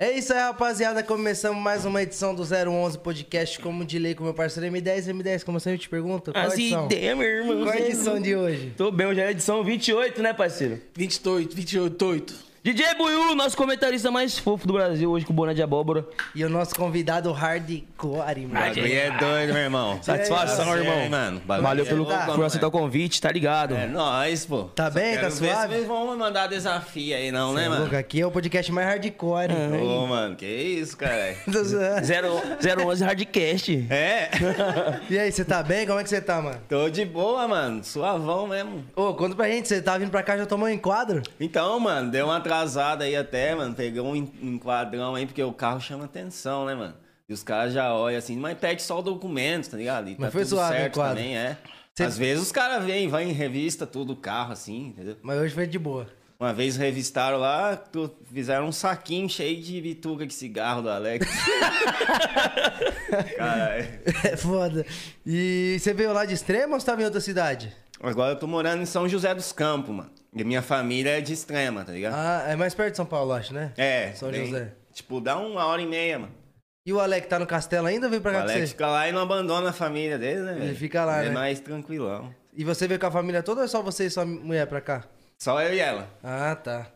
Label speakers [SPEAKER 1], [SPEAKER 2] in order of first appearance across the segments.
[SPEAKER 1] É isso aí, rapaziada. Começamos mais uma edição do 011 Podcast Como de Lei com meu parceiro M10. M10, como sempre, eu te pergunto, qual a
[SPEAKER 2] As
[SPEAKER 1] edição?
[SPEAKER 2] ideias, meu irmão.
[SPEAKER 1] Qual a edição de hoje?
[SPEAKER 2] Tô bem, hoje é a edição 28, né, parceiro?
[SPEAKER 3] 28, 28, 8.
[SPEAKER 2] DJ Buiu, nosso comentarista mais fofo do Brasil, hoje com boné de abóbora.
[SPEAKER 1] E o nosso convidado hardcore, mano.
[SPEAKER 4] Bagulho é doido, meu irmão.
[SPEAKER 2] Satisfação,
[SPEAKER 1] É,
[SPEAKER 4] Tá
[SPEAKER 2] irmão.
[SPEAKER 4] certo, mano. Bagulho
[SPEAKER 2] Valeu
[SPEAKER 4] é
[SPEAKER 2] pelo,
[SPEAKER 4] louco,
[SPEAKER 2] por
[SPEAKER 4] mano.
[SPEAKER 2] aceitar o convite, tá ligado?
[SPEAKER 4] É nóis, pô.
[SPEAKER 1] Tá bem?
[SPEAKER 4] Quero
[SPEAKER 1] Tá
[SPEAKER 4] ver se
[SPEAKER 1] suave?
[SPEAKER 4] vocês vão me mandar desafio aí, não, né,
[SPEAKER 1] Louco, é
[SPEAKER 4] mano?
[SPEAKER 1] aqui é o podcast mais hardcore.
[SPEAKER 4] Ô, mano, que isso, cara.
[SPEAKER 1] Tô zoando.
[SPEAKER 2] Zero, 011 Hardcast.
[SPEAKER 4] É,
[SPEAKER 1] E aí, você tá bem? Como é que você tá, mano?
[SPEAKER 4] tô de boa, mano. Suavão mesmo.
[SPEAKER 1] Ô, conta pra gente, você tá vindo pra cá já tomou um enquadro?
[SPEAKER 4] Então, mano, deu uma atrasada aí até, mano. Pegou um en- enquadrão aí, porque o carro chama atenção, né, mano? E os caras já olham assim, mas pede só o documento, tá ligado? E
[SPEAKER 1] Mas
[SPEAKER 4] tá
[SPEAKER 1] foi
[SPEAKER 4] tudo
[SPEAKER 1] suave o
[SPEAKER 4] certo
[SPEAKER 1] enquadro.
[SPEAKER 4] também, é.
[SPEAKER 1] Cê-
[SPEAKER 4] Às vezes os caras vêm, vai em revista tudo o carro, assim, entendeu?
[SPEAKER 1] Mas hoje foi de boa.
[SPEAKER 4] Uma vez revistaram lá, tu- fizeram um saquinho cheio de bituca de cigarro do Alex. Caralho.
[SPEAKER 1] É foda. E você veio lá de extrema ou você tava em outra cidade?
[SPEAKER 4] Agora eu tô morando em São José dos Campos, mano. E minha família é de extrema, tá ligado?
[SPEAKER 1] Ah, é mais perto de São Paulo, acho, né?
[SPEAKER 4] é.
[SPEAKER 1] São
[SPEAKER 4] bem-
[SPEAKER 1] José.
[SPEAKER 4] Tipo, dá uma hora e meia, mano.
[SPEAKER 1] E o Alec tá no castelo ainda ou veio pra
[SPEAKER 4] O
[SPEAKER 1] cá com
[SPEAKER 4] Alex
[SPEAKER 1] você?
[SPEAKER 4] fica lá e não abandona a família dele, né? velho?
[SPEAKER 1] fica lá,
[SPEAKER 4] É
[SPEAKER 1] né?
[SPEAKER 4] mais tranquilão.
[SPEAKER 1] E você veio com a família toda ou é só você e sua mulher pra cá?
[SPEAKER 4] Só eu e ela.
[SPEAKER 1] Ah, tá.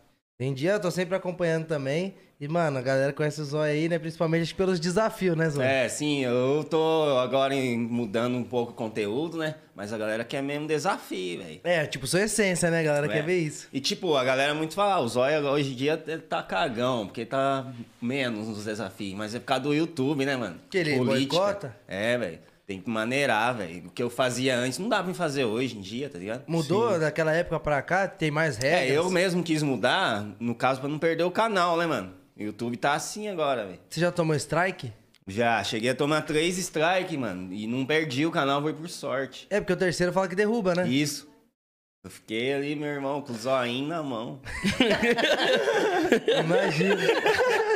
[SPEAKER 1] Entendi, eu tô sempre acompanhando também. E, mano, a galera conhece o Zóia aí, né? Principalmente acho que pelos desafios, né, Zóia?
[SPEAKER 4] É, sim, eu tô agora em- mudando um pouco o conteúdo, né? Mas a galera quer mesmo desafio, velho.
[SPEAKER 1] É, tipo, sua essência, né, galera?
[SPEAKER 4] É.
[SPEAKER 1] Quer ver isso?
[SPEAKER 4] E tipo, a galera muito fala, ah, o Zóia hoje em dia ele tá cagão, porque tá menos nos desafios, mas é por causa do YouTube, né, mano?
[SPEAKER 1] Que ele boicota?
[SPEAKER 4] É, velho. Tem que maneirar, velho. O que eu fazia antes não dá pra me fazer hoje em dia, tá ligado?
[SPEAKER 1] Mudou daquela época pra cá? Tem mais regras?
[SPEAKER 4] É, eu mesmo quis mudar, no caso, pra não perder o canal, né, mano? O YouTube tá assim agora, velho.
[SPEAKER 1] Você já tomou strike?
[SPEAKER 4] Já, cheguei a tomar três strikes, mano, e não perdi o canal, foi por sorte.
[SPEAKER 1] É, porque o terceiro fala que derruba, né?
[SPEAKER 4] Isso. Eu fiquei ali, meu irmão, com o zoinho na mão.
[SPEAKER 1] Imagina.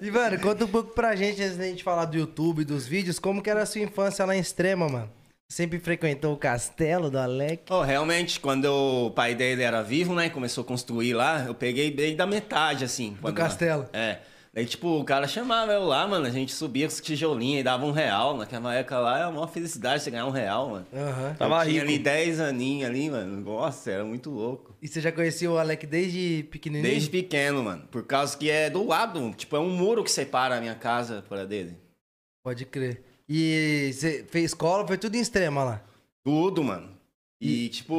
[SPEAKER 1] E, mano, conta um pouco pra gente, antes da gente falar do YouTube, dos vídeos, como que era a sua infância lá em Extrema, mano? Sempre frequentou o castelo do Alec?
[SPEAKER 4] Pô, realmente, quando o pai dele era vivo, né? Começou a construir lá, eu peguei bem da metade, assim. Do
[SPEAKER 1] castelo.
[SPEAKER 4] É. Daí, tipo, o cara chamava eu lá, mano. A gente subia com os tijolinhos e dava um real. Naquela época lá, é a maior felicidade você ganhar um real, mano.
[SPEAKER 1] Aham.
[SPEAKER 2] Tava
[SPEAKER 4] Tinha
[SPEAKER 2] rico.
[SPEAKER 4] ali 10 aninhos ali, mano. Nossa, era muito louco.
[SPEAKER 1] E você já conhecia o Alec desde pequenininho?
[SPEAKER 4] Desde pequeno, mano. Por causa que é do lado. Tipo, é um muro que separa a minha casa para dele.
[SPEAKER 1] Pode crer. E você fez escola, foi tudo em Extrema lá?
[SPEAKER 4] Tudo, mano. E, tipo,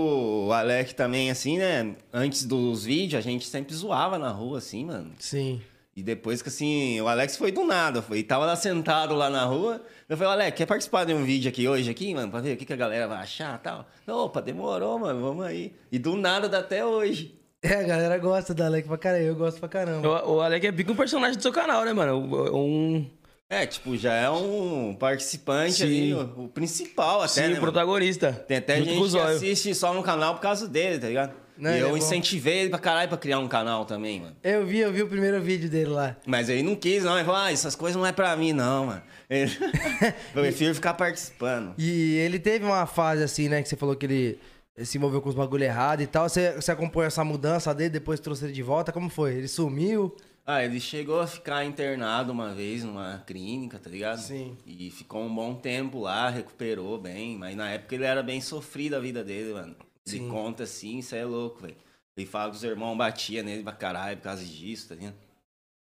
[SPEAKER 4] o Alec também, assim, né? Antes dos vídeos, a gente sempre zoava na rua, assim, mano.
[SPEAKER 1] Sim.
[SPEAKER 4] E depois que assim, o Alex foi do nada, foi, tava lá sentado lá na rua. Eu falei, Alex, quer participar de um vídeo aqui hoje aqui, mano, pra ver o que, que a galera vai achar e tal? Eu, Opa, demorou, mano, vamos aí. E do nada dá até hoje.
[SPEAKER 1] É, a galera gosta do Alec pra caramba, eu gosto pra caramba.
[SPEAKER 2] O, o Alec é pica um personagem do seu canal, né, mano? Um, um
[SPEAKER 4] É, tipo, já é um participante ali, o, o principal até,
[SPEAKER 2] sim,
[SPEAKER 4] né, mano?
[SPEAKER 2] protagonista.
[SPEAKER 4] Tem até
[SPEAKER 2] junto com o
[SPEAKER 4] gente que
[SPEAKER 2] Zóio.
[SPEAKER 4] assiste só no canal por causa dele, tá ligado?
[SPEAKER 1] Não,
[SPEAKER 4] e
[SPEAKER 1] ele é
[SPEAKER 4] eu
[SPEAKER 1] bom.
[SPEAKER 4] incentivei ele pra caralho pra criar um canal também, mano.
[SPEAKER 1] Eu vi, eu vi o primeiro vídeo dele lá.
[SPEAKER 4] Mas ele não quis, não. Ele falou, ah, essas coisas não é pra mim, não, mano. Ele... eu prefiro ficar participando.
[SPEAKER 1] E ele teve uma fase assim, né, que você falou que ele se envolveu com os bagulho errado e tal. Você, você acompanhou essa mudança dele, depois trouxe ele de volta, como foi? Ele sumiu?
[SPEAKER 4] Ah, ele chegou a ficar internado uma vez numa clínica, tá ligado?
[SPEAKER 1] Sim.
[SPEAKER 4] E ficou um bom tempo lá, recuperou bem, mas na época ele era bem sofrido a vida dele, mano. Ele conta assim, isso é louco, velho. Ele fala que os irmãos batiam nele pra caralho por causa disso, tá ligado?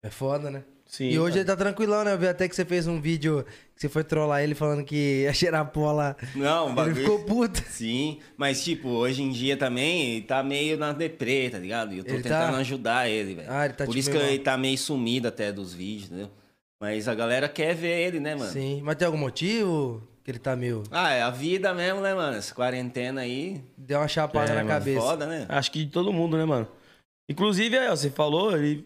[SPEAKER 1] É foda, né?
[SPEAKER 2] Sim,
[SPEAKER 1] e hoje
[SPEAKER 2] cara.
[SPEAKER 1] ele tá tranquilão, né? Eu vi até que você fez um vídeo que você foi trollar ele falando que ia cheirar pó lá.
[SPEAKER 4] Não,
[SPEAKER 1] Ele
[SPEAKER 4] o É um bagulho.
[SPEAKER 1] ficou puto.
[SPEAKER 4] Sim, mas tipo, hoje em dia também ele tá meio na deprê, tá ligado? E eu tô
[SPEAKER 1] Ele tá?
[SPEAKER 4] tentando ajudar ele, velho.
[SPEAKER 1] Ah, ele tá
[SPEAKER 4] Por
[SPEAKER 1] tipo
[SPEAKER 4] isso que
[SPEAKER 1] meio mal.
[SPEAKER 4] ele tá meio sumido até dos vídeos, entendeu? Mas a galera quer ver ele, né, mano?
[SPEAKER 1] Sim, mas tem algum motivo que ele tá meio...
[SPEAKER 4] Ah, é a vida mesmo, né, mano? Essa quarentena aí,
[SPEAKER 1] Deu uma chapada
[SPEAKER 2] É,
[SPEAKER 1] na
[SPEAKER 2] mano,
[SPEAKER 1] cabeça. Ah,
[SPEAKER 4] Foda, né?
[SPEAKER 2] Acho que de todo mundo, né, mano? Inclusive, aí, ó, você falou, ele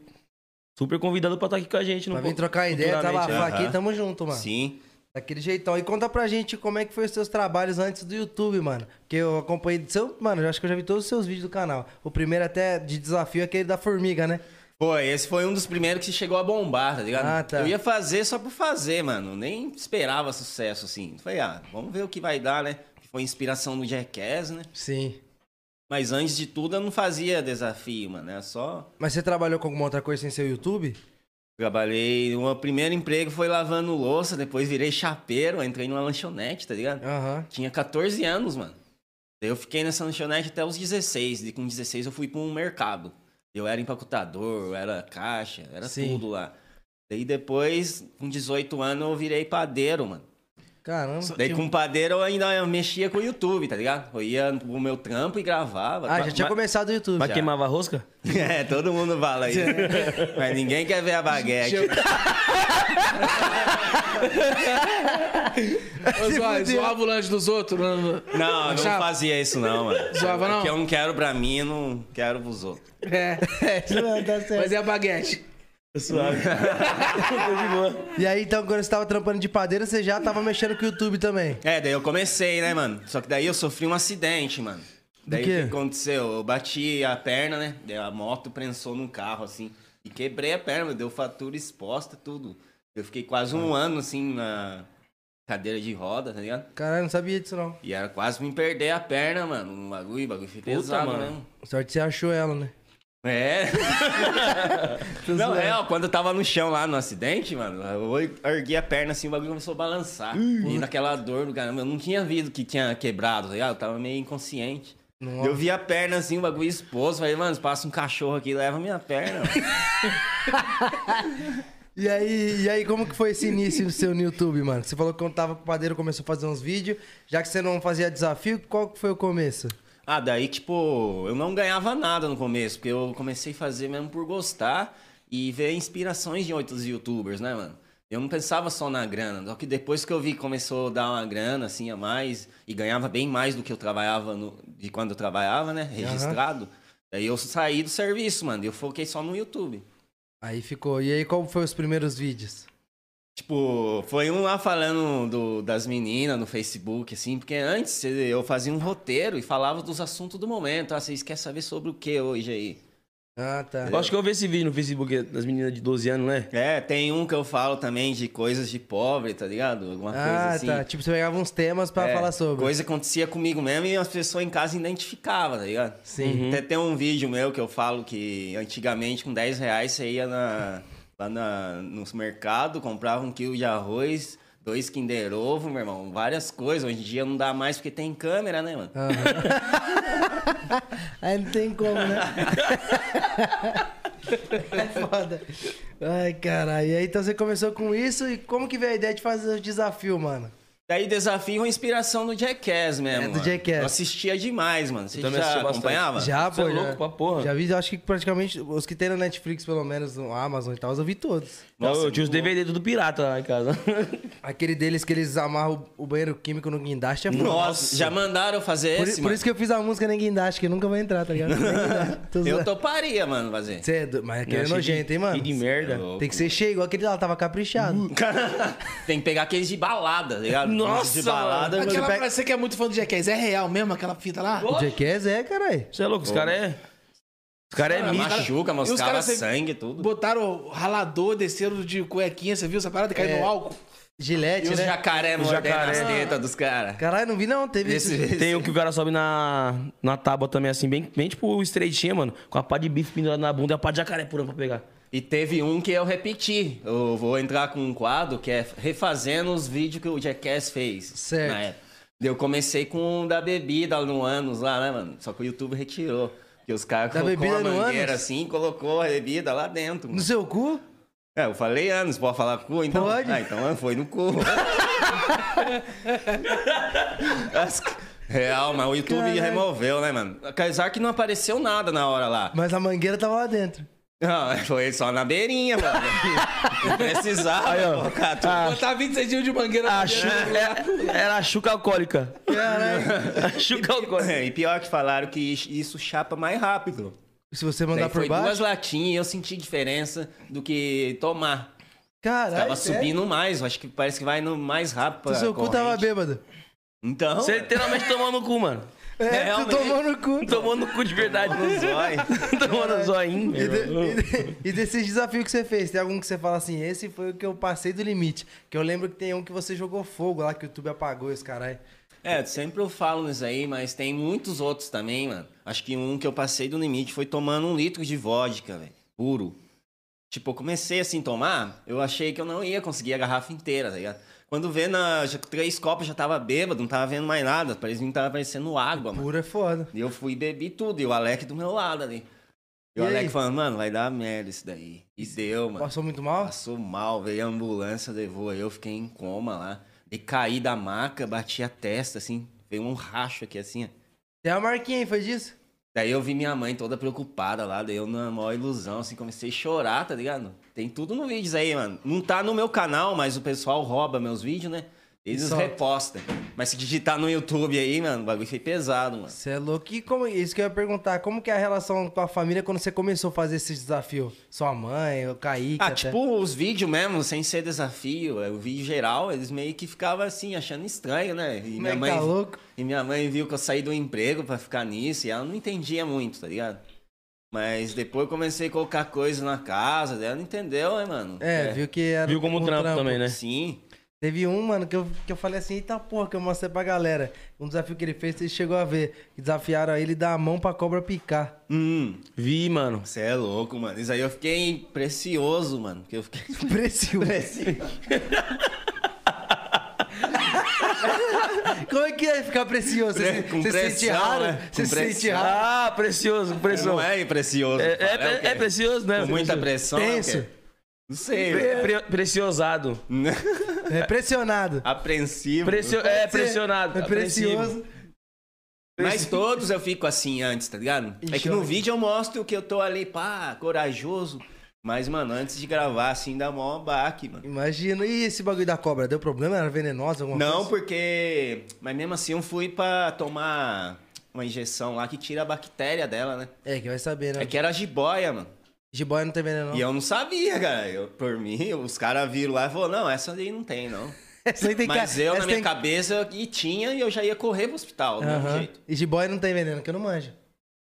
[SPEAKER 2] super convidado pra estar aqui com a gente.
[SPEAKER 1] Pra
[SPEAKER 2] no
[SPEAKER 1] vir
[SPEAKER 2] po-
[SPEAKER 1] trocar ideia,
[SPEAKER 2] futuramente,
[SPEAKER 1] desabafar
[SPEAKER 4] né?
[SPEAKER 1] aqui,
[SPEAKER 4] Aham.
[SPEAKER 1] tamo junto, mano.
[SPEAKER 4] Sim.
[SPEAKER 1] Daquele jeitão. E conta pra gente como é que foi os seus trabalhos antes do YouTube, mano. Porque eu acompanhei do seu. Mano, eu acho que eu já vi todos os seus vídeos do canal. O primeiro até de desafio é aquele da formiga, né?
[SPEAKER 4] Pô, esse foi um dos primeiros que chegou a bombar, tá ligado?
[SPEAKER 1] Ah, tá.
[SPEAKER 4] Eu ia fazer só por fazer, mano. Nem esperava sucesso, assim. Falei, ah, vamos ver o que vai dar, né? Foi inspiração do Jackass, né?
[SPEAKER 1] Sim.
[SPEAKER 4] Mas antes de tudo, eu não fazia desafio, mano. Era só...
[SPEAKER 1] Mas você trabalhou com alguma outra coisa sem ser YouTube?
[SPEAKER 4] Trabalhei. O meu primeiro emprego foi lavando louça, depois virei chapeiro, entrei numa lanchonete, tá ligado?
[SPEAKER 1] Aham.
[SPEAKER 4] Tinha 14 anos, mano. Daí eu fiquei nessa lanchonete até os 16. E com 16 eu fui pra um mercado. Eu era empacotador, eu era caixa, era
[SPEAKER 1] Sim.
[SPEAKER 4] tudo lá. Daí depois, com 18 anos, eu virei padeiro, mano.
[SPEAKER 1] Caramba.
[SPEAKER 3] Só-
[SPEAKER 4] Daí
[SPEAKER 3] Eu-
[SPEAKER 4] com padeiro eu ainda mexia com o YouTube, tá ligado? Eu ia pro meu trampo e gravava.
[SPEAKER 1] Ah,
[SPEAKER 4] Mas-
[SPEAKER 1] já tinha
[SPEAKER 4] mas-
[SPEAKER 1] começado o YouTube.
[SPEAKER 2] Mas
[SPEAKER 1] já.
[SPEAKER 2] queimava a rosca?
[SPEAKER 4] É, todo mundo fala isso. Mas ninguém quer ver a baguete.
[SPEAKER 3] Eu zoava,
[SPEAKER 1] fudeu.
[SPEAKER 3] zoava o lanche dos outros. Não, não.
[SPEAKER 4] Não, eu não
[SPEAKER 3] Achava?
[SPEAKER 4] fazia isso não, mano.
[SPEAKER 3] Zoava, não?
[SPEAKER 4] Porque eu não quero pra mim, eu não quero pros outros.
[SPEAKER 3] É.
[SPEAKER 1] Isso não dá Tá certo.
[SPEAKER 3] Mas é a baguete.
[SPEAKER 2] Suave.
[SPEAKER 1] E aí, então, quando você tava trampando de padeiro, você já tava mexendo com o YouTube também.
[SPEAKER 4] É, daí eu comecei, né, mano? Só que daí eu sofri um acidente, mano. Daí o
[SPEAKER 1] quê?
[SPEAKER 4] que aconteceu? Eu bati a perna, né? Daí a moto prensou num carro, assim. E quebrei a perna, deu fatura exposta, tudo. Eu fiquei quase
[SPEAKER 2] Ah.
[SPEAKER 4] um ano, assim, na cadeira de roda, tá ligado?
[SPEAKER 1] Caralho, não sabia disso não.
[SPEAKER 4] E era quase me perder a perna, mano. Um bagulho, bagulho foi
[SPEAKER 2] Puta,
[SPEAKER 4] pesado, né?
[SPEAKER 2] mano.
[SPEAKER 4] mano.
[SPEAKER 1] Sorte que você achou ela, né?
[SPEAKER 4] É. Não, é, ó, quando eu tava no chão lá no acidente, mano, eu ergui a perna assim, o bagulho começou a balançar. E naquela dor do caramba, eu não tinha visto que tinha quebrado, tá ligado? Eu tava meio inconsciente.
[SPEAKER 1] Nossa.
[SPEAKER 4] Eu vi a perna assim, o bagulho exposto. Falei, mano, passa um cachorro aqui, leva minha perna.
[SPEAKER 1] E aí, e aí, como que foi esse início seu no YouTube, mano? Você falou que quando tava com o padeiro começou a fazer uns vídeos. Já que você não fazia desafio, qual que foi o começo?
[SPEAKER 4] ah, daí, tipo, eu não ganhava nada no começo, porque eu comecei a fazer mesmo por gostar e ver inspirações de outros youtubers, né, mano? Eu não pensava só na grana, só que depois que eu vi que começou a dar uma grana, assim, a mais, e ganhava bem mais do que eu trabalhava, no- de quando eu trabalhava, né, registrado, daí eu saí do serviço, mano, e eu foquei só no YouTube.
[SPEAKER 1] Aí ficou. E aí, qual foi os primeiros vídeos?
[SPEAKER 4] Tipo, foi um lá falando do- das meninas no Facebook, assim, porque antes eu fazia um roteiro e falava dos assuntos do momento. Ah, vocês querem saber sobre o que hoje aí?
[SPEAKER 1] Ah, tá.
[SPEAKER 2] Eu acho que eu vi esse vídeo no Facebook das meninas de 12 anos, né?
[SPEAKER 4] É, tem um que eu falo também de coisas de pobre, tá ligado? Alguma coisa
[SPEAKER 1] Ah,
[SPEAKER 4] assim.
[SPEAKER 1] tá. Tipo, você pegava uns temas pra
[SPEAKER 4] É,
[SPEAKER 1] falar sobre.
[SPEAKER 4] Coisa que acontecia comigo mesmo e as pessoas em casa identificavam, tá ligado?
[SPEAKER 1] Sim. Uhum.
[SPEAKER 4] Até tem um vídeo meu que eu falo que antigamente com 10 reais você ia na, lá na, no mercado, comprava um quilo de arroz, dois Kinder Ovo, meu irmão, várias coisas. Hoje em dia não dá mais porque tem câmera, né, mano?
[SPEAKER 1] Ah. Aí não tem como, né? é foda. Ai, caralho. E aí, então você começou com isso e como que veio a ideia de fazer o desafio, mano?
[SPEAKER 4] Daí desafio uma inspiração no Jackass mesmo.
[SPEAKER 1] É, do
[SPEAKER 4] mano.
[SPEAKER 1] Jackass.
[SPEAKER 4] Eu assistia demais, mano. Você
[SPEAKER 2] também
[SPEAKER 4] já
[SPEAKER 2] assistia bastante.
[SPEAKER 4] acompanhava?
[SPEAKER 1] Já,
[SPEAKER 2] Você
[SPEAKER 1] pô.
[SPEAKER 2] é
[SPEAKER 1] já-
[SPEAKER 2] louco pra porra.
[SPEAKER 1] Já vi, acho que praticamente os que tem na Netflix, pelo menos, no Amazon e tal, eu vi todos.
[SPEAKER 4] Nossa,
[SPEAKER 2] eu tinha os
[SPEAKER 4] muito
[SPEAKER 2] DVD do pirata lá em casa.
[SPEAKER 1] Aquele deles que eles amarram o o banheiro químico no guindaste é foda.
[SPEAKER 4] Nossa, já mandaram fazer
[SPEAKER 1] Por,
[SPEAKER 4] esse,
[SPEAKER 1] por
[SPEAKER 4] mano.
[SPEAKER 1] isso que eu fiz a música nem guindaste, que nunca vai entrar, tá ligado? Nem guindaste. Tô
[SPEAKER 4] Eu
[SPEAKER 1] zoando.
[SPEAKER 4] toparia, mano, fazer.
[SPEAKER 1] Cê é do- Mas aquele é
[SPEAKER 2] Achei
[SPEAKER 1] nojento,
[SPEAKER 2] que-
[SPEAKER 1] hein, mano?
[SPEAKER 2] Que de merda.
[SPEAKER 4] louco.
[SPEAKER 1] Tem que ser cheio, igual aquele lá, tava caprichado.
[SPEAKER 4] Tem que pegar aqueles de balada, tá ligado?
[SPEAKER 2] Nossa,
[SPEAKER 4] de balada.
[SPEAKER 2] mano.
[SPEAKER 4] eu-
[SPEAKER 3] Aquela
[SPEAKER 1] pega-
[SPEAKER 3] pra você que é muito fã do Jackass, é real mesmo aquela fita lá?
[SPEAKER 1] O Jackass é, caralho.
[SPEAKER 2] Você é louco, os caras é. Os caras é
[SPEAKER 4] Cara,
[SPEAKER 2] mítico.
[SPEAKER 4] machuca, mas
[SPEAKER 3] e
[SPEAKER 4] os
[SPEAKER 3] os
[SPEAKER 4] caras
[SPEAKER 3] caras sempre-
[SPEAKER 4] sangue, tudo.
[SPEAKER 3] Botaram o ralador, desceram de cuequinha, você viu essa parada? Caiu
[SPEAKER 1] É.
[SPEAKER 3] no álcool.
[SPEAKER 1] Gilete,
[SPEAKER 4] E os
[SPEAKER 1] né?
[SPEAKER 4] jacaré mordendo
[SPEAKER 2] jacaré.
[SPEAKER 4] as tetas dos caras.
[SPEAKER 1] Caralho, não vi não, teve
[SPEAKER 4] Desse
[SPEAKER 1] isso.
[SPEAKER 4] jeito.
[SPEAKER 2] Tem um que o cara sobe na, na tábua também, assim, bem, bem tipo estreitinha, mano. Com a pá de bife pendurada na bunda e a pá de jacaré pura pra pegar.
[SPEAKER 4] E teve um que eu repeti. Eu vou entrar com um quadro que é refazendo os vídeos que o Jackass fez.
[SPEAKER 1] Certo.
[SPEAKER 4] Na época. Eu comecei com um da bebida no anos lá, né, mano? Só que o YouTube retirou. Porque os caras
[SPEAKER 1] Da
[SPEAKER 4] colocou
[SPEAKER 1] bebida
[SPEAKER 4] a
[SPEAKER 1] no
[SPEAKER 4] mangueira
[SPEAKER 1] ânus?
[SPEAKER 4] assim, colocou a bebida lá dentro.
[SPEAKER 1] No
[SPEAKER 4] mano.
[SPEAKER 1] seu cu?
[SPEAKER 4] É, eu falei anos, pode falar cu, então?
[SPEAKER 1] Pode.
[SPEAKER 4] Ah, então foi no cu. As- Real, mas o YouTube
[SPEAKER 1] Caralho.
[SPEAKER 4] removeu, né, mano? Apesar que não apareceu nada na hora lá.
[SPEAKER 1] Mas a mangueira tava lá dentro.
[SPEAKER 4] Não, foi só na beirinha, mano. Não precisava colocar tudo.
[SPEAKER 1] Ah.
[SPEAKER 3] Botar 26 dias de mangueira
[SPEAKER 2] A
[SPEAKER 3] na
[SPEAKER 2] chu-
[SPEAKER 3] banheira.
[SPEAKER 2] era, era a chuca alcoólica.
[SPEAKER 1] Caralho.
[SPEAKER 2] A chuca alcoólica.
[SPEAKER 4] é E pior que falaram que isso chapa mais rápido.
[SPEAKER 1] Se você
[SPEAKER 4] Daí
[SPEAKER 1] mandar por
[SPEAKER 4] foi duas
[SPEAKER 1] baixo.
[SPEAKER 4] latinhas e eu senti diferença do que tomar.
[SPEAKER 1] Caralho.
[SPEAKER 4] Tava
[SPEAKER 1] sério?
[SPEAKER 4] subindo mais, eu acho que parece que vai no mais rápido.
[SPEAKER 1] O
[SPEAKER 4] pra
[SPEAKER 1] É, seu cu tava
[SPEAKER 4] corrente.
[SPEAKER 1] bêbado.
[SPEAKER 4] Então.
[SPEAKER 2] Você literalmente tomou no cu, mano.
[SPEAKER 1] É, tu
[SPEAKER 4] realmente.
[SPEAKER 1] tomou no cu.
[SPEAKER 2] Tomou no cu de verdade.
[SPEAKER 4] zóio.
[SPEAKER 2] Tomou no zoinho.
[SPEAKER 1] E, de-
[SPEAKER 2] meu.
[SPEAKER 1] e de- e desses desafios que você fez, tem algum que você fala assim, esse foi o que eu passei do limite. Que eu lembro que tem um que você jogou fogo lá, que o YouTube apagou esse caralho.
[SPEAKER 4] É, sempre eu falo nisso aí, mas tem muitos outros também, mano. Acho que um que eu passei do limite foi tomando um litro de vodka, velho. Puro. Tipo, eu comecei a sintomar, eu achei que eu não ia conseguir a garrafa inteira, tá ligado? Quando vê na, já- três copos, já tava bêbado, não tava vendo mais nada. Parecia que tava parecendo água, mano.
[SPEAKER 1] Puro é foda.
[SPEAKER 4] E eu fui e bebi tudo, e o Alec do meu lado ali. E, o
[SPEAKER 1] E aí?
[SPEAKER 4] Alec falando, mano, vai dar merda isso daí. E deu, mano.
[SPEAKER 1] Passou muito mal?
[SPEAKER 4] Passou mal, veio a ambulância, levou eu, fiquei em coma lá. E caí da maca, bati a testa, assim, veio um racho aqui, assim, ó.
[SPEAKER 1] Tem a marquinha aí, foi disso?
[SPEAKER 4] Daí eu vi minha mãe toda preocupada lá, daí eu na maior ilusão, assim, comecei a chorar, tá ligado? Tem tudo no vídeos aí, mano. Não tá no meu canal, mas o pessoal rouba meus vídeos, né? Eles
[SPEAKER 1] Solta.
[SPEAKER 4] repostam. Mas se digitar no YouTube aí, mano, o bagulho foi pesado, mano.
[SPEAKER 1] Você é louco. E como, isso que eu ia perguntar, como que é a relação com a família quando você começou a fazer esse desafio? Sua mãe, o Kaique.
[SPEAKER 4] Ah,
[SPEAKER 1] até.
[SPEAKER 4] tipo, os vídeos mesmo, sem ser desafio, é, o vídeo geral, eles meio que ficavam assim, achando estranho, né? E
[SPEAKER 1] Como é que tá louco?
[SPEAKER 4] E minha mãe viu que eu saí do emprego pra ficar nisso e ela não entendia muito, tá ligado? Mas depois eu comecei a colocar coisa na casa, daí ela não entendeu, né, mano?
[SPEAKER 1] É, viu que era.
[SPEAKER 2] Viu como
[SPEAKER 1] um
[SPEAKER 2] trampo, também, né?
[SPEAKER 4] Sim.
[SPEAKER 1] Teve um, mano, que eu, que eu falei assim, eita porra, que eu mostrei pra galera. Um desafio que ele fez, vocês chegou a ver. Desafiaram ele dar a mão pra cobra picar.
[SPEAKER 4] Hum,
[SPEAKER 2] Vi, mano.
[SPEAKER 4] você é louco, mano. Isso aí eu fiquei precioso, mano. Porque eu fiquei.
[SPEAKER 1] Precioso. Como é que é ficar precioso? Você,
[SPEAKER 4] Né? Com
[SPEAKER 1] você se sente
[SPEAKER 4] pressão,
[SPEAKER 1] raro?
[SPEAKER 4] né?
[SPEAKER 1] Você
[SPEAKER 4] Com
[SPEAKER 1] se sente
[SPEAKER 4] pressão.
[SPEAKER 1] raro?
[SPEAKER 2] Ah, precioso, precioso.
[SPEAKER 4] Não é precioso.
[SPEAKER 2] É- é-
[SPEAKER 4] cara, o
[SPEAKER 2] é-
[SPEAKER 4] quê?
[SPEAKER 2] é precioso, né?
[SPEAKER 4] Com muita
[SPEAKER 2] Precioso.
[SPEAKER 4] pressão. é o
[SPEAKER 1] Tenso.
[SPEAKER 4] quê? Não sei.
[SPEAKER 2] Pre-
[SPEAKER 4] velho.
[SPEAKER 2] pre- preciosado.
[SPEAKER 1] É pressionado.
[SPEAKER 4] Apreensivo.
[SPEAKER 2] Precio- é, pressionado.
[SPEAKER 1] É
[SPEAKER 2] apreensivo.
[SPEAKER 1] precioso.
[SPEAKER 4] Mas todos eu fico assim antes, tá ligado?
[SPEAKER 1] Ixi,
[SPEAKER 4] É que no
[SPEAKER 1] olha.
[SPEAKER 4] vídeo eu mostro que eu tô ali, pá, corajoso. Mas, mano, antes de gravar, assim, dá mó baque, mano.
[SPEAKER 1] Imagina. E esse bagulho da cobra? Deu problema? Era venenosa? Alguma
[SPEAKER 4] Não,
[SPEAKER 1] coisa?
[SPEAKER 4] porque. Mas mesmo assim eu fui pra tomar uma injeção lá que tira a bactéria dela, né?
[SPEAKER 1] É, Ah. que vai saber, né?
[SPEAKER 4] É que era jiboia, mano.
[SPEAKER 1] Jiboia não tem veneno, não.
[SPEAKER 4] E eu não sabia, cara. Eu, por mim, os caras viram lá e falaram, não, essa aí não tem, não.
[SPEAKER 1] Essa aí tem
[SPEAKER 4] Mas
[SPEAKER 1] ca-
[SPEAKER 4] eu, na
[SPEAKER 1] essa
[SPEAKER 4] minha
[SPEAKER 1] tem-
[SPEAKER 4] cabeça, e tinha, e eu já ia correr pro hospital, do mesmo
[SPEAKER 1] Aham.
[SPEAKER 4] jeito.
[SPEAKER 1] E jiboia não tem veneno, que eu não manjo.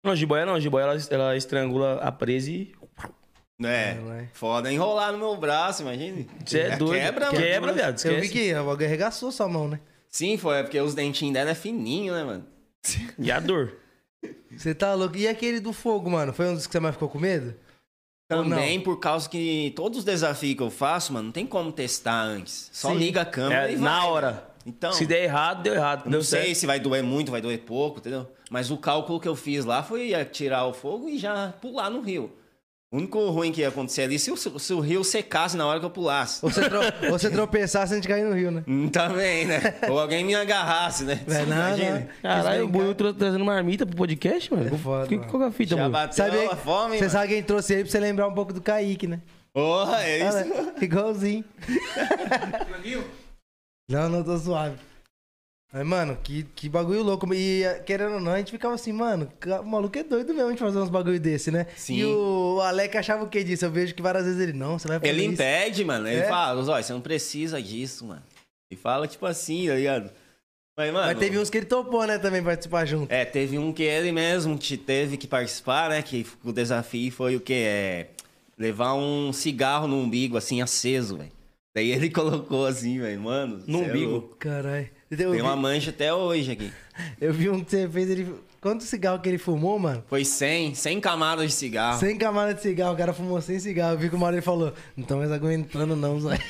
[SPEAKER 2] Não, jiboia não. Jiboia, ela, ela estrangula a presa e...
[SPEAKER 4] É,
[SPEAKER 1] Caralho.
[SPEAKER 4] foda enrolar no meu braço, imagina.
[SPEAKER 2] Você é doido.
[SPEAKER 4] Quebra, mano.
[SPEAKER 2] Quebra, viado. Esquece.
[SPEAKER 1] Eu vi que o bagulho arregaçou sua mão, né?
[SPEAKER 4] Sim, foi, é porque os dentinhos dela é fininho, né, mano?
[SPEAKER 2] E a dor.
[SPEAKER 1] Você tá louco. E aquele do fogo, mano? Foi um dos que você mais ficou com medo? Ou não?
[SPEAKER 4] Também por causa que todos os desafios que eu faço, mano, não tem como testar antes. Só
[SPEAKER 1] Sim.
[SPEAKER 4] liga a câmera
[SPEAKER 2] É,
[SPEAKER 4] e vai.
[SPEAKER 1] né?
[SPEAKER 2] na hora.
[SPEAKER 4] Então,
[SPEAKER 2] Se der errado, deu errado.
[SPEAKER 4] eu
[SPEAKER 2] deu
[SPEAKER 4] não sei
[SPEAKER 2] certo.
[SPEAKER 4] se vai doer muito, vai doer pouco, entendeu? Mas o cálculo que eu fiz lá foi é, tirar o fogo e já pular no rio. O único ruim que ia acontecer ali se o, se o rio secasse na hora que eu pulasse.
[SPEAKER 1] Ou você, tro... ou você tropeçasse antes de cair no rio, né?
[SPEAKER 4] Hum, Também, né? Ou alguém me agarrasse, né?
[SPEAKER 2] é
[SPEAKER 1] Vai
[SPEAKER 4] Você
[SPEAKER 1] nada.
[SPEAKER 4] imagina?
[SPEAKER 2] Caralho,
[SPEAKER 1] um
[SPEAKER 2] o Buiu tra- trazendo marmita pro podcast, mano.
[SPEAKER 1] É foda,
[SPEAKER 2] que,
[SPEAKER 1] mano.
[SPEAKER 2] qual que é a fita,
[SPEAKER 4] Já
[SPEAKER 2] Buiu?
[SPEAKER 4] bateu
[SPEAKER 1] Sabe,
[SPEAKER 4] a fome,
[SPEAKER 1] você
[SPEAKER 4] mano.
[SPEAKER 1] sabe quem trouxe ele pra você lembrar um pouco do Kaique, né?
[SPEAKER 4] Porra, é isso.
[SPEAKER 1] Olha, igualzinho. Não, não tô suave. Mas, mano, que, que bagulho louco. E eh, querendo ou não, a gente ficava assim, mano, ca- o maluco é doido mesmo de fazer uns bagulho desse, né?
[SPEAKER 4] Sim.
[SPEAKER 1] E o Alec achava o que disso? Eu vejo que várias vezes ele, não, você vai fazer
[SPEAKER 4] Ele
[SPEAKER 1] isso.
[SPEAKER 4] impede, mano. Ele
[SPEAKER 1] É.
[SPEAKER 4] fala, ó, você não precisa disso, mano. E fala tipo assim, tá ligado? Mas, mano.
[SPEAKER 1] Mas teve uns que ele topou, né, também participar junto.
[SPEAKER 4] É, teve um que ele mesmo te teve que participar, né? Que o desafio foi o quê? É. Levar um cigarro no umbigo, assim, aceso, velho. Daí ele colocou assim, velho, mano.
[SPEAKER 2] No
[SPEAKER 4] cê é
[SPEAKER 2] umbigo.
[SPEAKER 4] louco.
[SPEAKER 1] Caralho. Eu,
[SPEAKER 4] Tem
[SPEAKER 1] vi-
[SPEAKER 4] uma mancha até hoje aqui.
[SPEAKER 1] eu vi um que você fez, ele. Quanto cigarro que ele fumou, mano?
[SPEAKER 4] Foi 100, 100 camadas de cigarro.
[SPEAKER 1] Sem camada de cigarro, o cara fumou sem cigarro. Eu vi que uma hora ele falou, não tô mais aguentando não, Zé.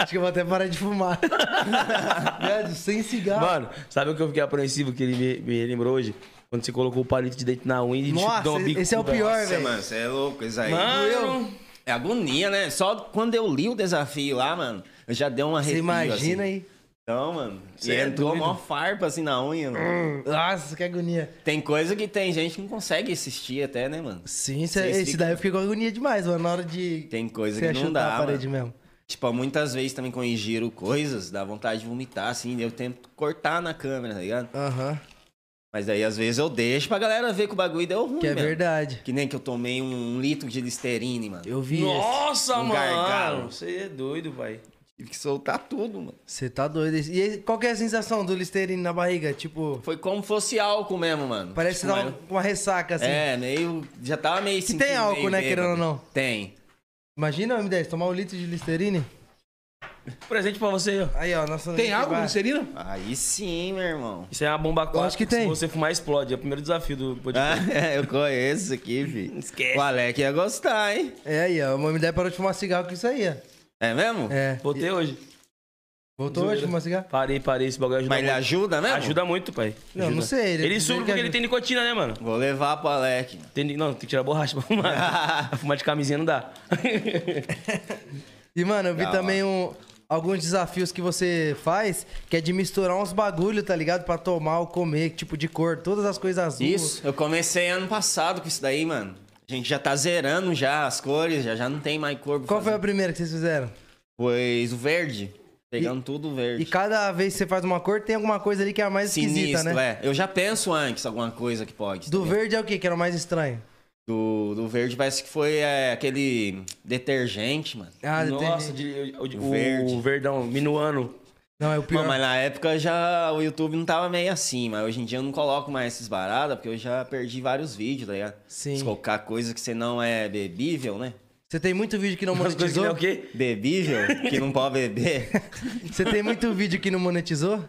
[SPEAKER 1] Acho que eu vou até parar de fumar. Viado, sem cigarro.
[SPEAKER 2] Mano, sabe o que eu fiquei apreensivo que ele me, me lembrou hoje? Quando você colocou o palito de dente na unha e
[SPEAKER 1] Nossa,
[SPEAKER 2] deu uma bicuda.
[SPEAKER 1] esse é o pior,
[SPEAKER 4] Nossa,
[SPEAKER 1] velho.
[SPEAKER 4] mano, você é louco, isso aí.
[SPEAKER 2] Mano,
[SPEAKER 4] É agonia, né? Só quando eu li o desafio lá, mano, eu já dei uma
[SPEAKER 1] Você
[SPEAKER 4] arrepio,
[SPEAKER 1] imagina
[SPEAKER 4] assim.
[SPEAKER 1] aí.
[SPEAKER 4] Então, mano,
[SPEAKER 2] Cê
[SPEAKER 4] você
[SPEAKER 2] é
[SPEAKER 4] entrou
[SPEAKER 2] doido.
[SPEAKER 4] mó farpa assim na unha, mano.
[SPEAKER 1] Nossa, que agonia.
[SPEAKER 4] Tem coisa que tem gente que não consegue assistir até, né, mano?
[SPEAKER 1] Sim, cê-
[SPEAKER 4] Vocês
[SPEAKER 1] esse
[SPEAKER 4] ficam-
[SPEAKER 1] daí eu fiquei com agonia demais, mano. Na hora de
[SPEAKER 4] Tem coisa
[SPEAKER 1] você
[SPEAKER 4] que não
[SPEAKER 1] chutar
[SPEAKER 4] dá,
[SPEAKER 1] a parede
[SPEAKER 4] mano.
[SPEAKER 1] mesmo.
[SPEAKER 4] Tipo, muitas vezes também quando eu ingiro coisas, dá vontade de vomitar, assim, eu tento cortar na câmera, tá ligado?
[SPEAKER 1] Aham,
[SPEAKER 4] Mas aí, às vezes, eu deixo pra galera ver que o bagulho deu ruim,
[SPEAKER 1] que é
[SPEAKER 4] mesmo.
[SPEAKER 1] verdade.
[SPEAKER 4] Que nem que eu tomei um, litro de listerine, mano.
[SPEAKER 1] Eu vi esse.
[SPEAKER 2] nossa,
[SPEAKER 4] Um
[SPEAKER 2] mano.
[SPEAKER 4] gargalo.
[SPEAKER 2] Você é doido, pai.
[SPEAKER 4] tive que soltar tudo, mano.
[SPEAKER 1] Você tá doido. esse- E aí, qual que é a sensação do Listerine na barriga? Tipo,
[SPEAKER 4] Foi como fosse álcool mesmo, mano.
[SPEAKER 1] parece que
[SPEAKER 4] Tipo,
[SPEAKER 1] dá
[SPEAKER 4] mas-
[SPEAKER 1] uma, uma ressaca, assim.
[SPEAKER 4] É, meio. Já tava meio
[SPEAKER 1] tem
[SPEAKER 4] sentindo
[SPEAKER 1] álcool,
[SPEAKER 4] meio
[SPEAKER 1] né,
[SPEAKER 4] bêbado.
[SPEAKER 1] querendo ou não?
[SPEAKER 4] Tem.
[SPEAKER 1] Imagina, M10, tomar um litro de Listerine.
[SPEAKER 2] Presente pra você aí, ó.
[SPEAKER 1] Aí, ó, nosso
[SPEAKER 3] Tem
[SPEAKER 1] link
[SPEAKER 3] álcool,
[SPEAKER 1] vai-
[SPEAKER 3] glicerina?
[SPEAKER 4] Aí sim, meu irmão.
[SPEAKER 2] Isso é uma bomba aquática.
[SPEAKER 1] acho que tem.
[SPEAKER 2] Se você fumar, explode. É o primeiro desafio do podcast.
[SPEAKER 4] Ah, eu conheço aqui, filho.
[SPEAKER 2] Esquece.
[SPEAKER 4] O Alec ia gostar, hein?
[SPEAKER 1] É aí, ó. O Mamidé parou de fumar cigarro com isso aí, ó.
[SPEAKER 4] É mesmo?
[SPEAKER 1] É.
[SPEAKER 2] Voltei hoje.
[SPEAKER 1] Voltou hoje a fumar cigarro?
[SPEAKER 2] Parei, parei. Esse bagulho ajuda
[SPEAKER 4] Mas ele
[SPEAKER 2] muito.
[SPEAKER 4] ajuda mesmo?
[SPEAKER 2] Ajuda muito, pai.
[SPEAKER 1] Não,
[SPEAKER 2] Ajuda.
[SPEAKER 1] não sei, ele-
[SPEAKER 2] Ele, ele sube
[SPEAKER 1] ele
[SPEAKER 2] porque
[SPEAKER 1] que
[SPEAKER 2] ele tem nicotina, né, mano?
[SPEAKER 4] Vou levar pro Alec.
[SPEAKER 2] Tem- não, tem que tirar a borracha pra fumar. Pra fumar de camisinha não dá.
[SPEAKER 1] E, mano, eu vi
[SPEAKER 4] Da
[SPEAKER 1] também um- alguns desafios que você faz, que é de misturar uns bagulho, tá ligado? Pra tomar ou comer, tipo de cor, todas as coisas azuis.
[SPEAKER 4] Isso, eu comecei ano passado com isso daí, mano. A gente já tá zerando já as cores, já, já não tem mais cor. pra
[SPEAKER 1] Qual foi
[SPEAKER 4] fazer.
[SPEAKER 1] a primeira que vocês fizeram?
[SPEAKER 4] Pois o verde. Pegando tudo verde.
[SPEAKER 1] E cada vez que você faz uma cor, tem alguma coisa ali que é a mais esquisita, né?
[SPEAKER 4] é. Eu já penso antes alguma coisa que pode.
[SPEAKER 1] Do
[SPEAKER 4] também.
[SPEAKER 1] verde é o que que era o mais estranho?
[SPEAKER 4] Do, do verde parece que foi é, aquele detergente, mano.
[SPEAKER 1] Ah,
[SPEAKER 2] Nossa,
[SPEAKER 1] tem-
[SPEAKER 2] de- o, o-
[SPEAKER 4] O verde.
[SPEAKER 2] o verdão, minuano.
[SPEAKER 1] Não, é o pior.
[SPEAKER 4] Mano, mas na época já o YouTube não tava meio assim, mas hoje em dia eu não coloco mais esses baradas, porque eu já perdi vários vídeos, tá ligado?
[SPEAKER 1] Sim.
[SPEAKER 4] Se colocar coisa que você não é bebível, né?
[SPEAKER 1] Você tem muito vídeo que não
[SPEAKER 2] Umas coisas que
[SPEAKER 1] monetizou?
[SPEAKER 2] não é o quê?
[SPEAKER 4] Bebível, que não pode beber.
[SPEAKER 1] Você tem muito vídeo que não monetizou?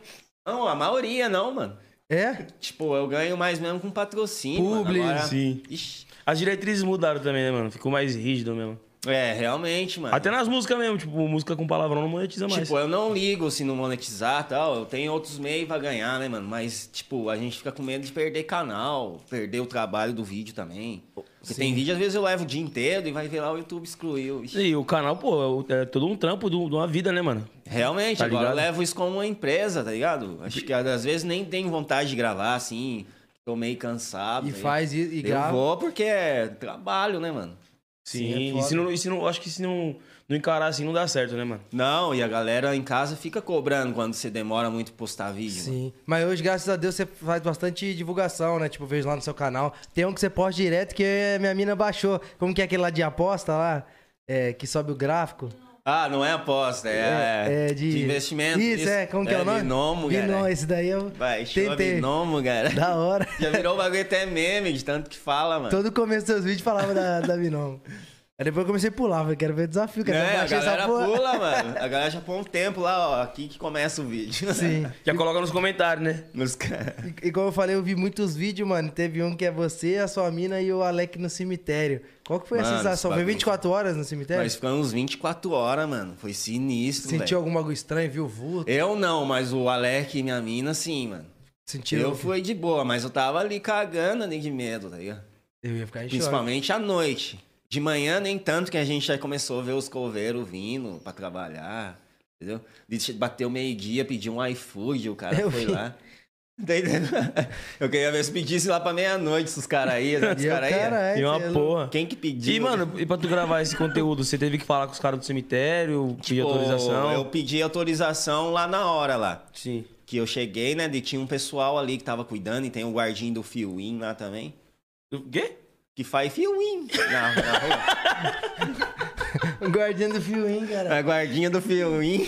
[SPEAKER 4] Não, a maioria não, mano.
[SPEAKER 1] É?
[SPEAKER 4] Tipo, eu ganho mais mesmo com patrocínio. mano.
[SPEAKER 1] Publi,
[SPEAKER 4] Agora-
[SPEAKER 2] sim.
[SPEAKER 4] Ixi.
[SPEAKER 2] As diretrizes mudaram também, né, mano? Ficou mais rígido mesmo.
[SPEAKER 4] É, realmente,
[SPEAKER 1] Ah.
[SPEAKER 4] mano.
[SPEAKER 2] Até nas músicas mesmo, tipo, música com palavrão não monetiza
[SPEAKER 1] é?
[SPEAKER 2] mais.
[SPEAKER 4] Tipo, eu não ligo se não monetizar e tal. Eu tenho outros meios pra ganhar, né, mano? Mas, tipo, a gente fica com medo de perder canal, perder o trabalho do vídeo também. Porque tem vídeo, às vezes eu levo o dia inteiro e vai ver lá o YouTube excluiu. Ixi.
[SPEAKER 2] E o canal, pô, é o- é todo um trampo do- de uma vida, né, mano?
[SPEAKER 4] Realmente,
[SPEAKER 2] Tá
[SPEAKER 4] agora eu
[SPEAKER 2] ligado?
[SPEAKER 4] levo isso como uma empresa, tá ligado? Acho que às vezes nem tenho vontade de gravar, assim. Tô meio cansado.
[SPEAKER 1] E
[SPEAKER 4] né?
[SPEAKER 1] faz e, e
[SPEAKER 4] Eu
[SPEAKER 1] grava.
[SPEAKER 4] vou porque é trabalho, né, mano?
[SPEAKER 2] Sim,
[SPEAKER 1] é
[SPEAKER 2] e
[SPEAKER 1] foda.
[SPEAKER 2] se não, e se não, acho que se não, não encarar assim não dá certo, né, mano?
[SPEAKER 4] Não, e a galera em casa fica cobrando quando você demora muito pra postar vídeo. mano.
[SPEAKER 1] Sim. Mas hoje, graças a Deus, você faz bastante divulgação, né? Tipo, eu vejo lá no seu canal. Tem um que você posta direto que eh, minha mina baixou. Como que é aquele lá de aposta lá? É, que sobe o gráfico.
[SPEAKER 4] Ah, não é aposta, é,
[SPEAKER 1] É, de...
[SPEAKER 4] investimento.
[SPEAKER 1] Isso, é. Como que é, o nome?
[SPEAKER 4] Binomo,
[SPEAKER 1] Binomo,
[SPEAKER 4] cara.
[SPEAKER 1] esse daí eu
[SPEAKER 4] Baixou
[SPEAKER 1] tentei.
[SPEAKER 4] binomo, cara.
[SPEAKER 1] Da hora.
[SPEAKER 4] Já virou um bagulho até meme de tanto que fala, mano.
[SPEAKER 1] Todo começo dos seus vídeos falava da, da Binomo. Aí depois eu comecei a pular. Falei, quero ver o desafio. Quero ver
[SPEAKER 4] Né? A
[SPEAKER 1] baixar essa
[SPEAKER 4] galera
[SPEAKER 1] porra.
[SPEAKER 4] pula, mano. A galera já põe um tempo lá, ó, aqui que começa o vídeo. né?
[SPEAKER 1] Sim.
[SPEAKER 2] Já coloca nos comentários, né?
[SPEAKER 4] Nos caras.
[SPEAKER 1] E, e como eu falei, eu vi muitos vídeos, mano. Teve um que é você, a sua mina e o Alec no cemitério. Qual que foi
[SPEAKER 4] Mano,
[SPEAKER 1] a sensação?
[SPEAKER 4] esse
[SPEAKER 1] Foi
[SPEAKER 4] bagulho.
[SPEAKER 1] 24 horas no cemitério?
[SPEAKER 4] Nós ficamos uns 24 horas, mano. Foi sinistro,
[SPEAKER 1] É. Sentiu
[SPEAKER 4] velho.
[SPEAKER 1] alguma coisa estranha, viu o vulto?
[SPEAKER 4] Eu não, mas o Alec e minha mina, sim, mano.
[SPEAKER 1] Sentiu?
[SPEAKER 4] Eu fui de boa, mas eu tava ali cagando ali de medo, tá ligado?
[SPEAKER 1] Eu ia ficar em choque.
[SPEAKER 4] Principalmente à noite. De manhã, nem tanto que a gente já começou a ver os coveiros vindo pra trabalhar, entendeu? De- Bateu meio-dia, pediu um iFood, o cara
[SPEAKER 1] Eu
[SPEAKER 4] foi
[SPEAKER 1] vi.
[SPEAKER 4] lá. Tá entendendo? Eu queria ver se pedisse lá pra meia-noite, se os caras iam. sabe? Os
[SPEAKER 1] E o
[SPEAKER 4] caras iam.
[SPEAKER 1] cara, é,
[SPEAKER 2] e uma
[SPEAKER 1] cê é louco.
[SPEAKER 2] porra.
[SPEAKER 4] Quem que pediu?
[SPEAKER 2] E, mano, e pra tu gravar esse conteúdo, você teve que falar com os caras do cemitério, pedir
[SPEAKER 4] Pô,
[SPEAKER 2] autorização?
[SPEAKER 4] Tipo, Eu pedi autorização lá na hora, lá.
[SPEAKER 2] Sim.
[SPEAKER 4] Que eu cheguei, né? E tinha um pessoal ali que tava cuidando, e tem o guardinho do Fiuim lá também.
[SPEAKER 2] O quê?
[SPEAKER 4] Que faz Fiuim na, na rua.
[SPEAKER 1] O guardião do fio, hein, cara.
[SPEAKER 4] A É, guardinha do Fiuim.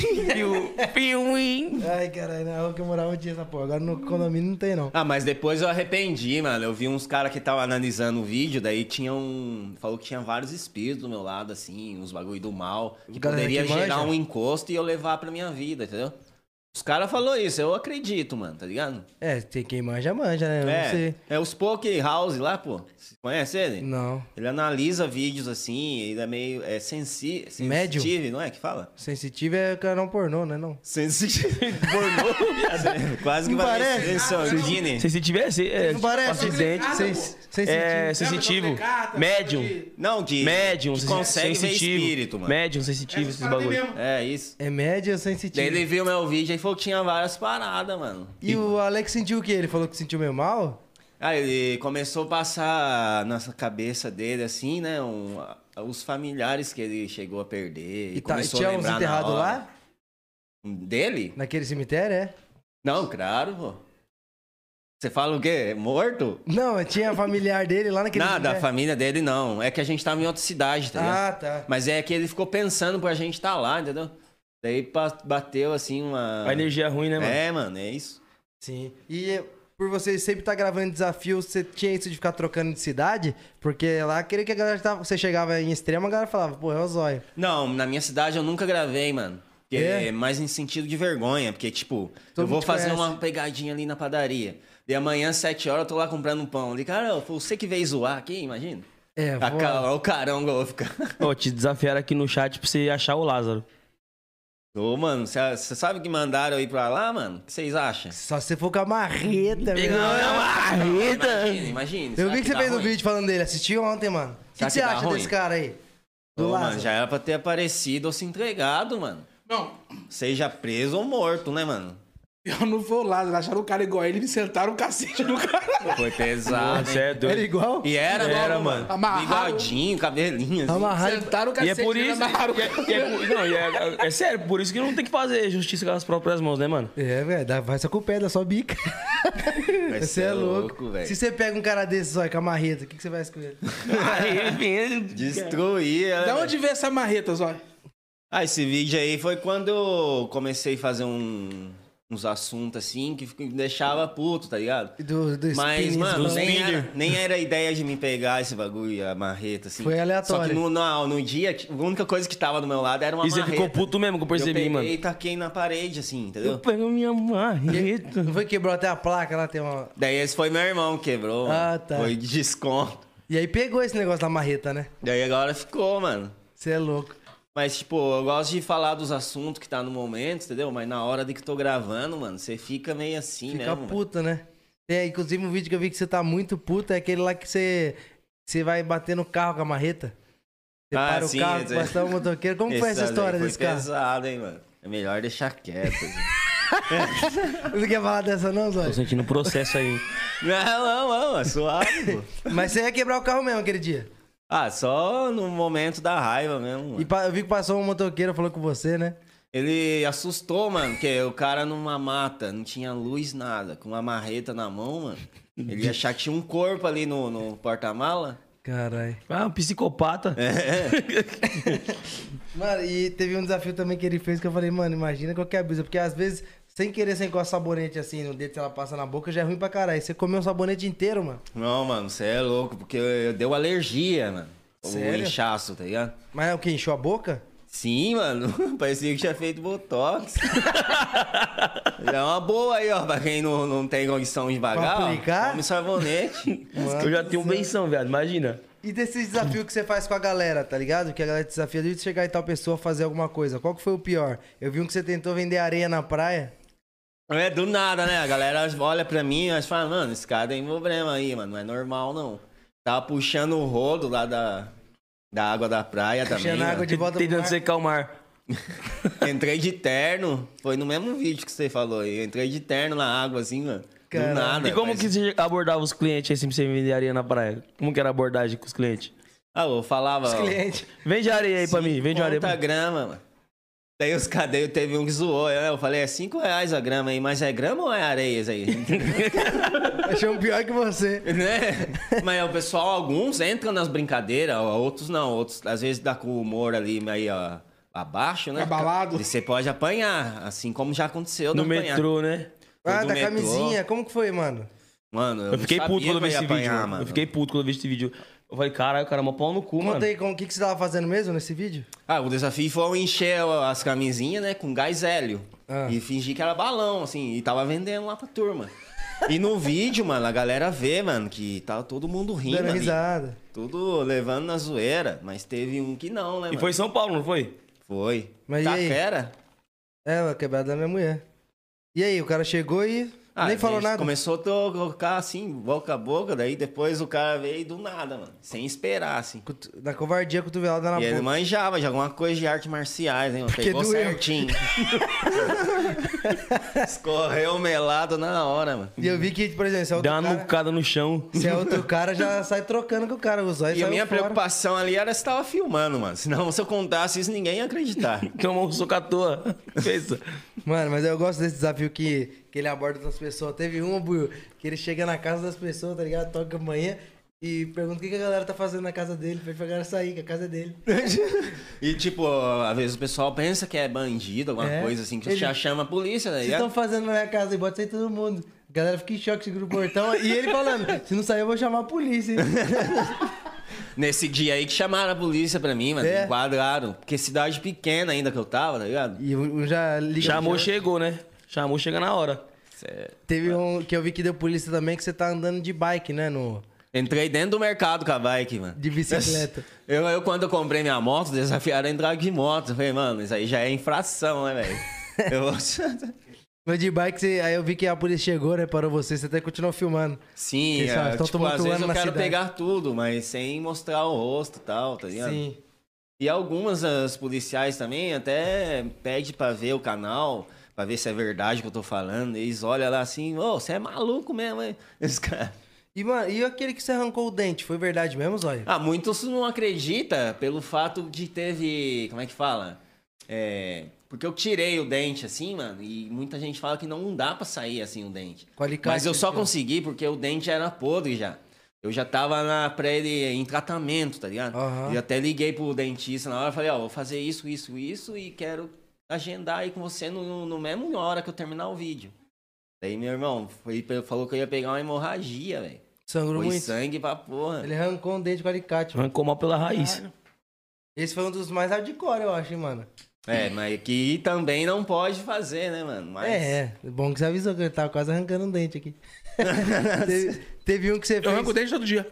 [SPEAKER 2] Piuim.
[SPEAKER 1] Ai, caralho, na rua que eu morava tinha essa porra. Agora no condomínio não tem, não.
[SPEAKER 4] Ah, mas depois eu arrependi, mano. Eu vi uns caras que estavam analisando o vídeo, daí tinha um. Falou que tinha vários espíritos do meu lado, assim, uns bagulho do mal, que
[SPEAKER 1] Galera
[SPEAKER 4] poderia
[SPEAKER 1] é que manja.
[SPEAKER 4] gerar um encosto e eu levar pra minha vida, entendeu? Os caras falaram isso, eu acredito, mano, tá ligado?
[SPEAKER 1] É, tem quem manja, manja, né? Eu não
[SPEAKER 4] é,
[SPEAKER 1] sei.
[SPEAKER 4] é os Poke House lá, pô. Você conhece ele?
[SPEAKER 1] Não.
[SPEAKER 4] Ele analisa vídeos assim, ele é meio. É sensi...
[SPEAKER 1] Médium?
[SPEAKER 4] sensitivo, não é que fala?
[SPEAKER 1] Sensitivo é canal pornô, né? Não.
[SPEAKER 4] Sensitivo. Pornô, viado. Quase que
[SPEAKER 1] Não
[SPEAKER 4] parece.
[SPEAKER 1] parece?
[SPEAKER 4] Sensordine.
[SPEAKER 2] Se se tivesse, é,
[SPEAKER 1] Não parece?
[SPEAKER 2] acidente,
[SPEAKER 1] Sens- sensitivo.
[SPEAKER 2] é,
[SPEAKER 3] Lembra
[SPEAKER 2] sensitivo,
[SPEAKER 3] que eu falei, cara,
[SPEAKER 2] médium,
[SPEAKER 3] que-
[SPEAKER 4] Não, de.
[SPEAKER 2] médium,
[SPEAKER 4] que
[SPEAKER 2] sen-
[SPEAKER 4] consegue ver
[SPEAKER 2] sensitivo,
[SPEAKER 4] espírito, mano.
[SPEAKER 2] médium, sensitivo, esses
[SPEAKER 3] Essas paradas aí
[SPEAKER 2] bagulho.
[SPEAKER 3] mesmo.
[SPEAKER 4] É isso.
[SPEAKER 1] É média ou
[SPEAKER 4] Daí
[SPEAKER 1] sensitivo?
[SPEAKER 4] ele viu meu vídeo e falou que tinha várias paradas, mano.
[SPEAKER 1] E o Alex sentiu o quê? Ele falou que sentiu meio mal?
[SPEAKER 4] Aí ele começou a passar na nossa cabeça dele, assim, né? um- a- os familiares que ele chegou a perder. E,
[SPEAKER 1] E, tá, e
[SPEAKER 4] começou a
[SPEAKER 1] tinha uns
[SPEAKER 4] lembrar na
[SPEAKER 1] enterrados
[SPEAKER 4] hora.
[SPEAKER 1] lá?
[SPEAKER 4] Dele?
[SPEAKER 1] Naquele cemitério, é?
[SPEAKER 4] Não, claro, pô. Você fala o quê? Morto?
[SPEAKER 1] Não, tinha familiar dele lá naquele
[SPEAKER 4] Nada, a
[SPEAKER 1] cemitério.
[SPEAKER 4] família dele não. É que a gente tava em outra cidade, tá ligado?
[SPEAKER 1] Ah, tá.
[SPEAKER 4] Mas é que ele ficou pensando pra gente estar tá lá, entendeu? Daí pa- bateu assim uma.
[SPEAKER 2] A energia ruim, né, mano?
[SPEAKER 4] É, mano, é isso.
[SPEAKER 1] Sim. E eh, por você sempre estar gravando desafios, você tinha isso de ficar trocando de cidade? Porque lá queria que a galera tava. Você chegava em extrema, a galera falava, pô, é o zóio.
[SPEAKER 4] Não, na minha cidade eu nunca gravei, mano. Que
[SPEAKER 1] É?
[SPEAKER 4] é? mais em sentido de vergonha, porque, tipo,
[SPEAKER 1] Todo
[SPEAKER 4] eu vou
[SPEAKER 1] mundo te
[SPEAKER 4] fazer
[SPEAKER 1] conhece.
[SPEAKER 4] uma pegadinha ali na padaria. E amanhã, às 7 horas, eu tô lá comprando um pão. Ali, cara, foi você que veio zoar aqui, imagina.
[SPEAKER 1] É,
[SPEAKER 4] A
[SPEAKER 1] vó.
[SPEAKER 4] cara, o caramba, eu vou ficar.
[SPEAKER 2] Ó, te desafiaram aqui no chat pra você achar o Lázaro.
[SPEAKER 4] Ô, mano, você sabe que mandaram eu ir pra lá, mano? O que vocês acham?
[SPEAKER 1] Só se for com a marreta, velho.
[SPEAKER 4] Imagina, imagina.
[SPEAKER 1] tá. Eu
[SPEAKER 4] será
[SPEAKER 1] vi que você
[SPEAKER 4] dá
[SPEAKER 1] fez no
[SPEAKER 4] ruim?
[SPEAKER 1] vídeo falando dele. Assisti ontem, mano. O que,
[SPEAKER 4] Será
[SPEAKER 1] que
[SPEAKER 4] que
[SPEAKER 1] você
[SPEAKER 4] dá
[SPEAKER 1] acha
[SPEAKER 4] ruim?
[SPEAKER 1] desse cara aí? Do
[SPEAKER 4] Ô,
[SPEAKER 1] Lázaro?
[SPEAKER 4] mano, já era pra ter aparecido ou se entregado, mano.
[SPEAKER 3] Não,
[SPEAKER 4] Seja preso ou morto, né, mano?
[SPEAKER 3] eu não vou lá, eles acharam o cara igual a ele, me sentaram o cacete no cara.
[SPEAKER 4] Foi pesado,
[SPEAKER 2] Você
[SPEAKER 4] hein?
[SPEAKER 2] é doido.
[SPEAKER 1] Era igual?
[SPEAKER 4] E era,
[SPEAKER 2] Era,
[SPEAKER 4] logo,
[SPEAKER 2] mano.
[SPEAKER 4] mano.
[SPEAKER 3] Amarraram.
[SPEAKER 4] Bigodinho, cabelinho, assim.
[SPEAKER 1] Amarrado.
[SPEAKER 3] Sentaram o
[SPEAKER 2] E é
[SPEAKER 3] cacete
[SPEAKER 2] por
[SPEAKER 3] nele,
[SPEAKER 2] isso.
[SPEAKER 3] amarraram o
[SPEAKER 2] e é-
[SPEAKER 3] cara.
[SPEAKER 2] e é por- não, e é- é sério, por isso que não tem que fazer justiça com as próprias mãos, né, mano?
[SPEAKER 1] É, velho, dá- vai só com o pé, dá só bica.
[SPEAKER 4] Vai
[SPEAKER 1] Você
[SPEAKER 4] ser
[SPEAKER 1] é
[SPEAKER 4] louco,
[SPEAKER 1] louco.
[SPEAKER 4] velho.
[SPEAKER 1] Se você pega um cara desse só com a marreta, o que, que você faz com ele?
[SPEAKER 4] Destruía. né,
[SPEAKER 3] Da
[SPEAKER 4] velho?
[SPEAKER 3] onde veio essa marreta, Zóio?
[SPEAKER 4] Ah, esse vídeo aí foi quando eu comecei a fazer um- uns assuntos assim que fica- me deixava puto, tá ligado?
[SPEAKER 1] Do, do
[SPEAKER 4] Mas,
[SPEAKER 1] spinning,
[SPEAKER 4] mano,
[SPEAKER 1] do-
[SPEAKER 4] nem era, nem era a ideia de me pegar esse bagulho, a marreta, assim.
[SPEAKER 1] Foi aleatório.
[SPEAKER 4] Só que no, no, no dia, a única coisa que tava do meu lado era uma
[SPEAKER 2] E você
[SPEAKER 4] marreta.
[SPEAKER 2] ficou puto mesmo que eu
[SPEAKER 4] eu
[SPEAKER 2] percebi,
[SPEAKER 4] peguei
[SPEAKER 2] mano.
[SPEAKER 4] e taquei na parede, assim, entendeu?
[SPEAKER 2] Eu pego minha marreta.
[SPEAKER 1] Não foi que quebrou até a placa lá, tem uma.
[SPEAKER 4] Daí esse foi meu irmão que quebrou.
[SPEAKER 1] Ah,
[SPEAKER 4] mano.
[SPEAKER 1] tá.
[SPEAKER 4] Foi de desconto.
[SPEAKER 1] E aí pegou esse negócio da marreta, né?
[SPEAKER 4] Daí agora ficou, mano.
[SPEAKER 1] Você é louco.
[SPEAKER 4] Mas, tipo, eu gosto de falar dos assuntos que tá no momento, entendeu? Mas na hora de que tô gravando, mano, você fica meio assim
[SPEAKER 1] Fica
[SPEAKER 4] mesmo. mano.
[SPEAKER 1] puto, né? É, inclusive um vídeo que eu vi que você tá muito puto é aquele lá que você, você vai bater no carro com a marreta. Você
[SPEAKER 4] Ah,
[SPEAKER 1] para
[SPEAKER 4] sim,
[SPEAKER 1] o carro,
[SPEAKER 4] esse-
[SPEAKER 1] bastar o motoqueiro. Como foi essa
[SPEAKER 4] Pesado,
[SPEAKER 1] história
[SPEAKER 4] hein? Foi
[SPEAKER 1] desse carro?
[SPEAKER 4] pesado, hein, mano? É melhor deixar quieto. assim.
[SPEAKER 1] Não quer falar dessa não,
[SPEAKER 2] Tô
[SPEAKER 1] Zóio?
[SPEAKER 2] sentindo um processo aí.
[SPEAKER 4] não, não, não, é suave, pô.
[SPEAKER 1] Mas você ia quebrar o carro mesmo aquele dia.
[SPEAKER 4] Ah, só no momento da raiva mesmo.
[SPEAKER 1] E
[SPEAKER 4] mano.
[SPEAKER 1] pa- eu vi que passou um motoqueiro, falou com você, né?
[SPEAKER 4] Ele assustou, mano, porque o cara numa mata, não tinha luz, nada, com uma marreta na mão, mano. Ele ia achar que tinha um corpo ali no, no porta-mala.
[SPEAKER 1] Caralho.
[SPEAKER 2] Ah, um psicopata.
[SPEAKER 4] É.
[SPEAKER 1] Mano, e teve um desafio também que ele fez que eu falei, mano, imagina qualquer brisa. Porque às vezes, sem querer, você encosta sabonete assim no dedo, se ela passa na boca, já é ruim pra caralho. Você comeu um sabonete inteiro, mano.
[SPEAKER 4] Não, mano, você é louco, porque eu- deu alergia, mano. O
[SPEAKER 1] Sério?
[SPEAKER 4] inchaço, tá ligado?
[SPEAKER 1] Mas é o que? Encheu a boca?
[SPEAKER 4] Sim, mano. Parecia que tinha feito botox. Já é uma boa aí, ó. Pra quem não, não tem condição de pagar.
[SPEAKER 1] Pra
[SPEAKER 4] ó,
[SPEAKER 1] aplicar?
[SPEAKER 4] Come sabonete.
[SPEAKER 2] eu já tenho um benção, viado. Imagina.
[SPEAKER 1] E desses desafios que você faz com a galera, tá ligado? Que a galera te desafia de chegar em tal pessoa fazer alguma coisa. Qual que foi o pior? Eu vi um que você tentou vender areia na praia.
[SPEAKER 4] É do nada, né? A galera olha pra mim e fala, mano, esse cara tem problema aí, mano. Não é normal, não. Tava puxando o rodo lá da, da água da praia também.
[SPEAKER 1] Puxando a água
[SPEAKER 4] mano.
[SPEAKER 1] De volta pro
[SPEAKER 2] Tentando
[SPEAKER 1] mar.
[SPEAKER 2] secar o mar.
[SPEAKER 4] Entrei de terno. Foi no mesmo vídeo que você falou aí. Eu Entrei de terno na água, assim, mano.
[SPEAKER 1] Caralho.
[SPEAKER 4] Do nada.
[SPEAKER 2] E como
[SPEAKER 4] parece-
[SPEAKER 2] que você abordava os clientes assim pra você vender areia na praia? Como que era a abordagem com os clientes?
[SPEAKER 4] Ah, eu falava.
[SPEAKER 1] Os
[SPEAKER 4] ó,
[SPEAKER 1] clientes.
[SPEAKER 2] Vende areia aí pra mim, vende areia.
[SPEAKER 4] Conta
[SPEAKER 2] Pra...
[SPEAKER 4] a
[SPEAKER 2] mim.
[SPEAKER 4] grama, mano. Daí os cadeios teve um que zoou. Eu eu falei, é 5 reais a grama aí, mas é grama ou é areias aí?
[SPEAKER 1] Achei um pior que você.
[SPEAKER 4] né? Mas o pessoal, alguns entram nas brincadeiras, ó, outros não. Outros, às vezes, dá com o humor ali meio ó, abaixo, né?
[SPEAKER 3] Abalado.
[SPEAKER 4] E você pode apanhar, assim como já aconteceu
[SPEAKER 2] No
[SPEAKER 4] de apanhar.
[SPEAKER 2] metrô, né?
[SPEAKER 4] Foi
[SPEAKER 1] Ah,
[SPEAKER 4] do
[SPEAKER 1] da
[SPEAKER 4] metrô.
[SPEAKER 1] camisinha. Como que foi, mano?
[SPEAKER 4] Mano, eu,
[SPEAKER 2] Eu fiquei
[SPEAKER 4] não
[SPEAKER 2] puto
[SPEAKER 4] sabia
[SPEAKER 2] quando eu vi
[SPEAKER 4] que
[SPEAKER 2] esse
[SPEAKER 4] eu ia apanhar,
[SPEAKER 2] vídeo.
[SPEAKER 4] mano.
[SPEAKER 2] Eu fiquei puto quando eu vi esse vídeo. Eu falei, caralho, o cara é mó pau no cu, mano.
[SPEAKER 1] Conta aí como- o que, que você tava fazendo mesmo nesse vídeo?
[SPEAKER 4] Ah, o desafio foi eu encher as camisinhas, né, com gás hélio.
[SPEAKER 1] Ah.
[SPEAKER 4] E fingir que era balão, assim, e tava vendendo lá pra turma. E no vídeo, mano, a galera vê, mano, que tava todo mundo rindo
[SPEAKER 1] Dando
[SPEAKER 4] ali.
[SPEAKER 1] risada.
[SPEAKER 4] Tudo levando na zoeira, mas teve um que não, né,
[SPEAKER 2] E
[SPEAKER 4] mano?
[SPEAKER 2] foi em São Paulo, não foi?
[SPEAKER 4] Foi. Tá
[SPEAKER 1] Mas e aí?
[SPEAKER 4] Taquera?
[SPEAKER 1] É, a quebrada da minha mulher. E aí, o cara chegou e
[SPEAKER 4] Ah,
[SPEAKER 1] nem falou
[SPEAKER 4] gente,
[SPEAKER 1] nada.
[SPEAKER 4] Começou a tocar assim, boca a boca, daí depois o cara veio do nada, mano. Sem esperar, assim.
[SPEAKER 1] Cutu- Na covardia, cotovelada na
[SPEAKER 4] E ele
[SPEAKER 1] boca.
[SPEAKER 4] manjava de alguma coisa de artes marciais, hein? mano?
[SPEAKER 1] Tá Porque
[SPEAKER 4] Pegou
[SPEAKER 1] doeu.
[SPEAKER 4] certinho. Escorreu um melado na hora, mano.
[SPEAKER 1] E eu vi que, por exemplo, se é outro
[SPEAKER 2] Deu
[SPEAKER 4] um
[SPEAKER 2] uma
[SPEAKER 1] cara...
[SPEAKER 2] nucada no chão.
[SPEAKER 1] Se é outro cara, já sai trocando com o cara. Os olhos
[SPEAKER 4] E a
[SPEAKER 1] saem
[SPEAKER 4] minha
[SPEAKER 1] fora.
[SPEAKER 4] preocupação ali era se tava filmando, mano. Senão, se eu contasse isso, ninguém ia acreditar.
[SPEAKER 2] Tomou um soco à toa. Pensa.
[SPEAKER 1] Mano, mas eu gosto desse desafio que, que ele aborda das pessoas. Teve um, Buiu, que ele chega na casa das pessoas, tá ligado? Toca amanhã e pergunta o que, que a galera tá fazendo na casa dele. Pede pra galera sair, que a casa é dele.
[SPEAKER 4] e, tipo, às vezes o pessoal pensa que é bandido, alguma
[SPEAKER 1] É.
[SPEAKER 4] coisa assim, que
[SPEAKER 1] Ele-
[SPEAKER 4] já chama a polícia, né?
[SPEAKER 1] Vocês estão fazendo na minha casa e bota sair todo mundo. A galera fica em choque, segura o portão. e ele falando, se não sair eu vou chamar a polícia. hein?"
[SPEAKER 4] Nesse dia aí que chamaram a polícia pra mim, mano.
[SPEAKER 1] É?
[SPEAKER 4] Enquadraram. Porque cidade pequena ainda que eu tava, tá ligado?
[SPEAKER 1] E um um já liga.
[SPEAKER 2] Chamou,
[SPEAKER 1] já-
[SPEAKER 2] chegou, né? Chamou, chega na hora.
[SPEAKER 4] Cê-
[SPEAKER 1] Teve um que eu vi que deu polícia também, que você tá andando de bike, né? No...
[SPEAKER 4] Entrei dentro do mercado com a bike, mano.
[SPEAKER 1] De bicicleta.
[SPEAKER 4] Eu, eu, quando eu comprei minha moto, desafiaram a entrar de moto. Eu falei, mano, isso aí já é infração, né, velho? Eu vou-
[SPEAKER 1] Mas de bike, você... aí eu vi que a polícia chegou, né? Parou você, você até continuou filmando.
[SPEAKER 4] Sim,
[SPEAKER 1] Quem
[SPEAKER 4] é,
[SPEAKER 1] sabe, tão
[SPEAKER 4] tipo, às
[SPEAKER 1] tumultuando
[SPEAKER 4] vezes eu
[SPEAKER 1] na
[SPEAKER 4] quero
[SPEAKER 1] cidade.
[SPEAKER 4] pegar tudo, mas sem mostrar o rosto e tal, tá ligado?
[SPEAKER 1] Sim.
[SPEAKER 4] E algumas as policiais também até pede pra ver o canal, pra ver se é verdade o que eu tô falando. E eles olham lá assim, ô, você é maluco mesmo, hein? Esse cara...
[SPEAKER 1] E, mano, e aquele que você arrancou o dente? Foi verdade mesmo, Zóio?
[SPEAKER 4] Ah, muitos não acreditam pelo fato de teve. Como é que fala? É. Porque eu tirei o dente assim, mano, e muita gente fala que não dá pra sair assim o dente.
[SPEAKER 1] Com alicate,
[SPEAKER 4] Mas eu só
[SPEAKER 1] assim, ó.
[SPEAKER 4] consegui porque o dente era podre já. Eu já tava na pra ele em tratamento, tá ligado?
[SPEAKER 1] Aham.
[SPEAKER 4] E até liguei pro dentista na hora e falei, ó, vou fazer isso, isso, isso e quero agendar aí com você no, no, no mesmo hora que eu terminar o vídeo. Daí meu irmão foi, falou que eu ia pegar uma hemorragia, velho.
[SPEAKER 1] Sangrou
[SPEAKER 4] Foi
[SPEAKER 1] muito.
[SPEAKER 4] sangue pra porra.
[SPEAKER 1] Ele arrancou um dente com alicate. mano.
[SPEAKER 2] Arrancou mal pela raiz.
[SPEAKER 1] Esse foi um dos mais hardcore, eu acho, hein, mano.
[SPEAKER 4] É, mas que também não pode fazer, né, mano? Mas...
[SPEAKER 1] É, é. Bom que você avisou que eu tava quase arrancando um dente aqui. teve, teve um que você fez.
[SPEAKER 3] Eu arranco o dente todo dia.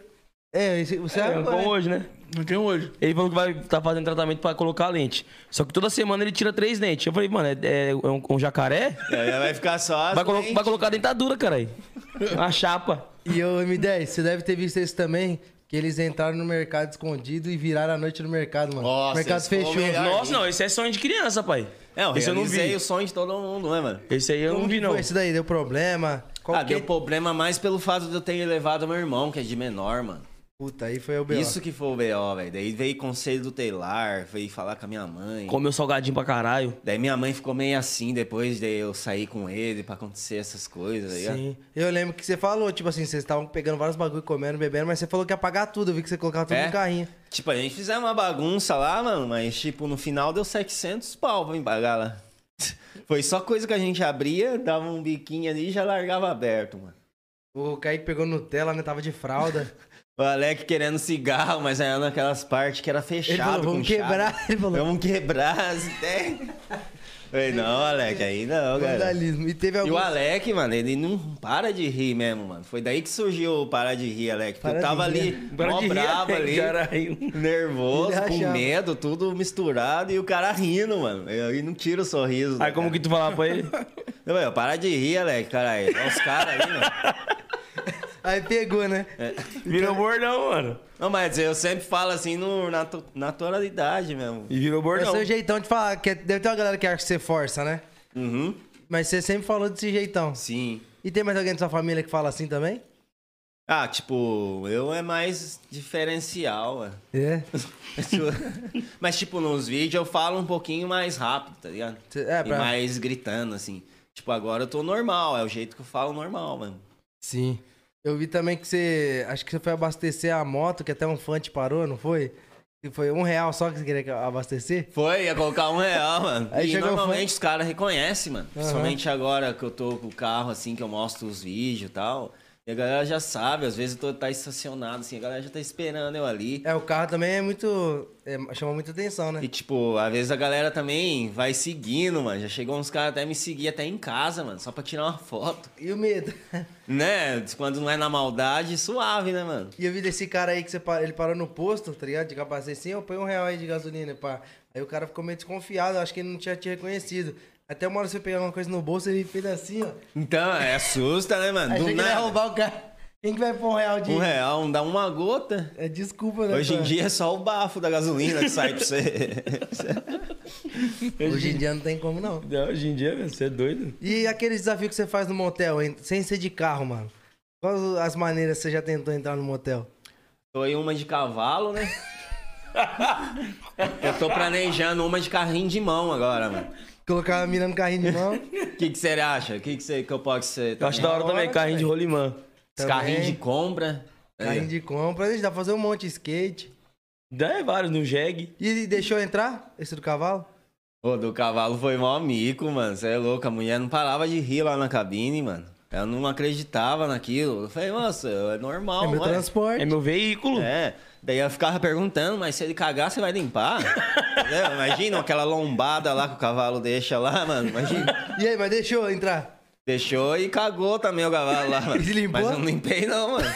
[SPEAKER 1] É, esse- você arrancou,
[SPEAKER 2] Arrancou
[SPEAKER 1] né?
[SPEAKER 2] hoje, né?
[SPEAKER 3] Não tenho hoje.
[SPEAKER 2] Ele falou que vai tá fazendo tratamento pra colocar a lente. Só que toda semana ele tira três dentes. Eu falei, mano, é, é um, um jacaré?
[SPEAKER 4] Aí Vai ficar só. assim. as
[SPEAKER 2] Vai, colo-
[SPEAKER 4] dentes.
[SPEAKER 2] vai colocar dentadura, caralho. Uma chapa.
[SPEAKER 1] E o M10, você deve ter visto esse também, que eles entraram no mercado escondido e viraram a noite no mercado, mano.
[SPEAKER 4] Nossa,
[SPEAKER 1] o mercado
[SPEAKER 4] esse foi o
[SPEAKER 1] fechou.
[SPEAKER 4] melhor.
[SPEAKER 2] Nossa, não, esse é sonho de criança, pai.
[SPEAKER 4] É, eu
[SPEAKER 2] esse eu não
[SPEAKER 4] realizei
[SPEAKER 2] vi.
[SPEAKER 4] o sonho de todo mundo, né, mano?
[SPEAKER 2] Esse aí eu
[SPEAKER 1] Como
[SPEAKER 2] não vi,
[SPEAKER 1] que
[SPEAKER 2] não.
[SPEAKER 1] foi Esse daí deu problema. Qual
[SPEAKER 4] Ah,
[SPEAKER 1] que- é?
[SPEAKER 4] deu problema mais pelo fato de eu ter levado meu irmão, que é de menor, mano.
[SPEAKER 1] Puta, aí foi o B.O.
[SPEAKER 4] Isso que foi o B.O., velho. Daí veio conselho do telar, veio falar com a minha mãe.
[SPEAKER 2] Comeu salgadinho pra caralho.
[SPEAKER 4] Daí minha mãe ficou meio assim depois de eu sair com ele pra acontecer essas coisas, tá ligado?
[SPEAKER 1] Sim. Eu lembro que você falou, tipo assim, vocês estavam pegando vários bagulho, comendo, bebendo, mas você falou que ia pagar tudo. Eu vi que você colocava tudo
[SPEAKER 4] É.
[SPEAKER 1] no carrinho.
[SPEAKER 4] Tipo, a gente fizemos uma bagunça lá, mano, mas tipo, no final deu 700 pau pra me pagar lá. Foi só coisa que a gente abria, dava um biquinho ali e já largava aberto, mano.
[SPEAKER 1] O Kaique pegou Nutella, né? Tava de fralda.
[SPEAKER 4] O Alec querendo cigarro, mas era naquelas partes que era fechado
[SPEAKER 1] Ele falou,
[SPEAKER 4] com
[SPEAKER 1] vamos
[SPEAKER 4] chave.
[SPEAKER 1] quebrar. Ele falou,
[SPEAKER 4] Vamos quebrar as ideias. Falei, não, Alec, aí não, cara.
[SPEAKER 1] vandalismo. E teve
[SPEAKER 4] E o
[SPEAKER 1] algum...
[SPEAKER 4] Alec, mano, ele não para de rir mesmo, mano. Foi daí que surgiu o Para de Rir, Alec. Porque
[SPEAKER 1] Para
[SPEAKER 4] eu
[SPEAKER 1] de
[SPEAKER 4] tava
[SPEAKER 1] rir,
[SPEAKER 4] ali, mó brabo ali,
[SPEAKER 2] Caralho.
[SPEAKER 4] nervoso,
[SPEAKER 1] um Ele
[SPEAKER 4] com
[SPEAKER 1] achava.
[SPEAKER 4] medo, tudo misturado, e o cara rindo, mano. Aí não tira o sorriso. né,
[SPEAKER 2] Aí como que tu falava pra ele?
[SPEAKER 4] Eu, falei, para de rir, Alec, caralho. Olha os caras aí, mano.
[SPEAKER 1] Aí pegou, né?
[SPEAKER 4] É.
[SPEAKER 2] Virou bordão, mano.
[SPEAKER 4] Não, mas eu sempre falo assim, no, na tu- naturalidade mesmo.
[SPEAKER 2] E virou
[SPEAKER 1] Esse
[SPEAKER 2] bordão.
[SPEAKER 1] é o jeitão de falar. Que deve ter uma galera que acha que você força, né?
[SPEAKER 4] Uhum.
[SPEAKER 1] Mas você sempre falou desse jeitão.
[SPEAKER 4] Sim.
[SPEAKER 1] E tem mais alguém da sua família que fala assim também?
[SPEAKER 4] Ah, tipo, eu é mais diferencial, ué.
[SPEAKER 1] É.
[SPEAKER 4] Mas, tipo, nos vídeos eu falo um pouquinho mais rápido, tá ligado?
[SPEAKER 1] Cê- é, pra-
[SPEAKER 4] E mais gritando, assim. Tipo, agora eu tô normal, é o jeito que eu falo normal, mano.
[SPEAKER 1] Sim. Eu vi também que você. Acho que você foi abastecer a moto, que até um fã te parou, não foi? E foi um real só que você queria que- abastecer?
[SPEAKER 4] Foi, ia colocar um real, mano.
[SPEAKER 1] Aí
[SPEAKER 4] e
[SPEAKER 1] chegou o
[SPEAKER 4] normalmente
[SPEAKER 1] fã.
[SPEAKER 4] os caras reconhecem, mano. Principalmente agora que eu tô com o carro, assim, que eu mostro os vídeos e tal. E a galera já sabe, às vezes eu tô tá estacionado, assim, a galera já tá esperando eu ali.
[SPEAKER 1] É, o carro também é muito. é, chama muita atenção, né?
[SPEAKER 4] E, tipo, às vezes a galera também vai seguindo, mano. Já chegou uns caras até me seguir até em casa, mano, só pra tirar uma foto.
[SPEAKER 1] E o medo?
[SPEAKER 4] Né? Quando não é na maldade, suave, né, mano?
[SPEAKER 1] E eu vi desse cara aí que você par- ele parou no posto, tá ligado? De capacete assim, eu põe um real aí de gasolina, pá. Aí o cara ficou meio desconfiado, acho que ele não tinha te reconhecido. Até uma hora você pegar uma coisa no bolso, ele fez assim, ó.
[SPEAKER 4] Então, é assusta, né, mano?
[SPEAKER 1] Achei
[SPEAKER 4] Do
[SPEAKER 1] que ele ia
[SPEAKER 4] nada.
[SPEAKER 1] roubar o cara. Quem que vai pôr um real de.
[SPEAKER 4] Um real, um dá uma gota.
[SPEAKER 1] É desculpa, né?
[SPEAKER 4] Hoje em
[SPEAKER 1] cara?
[SPEAKER 4] dia é só o bafo da gasolina que sai pra você.
[SPEAKER 1] Hoje em dia não tem como, não.
[SPEAKER 2] Não, hoje em dia, velho, você é doido.
[SPEAKER 1] E aqueles desafios que você faz no motel, hein? Sem ser de carro, mano. Quais as maneiras que você já tentou entrar no motel?
[SPEAKER 4] Foi uma de cavalo, né? Eu tô planejando uma de carrinho de mão agora, mano.
[SPEAKER 1] Colocar a mina no carrinho de mão.
[SPEAKER 4] O que que você acha? O que que, você, que eu posso ser?
[SPEAKER 2] Eu acho da hora também,
[SPEAKER 4] é
[SPEAKER 1] hora,
[SPEAKER 2] carrinho de rolimã.
[SPEAKER 4] Esse carrinho
[SPEAKER 1] também.
[SPEAKER 4] de compra.
[SPEAKER 1] Carrinho Tá de compra, dá pra fazer um monte de skate.
[SPEAKER 2] Dá é vários no jegue.
[SPEAKER 1] E ele deixou entrar? Esse do cavalo?
[SPEAKER 4] Pô, do cavalo foi mó mico, mano. Você é louco. A mulher não parava de rir lá na cabine, mano. Ela não acreditava naquilo. Eu falei, nossa, é normal,
[SPEAKER 1] É meu
[SPEAKER 4] não é?
[SPEAKER 1] transporte.
[SPEAKER 2] É meu veículo.
[SPEAKER 4] É. Daí ela ficava perguntando, mas se ele cagar, você vai limpar? Entendeu? Imagina aquela lombada lá que o cavalo deixa lá, mano. Imagina.
[SPEAKER 1] E aí, mas deixou eu entrar.
[SPEAKER 4] Deixou e cagou também o cavalo lá. mano.
[SPEAKER 1] E limpou?
[SPEAKER 4] Mas eu não limpei, não, mano.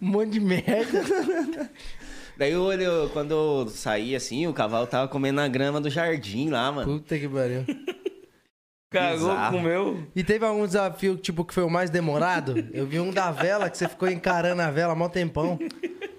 [SPEAKER 1] Um monte de merda.
[SPEAKER 4] Daí o olho, quando eu saí assim, o cavalo tava comendo na grama do jardim lá, mano.
[SPEAKER 1] Puta que pariu.
[SPEAKER 2] Cagou,
[SPEAKER 4] bizarro.
[SPEAKER 2] comeu.
[SPEAKER 1] E teve algum desafio, tipo, que foi o mais demorado? Eu vi um da vela, que você ficou encarando a vela há mó tempão.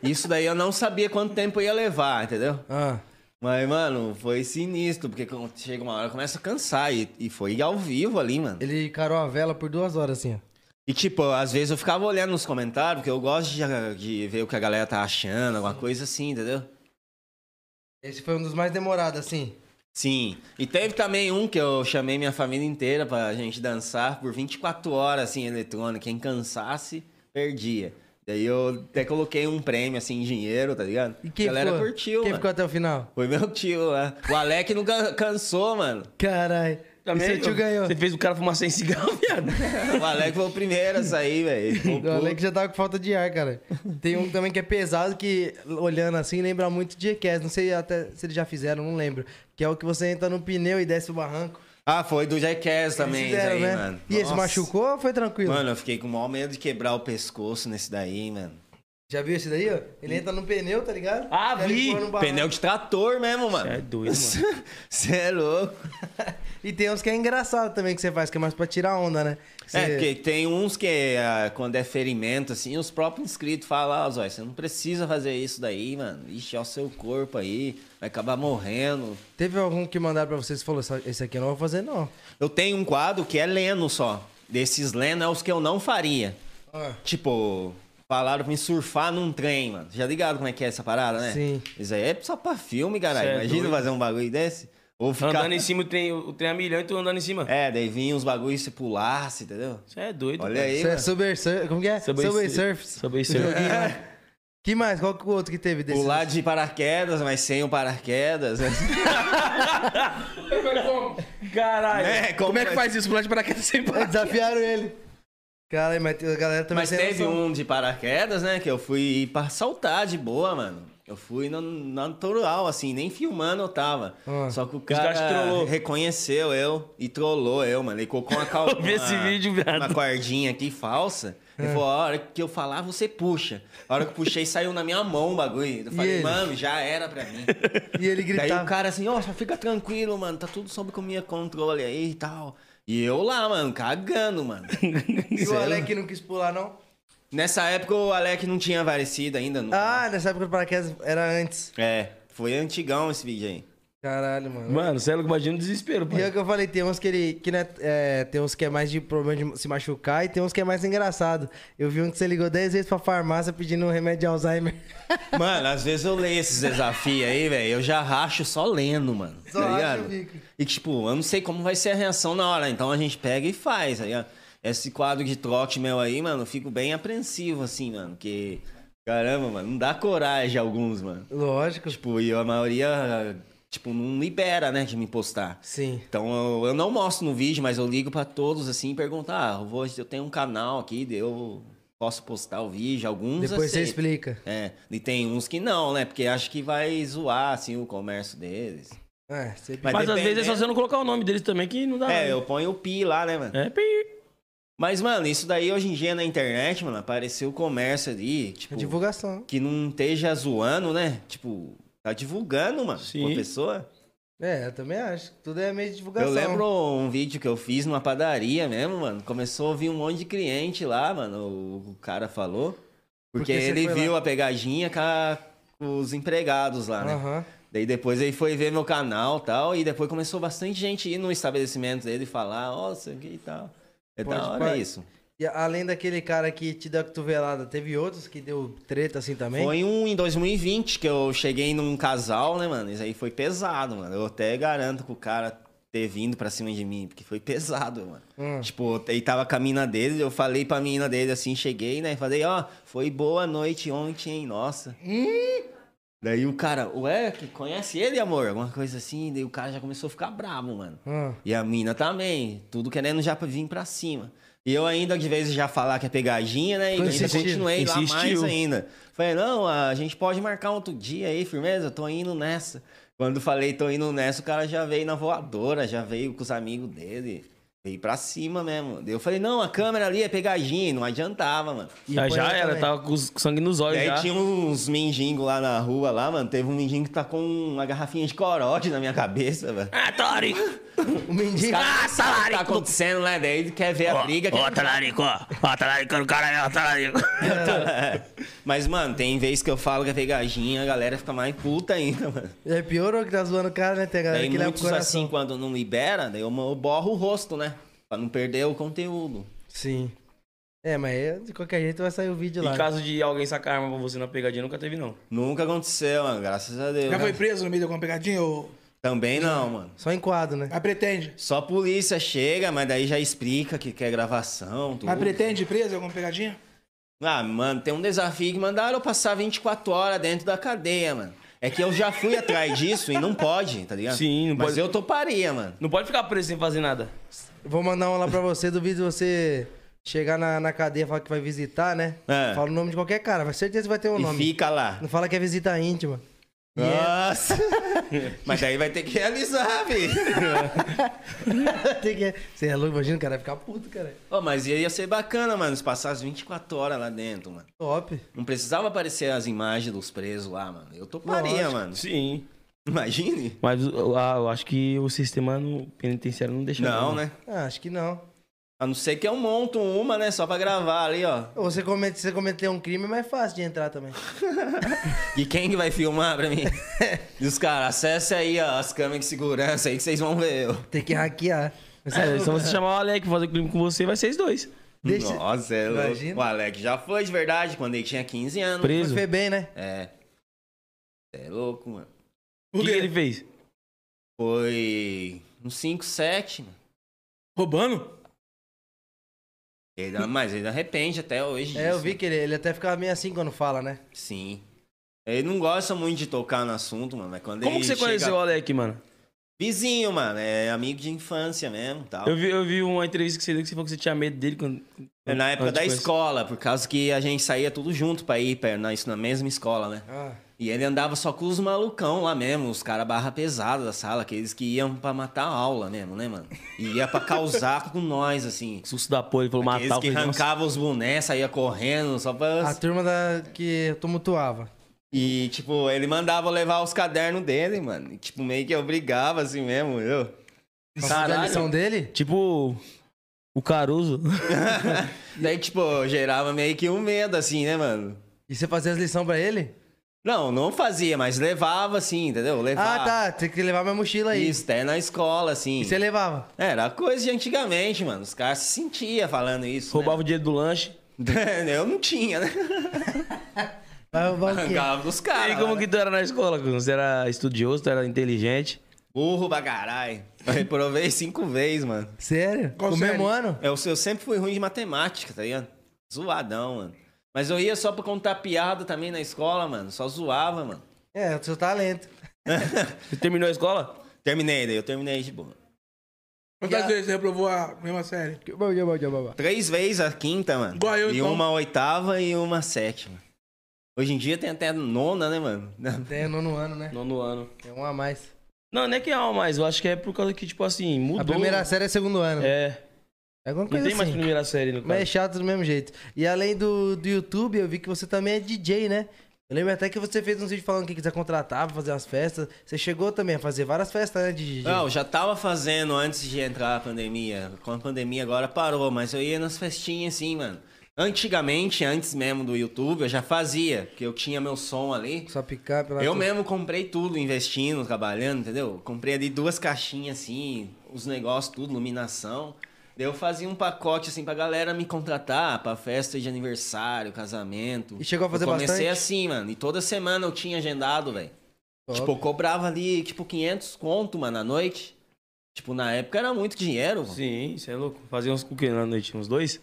[SPEAKER 4] Isso daí eu não sabia quanto tempo ia levar, entendeu?
[SPEAKER 1] Ah,
[SPEAKER 4] Mas, mano, foi sinistro, porque quando chega uma hora começa a cansar. E, e foi ao vivo ali, mano.
[SPEAKER 1] ele encarou a vela por duas horas, assim, ó.
[SPEAKER 4] E, tipo, às vezes eu ficava olhando nos comentários, porque eu gosto de, de ver o que a galera tá achando, alguma coisa assim, entendeu?
[SPEAKER 1] Esse foi um dos mais demorados, assim.
[SPEAKER 4] Sim. E teve também um que eu chamei minha família inteira pra gente dançar por 24 horas, assim, eletrônico. Quem cansasse, perdia. Daí eu até coloquei um prêmio, assim, em dinheiro, tá ligado?
[SPEAKER 1] E quem
[SPEAKER 4] a galera
[SPEAKER 1] ficou?
[SPEAKER 4] curtiu,
[SPEAKER 1] Quem
[SPEAKER 4] mano.
[SPEAKER 1] ficou até o final?
[SPEAKER 4] Foi meu tio lá. O Alec não can- cansou, mano.
[SPEAKER 1] Caralho. E seu tio ganhou.
[SPEAKER 2] Você fez o cara fumar sem cigarro, viado.
[SPEAKER 4] O Alec foi o primeiro a sair, velho.
[SPEAKER 1] O Alex já tava com falta de ar, cara. Tem um também que é pesado, que olhando assim lembra muito de Jackass. Não sei até se eles já fizeram, não lembro. Que é o que você entra no pneu e desce o barranco.
[SPEAKER 4] Ah, foi do Jackass também,
[SPEAKER 1] Eles fizeram,
[SPEAKER 4] isso aí,
[SPEAKER 1] né?
[SPEAKER 4] mano.
[SPEAKER 1] E esse
[SPEAKER 4] Nossa.
[SPEAKER 1] machucou ou foi tranquilo?
[SPEAKER 4] Mano, eu fiquei com o maior medo de quebrar o pescoço nesse daí, mano.
[SPEAKER 1] Já viu esse daí, ó? Ele entra no pneu, tá ligado?
[SPEAKER 2] Ah,
[SPEAKER 1] Ele
[SPEAKER 2] vi!
[SPEAKER 1] empurra no barranco.
[SPEAKER 4] Pneu de trator mesmo, mano.
[SPEAKER 2] Cê é doido,
[SPEAKER 4] mano. Você é louco.
[SPEAKER 1] E tem uns que é engraçado também que você faz, que é mais pra tirar onda, né? Você-
[SPEAKER 4] É, porque tem uns que, ah, quando é ferimento, assim, os próprios inscritos falam, ah, Zóia, você não precisa fazer isso daí, mano. Ixi, é o seu corpo aí, vai acabar morrendo.
[SPEAKER 1] Teve algum que mandaram pra vocês e falou, "Essa- esse aqui eu não vou fazer, não.
[SPEAKER 4] Eu tenho um quadro que é leno só. Desses leno é os que eu não faria.
[SPEAKER 1] Ah.
[SPEAKER 4] Tipo, falaram pra mim surfar num trem, mano. Já ligado como é que é essa parada, né?
[SPEAKER 1] Sim.
[SPEAKER 4] Isso aí é só pra filme,
[SPEAKER 2] Cê
[SPEAKER 4] caralho.
[SPEAKER 2] é
[SPEAKER 4] Imagina
[SPEAKER 2] doido.
[SPEAKER 4] fazer um bagulho desse. Ou ficar...
[SPEAKER 2] Andando em cima, o trem, o trem a milhão e tu andando em cima.
[SPEAKER 4] É, daí vinha uns bagulhos e se pulasse, entendeu?
[SPEAKER 2] Você é doido.
[SPEAKER 4] Olha
[SPEAKER 2] cara.
[SPEAKER 4] aí,
[SPEAKER 1] Isso é
[SPEAKER 4] mano.
[SPEAKER 1] Subway Surf. Como que é? Subway, Surf.
[SPEAKER 2] Subway Surf.
[SPEAKER 1] É. Que mais? Qual que o outro que teve desse?
[SPEAKER 4] Pular de paraquedas, mas sem o paraquedas.
[SPEAKER 2] Caralho.
[SPEAKER 4] É,
[SPEAKER 3] Como é que faz isso? Pular de paraquedas sem
[SPEAKER 1] É,
[SPEAKER 3] paraquedas.
[SPEAKER 1] Desafiaram ele. Cara, mas a galera também
[SPEAKER 4] Mas
[SPEAKER 1] tem
[SPEAKER 4] teve
[SPEAKER 1] noção.
[SPEAKER 4] um de paraquedas, né? Que eu fui pra saltar de boa, mano. Eu fui no, no natural, assim, nem filmando eu tava.
[SPEAKER 1] Ah.
[SPEAKER 4] Só que o
[SPEAKER 2] caras te
[SPEAKER 4] cara
[SPEAKER 2] trollou.
[SPEAKER 4] reconheceu eu e trollou eu, mano. Ele colocou uma cal...
[SPEAKER 2] Eu vi esse
[SPEAKER 4] uma-
[SPEAKER 2] vídeo, viado.
[SPEAKER 4] Uma cordinha aqui falsa.
[SPEAKER 1] É.
[SPEAKER 4] Ele falou: a hora que eu falar, você puxa. A hora que eu puxei, saiu na minha mão o bagulho. Eu falei,
[SPEAKER 1] ele?
[SPEAKER 4] mano, já era pra mim.
[SPEAKER 1] E ele
[SPEAKER 4] um. Daí o
[SPEAKER 1] gritava.
[SPEAKER 4] cara assim, ó, só fica tranquilo, mano, tá tudo sob com minha controle aí e tal. E eu lá, mano, cagando, mano.
[SPEAKER 1] E o
[SPEAKER 4] Sei lá.
[SPEAKER 1] Alec não quis pular, não?
[SPEAKER 4] Nessa época o Alec não tinha aparecido ainda, não.
[SPEAKER 1] Ah, nessa época do paraquedas era antes.
[SPEAKER 4] É, foi antigão esse vídeo aí.
[SPEAKER 1] Caralho, mano.
[SPEAKER 2] Mano, você é louco, imagina o desespero,
[SPEAKER 1] E é o
[SPEAKER 2] pai.
[SPEAKER 1] que eu falei, tem uns que ele. Que não é- é, tem uns que é mais de problema de se machucar e tem uns que é mais engraçado. Eu vi um que você ligou 10 vezes pra farmácia pedindo um remédio de Alzheimer.
[SPEAKER 4] Mano, às vezes eu leio esses desafios aí, velho, eu já racho só lendo, mano.
[SPEAKER 1] Só
[SPEAKER 4] tá
[SPEAKER 1] racha
[SPEAKER 4] ligado?
[SPEAKER 1] o bico.
[SPEAKER 4] E tipo, eu não sei como vai ser a reação na hora, então a gente pega e faz, tá ligado? Esse quadro de trote meu aí, mano, eu fico bem apreensivo assim, mano, porque... Caramba, mano, não dá coragem a alguns, mano.
[SPEAKER 1] Lógico.
[SPEAKER 4] Tipo, e a maioria, tipo, não libera, né, de me postar.
[SPEAKER 1] Sim.
[SPEAKER 4] Então eu, eu não mostro no vídeo, mas eu ligo pra todos assim e pergunto: ah, eu, vou, eu tenho um canal aqui, eu posso postar o vídeo, alguns
[SPEAKER 1] Depois você
[SPEAKER 4] aceitam.
[SPEAKER 1] explica.
[SPEAKER 4] É, e tem uns que não, né? Porque acho que vai zoar, assim, o comércio deles.
[SPEAKER 1] É, você
[SPEAKER 4] Mas
[SPEAKER 2] Mas às vezes é só
[SPEAKER 4] dependendo-
[SPEAKER 2] você não colocar o nome deles também que não
[SPEAKER 1] Tá.
[SPEAKER 2] dá.
[SPEAKER 4] É,
[SPEAKER 2] nada.
[SPEAKER 4] eu ponho o pi lá, né, mano?
[SPEAKER 2] É, pi.
[SPEAKER 4] Mas, mano, isso daí hoje em dia na internet, mano, apareceu o comércio ali, tipo,
[SPEAKER 1] É divulgação.
[SPEAKER 4] que não esteja zoando, né? Tipo, tá divulgando, mano,
[SPEAKER 2] Sim.
[SPEAKER 4] uma pessoa.
[SPEAKER 1] É, eu também acho. Tudo é meio de divulgação.
[SPEAKER 4] Eu lembro um vídeo que eu fiz numa padaria mesmo, mano. Começou a vir um monte de cliente lá, mano. O, o cara falou. Porque,
[SPEAKER 1] Porque você
[SPEAKER 4] ele
[SPEAKER 1] foi
[SPEAKER 4] viu
[SPEAKER 1] lá.
[SPEAKER 4] a pegadinha com, a- com os empregados lá, né?
[SPEAKER 1] Aham.
[SPEAKER 4] Daí depois ele foi ver meu canal e tal. E depois começou bastante gente ir no estabelecimento dele e falar, ó, isso aqui e tal. É
[SPEAKER 1] Pode
[SPEAKER 4] da hora
[SPEAKER 1] parar.
[SPEAKER 4] isso.
[SPEAKER 1] E além daquele cara que te deu a cotovelada, teve outros que deu treta assim também?
[SPEAKER 4] Foi um em 2020 que eu cheguei num casal, né, mano? Isso aí foi pesado, mano. Eu até garanto que o cara ter vindo pra cima de mim, porque foi pesado, mano.
[SPEAKER 1] Hum.
[SPEAKER 4] Tipo, ele tava com a mina dele, eu falei pra mina dele assim, cheguei, né? Falei, ó, foi boa noite ontem, hein? Nossa. Daí o cara, ué, que conhece ele, amor? Alguma coisa assim. Daí o cara já começou a ficar bravo, mano.
[SPEAKER 1] Ah.
[SPEAKER 4] E a mina também, tudo querendo já vir pra cima. E eu ainda, de vez, já falar que é pegadinha, né? E ainda
[SPEAKER 1] Insistiu.
[SPEAKER 4] continuei lá mais
[SPEAKER 2] Insistiu.
[SPEAKER 4] ainda. Falei, não, a gente pode marcar outro dia aí, firmeza, eu tô indo nessa. Quando falei tô indo nessa, o cara já veio na voadora, já veio com os amigos dele. Veio pra cima mesmo. Daí Eu falei, não, a câmera ali é pegadinha, e não adiantava, mano.
[SPEAKER 1] E
[SPEAKER 2] Ah,
[SPEAKER 1] põe
[SPEAKER 2] já
[SPEAKER 1] ela
[SPEAKER 2] era,
[SPEAKER 1] também.
[SPEAKER 2] tava com os- com sangue nos
[SPEAKER 4] E
[SPEAKER 2] olhos
[SPEAKER 4] aí
[SPEAKER 2] já.
[SPEAKER 4] tinha uns mendigos lá na rua, lá, mano. Teve um mendigo que tá com uma garrafinha de corote na minha cabeça, velho.
[SPEAKER 2] Ah, talarico!
[SPEAKER 1] O mendigo.
[SPEAKER 2] Ah,
[SPEAKER 4] O que tá
[SPEAKER 2] talarico! do-
[SPEAKER 4] acontecendo, né? Daí ele quer ver a
[SPEAKER 2] Ó,
[SPEAKER 4] briga. é
[SPEAKER 2] Ó, talarico, ó. Ó, talarico no cara, é aí, ó, talarico.
[SPEAKER 4] Mas, mano, tem vez que eu falo que é pegadinha, a galera fica mais puta ainda, mano.
[SPEAKER 1] É pior ou que tá zoando o cara, né? Tem a galera
[SPEAKER 4] Daí
[SPEAKER 1] que leva o
[SPEAKER 4] muitos,
[SPEAKER 1] coração.
[SPEAKER 4] assim, quando não libera, daí eu eu borro o rosto, né? Pra não perder o conteúdo.
[SPEAKER 1] Sim. É, mas é- de qualquer jeito vai sair o vídeo lá.
[SPEAKER 2] Em
[SPEAKER 1] né?
[SPEAKER 2] caso de alguém sacar arma pra você na pegadinha, nunca teve, não.
[SPEAKER 4] Nunca aconteceu, mano, graças a Deus. né?
[SPEAKER 3] Já foi preso no meio de alguma pegadinha ou...
[SPEAKER 4] Também não, mano.
[SPEAKER 1] Só em quadro, né?
[SPEAKER 3] Mas pretende?
[SPEAKER 4] Só a polícia chega, mas daí já explica que quer gravação, tudo.
[SPEAKER 3] Mas pretende ir preso em alguma pegadinha?
[SPEAKER 4] Ah, mano, tem um desafio que mandaram eu passar 24 horas dentro da cadeia, mano. É que eu já fui atrás disso e não pode, tá ligado?
[SPEAKER 2] Sim, não
[SPEAKER 4] Mas
[SPEAKER 2] pode.
[SPEAKER 4] eu toparia, mano.
[SPEAKER 2] Não pode ficar preso sem fazer nada.
[SPEAKER 1] Vou mandar um lá pra você, duvido você chegar na, na cadeia e falar que vai visitar, né?
[SPEAKER 4] É.
[SPEAKER 1] Fala o nome de qualquer cara, mas certeza vai ter um
[SPEAKER 4] E
[SPEAKER 1] nome.
[SPEAKER 4] fica lá.
[SPEAKER 1] Não fala que é visita íntima. é.
[SPEAKER 4] Nossa! Mas daí vai ter que realizar, velho. Ah.
[SPEAKER 1] Tem que- Você é louco, imagina, o cara vai ficar puto, cara.
[SPEAKER 4] Ô, mas ia ser bacana, mano, se passar as 24 horas lá dentro, mano.
[SPEAKER 1] Top.
[SPEAKER 4] Não precisava aparecer as imagens dos presos lá, mano. Eu toparia,
[SPEAKER 1] Lógico.
[SPEAKER 4] mano.
[SPEAKER 2] Sim.
[SPEAKER 4] Imagine.
[SPEAKER 2] Mas ah, eu acho que o sistema no penitenciário não deixa.
[SPEAKER 4] Não, né?
[SPEAKER 1] Ah, acho que não.
[SPEAKER 4] A não ser que eu monto uma, né? Só pra gravar ali, ó.
[SPEAKER 1] Ou você comete, se você cometer um crime, é mais fácil de entrar também.
[SPEAKER 4] E quem que vai filmar pra mim? e os caras, acessa aí ó, as câmeras de segurança aí que vocês vão ver. ó.
[SPEAKER 1] Tem que hackear.
[SPEAKER 2] É, se você chamar o Alec pra fazer crime com você, vai ser os dois.
[SPEAKER 1] Deixa...
[SPEAKER 4] Nossa, é louco.
[SPEAKER 1] Imagina.
[SPEAKER 4] O Alex já foi de verdade quando ele tinha 15 anos.
[SPEAKER 1] Mas
[SPEAKER 2] Preso.
[SPEAKER 1] foi bem, né?
[SPEAKER 4] É. É louco, mano.
[SPEAKER 2] O
[SPEAKER 3] Por
[SPEAKER 2] que
[SPEAKER 3] quê?
[SPEAKER 2] ele fez?
[SPEAKER 4] Foi uns 5, 7, mano.
[SPEAKER 3] Roubando?
[SPEAKER 4] Ele, dá- mas ele arrepende até hoje.
[SPEAKER 1] É, eu
[SPEAKER 4] disso,
[SPEAKER 1] vi que ele, ele até ficava meio assim quando fala, né?
[SPEAKER 4] né? Sim. Ele não gosta muito de tocar no assunto, mano. Mas quando
[SPEAKER 2] Como
[SPEAKER 4] ele
[SPEAKER 2] que você
[SPEAKER 4] chega-
[SPEAKER 2] conheceu o Alec, mano?
[SPEAKER 4] Vizinho, mano. É amigo de infância mesmo tal.
[SPEAKER 2] Eu vi, eu vi uma entrevista que você deu que você falou que você tinha medo dele quando.
[SPEAKER 4] É Na época
[SPEAKER 2] antes
[SPEAKER 4] da
[SPEAKER 2] de conhecer.
[SPEAKER 4] escola, por causa que a gente saía tudo junto pra ir pra, na, isso na mesma escola, né?
[SPEAKER 1] Ah,
[SPEAKER 4] E ele andava só com os malucão lá mesmo, os caras barra pesada da sala, aqueles que iam pra matar a aula mesmo, né, mano? E ia pra causar com nós, assim.
[SPEAKER 2] Susto da porra, ele falou
[SPEAKER 4] Aqueles
[SPEAKER 2] matar eu
[SPEAKER 4] que
[SPEAKER 2] falei, nossa.
[SPEAKER 4] arrancavam os bonés, saía correndo, só pra.
[SPEAKER 1] a turma da... que tumultuava.
[SPEAKER 4] E, tipo, ele mandava eu levar os cadernos dele, mano. E, tipo, meio que obrigava assim mesmo, eu.
[SPEAKER 1] Pra fazer a lição dele?
[SPEAKER 2] Tipo. O Caruso.
[SPEAKER 4] Daí, tipo, gerava meio que um medo, assim, né, mano?
[SPEAKER 1] E você fazia as lições pra ele?
[SPEAKER 4] Não, não fazia, mas levava, assim, entendeu? Levava.
[SPEAKER 1] Ah, tá. Tem que levar minha mochila aí.
[SPEAKER 4] Isso, até na escola, assim.
[SPEAKER 1] E você levava?
[SPEAKER 4] Era coisa de antigamente, mano. Os caras se sentiam falando isso. né?
[SPEAKER 2] roubava o dinheiro do lanche.
[SPEAKER 4] Eu não tinha, né?
[SPEAKER 1] Vai roubar o quê?
[SPEAKER 4] Arrancava dos
[SPEAKER 2] e
[SPEAKER 4] caras.
[SPEAKER 2] como
[SPEAKER 4] né?
[SPEAKER 2] que tu era na escola? Cunha? Você era estudioso, tu era inteligente.
[SPEAKER 4] Burro pra caralho. Eu reprovei cinco vezes, mano.
[SPEAKER 1] Sério?
[SPEAKER 3] Qual
[SPEAKER 1] o
[SPEAKER 3] série?
[SPEAKER 1] mesmo ano?
[SPEAKER 4] Eu, eu sempre fui ruim de matemática, tá ligado? Zoadão, mano. Mas eu ia só pra contar piada também na escola, mano. Só zoava, mano.
[SPEAKER 1] É, o seu talento.
[SPEAKER 2] Você terminou a escola?
[SPEAKER 4] Terminei, daí eu terminei de boa.
[SPEAKER 3] Quantas
[SPEAKER 1] Já.
[SPEAKER 3] vezes você reprovou a mesma série?
[SPEAKER 4] Três vezes a quinta, mano.
[SPEAKER 3] Igual eu,
[SPEAKER 4] e
[SPEAKER 3] então.
[SPEAKER 4] uma oitava e uma sétima. Hoje em dia tem até nona, né, mano?
[SPEAKER 1] Tem nono ano, né?
[SPEAKER 2] Nono ano.
[SPEAKER 1] É um a mais.
[SPEAKER 2] Não, não é que é alma mais, eu acho que é por causa que, tipo assim, mudou.
[SPEAKER 1] A primeira série é segundo ano. É,
[SPEAKER 2] É,
[SPEAKER 1] alguma
[SPEAKER 2] não
[SPEAKER 1] coisa
[SPEAKER 2] tem mais
[SPEAKER 1] assim.
[SPEAKER 2] primeira série no
[SPEAKER 1] Mas é
[SPEAKER 2] caso.
[SPEAKER 1] chato do mesmo jeito. E além do, do YouTube, eu vi que você também é DJ, né? Eu lembro até que você fez uns vídeos falando que quiser contratar pra fazer umas festas. Você chegou também a fazer várias festas, né, de DJ?
[SPEAKER 4] Não, eu já tava fazendo antes de entrar a pandemia. Com a pandemia agora parou, mas eu ia nas festinhas assim, mano. Antigamente, antes mesmo do YouTube, eu já fazia, porque eu tinha meu som ali.
[SPEAKER 1] Só picar pela...
[SPEAKER 4] Eu mesmo comprei tudo, investindo, trabalhando, entendeu? Comprei ali duas caixinhas assim, os negócios, tudo, iluminação. Daí eu fazia um pacote assim pra galera me contratar pra festa de aniversário, casamento.
[SPEAKER 1] E chegou a fazer
[SPEAKER 4] eu comecei
[SPEAKER 1] bastante?
[SPEAKER 4] assim, mano. E toda semana eu tinha agendado, velho.
[SPEAKER 1] Top.
[SPEAKER 4] Tipo, eu cobrava ali, tipo, 500 conto, mano, à noite. Tipo, na época era muito dinheiro. mano.
[SPEAKER 2] Sim, você é louco. Fazia uns com o quê na noite? Uns dois?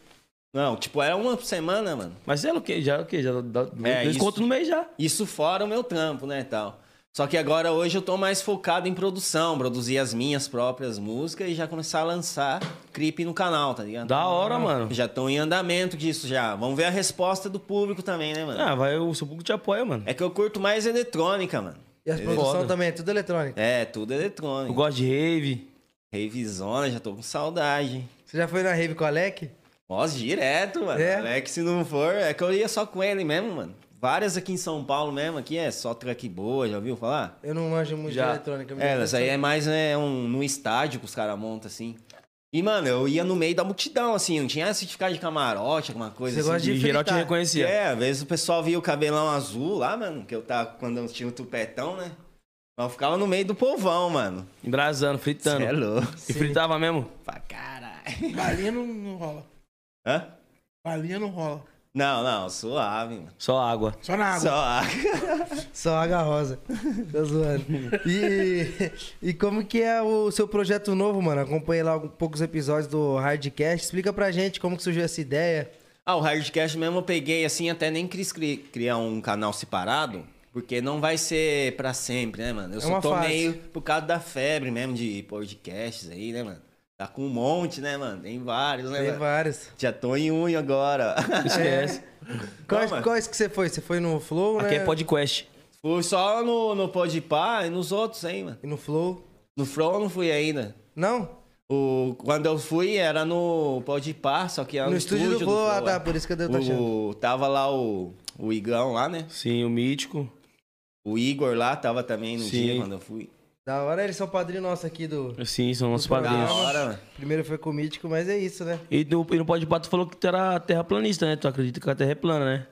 [SPEAKER 4] Não, tipo, era uma por semana, mano.
[SPEAKER 2] Mas você é louco, já o quê? Já dá dá-
[SPEAKER 4] É,
[SPEAKER 2] dois
[SPEAKER 4] isso.
[SPEAKER 2] contos no mês já.
[SPEAKER 4] Isso fora o meu trampo, né, e tal. Só que agora hoje eu tô mais focado em produção, produzir as minhas próprias músicas e já começar a lançar clipe no canal, tá ligado?
[SPEAKER 2] Da hora, mano.
[SPEAKER 4] Já estão em andamento disso já. Vamos ver a resposta do público também, né, mano?
[SPEAKER 2] Ah, vai, o seu público te apoia, mano.
[SPEAKER 4] É que eu curto mais eletrônica, mano.
[SPEAKER 1] E as produções também, é tudo eletrônico.
[SPEAKER 4] É, tudo
[SPEAKER 2] Eu
[SPEAKER 4] eletrônico.
[SPEAKER 2] gosto de rave.
[SPEAKER 4] Revisona, já tô com saudade. hein?
[SPEAKER 1] Você já foi na rave com o Alec?
[SPEAKER 4] Nossa, direto, mano.
[SPEAKER 1] É?
[SPEAKER 4] Alex, se não for, é que eu ia só com ele mesmo, mano. Várias aqui em São Paulo mesmo, aqui é só track boa, já ouviu falar?
[SPEAKER 1] Eu não manjo muito de
[SPEAKER 2] Já.
[SPEAKER 1] eletrônica. me
[SPEAKER 4] É,
[SPEAKER 1] dá
[SPEAKER 4] mas aí
[SPEAKER 1] atenção.
[SPEAKER 4] é mais né, um, num estádio que os caras montam assim. E, mano, eu ia no meio da multidão, assim, não tinha certificado de camarote, alguma coisa
[SPEAKER 1] Você
[SPEAKER 4] assim.
[SPEAKER 1] gosta de
[SPEAKER 2] E geral te
[SPEAKER 1] fritar.
[SPEAKER 2] reconhecia.
[SPEAKER 4] É, às vezes o pessoal via o cabelão azul lá, mano, que eu tava quando eu tinha o tupetão, né? Mas eu ficava no meio do povão, mano.
[SPEAKER 2] Embrasando, fritando.
[SPEAKER 4] Cê é louco.
[SPEAKER 2] E fritava mesmo?
[SPEAKER 4] Pra caralho.
[SPEAKER 3] Balinha não, não rola.
[SPEAKER 4] Hã?
[SPEAKER 3] Balinha não rola.
[SPEAKER 4] Não, não, suave, mano.
[SPEAKER 2] Só água.
[SPEAKER 3] Só na água.
[SPEAKER 4] Só água.
[SPEAKER 1] Só água rosa. Tô zoando. E, e como que é o seu projeto novo, mano? Acompanhei lá algum- poucos episódios do Hardcast. Explica pra gente como que surgiu essa ideia.
[SPEAKER 4] Ah, o Hardcast mesmo eu peguei assim, até nem quis cri- criar um canal separado, porque não vai ser pra sempre, né, mano? Eu só
[SPEAKER 1] É uma
[SPEAKER 4] tô
[SPEAKER 1] fase.
[SPEAKER 4] meio por causa da febre mesmo de podcasts aí, né, mano? Tá com um monte, né, mano? Tem vários, né,
[SPEAKER 1] Tem
[SPEAKER 4] mano?
[SPEAKER 1] vários.
[SPEAKER 4] Já tô em um agora.
[SPEAKER 2] Esquece.
[SPEAKER 1] Quais,
[SPEAKER 4] mano.
[SPEAKER 1] quais é que você foi? Você foi no Flow,
[SPEAKER 2] Aqui
[SPEAKER 1] né?
[SPEAKER 2] é podcast.
[SPEAKER 4] Fui só no, no Podpah e nos outros aí, mano.
[SPEAKER 1] E no Flow?
[SPEAKER 4] No Flow eu não fui ainda.
[SPEAKER 1] Não?
[SPEAKER 4] O, quando eu fui era no Podpah, só que era
[SPEAKER 1] No
[SPEAKER 4] no,
[SPEAKER 1] estúdio do Flow, ah, tá, por isso que eu tô achando.
[SPEAKER 4] é. o, Tava lá o, o Igão lá, né?
[SPEAKER 2] Sim, o mítico.
[SPEAKER 4] O Igor lá tava também no
[SPEAKER 2] Sim.
[SPEAKER 4] dia quando eu fui.
[SPEAKER 1] Da hora, eles são padrinho nosso aqui do...
[SPEAKER 2] Sim, são nossos
[SPEAKER 1] Da
[SPEAKER 4] Da
[SPEAKER 2] padrinhos.
[SPEAKER 4] hora, mano.
[SPEAKER 1] Primeiro foi com o Mítico, mas é isso, né?
[SPEAKER 2] E no, e no Pode Pato falou que tu era terraplanista, né? Tu acredita que a terra é plana, né?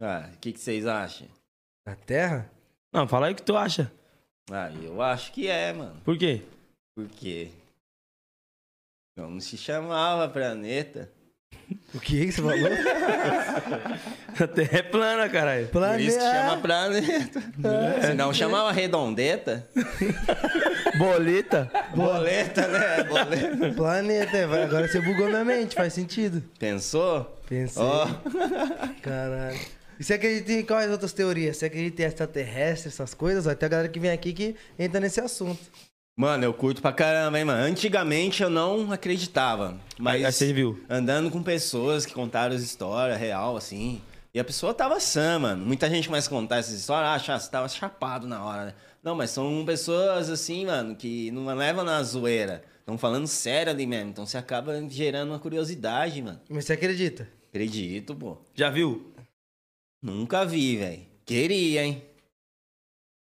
[SPEAKER 4] Ah, o que, que vocês acham?
[SPEAKER 1] Na Terra?
[SPEAKER 2] Não, fala aí o que tu acha.
[SPEAKER 4] Ah, eu acho que é, mano.
[SPEAKER 2] Por quê?
[SPEAKER 4] Por quê? Não, não se chamava planeta.
[SPEAKER 1] O que que você falou?
[SPEAKER 2] A terra é plana, caralho.
[SPEAKER 4] Por isso que chama
[SPEAKER 1] Planeta. É.
[SPEAKER 4] planeta. Se não chamava redondeta. é.
[SPEAKER 2] Boleta.
[SPEAKER 4] Boleta, né? Boleta.
[SPEAKER 1] Planeta. é, vai- Agora você bugou minha mente, faz sentido.
[SPEAKER 4] Pensou?
[SPEAKER 1] Pensei.
[SPEAKER 4] Ó.
[SPEAKER 1] Caralho. E você acredita em quais outras teorias? Você acredita em extraterrestre, essas coisas? Ó, Tem a galera que vem aqui que entra nesse assunto.
[SPEAKER 4] Mano, eu curto pra caramba, hein, mano. Antigamente eu não acreditava. Mas
[SPEAKER 2] Aí você viu.
[SPEAKER 4] andando com pessoas que contaram as histórias real, assim. E a pessoa tava sã, mano. Muita gente começa a contar essas histórias, acha, ah, você tava chapado na hora, né? Não, mas são pessoas assim, mano, que não levam na zoeira. Estão falando sério ali mesmo. Então você acaba gerando uma curiosidade, mano.
[SPEAKER 1] Mas você acredita?
[SPEAKER 4] Acredito, pô.
[SPEAKER 2] Já viu?
[SPEAKER 4] Nunca vi, velho. Queria, hein?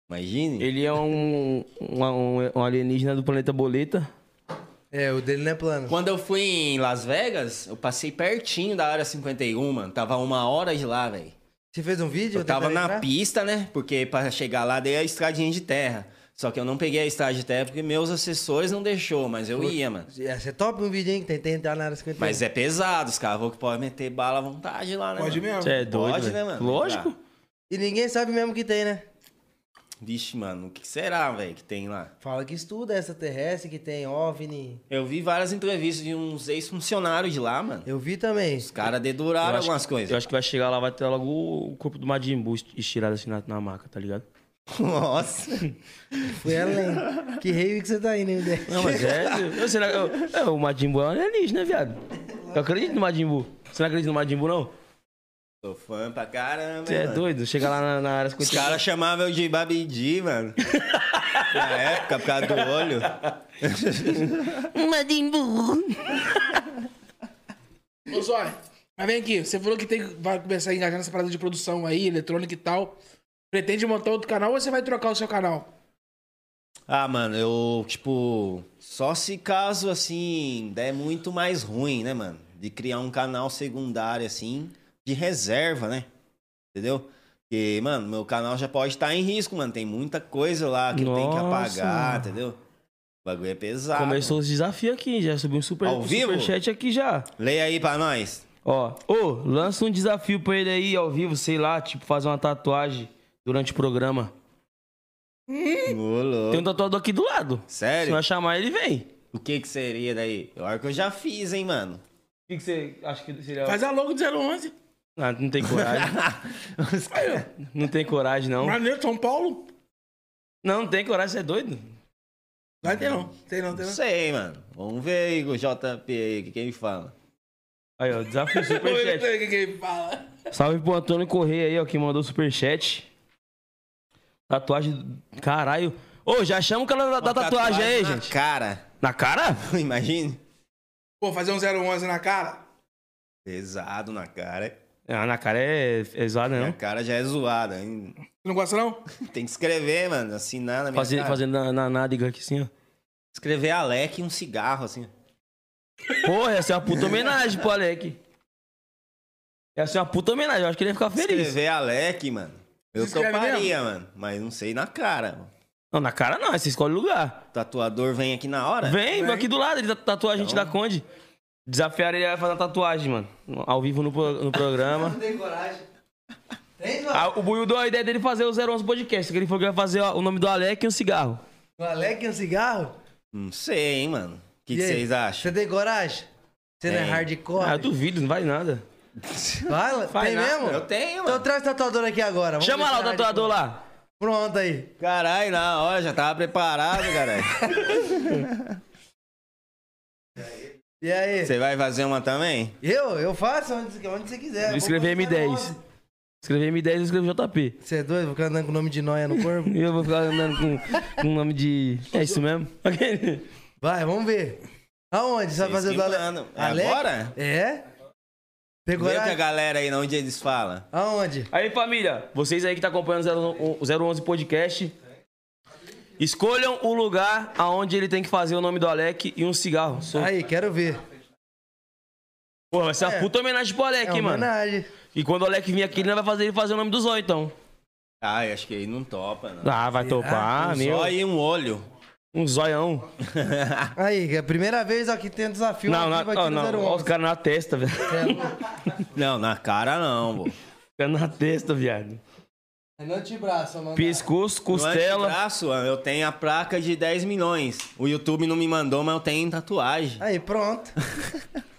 [SPEAKER 4] Imagine.
[SPEAKER 2] Ele é um, um, um- um alienígena do planeta Boleta.
[SPEAKER 1] É, o dele não é plano.
[SPEAKER 4] Quando eu fui em Las Vegas, eu passei pertinho da área 51, mano. Tava uma hora de lá, velho.
[SPEAKER 1] Você fez um vídeo?
[SPEAKER 4] Eu tava
[SPEAKER 1] tentando
[SPEAKER 4] na
[SPEAKER 1] entrar?
[SPEAKER 4] pista, né? Porque pra chegar lá dei a estradinha de terra. Só que eu não peguei a estrada de terra porque meus assessores não deixou, mas eu ia, mano.
[SPEAKER 1] É, Você topa um vídeo, hein? Tentei entrar na área um. 50.
[SPEAKER 4] Mas é pesado, os caras que podem meter bala à vontade lá, né?
[SPEAKER 3] Pode
[SPEAKER 4] mano?
[SPEAKER 3] mesmo.
[SPEAKER 2] Você é doido,
[SPEAKER 4] Pode, né,
[SPEAKER 2] velho?
[SPEAKER 4] mano?
[SPEAKER 2] Lógico.
[SPEAKER 4] Tá.
[SPEAKER 1] E ninguém sabe mesmo que tem, né?
[SPEAKER 4] Vixe, mano, o que será, velho, que tem lá?
[SPEAKER 1] Fala que estuda extraterrestre, que tem OVNI.
[SPEAKER 4] Eu vi várias entrevistas de uns ex-funcionários de lá, mano.
[SPEAKER 1] Eu vi também.
[SPEAKER 4] Os caras deduraram
[SPEAKER 2] Eu acho-
[SPEAKER 4] algumas coisas.
[SPEAKER 2] Eu acho que vai chegar lá, vai ter logo o corpo do Majin Buu estirado assim na, na maca, tá ligado?
[SPEAKER 4] Nossa.
[SPEAKER 1] Fui além. que rei que você tá indo, hein, Dé?
[SPEAKER 2] Não, mas é. eu- será que eu- é, o Majin Buu é um alienígena, viado. Eu acredito no Majin Buu. Você não acredita no Majin Buu, não?
[SPEAKER 4] Sou fã pra caramba,
[SPEAKER 2] Você
[SPEAKER 4] hein,
[SPEAKER 2] é
[SPEAKER 4] mano.
[SPEAKER 2] doido? Chega lá na, na área
[SPEAKER 4] Os
[SPEAKER 2] 50.
[SPEAKER 4] caras chamavam eu de Babidi, mano. Na época, por causa do olho.
[SPEAKER 2] Majin Buu.
[SPEAKER 3] Ô, Zóia, mas vem aqui. Você falou que tem, vai começar a engajar nessa parada de produção aí, eletrônica e tal. Pretende montar outro canal ou você vai trocar o seu canal?
[SPEAKER 4] Ah, mano, eu, tipo, só se caso, assim, der muito mais ruim, né, mano? De criar um canal secundário, assim, de reserva, né? Entendeu? Porque, mano, meu canal já pode estar em risco, mano. Tem muita coisa lá que eu tenho que
[SPEAKER 2] Nossa.
[SPEAKER 4] apagar, entendeu? O bagulho é pesado.
[SPEAKER 2] Começou os desafios aqui, já subiu um super,
[SPEAKER 4] Ao vivo?
[SPEAKER 2] superchat aqui já.
[SPEAKER 4] mano. Leia aí pra nós.
[SPEAKER 2] Ó, ô, lança um desafio pra ele aí ao vivo, sei lá, tipo, fazer uma tatuagem durante o programa.
[SPEAKER 4] Ô,
[SPEAKER 2] Tem um
[SPEAKER 4] louco.
[SPEAKER 2] tatuador aqui do lado. Se
[SPEAKER 4] Sério?
[SPEAKER 2] nós chamar, ele vem.
[SPEAKER 4] O que que seria daí? Eu acho que eu já fiz, hein, mano.
[SPEAKER 2] O que, você acha que seria?
[SPEAKER 3] Faz a logo de 011.
[SPEAKER 2] Ah, não tem coragem.
[SPEAKER 4] Os
[SPEAKER 3] Aí, ó.
[SPEAKER 2] não tem coragem, não.
[SPEAKER 3] Maneiro, São Paulo.
[SPEAKER 2] Não, não tem coragem, você é doido?
[SPEAKER 3] Vai ter não. Tem não, tem
[SPEAKER 4] Não
[SPEAKER 3] não.
[SPEAKER 4] sei, mano. Vamos ver aí com o JP aí, que quem fala.
[SPEAKER 2] Aí, ó, desafio
[SPEAKER 3] Eu não
[SPEAKER 2] superchat.
[SPEAKER 3] sei o que que ele fala.
[SPEAKER 2] Salve pro Antônio Correia aí, ó, que mandou superchat. Tatuagem. Caralho. Ô, já chama o cara da, da
[SPEAKER 4] Uma
[SPEAKER 2] tatuagem aí,
[SPEAKER 4] na
[SPEAKER 2] gente.
[SPEAKER 4] Cara,
[SPEAKER 2] Na cara?
[SPEAKER 4] imagine.
[SPEAKER 3] Pô, fazer um 011 na cara?
[SPEAKER 4] Pesado na cara.
[SPEAKER 2] Ah, na cara é, é zoada,
[SPEAKER 4] Minha
[SPEAKER 2] não.
[SPEAKER 4] cara já é zoada. hein?
[SPEAKER 3] Tu não gosta, não?
[SPEAKER 4] Tem que escrever, mano. Assinar na minha
[SPEAKER 2] Fazer,
[SPEAKER 4] cara.
[SPEAKER 2] fazendo na, na nádega aqui assim, ó.
[SPEAKER 4] Escrever Alec e um cigarro, assim.
[SPEAKER 2] Porra, essa é uma puta homenagem pro Alec. Essa é uma puta homenagem, eu acho que ele ia ficar feliz.
[SPEAKER 4] Escrever Alec, mano. Eu
[SPEAKER 3] Escreve
[SPEAKER 4] toparia, mano. Mas não sei na cara. mano.
[SPEAKER 2] Não, na cara não, aí você escolhe o lugar.
[SPEAKER 4] O tatuador vem aqui na hora.
[SPEAKER 2] Vem,
[SPEAKER 3] Vem.
[SPEAKER 2] aqui do lado, ele tatuou a gente da Conde. Desafiaram ele a fazer a tatuagem, mano. Ao vivo no, pro- no programa.
[SPEAKER 1] Não tem coragem. Tem, mano?
[SPEAKER 2] Ah, o Buiu deu a ideia dele fazer o 011 Podcast, que ele falou que ia fazer ó, o nome do Alec e um cigarro.
[SPEAKER 1] O Alec e um cigarro?
[SPEAKER 4] Não sei, hein, mano. O que
[SPEAKER 1] E
[SPEAKER 4] que
[SPEAKER 1] aí?
[SPEAKER 4] vocês acham?
[SPEAKER 1] Você tem coragem? Você não é
[SPEAKER 4] Tem.
[SPEAKER 1] hardcore?
[SPEAKER 2] Ah, eu duvido, não vai nada.
[SPEAKER 1] Fala,
[SPEAKER 2] Faz
[SPEAKER 1] tem
[SPEAKER 2] nada.
[SPEAKER 1] mesmo?
[SPEAKER 4] Eu tenho,
[SPEAKER 1] Então
[SPEAKER 4] mano.
[SPEAKER 1] traz o tatuador aqui agora. vamos
[SPEAKER 2] Chama
[SPEAKER 1] ver
[SPEAKER 2] lá o
[SPEAKER 1] se é
[SPEAKER 2] tatuador
[SPEAKER 1] hardcore.
[SPEAKER 2] lá.
[SPEAKER 1] Pronto aí.
[SPEAKER 4] Caralho, na hora, já tava preparado, caralho.
[SPEAKER 1] E aí?
[SPEAKER 4] Você vai fazer uma também?
[SPEAKER 1] Eu? Eu faço onde, onde você quiser.
[SPEAKER 2] Eu
[SPEAKER 1] Vou
[SPEAKER 2] escrevi
[SPEAKER 1] botar
[SPEAKER 2] M10.
[SPEAKER 1] nome.
[SPEAKER 2] Escrevi M10 e escrevi JP.
[SPEAKER 1] Você é doido? Vou ficar andando com o nome de Noia no corpo?
[SPEAKER 2] E eu vou ficar andando com com o nome de. É isso mesmo?
[SPEAKER 1] Vai, vamos ver. Aonde? Você vai fazer o do Ale...
[SPEAKER 4] Esquimando. É
[SPEAKER 1] Alec?
[SPEAKER 4] agora?
[SPEAKER 1] É? Tem
[SPEAKER 4] Vê o que a
[SPEAKER 1] coragem?
[SPEAKER 4] galera aí, onde eles falam.
[SPEAKER 1] Aonde?
[SPEAKER 2] Aí, família, vocês aí que tá acompanhando o 011 o 011 Podcast, escolham o lugar aonde ele tem que fazer o nome do Alec e um cigarro. So-
[SPEAKER 1] Aí, quero ver.
[SPEAKER 2] Pô, essa
[SPEAKER 1] É.
[SPEAKER 2] puta homenagem pro Alec,
[SPEAKER 1] É uma
[SPEAKER 2] mano.
[SPEAKER 1] homenagem.
[SPEAKER 2] E quando o Alec vir aqui, ele não vai fazer ele fazer o nome do Zóio, então.
[SPEAKER 4] Ah, eu acho que aí não topa, não.
[SPEAKER 2] Ah, vai topar, meu.
[SPEAKER 4] Só e um olho.
[SPEAKER 2] Um zóião.
[SPEAKER 1] Aí, que é a primeira vez ó, que tem um desafio.
[SPEAKER 2] Não,
[SPEAKER 1] ao
[SPEAKER 2] na,
[SPEAKER 1] vivo
[SPEAKER 2] ó,
[SPEAKER 1] aqui no
[SPEAKER 2] não. Ó, os
[SPEAKER 1] 011.
[SPEAKER 2] caras na testa, velho. Os
[SPEAKER 1] Cê é louco.
[SPEAKER 4] Não, na cara não, pô.
[SPEAKER 2] caras na testa, viado.
[SPEAKER 1] É no antebraço, mano.
[SPEAKER 4] é
[SPEAKER 2] Pescoço,
[SPEAKER 4] No
[SPEAKER 2] costela.
[SPEAKER 4] antebraço, ah, eu tenho a placa de 10 milhões. O YouTube não me mandou, mas eu tenho em tatuagem.
[SPEAKER 1] Aí, pronto.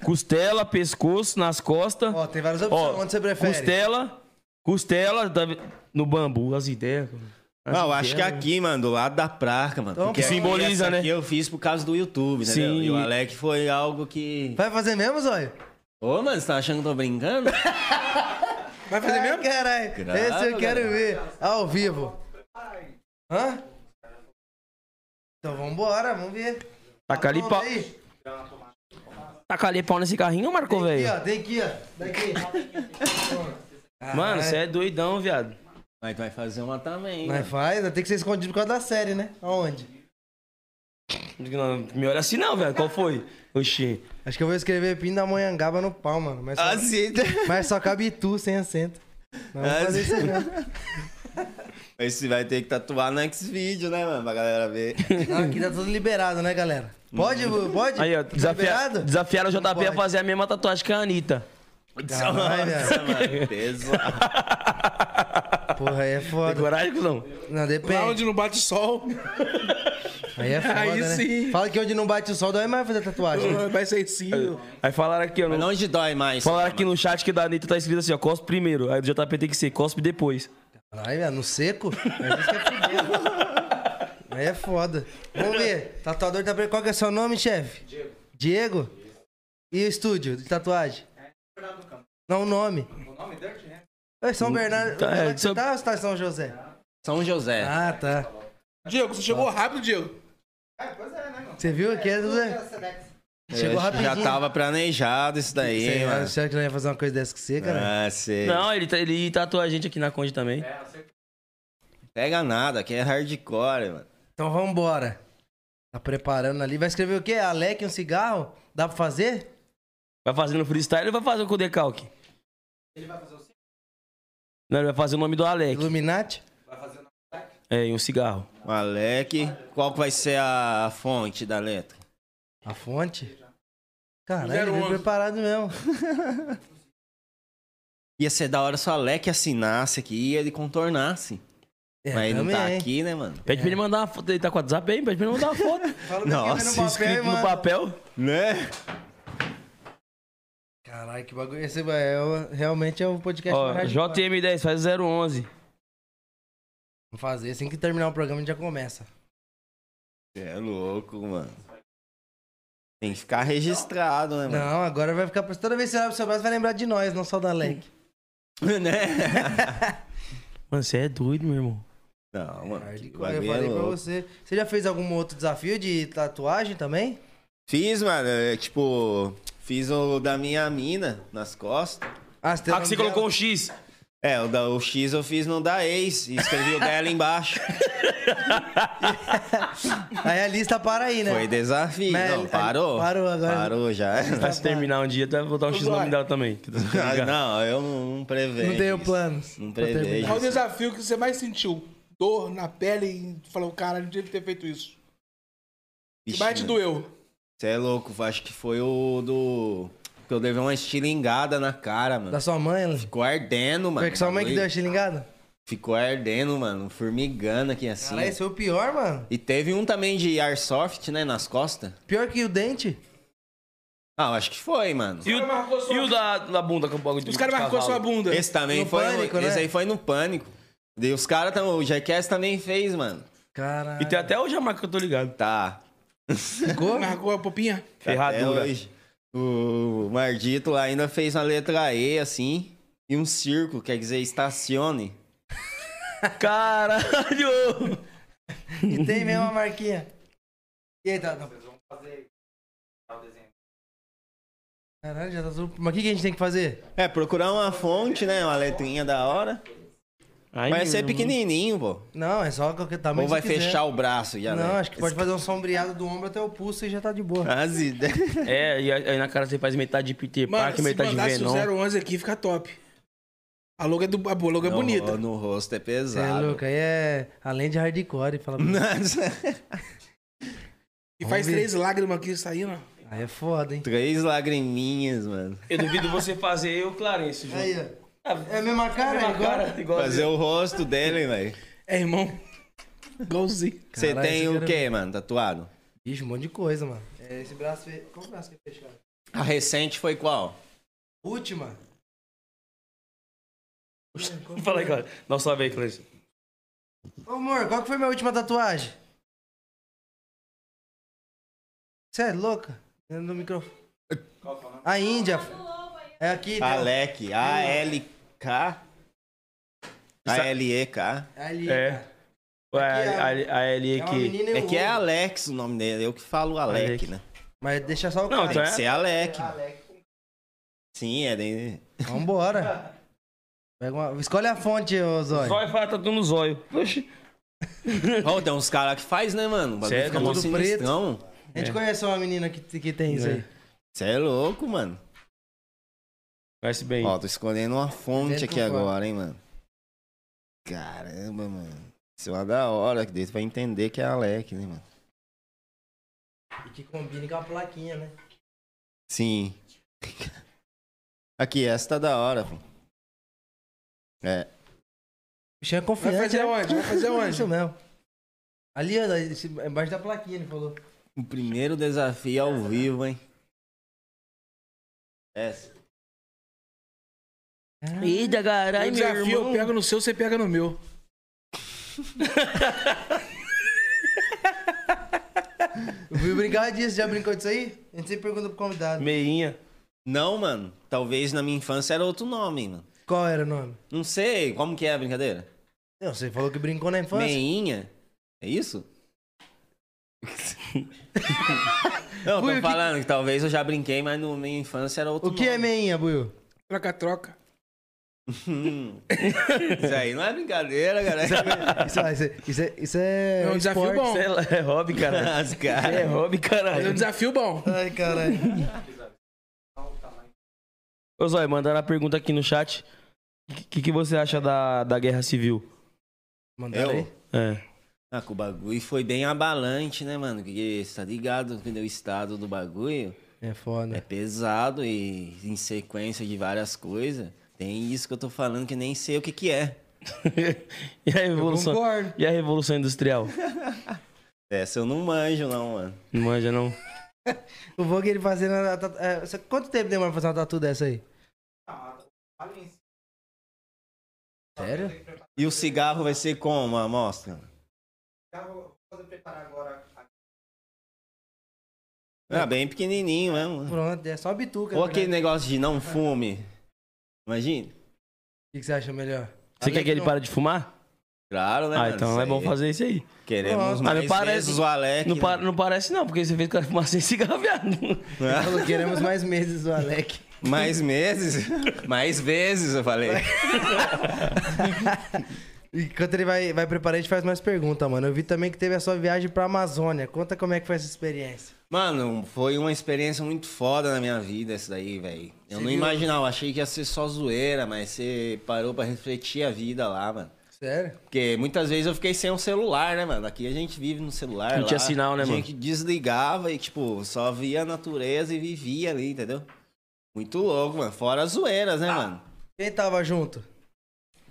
[SPEAKER 2] Costela, pescoço, nas costas.
[SPEAKER 1] Ó, tem várias opções.
[SPEAKER 2] Ó,
[SPEAKER 1] Onde você prefere?
[SPEAKER 2] Costela, costela tá vi- no bambu, as ideias. cara. As
[SPEAKER 4] Não, eu acho que é
[SPEAKER 2] ideias.
[SPEAKER 4] aqui, mano, do lado da placa, mano.
[SPEAKER 1] Então,
[SPEAKER 4] porque
[SPEAKER 1] que
[SPEAKER 2] né? simboliza,
[SPEAKER 4] essa
[SPEAKER 2] né?
[SPEAKER 4] aqui eu fiz por causa do YouTube, né?
[SPEAKER 2] Sim.
[SPEAKER 4] E o Alec foi algo que.
[SPEAKER 1] Vai fazer mesmo, Zóio?
[SPEAKER 4] Ô, mano, você tá achando que eu tô brincando?
[SPEAKER 3] Vai fazer
[SPEAKER 1] Ai,
[SPEAKER 3] mesmo?
[SPEAKER 1] caralho.
[SPEAKER 4] Grava,
[SPEAKER 1] Esse eu quero
[SPEAKER 4] galera.
[SPEAKER 1] ver. Ao vivo. Hã? Então vambora, vamos ver.
[SPEAKER 2] Taca ali
[SPEAKER 1] Vamos
[SPEAKER 2] pau.
[SPEAKER 1] aí.
[SPEAKER 2] Taca ali pau nesse carrinho, Marco,
[SPEAKER 1] Aqui,
[SPEAKER 2] velho.
[SPEAKER 1] ó. Tem aqui, ó. Daqui. Ah,
[SPEAKER 2] Mano, você é doidão, viado.
[SPEAKER 4] Mas tu vai fazer uma também. né?
[SPEAKER 1] Mas
[SPEAKER 4] mano.
[SPEAKER 1] faz, tem que ser escondido por causa da série, né? Aonde?
[SPEAKER 2] Não me olha assim não, velho. Qual foi? Oxi.
[SPEAKER 1] Acho que eu vou escrever Pindamonhangaba no pau, mano. Mas só,
[SPEAKER 4] Assim,
[SPEAKER 1] mas só cabe tu sem acento. Não, vou
[SPEAKER 4] Ah,
[SPEAKER 1] fazer
[SPEAKER 4] sim.
[SPEAKER 1] isso mesmo.
[SPEAKER 4] Mas você vai ter que tatuar no X-Video, né, mano? Pra galera ver.
[SPEAKER 1] Não, aqui tá tudo liberado, né, galera? Pode, Vu? pode?
[SPEAKER 2] Aí, ó,
[SPEAKER 1] Tá
[SPEAKER 2] desafia...
[SPEAKER 1] liberado?
[SPEAKER 2] desafiaram o JP a
[SPEAKER 1] pode.
[SPEAKER 2] fazer a mesma tatuagem que a Anitta.
[SPEAKER 1] Caralho,
[SPEAKER 4] Nossa, mano, pesado.
[SPEAKER 1] Porra, aí é
[SPEAKER 2] Tem
[SPEAKER 1] foda.
[SPEAKER 2] coragem, cuzão?
[SPEAKER 1] Não, depende.
[SPEAKER 3] Lá onde não bate sol,
[SPEAKER 1] Aí é foda,
[SPEAKER 3] Aí
[SPEAKER 1] né?
[SPEAKER 3] sim.
[SPEAKER 1] Fala que onde não bate o sol, dói mais fazer tatuagem. né?
[SPEAKER 3] vai ser sim.
[SPEAKER 2] Aí falaram aqui, ó.
[SPEAKER 4] Mas
[SPEAKER 2] No...
[SPEAKER 4] onde dói mais?
[SPEAKER 2] Falaram
[SPEAKER 4] né,
[SPEAKER 2] aqui
[SPEAKER 4] mano?
[SPEAKER 2] no chat que da Anitta tá escrito assim, ó, cospe primeiro. Aí do JP tem que ser, cospe depois.
[SPEAKER 1] Caralho, velho, no seco? Aí isso que é fudido. Aí é foda. Vamos ver. Tatuador tá pre- Qual que é seu nome, chefe? Diego. Diego? E o estúdio de tatuagem? Não, o nome. É, O nome Dirt, né? São Bernardo.
[SPEAKER 2] Tá, é,
[SPEAKER 1] Onde você
[SPEAKER 2] São-
[SPEAKER 1] tá ou você tá em São José?
[SPEAKER 4] São José.
[SPEAKER 1] Ah, tá.
[SPEAKER 3] Diego, você chegou rápido, Diego.
[SPEAKER 1] Você viu aqui? É, Zé?
[SPEAKER 4] Eu
[SPEAKER 1] É, Chegou
[SPEAKER 4] É, acho que
[SPEAKER 1] rapidinho.
[SPEAKER 4] Já tava planejado isso daí,
[SPEAKER 1] Você
[SPEAKER 4] hein, mano.
[SPEAKER 1] acha que não ia fazer uma coisa dessa com você, cara?
[SPEAKER 4] Ah, sei.
[SPEAKER 2] Não, ele, tá- ele tatuou a gente aqui na Conde também.
[SPEAKER 4] Pega nada, aqui é hardcore, mano.
[SPEAKER 1] Então vambora. Tá preparando ali. Vai escrever o quê? Alec, um cigarro? Dá pra fazer?
[SPEAKER 2] Vai fazer no freestyle ou vai fazer com o decalque? Ele vai fazer o Não, ele vai fazer o nome do Alec.
[SPEAKER 1] Illuminati?
[SPEAKER 2] É, e um cigarro.
[SPEAKER 4] O Alec, qual que vai ser a fonte da letra?
[SPEAKER 1] A fonte? Caralho, ele
[SPEAKER 3] 011.
[SPEAKER 1] veio preparado mesmo.
[SPEAKER 4] Ia ser da hora se o Alec assinasse aqui e ele contornasse.
[SPEAKER 1] É,
[SPEAKER 4] Mas ele não tá
[SPEAKER 1] também.
[SPEAKER 4] aqui, né, mano?
[SPEAKER 2] Pede pra ele mandar uma foto. Ele tá com o WhatsApp aí, pede pra ele mandar uma foto.
[SPEAKER 1] Fala pra quem vem
[SPEAKER 4] Nossa,
[SPEAKER 1] no papel,
[SPEAKER 2] assim, Escrito no
[SPEAKER 1] mano.
[SPEAKER 2] papel.
[SPEAKER 4] Né?
[SPEAKER 1] Caralho, que bagulho. Esse é, o- realmente é o podcast
[SPEAKER 2] Ó,
[SPEAKER 1] mais hardcore.
[SPEAKER 2] JM10, faz 011.
[SPEAKER 1] Vamos fazer. Assim que terminar o programa, a gente já começa.
[SPEAKER 4] Tá Cê é louco, mano. Tem que ficar registrado, né, mano?
[SPEAKER 1] Não, agora vai ficar. Toda vez que você abre o seu braço, vai lembrar de nós, não só da Leque.
[SPEAKER 4] né?
[SPEAKER 2] Mano, você é doido, meu irmão.
[SPEAKER 4] Não, mano. que
[SPEAKER 1] Hardcore,
[SPEAKER 4] bagulho
[SPEAKER 1] Eu
[SPEAKER 4] é
[SPEAKER 1] falei pra
[SPEAKER 4] louco.
[SPEAKER 1] você. Você já fez algum outro desafio de tatuagem também?
[SPEAKER 4] Fiz, mano. é, Tipo, fiz o da minha mina nas costas.
[SPEAKER 1] Ah, você, tem o
[SPEAKER 2] Ah, que
[SPEAKER 1] nome
[SPEAKER 2] você
[SPEAKER 1] dela?
[SPEAKER 2] colocou um X.
[SPEAKER 4] É, o, da, o X eu fiz no da ex e escrevi o dela embaixo.
[SPEAKER 1] Aí a lista para aí, né?
[SPEAKER 4] Foi desafio.
[SPEAKER 1] Mas-
[SPEAKER 4] não, parou.
[SPEAKER 1] Parou agora. Tá
[SPEAKER 4] Parou já.
[SPEAKER 2] Mas se terminar um dia, tu vai botar um X no nome dela também. que tu tá
[SPEAKER 4] Ah,
[SPEAKER 2] ligado.
[SPEAKER 4] não, eu não, não prevejo.
[SPEAKER 1] Não tenho
[SPEAKER 4] isso.
[SPEAKER 1] planos.
[SPEAKER 4] Não
[SPEAKER 1] pra terminar.
[SPEAKER 4] prevejo.
[SPEAKER 3] Qual o desafio que você mais sentiu? Dor na pele e falou, cara, não devia ter feito isso. Que
[SPEAKER 4] Vixe,
[SPEAKER 3] mais te
[SPEAKER 4] mano.
[SPEAKER 3] doeu?
[SPEAKER 4] Você é louco, acho que foi o do. Que eu levei uma estilingada na cara, mano.
[SPEAKER 1] Da sua mãe, Léo?
[SPEAKER 4] Ficou ardendo, mano.
[SPEAKER 1] Foi que sua mãe que deu a
[SPEAKER 4] Bagulho.
[SPEAKER 1] xilingada?
[SPEAKER 4] Ficou ardendo, mano. Formigando aqui assim.
[SPEAKER 1] Caralho, esse foi o pior, mano.
[SPEAKER 4] E teve um também de airsoft, né? Nas costas.
[SPEAKER 1] Pior que o dente.
[SPEAKER 4] Ah, eu acho que foi, mano.
[SPEAKER 2] E o, e o da, da bunda com o bagulho de
[SPEAKER 3] Os caras marcou
[SPEAKER 2] cavalo?
[SPEAKER 3] sua bunda.
[SPEAKER 4] Esse também
[SPEAKER 1] No
[SPEAKER 4] foi.
[SPEAKER 1] Pânico,
[SPEAKER 4] esse
[SPEAKER 1] né?
[SPEAKER 4] aí foi no pânico. E os caras também. O Jackass também fez, mano.
[SPEAKER 1] Caralho.
[SPEAKER 2] E tem até hoje a marca que eu tô ligado.
[SPEAKER 4] Tá.
[SPEAKER 1] Ficou?
[SPEAKER 3] Marcou a popinha?
[SPEAKER 2] Ferradura.
[SPEAKER 4] Até hoje. O Mardito lá ainda fez uma letra E, assim. E um circo, quer dizer, estacione.
[SPEAKER 2] Caralho!
[SPEAKER 1] E tem mesmo
[SPEAKER 4] Uhum.
[SPEAKER 1] a marquinha. E aí, Tata? Caralho, já tá tudo... Mas o que, que a gente tem que fazer?
[SPEAKER 4] É, procurar uma fonte, né? Uma letrinha da hora.
[SPEAKER 2] Ai,
[SPEAKER 4] Vai ser
[SPEAKER 2] meu irmão.
[SPEAKER 4] pequenininho, pô.
[SPEAKER 1] Não, é só qualquer tamanho
[SPEAKER 4] Ou vai
[SPEAKER 1] que você né? quiser.
[SPEAKER 4] fechar o braço já,
[SPEAKER 1] Não,
[SPEAKER 4] né? Ah,
[SPEAKER 1] acho que pode fazer um sombreado do ombro até o pulso e já tá de boa.
[SPEAKER 4] As ideias.
[SPEAKER 2] É, e aí na cara você faz metade de Peter
[SPEAKER 3] Mano,
[SPEAKER 2] Parker,
[SPEAKER 3] se
[SPEAKER 2] metade tá de
[SPEAKER 3] mandasse
[SPEAKER 2] Venom.
[SPEAKER 3] o 011 aqui, fica top. A logo é, do, a bo- logo é
[SPEAKER 4] No-
[SPEAKER 1] né?
[SPEAKER 3] bonita.
[SPEAKER 4] No rosto
[SPEAKER 1] Você
[SPEAKER 4] é
[SPEAKER 1] é
[SPEAKER 4] pesado.
[SPEAKER 1] louco, aí é além de hardcore, fala pra-
[SPEAKER 4] Nossa.
[SPEAKER 3] E faz
[SPEAKER 1] Vamos ver.
[SPEAKER 3] três lágrimas aqui saindo. ó.
[SPEAKER 1] Aí é foda, hein?
[SPEAKER 4] Três lagriminhas, mano.
[SPEAKER 2] Eu duvido você fazer eu, Clarence. Ju.
[SPEAKER 1] Aí, ó. É a mesma cara,
[SPEAKER 2] Ah, Uma
[SPEAKER 1] igual?
[SPEAKER 2] cara igual
[SPEAKER 4] Fazer o rosto dele, velho.
[SPEAKER 3] É, irmão. Igualzinho.
[SPEAKER 4] Você
[SPEAKER 1] Caralho,
[SPEAKER 4] tem
[SPEAKER 1] esse
[SPEAKER 4] o
[SPEAKER 1] cara- é
[SPEAKER 4] quê, mano, tatuado?
[SPEAKER 1] Ixi, um monte de coisa, mano. É, esse braço... fe- Qual braço que é fechado?
[SPEAKER 4] A recente foi qual?
[SPEAKER 1] Última.
[SPEAKER 2] Fala aí, cara. Dá um salve aí, Clarence.
[SPEAKER 1] Ô, amor, qual que foi minha última tatuagem? Você é louca? Dentro do microfone. A Índia. É aqui, né?
[SPEAKER 4] Alec. A-L-K. A-L-E-K.
[SPEAKER 1] É ali.
[SPEAKER 2] É.
[SPEAKER 1] cara.
[SPEAKER 2] Ué,
[SPEAKER 1] Aqui, ó.
[SPEAKER 2] a, a, a Ellie
[SPEAKER 1] É uma
[SPEAKER 2] aqui.
[SPEAKER 1] menina e
[SPEAKER 4] É
[SPEAKER 1] um
[SPEAKER 4] que é
[SPEAKER 1] homem.
[SPEAKER 4] Alex o nome dele. Eu que falo Alec,
[SPEAKER 2] Alec.
[SPEAKER 4] né?
[SPEAKER 1] Mas deixa só o
[SPEAKER 2] Não,
[SPEAKER 1] cara.
[SPEAKER 2] então
[SPEAKER 4] Tem
[SPEAKER 2] é-
[SPEAKER 4] que ser Alec.
[SPEAKER 1] Alec.
[SPEAKER 4] Sim, é. de-
[SPEAKER 1] Vambora. Pega uma... Escolhe a fonte, ô Zóio.
[SPEAKER 2] Zóio fala, tá tudo no zóio. Oxi.
[SPEAKER 4] Ó, tem uns caras que faz, né, mano? O bagulho
[SPEAKER 2] Cê é
[SPEAKER 4] fica mó
[SPEAKER 1] tudo
[SPEAKER 4] sinistrão.
[SPEAKER 1] A gente conhece uma menina que, que tem isso
[SPEAKER 2] É.
[SPEAKER 1] aí.
[SPEAKER 4] Você é louco, mano.
[SPEAKER 2] Conhece bem.
[SPEAKER 4] Ó, tô escolhendo uma fonte
[SPEAKER 1] Dentro
[SPEAKER 4] aqui
[SPEAKER 1] ou fora?
[SPEAKER 4] agora, hein, mano. Caramba, mano. Isso é uma da hora, que daí você vai entender que é Alec, né, mano?
[SPEAKER 1] E que combine com a plaquinha, né?
[SPEAKER 4] Sim. Aqui, essa tá da hora, pô. É.
[SPEAKER 1] Puxando é
[SPEAKER 3] Vai
[SPEAKER 1] confiante.
[SPEAKER 3] fazer
[SPEAKER 1] né?
[SPEAKER 3] onde? Vai fazer
[SPEAKER 1] Isso
[SPEAKER 3] onde?
[SPEAKER 1] mesmo. Ali, ó, esse- embaixo da plaquinha, ele falou.
[SPEAKER 4] O primeiro desafio ao vivo, hein? É. Essa.
[SPEAKER 2] Eita,
[SPEAKER 3] Ai,
[SPEAKER 2] caralho,
[SPEAKER 3] um desafio, eu pego no seu, você pega no meu.
[SPEAKER 1] Eu fui brincar disso, já brincou disso aí? A gente sempre pergunta pro convidado.
[SPEAKER 2] Meinha.
[SPEAKER 4] Não, mano. Talvez na minha infância era outro nome, mano.
[SPEAKER 1] Qual era o nome?
[SPEAKER 4] Não sei. Como que é a brincadeira?
[SPEAKER 1] Não, você falou que brincou na infância.
[SPEAKER 4] Meinha? É isso? Não,
[SPEAKER 1] Buio, que-
[SPEAKER 4] tô falando que talvez eu já brinquei, mas na minha infância era outro
[SPEAKER 1] O que é
[SPEAKER 4] nome.
[SPEAKER 1] meinha, Buiu?
[SPEAKER 3] Troca-troca.
[SPEAKER 4] Hum. Isso aí não é brincadeira, galera.
[SPEAKER 1] Isso, ah, isso é- isso é, isso é.
[SPEAKER 3] É um desafio
[SPEAKER 1] esporte.
[SPEAKER 3] bom.
[SPEAKER 2] Cê é, é hobby, caralho.
[SPEAKER 4] As
[SPEAKER 2] Cê é
[SPEAKER 4] caras.
[SPEAKER 2] hobby,
[SPEAKER 3] É um
[SPEAKER 2] caralho.
[SPEAKER 3] desafio bom.
[SPEAKER 1] Ai, caralho.
[SPEAKER 2] Ô, Zóio, mandaram a pergunta aqui no chat. O que, que você acha da, da guerra civil?
[SPEAKER 1] Mandaram
[SPEAKER 4] Eu?
[SPEAKER 1] aí?
[SPEAKER 2] É.
[SPEAKER 4] Ah, que o bagulho foi bem abalante, né, mano? Porque você tá ligado que o estado do bagulho
[SPEAKER 1] É foda.
[SPEAKER 4] é pesado e em sequência de várias coisas. Tem isso que eu tô falando que nem sei o que que é.
[SPEAKER 2] e a revolução?
[SPEAKER 1] Concordo.
[SPEAKER 2] E a revolução industrial?
[SPEAKER 4] Essa eu não manjo, não, mano.
[SPEAKER 2] Não manja, não?
[SPEAKER 1] O vou que ele fazendo. a tatu- é, você- Quanto tempo demora pra fazer uma tatu dessa aí? Sério?
[SPEAKER 4] E o cigarro vai ser como a amostra? Ah, bem pequenininho mesmo.
[SPEAKER 1] Pronto, é só bituca.
[SPEAKER 4] Ou
[SPEAKER 1] né?
[SPEAKER 4] aquele negócio de não fume. Imagina.
[SPEAKER 1] O que que você acha melhor?
[SPEAKER 2] Você quer que ele
[SPEAKER 1] Alecrim.
[SPEAKER 2] pare de fumar?
[SPEAKER 4] Claro, né?
[SPEAKER 2] Ah,
[SPEAKER 4] mano?
[SPEAKER 2] então
[SPEAKER 4] Isso
[SPEAKER 2] é bom
[SPEAKER 4] aí.
[SPEAKER 2] fazer isso aí.
[SPEAKER 4] Queremos
[SPEAKER 1] Ah,
[SPEAKER 4] mais
[SPEAKER 2] não parece-
[SPEAKER 4] vezes o Alec.
[SPEAKER 2] Não,
[SPEAKER 4] né?
[SPEAKER 2] pa- não parece não, porque você fez o cara fumar sem cigarro, viado.
[SPEAKER 1] Ele falou, Queremos mais meses o Alec.
[SPEAKER 4] Mais meses? mais vezes, eu falei.
[SPEAKER 1] Enquanto ele vai, vai preparar, a gente faz mais perguntas, mano. Eu vi também que teve a sua viagem pra Amazônia. Conta como é que foi essa experiência.
[SPEAKER 4] Mano, foi uma experiência muito foda na minha vida isso daí, velho. Eu não
[SPEAKER 1] viu?
[SPEAKER 4] imaginava, achei que ia ser só zoeira, mas você parou pra refletir a vida lá, mano.
[SPEAKER 1] Sério?
[SPEAKER 4] Porque muitas vezes eu fiquei sem um celular, né, mano? Aqui a gente vive no celular.
[SPEAKER 2] Não
[SPEAKER 4] lá.
[SPEAKER 2] tinha sinal, né,
[SPEAKER 4] A
[SPEAKER 2] mano?
[SPEAKER 4] gente desligava e, tipo, só via a natureza e vivia ali, entendeu? Muito louco, mano. Fora as zoeiras,
[SPEAKER 2] Ah.
[SPEAKER 4] né, mano?
[SPEAKER 1] Quem tava junto?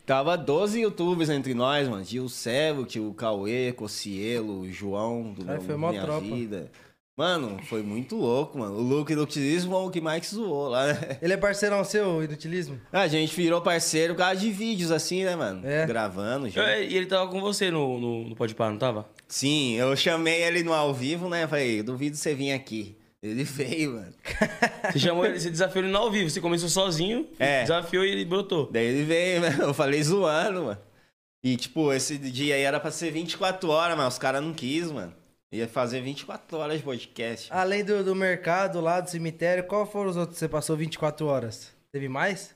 [SPEAKER 4] Tava 12 youtubers entre nós, mano. Tinha o Sérgio, tinha o Cauê, Cocielo, o João, do
[SPEAKER 1] Cara,
[SPEAKER 4] meu,
[SPEAKER 1] foi mó
[SPEAKER 4] Minha
[SPEAKER 1] tropa.
[SPEAKER 4] Vida. Mano, foi muito louco, mano. O Luke do Utilismo é o que mais zoou lá, né?
[SPEAKER 1] Ele é parceirão seu, inutilismo?
[SPEAKER 4] A gente virou parceiro por causa de vídeos assim, né, mano?
[SPEAKER 1] É.
[SPEAKER 4] Gravando, junto.
[SPEAKER 2] É, E ele tava com você no, no, no Pode Par, não tava?
[SPEAKER 4] Sim, eu chamei ele no ao vivo, né? Falei, duvido você vir aqui. Ele veio, mano.
[SPEAKER 2] Você chamou ele, você desafiou ele no ao vivo. Você começou sozinho,
[SPEAKER 4] É.
[SPEAKER 2] desafiou e ele brotou.
[SPEAKER 4] Daí ele veio, né? Eu falei zoando, mano. E, tipo, esse dia aí era pra ser 24 horas, mas os caras não quis, mano. Ia fazer 24 horas de podcast.
[SPEAKER 1] Além do, do mercado lá, do cemitério, qual foram os outros que você passou 24 horas? Teve mais?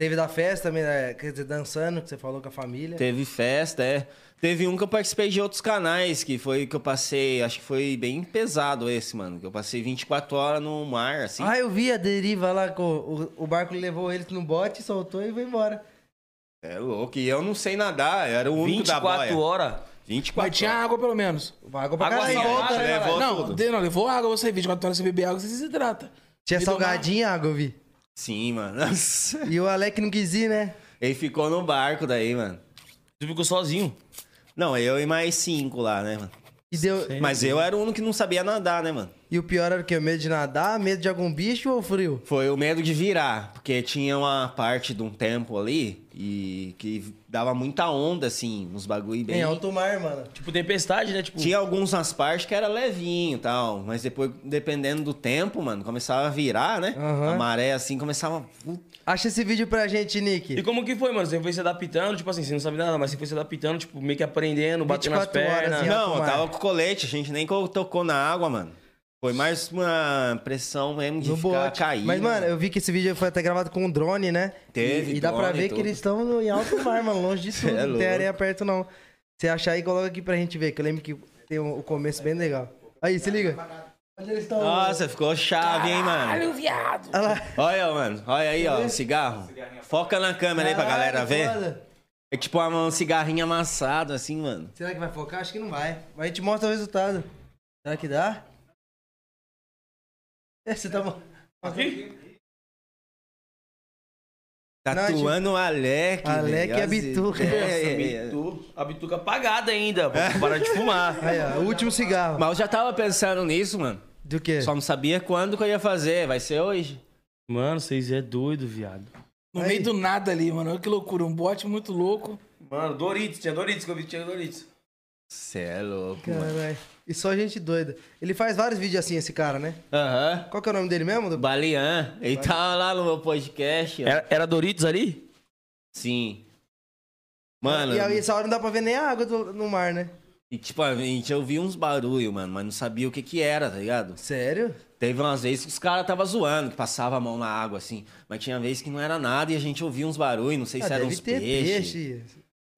[SPEAKER 1] Teve da festa, né? quer dizer, dançando, que você falou com a família.
[SPEAKER 4] Teve festa, é. Teve um que eu participei de outros canais, que foi que eu passei, acho que foi bem pesado esse, mano. Que eu passei 24 horas no mar, assim.
[SPEAKER 1] Ah, eu vi a deriva lá, com o, o barco levou eles no bote, soltou e foi embora.
[SPEAKER 4] É louco. E eu não sei nadar, eu era o único da boia.
[SPEAKER 2] 24 horas.
[SPEAKER 4] 24
[SPEAKER 3] Mas tinha água, pelo menos.
[SPEAKER 1] Água pra
[SPEAKER 2] Água
[SPEAKER 1] caralho.
[SPEAKER 2] salgada,
[SPEAKER 1] volta, né,
[SPEAKER 4] levou-
[SPEAKER 1] caralho?
[SPEAKER 3] É, Não,
[SPEAKER 4] tudo.
[SPEAKER 3] de- não, levou água você, 24 horas você beber água, você se hidrata.
[SPEAKER 1] Tinha
[SPEAKER 3] Me deu uma-
[SPEAKER 1] salgadinha, água, eu vi.
[SPEAKER 4] Sim, mano. Nossa.
[SPEAKER 1] E o Alec não quis ir, né?
[SPEAKER 4] Ele ficou no barco daí, mano.
[SPEAKER 2] Você ficou sozinho.
[SPEAKER 4] Não, eu e mais cinco lá, né, mano?
[SPEAKER 1] E, deu...
[SPEAKER 4] Mas eu era o único que não sabia nadar, né, mano?
[SPEAKER 1] e o pior era o quê? O medo de nadar, medo de algum bicho ou frio?
[SPEAKER 4] Foi o medo de virar, porque tinha uma parte de um tempo ali e que dava muita onda, assim, uns bagulho bem.
[SPEAKER 1] Em alto mar, mano.
[SPEAKER 2] Tipo, tempestade, né? Tipo,
[SPEAKER 4] Tinha alguns nas partes que era levinho e tal, mas depois, dependendo do tempo, mano, começava a virar, né?
[SPEAKER 1] Aham.
[SPEAKER 4] A maré assim começava.
[SPEAKER 1] Acha esse vídeo pra gente,
[SPEAKER 2] E
[SPEAKER 1] Nick.
[SPEAKER 2] como que foi, mano? Você foi se adaptando, tipo assim, você não sabe nada, mas você foi se adaptando, tipo, meio que aprendendo, batendo as
[SPEAKER 1] 24 horas,
[SPEAKER 2] pernas.
[SPEAKER 1] Em
[SPEAKER 4] Não,
[SPEAKER 1] alto
[SPEAKER 4] eu
[SPEAKER 1] mar.
[SPEAKER 4] tava com colete, a gente nem co- tocou na água, mano. Foi mais uma pressão mesmo de
[SPEAKER 1] No
[SPEAKER 4] ficar
[SPEAKER 1] bote.
[SPEAKER 4] caindo.
[SPEAKER 1] Mas, mano, eu vi que esse vídeo foi até gravado com um drone, né?
[SPEAKER 4] Teve
[SPEAKER 1] E, e dá
[SPEAKER 4] drone
[SPEAKER 1] pra
[SPEAKER 4] e
[SPEAKER 1] ver que
[SPEAKER 4] tudo.
[SPEAKER 1] eles estão no- em alto mar, mano. Longe de tudo.
[SPEAKER 4] É
[SPEAKER 1] não tem
[SPEAKER 4] louco.
[SPEAKER 1] areia perto, não. Se achar aí, coloca aqui pra gente ver. Que eu lembro que tem um- o começo bem legal. Aí, se liga. Onde eles estão?
[SPEAKER 4] Nossa, ficou chave, hein, mano.
[SPEAKER 3] viado!
[SPEAKER 1] Olha lá.
[SPEAKER 4] Olha, mano, olha aí, ó, um cigarro. Foca na câmera aí pra
[SPEAKER 1] Caralho,
[SPEAKER 4] galera ver.
[SPEAKER 1] foda.
[SPEAKER 4] É tipo uma- um cigarrinho amassado, assim, mano.
[SPEAKER 1] Será que vai focar? Acho que não vai. Mas a gente mostra o resultado. Será que dá? É, você tá mo-
[SPEAKER 4] Tatuando o Alec.
[SPEAKER 1] é tipo Alec
[SPEAKER 4] velho,
[SPEAKER 1] e a
[SPEAKER 4] as
[SPEAKER 1] Bituca.
[SPEAKER 4] ideias. é,
[SPEAKER 2] A bituca apagada ainda, pra parar de fumar.
[SPEAKER 1] Aí, ó, o último cigarro.
[SPEAKER 4] Mas eu já tava pensando nisso, mano.
[SPEAKER 1] Do quê?
[SPEAKER 4] Só não sabia quando que eu ia fazer. Vai ser hoje.
[SPEAKER 2] Mano, vocês é doido, viado.
[SPEAKER 3] No
[SPEAKER 1] Aí.
[SPEAKER 3] meio do nada ali, mano. Olha que loucura. Um bote muito louco.
[SPEAKER 2] Mano, Doritos, tinha Doritos que eu vi, tinha Doritos.
[SPEAKER 4] Cê é louco, mano.
[SPEAKER 1] Caralho. E só gente doida. Ele faz vários vídeos assim, esse cara, né?
[SPEAKER 4] Aham.
[SPEAKER 1] Qual que é o nome dele mesmo? Do-
[SPEAKER 4] Balean. Ele tava lá no meu podcast. ó.
[SPEAKER 2] Era, era Doritos ali?
[SPEAKER 4] Sim. Mano,
[SPEAKER 1] E aí, essa hora não dá pra ver nem a água do- no mar, né?
[SPEAKER 4] e, tipo, a gente ouvia uns barulho, mano, mas não sabia o que que era, tá ligado?
[SPEAKER 1] Sério?
[SPEAKER 4] Teve umas vezes que os caras tava zoando, que passava a mão na água, assim. Mas tinha vezes que não era nada e a gente ouvia uns barulho, não sei
[SPEAKER 1] Ah,
[SPEAKER 4] se eram
[SPEAKER 1] deve
[SPEAKER 4] uns
[SPEAKER 1] ter
[SPEAKER 4] peixes.
[SPEAKER 1] peixe.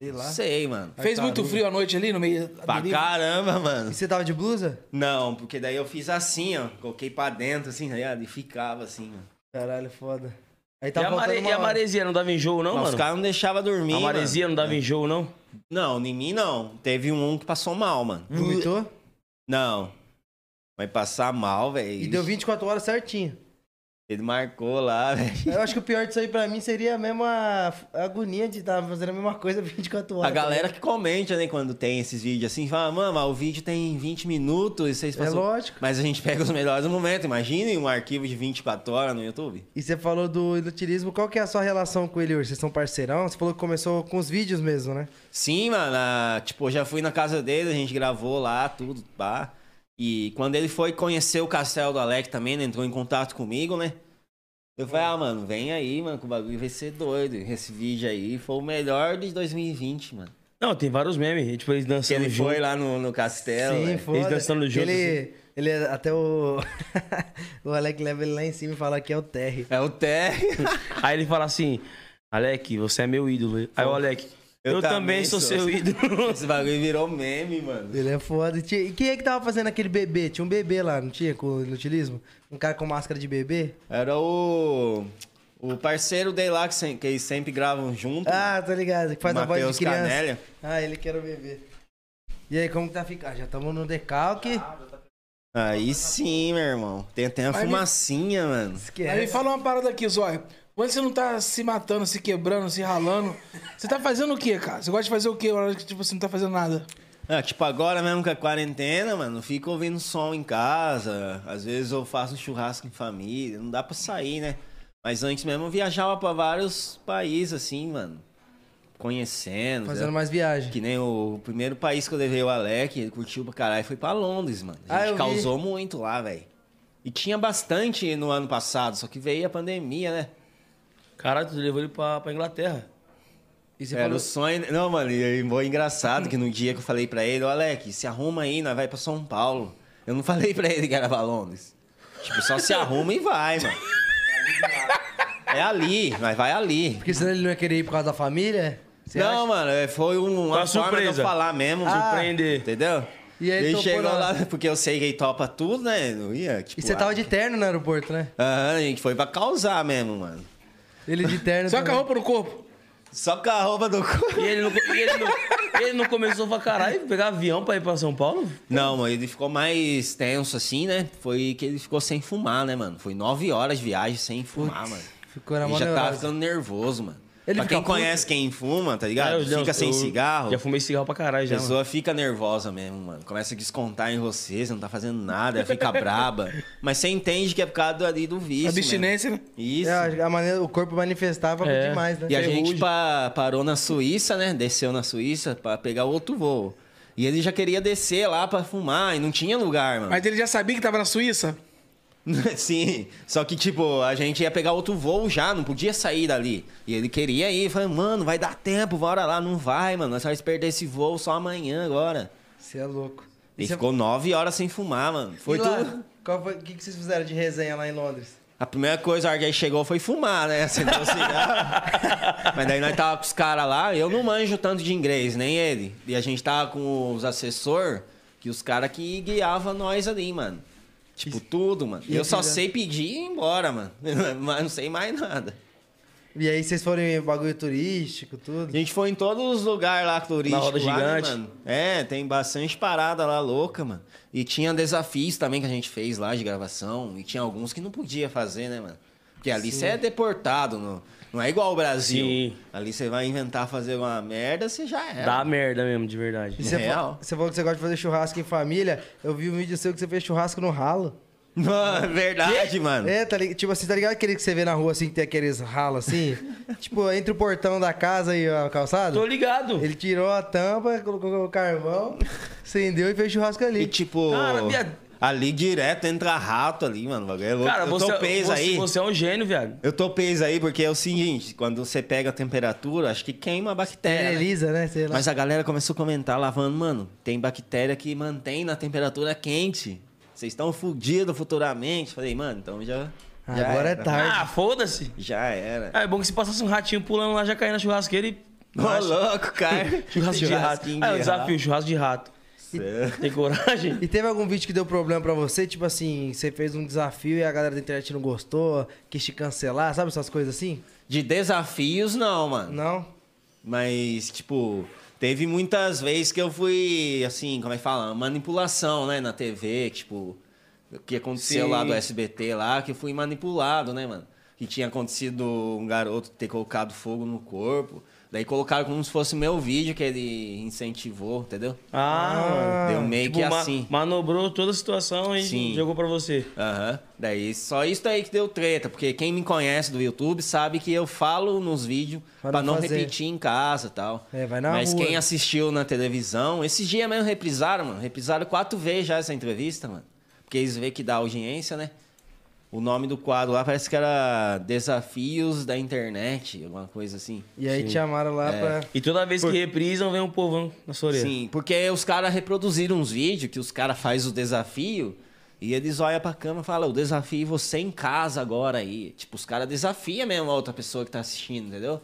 [SPEAKER 1] Sei lá. Ah,
[SPEAKER 4] Não sei, mano.
[SPEAKER 3] Fez muito
[SPEAKER 1] tarô.
[SPEAKER 3] frio à noite ali no meio. da
[SPEAKER 4] Pra
[SPEAKER 3] deriva.
[SPEAKER 4] caramba, mano.
[SPEAKER 1] E você tava de blusa?
[SPEAKER 4] Não, porque daí eu fiz assim, ó. Coloquei pra dentro, assim, tá ligado? E ficava assim, ó.
[SPEAKER 1] Caralho, foda. Aí
[SPEAKER 2] E
[SPEAKER 1] tá
[SPEAKER 2] a,
[SPEAKER 1] faltando
[SPEAKER 2] mare-
[SPEAKER 1] uma
[SPEAKER 2] e a
[SPEAKER 1] hora.
[SPEAKER 2] maresia não dava enjoo, não,
[SPEAKER 4] Mas os
[SPEAKER 2] mano?
[SPEAKER 4] caras né? não deixavam dormir.
[SPEAKER 2] A maresia
[SPEAKER 4] mano. É.
[SPEAKER 2] não dava enjoo, não?
[SPEAKER 4] Não, em mim não. Teve um que passou mal, mano.
[SPEAKER 2] Hum.
[SPEAKER 1] Vomitou?
[SPEAKER 4] Não. Vai passar mal, velho.
[SPEAKER 1] E deu 24 horas certinho.
[SPEAKER 4] Ele marcou lá, velho.
[SPEAKER 1] Eu acho que o pior disso aí pra mim seria mesmo a a agonia de estar fazendo a mesma coisa 24 horas.
[SPEAKER 4] A galera que comenta, né, quando tem esses vídeos assim, fala, mano, mas o vídeo tem 20 minutos e vocês
[SPEAKER 1] É
[SPEAKER 4] passam...
[SPEAKER 1] lógico.
[SPEAKER 4] Mas a gente pega os melhores momentos, imagine um arquivo de 24 horas no YouTube.
[SPEAKER 1] E você falou do inutilismo, qual que é a sua relação com ele hoje? Vocês são parceirão? Você falou que começou com os vídeos mesmo, né?
[SPEAKER 4] Sim, mano, ah, tipo, eu já fui na casa dele, a gente gravou lá, tudo, pá. E quando ele foi conhecer o castelo do Alec também, ele entrou em contato comigo, né? Eu
[SPEAKER 1] É.
[SPEAKER 4] falei, ah, mano, vem aí, mano, que o bagulho vai ser doido. Esse vídeo aí foi o melhor de 2020, mano.
[SPEAKER 2] Não, tem vários memes. Tipo, eles
[SPEAKER 4] Que
[SPEAKER 2] dançando
[SPEAKER 4] ele
[SPEAKER 2] junto.
[SPEAKER 4] foi lá no, no castelo.
[SPEAKER 1] Sim,
[SPEAKER 4] velho.
[SPEAKER 1] foda.
[SPEAKER 2] Eles dançando assim. junto,
[SPEAKER 1] Ele, ele é- até o. o Alec leva ele lá em cima e fala que é o Terry.
[SPEAKER 4] É o Terry.
[SPEAKER 2] Aí ele fala assim, Alec, você é meu ídolo. Aí o Alec, eu, também sou, seu ídolo.
[SPEAKER 4] Esse bagulho virou meme, mano.
[SPEAKER 1] Ele é foda. E tinha- e quem é que tava fazendo aquele bebê? Tinha um bebê lá, não tinha? Com o inutilismo? Um cara com máscara de bebê?
[SPEAKER 4] Era o. O parceiro dele lá que, sem- que eles sempre gravam junto.
[SPEAKER 1] Ah, tá ligado. Que faz a voz de
[SPEAKER 4] Matheus
[SPEAKER 1] criança.
[SPEAKER 4] Canelha.
[SPEAKER 1] Ah, ele quer o bebê. E aí, como que tá ficando? Ah, já estamos no decalque.
[SPEAKER 3] Ah,
[SPEAKER 4] Aí sim, meu irmão. Tem até uma
[SPEAKER 3] Mas me-
[SPEAKER 4] fumacinha, mano.
[SPEAKER 1] Esquece.
[SPEAKER 3] Aí me fala uma parada aqui, Zóia. Quando você não tá se matando, se quebrando, se ralando, você tá fazendo o quê, cara? Você gosta de fazer o quê na hora que tipo, você não tá fazendo nada?
[SPEAKER 4] Ah, tipo, agora mesmo com a quarentena, mano, eu fico ouvindo som em casa. Às vezes eu faço um churrasco em família. Não dá pra sair, né? Mas antes mesmo eu viajava pra vários países, assim, mano. Conhecendo.
[SPEAKER 1] Fazendo
[SPEAKER 4] tá?
[SPEAKER 1] mais viagem.
[SPEAKER 4] Que nem o primeiro país que eu levei o Alec, ele curtiu pra caralho, foi pra Londres, mano.
[SPEAKER 1] Ah,
[SPEAKER 4] A
[SPEAKER 1] eu
[SPEAKER 4] gente
[SPEAKER 1] vi.
[SPEAKER 4] causou muito lá, velho. E tinha bastante no ano passado, só que veio a pandemia, né?
[SPEAKER 2] Caralho, tu levou ele pra, pra Inglaterra.
[SPEAKER 1] E você
[SPEAKER 4] Era
[SPEAKER 1] falou-
[SPEAKER 4] o É, sonho. Não, mano, e foi engraçado que no dia que eu falei pra ele, ô Alec, se arruma aí, nós vai pra São Paulo. Eu não falei pra ele que era pra Londres. Tipo, só se arruma e vai, mano. É ali, mas vai ali.
[SPEAKER 1] Porque senão ele não ia querer ir por causa da família? Você Ah.
[SPEAKER 4] não, mano, é, foi um- uma
[SPEAKER 2] Uma
[SPEAKER 4] forma de eu
[SPEAKER 2] surpresa.
[SPEAKER 4] falar mesmo.
[SPEAKER 2] Surpreender.
[SPEAKER 4] Entendeu?
[SPEAKER 1] E aí
[SPEAKER 4] ele
[SPEAKER 1] topou
[SPEAKER 4] chegou
[SPEAKER 1] na-
[SPEAKER 4] lá, porque eu sei que ele topa tudo, né? Não ia, tipo,
[SPEAKER 1] E você
[SPEAKER 4] ah,
[SPEAKER 1] tava de terno no aeroporto, né?
[SPEAKER 4] Aham, a gente foi pra causar mesmo, mano.
[SPEAKER 1] Ele de terno.
[SPEAKER 3] Só com a
[SPEAKER 1] também.
[SPEAKER 3] roupa é no corpo?
[SPEAKER 4] Só com a roupa do cu.
[SPEAKER 2] E ele não, e ele não, ele não começou pra caralho pegar avião pra ir pra São Paulo?
[SPEAKER 4] Não, mano, ele ficou mais tenso assim, né? Foi que ele ficou sem fumar, né, mano? Foi nove horas de viagem sem fumar, mano.
[SPEAKER 1] Ficou na
[SPEAKER 4] ele
[SPEAKER 1] mão
[SPEAKER 4] já tava
[SPEAKER 1] neurose.
[SPEAKER 4] ficando nervoso, mano.
[SPEAKER 1] Ele
[SPEAKER 4] pra
[SPEAKER 1] fica
[SPEAKER 4] quem
[SPEAKER 1] puto.
[SPEAKER 4] conhece quem fuma, tá
[SPEAKER 2] Ah,
[SPEAKER 4] ligado?
[SPEAKER 2] eu-
[SPEAKER 4] fica
[SPEAKER 2] eu-
[SPEAKER 4] sem cigarro.
[SPEAKER 2] Já fumei cigarro pra caralho
[SPEAKER 4] A
[SPEAKER 2] já. mano.
[SPEAKER 4] pessoa fica nervosa mesmo, mano. Começa a descontar em você, você não tá fazendo nada, fica braba. Mas você entende que é por causa do- ali do vício.
[SPEAKER 3] Abstinência, né?
[SPEAKER 4] mesmo. Isso.
[SPEAKER 1] É, a maneira, o corpo manifestava
[SPEAKER 2] É.
[SPEAKER 1] demais, né?
[SPEAKER 4] E a gente
[SPEAKER 2] Ferrugem.
[SPEAKER 4] pa- parou na Suíça, né? Desceu na Suíça pra pegar outro voo. E ele já queria descer lá pra fumar e não tinha lugar, mano.
[SPEAKER 3] Mas ele já sabia que tava na Suíça?
[SPEAKER 4] Sim, só que tipo, a gente ia pegar outro voo já, não podia sair dali. E ele queria ir, falei, mano, vai dar tempo, bora lá, não vai, mano, nós vamos perder esse voo só amanhã agora.
[SPEAKER 1] Você é louco.
[SPEAKER 4] Ele
[SPEAKER 1] E cê-
[SPEAKER 4] ficou nove horas sem fumar, mano. Foi
[SPEAKER 1] e lá?
[SPEAKER 4] tudo.
[SPEAKER 1] Qual foi- O que, que vocês fizeram de resenha lá em Londres?
[SPEAKER 4] A primeira coisa a hora que ele chegou foi fumar, né? Acendeu o cigarro. né? Mas daí nós tava com os caras lá, eu não manjo tanto de inglês, nem ele. E a gente tava com os assessor, que os caras que guiavam nós ali, mano. Tipo, tudo, mano.
[SPEAKER 1] e
[SPEAKER 4] eu só
[SPEAKER 1] esse-
[SPEAKER 4] sei pedir e ir embora, mano. Mas não sei mais nada.
[SPEAKER 1] E aí vocês foram em bagulho turístico,
[SPEAKER 4] A
[SPEAKER 1] tudo?
[SPEAKER 4] gente foi em todos os lugares lá turístico.
[SPEAKER 2] Na roda
[SPEAKER 4] lá, né,
[SPEAKER 2] gigante.
[SPEAKER 4] mano? É, tem bastante parada lá louca, mano. E tinha desafios também que a gente fez lá de gravação. E tinha alguns que não podia fazer, né, mano? Porque ali você é deportado. Não, não é igual o Brasil.
[SPEAKER 2] Sim.
[SPEAKER 4] Ali você vai inventar fazer uma merda, você já era.
[SPEAKER 2] Dá merda mesmo, de verdade.
[SPEAKER 1] E você
[SPEAKER 4] Real.
[SPEAKER 1] você falou que você gosta de fazer churrasco em família. Eu vi um vídeo seu que você fez churrasco no ralo.
[SPEAKER 4] Mano, é verdade, mano.
[SPEAKER 1] É, tá ligado? Tipo assim, tá ligado aquele que você vê na rua assim, que tem aqueles ralos assim? tipo, entre o portão da casa e a calçada?
[SPEAKER 2] Tô ligado.
[SPEAKER 1] Ele tirou a tampa, colocou o carvão, acendeu e fez churrasco ali.
[SPEAKER 4] E tipo.
[SPEAKER 2] Cara, viado.
[SPEAKER 4] Ali direto entra rato ali, mano. O bagulho é louco.
[SPEAKER 2] Cara,
[SPEAKER 4] eu
[SPEAKER 2] você,
[SPEAKER 4] topei isso
[SPEAKER 2] você,
[SPEAKER 4] aí.
[SPEAKER 2] você é um gênio, viado.
[SPEAKER 4] Eu topei isso aí porque é o seguinte: quando você pega a temperatura, acho que queima a
[SPEAKER 2] É,
[SPEAKER 4] bactéria. né?
[SPEAKER 1] Elisa, né? Sei lá.
[SPEAKER 4] Mas a galera começou a comentar lá, falando, mano, tem bactéria que mantém na temperatura quente. Vocês estão fodidos futuramente. Falei, mano, então já. já
[SPEAKER 1] Agora é
[SPEAKER 4] era.
[SPEAKER 1] tarde.
[SPEAKER 2] Ah, foda-se.
[SPEAKER 4] Já era.
[SPEAKER 2] Ah, é bom que se passasse um ratinho pulando lá, já caía na churrasqueira e...
[SPEAKER 4] Ô, louco, cara.
[SPEAKER 2] Churrasco de rato.
[SPEAKER 4] Churrasquinho
[SPEAKER 2] Ah, é um
[SPEAKER 4] de
[SPEAKER 2] desafio, churrasco de rato.
[SPEAKER 4] rato.
[SPEAKER 2] Tem coragem?
[SPEAKER 1] E teve algum vídeo que deu problema pra você? Tipo assim, você fez um desafio e a galera da internet não gostou, quis te cancelar, sabe essas coisas assim?
[SPEAKER 4] De desafios, não, mano.
[SPEAKER 1] Não?
[SPEAKER 4] Mas, tipo, teve muitas vezes que eu fui, assim, como é que fala? Manipulação, né? Na TV, tipo. o que aconteceu
[SPEAKER 2] Sim.
[SPEAKER 4] lá do SBT lá, que eu fui manipulado, né, mano? Que tinha acontecido um garoto ter colocado fogo no corpo. Daí colocaram como se fosse meu vídeo que ele incentivou, entendeu?
[SPEAKER 2] Ah,
[SPEAKER 4] Deu meio que
[SPEAKER 2] ma-
[SPEAKER 4] assim.
[SPEAKER 2] Manobrou toda a situação e
[SPEAKER 4] Sim.
[SPEAKER 2] jogou pra você.
[SPEAKER 4] Aham. Daí só isso daí que deu treta, porque quem me conhece do YouTube sabe que eu falo nos vídeos
[SPEAKER 1] Pra
[SPEAKER 4] pra
[SPEAKER 1] não
[SPEAKER 4] não
[SPEAKER 1] fazer.
[SPEAKER 4] repetir em casa e tal.
[SPEAKER 1] É, vai na
[SPEAKER 4] Mas
[SPEAKER 1] rua.
[SPEAKER 4] quem assistiu na televisão, esses dias mesmo reprisaram, mano. Reprisaram quatro vezes já essa entrevista, mano. Porque eles veem que dá audiência, né? O nome do quadro lá parece que era Desafios da Internet, alguma coisa assim.
[SPEAKER 1] E aí te chamaram lá pra.
[SPEAKER 2] E toda vez que reprisam, vem um povão na sua orelha.
[SPEAKER 4] Sim, porque os caras reproduziram uns vídeos que os caras fazem o desafio e eles olham pra cama e falam, o desafio é você em casa agora aí. Tipo, os caras desafiam mesmo a outra pessoa que tá assistindo, entendeu?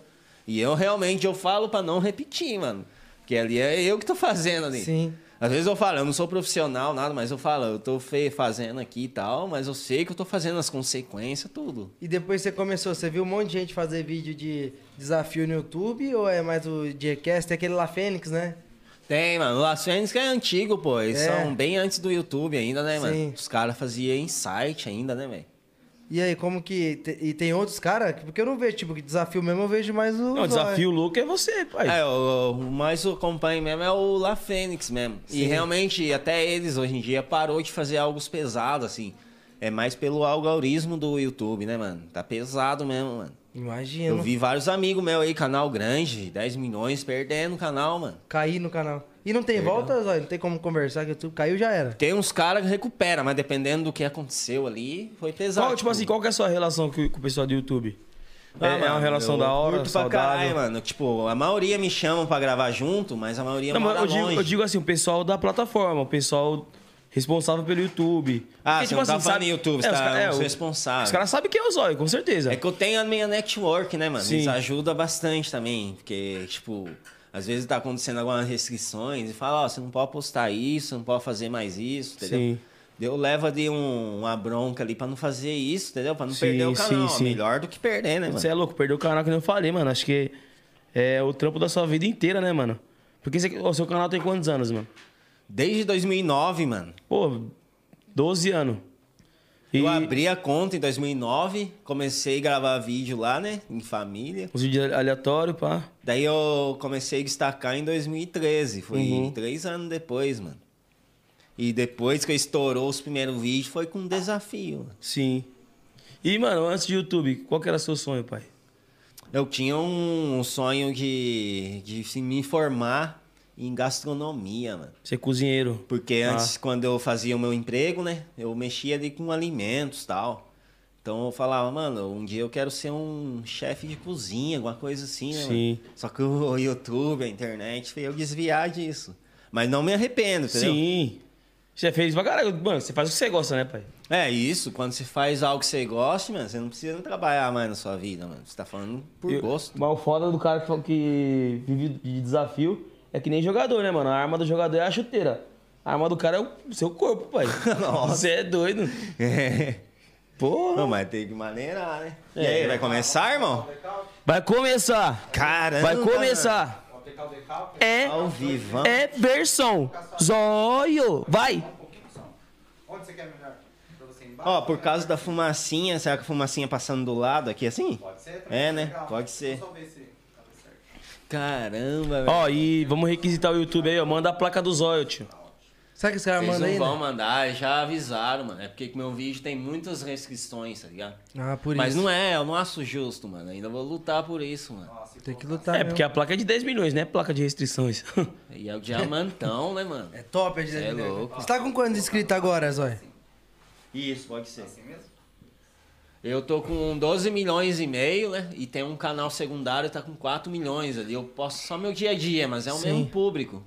[SPEAKER 4] E eu realmente eu falo pra não repetir, mano. Porque ali é eu que tô fazendo ali.
[SPEAKER 1] Sim.
[SPEAKER 4] Às vezes eu falo, eu não sou profissional, nada, mas eu falo, eu tô fe- fazendo aqui e tal, mas eu sei que eu tô fazendo as consequências, tudo.
[SPEAKER 1] E depois você começou, você viu um monte de gente fazer vídeo de desafio no YouTube ou é mais o Jcast? Tem aquele lá Fênix, né?
[SPEAKER 4] Tem, mano. O Las Fênix que é antigo, pô. Eles
[SPEAKER 1] É.
[SPEAKER 4] são bem antes do YouTube ainda, né, mano?
[SPEAKER 1] Sim.
[SPEAKER 4] Os caras faziam em site ainda, né, velho?
[SPEAKER 1] E aí, como que. te- E tem outros caras? Porque eu não vejo, tipo, que desafio mesmo, eu vejo mais o.
[SPEAKER 2] Não, o
[SPEAKER 1] Zóio.
[SPEAKER 2] desafio louco é você, pai.
[SPEAKER 4] É, o, o mais eu acompanho mesmo é o La Fênix mesmo. E realmente, até eles hoje em dia parou de fazer algo pesado, assim. É mais pelo algoritmo do YouTube, né, mano? Tá pesado mesmo, mano.
[SPEAKER 1] Imagina.
[SPEAKER 4] Eu vi vários amigos meus aí, canal grande, 10 milhões, perdendo o canal, mano.
[SPEAKER 1] Cair no canal. E não tem volta, Zóio? Não tem como conversar que o YouTube caiu já era.
[SPEAKER 4] Tem uns caras que recupera, mas dependendo do que aconteceu ali, foi pesado.
[SPEAKER 2] Qual, tipo assim, qual que é a sua relação com, com o pessoal do YouTube?
[SPEAKER 4] Ah,
[SPEAKER 2] é, é uma
[SPEAKER 4] mano,
[SPEAKER 2] relação
[SPEAKER 4] eu
[SPEAKER 2] da hora,
[SPEAKER 4] curto pra
[SPEAKER 2] saudável.
[SPEAKER 4] caralho, mano. Tipo, a maioria me chamam pra gravar junto, mas a maioria
[SPEAKER 2] Não, mas
[SPEAKER 4] mora
[SPEAKER 2] eu digo,
[SPEAKER 4] longe.
[SPEAKER 2] eu digo assim, o pessoal da plataforma, o pessoal responsável pelo YouTube. tipo assim,
[SPEAKER 4] Ah, você não tá falando
[SPEAKER 2] sabe- É,
[SPEAKER 4] em YouTube, você
[SPEAKER 2] os
[SPEAKER 4] tá
[SPEAKER 2] ca-
[SPEAKER 4] os
[SPEAKER 2] o-
[SPEAKER 4] responsáveis.
[SPEAKER 2] Os caras sabem quem é o Zóio, com certeza.
[SPEAKER 4] É que eu tenho a minha network, né, mano?
[SPEAKER 2] Sim.
[SPEAKER 4] Isso ajuda bastante também. Porque, tipo, às vezes tá acontecendo algumas restrições e fala, ó, você não pode postar isso, não pode fazer mais isso, entendeu?
[SPEAKER 2] Sim.
[SPEAKER 4] Eu levo ali um- uma bronca ali pra não fazer isso, entendeu? Pra não
[SPEAKER 2] Sim,
[SPEAKER 4] perder o
[SPEAKER 2] sim,
[SPEAKER 4] canal.
[SPEAKER 2] sim.
[SPEAKER 4] Melhor do que perder, né, mano?
[SPEAKER 2] Você é louco, perdeu o canal que nem eu falei, mano. Acho que é o trampo da sua vida inteira, né, mano? Porque você- o seu canal tem quantos anos, mano?
[SPEAKER 4] Desde 2009, mano.
[SPEAKER 2] Pô, 12 anos. E
[SPEAKER 4] Eu abri a conta em 2009, comecei a gravar vídeo lá, né? Em família.
[SPEAKER 2] os vídeos aleatórios, pá.
[SPEAKER 4] Daí eu comecei a destacar em 2013. Foi três anos depois, mano. E depois que eu estourou os primeiros vídeos, foi com um desafio. mano.
[SPEAKER 2] Sim. E, mano, antes do YouTube, qual que era seu sonho, pai?
[SPEAKER 4] Eu tinha um, um sonho de, de se me formar em gastronomia, mano.
[SPEAKER 2] Ser cozinheiro.
[SPEAKER 4] Porque antes, quando eu fazia o meu emprego, né? Eu mexia ali com alimentos e tal. Então eu falava, mano, um dia eu quero ser um chefe de cozinha, alguma coisa assim, né?
[SPEAKER 2] Sim.
[SPEAKER 4] mano? Só que o YouTube, a internet, fez eu desviar disso. Mas não me arrependo, entendeu?
[SPEAKER 2] Sim. Você fez pra caralho. Mano, você faz o que você gosta, né, pai?
[SPEAKER 4] É isso, quando você faz algo que você gosta, mano, você não precisa trabalhar mais na sua vida, mano. Você tá falando por
[SPEAKER 2] Eu-
[SPEAKER 4] gosto.
[SPEAKER 2] Mas o foda do cara que, fala que vive de desafio é que nem jogador, né, mano? A arma do jogador é a chuteira. A arma do cara é o seu corpo, pai.
[SPEAKER 4] Nossa.
[SPEAKER 2] Você é doido.
[SPEAKER 4] É.
[SPEAKER 2] Porra.
[SPEAKER 4] Não, mas tem que maneirar, né? E aí, vai começar, irmão?
[SPEAKER 2] É. Vai começar.
[SPEAKER 4] Caramba!
[SPEAKER 2] Vai começar. É,
[SPEAKER 4] Mano. Ao vivo.
[SPEAKER 2] é versão. Zóio. Vai.
[SPEAKER 5] Onde você quer melhor? Pra você embaixo?
[SPEAKER 4] Ó, por causa da fumacinha, será que a fumacinha passando do lado aqui assim?
[SPEAKER 5] Pode ser? também?
[SPEAKER 4] É, né?
[SPEAKER 5] Legal.
[SPEAKER 4] Pode ser.
[SPEAKER 5] Vamos só ver se tá tudo certo.
[SPEAKER 4] Caramba, velho.
[SPEAKER 2] Ó, e vamos requisitar o YouTube aí, ó. Manda a placa do Zóio, tio.
[SPEAKER 1] Sabe que os caras
[SPEAKER 4] Eles
[SPEAKER 1] mandam aí?
[SPEAKER 4] não vão
[SPEAKER 1] Né?
[SPEAKER 4] mandar, já avisaram, mano. É porque que meu vídeo tem muitas restrições, tá ligado?
[SPEAKER 1] Ah, por
[SPEAKER 4] Mas
[SPEAKER 1] isso.
[SPEAKER 4] não é, eu não acho justo, mano. Ainda vou lutar por isso, mano.
[SPEAKER 1] Tem que lutar.
[SPEAKER 2] É,
[SPEAKER 1] mesmo.
[SPEAKER 2] porque a placa é de 10 milhões, né? Placa de restrições.
[SPEAKER 4] E é o diamantão, né, mano?
[SPEAKER 1] É top, é de
[SPEAKER 4] É louco.
[SPEAKER 1] Você tá com quantos inscritos agora, Zóio?
[SPEAKER 4] Isso, pode ser.
[SPEAKER 5] Assim mesmo?
[SPEAKER 4] Eu tô com 12 milhões e meio, né? E tem um canal secundário que tá com 4 milhões ali. Eu posto só meu dia a dia, mas é o
[SPEAKER 1] Sim.
[SPEAKER 4] mesmo público.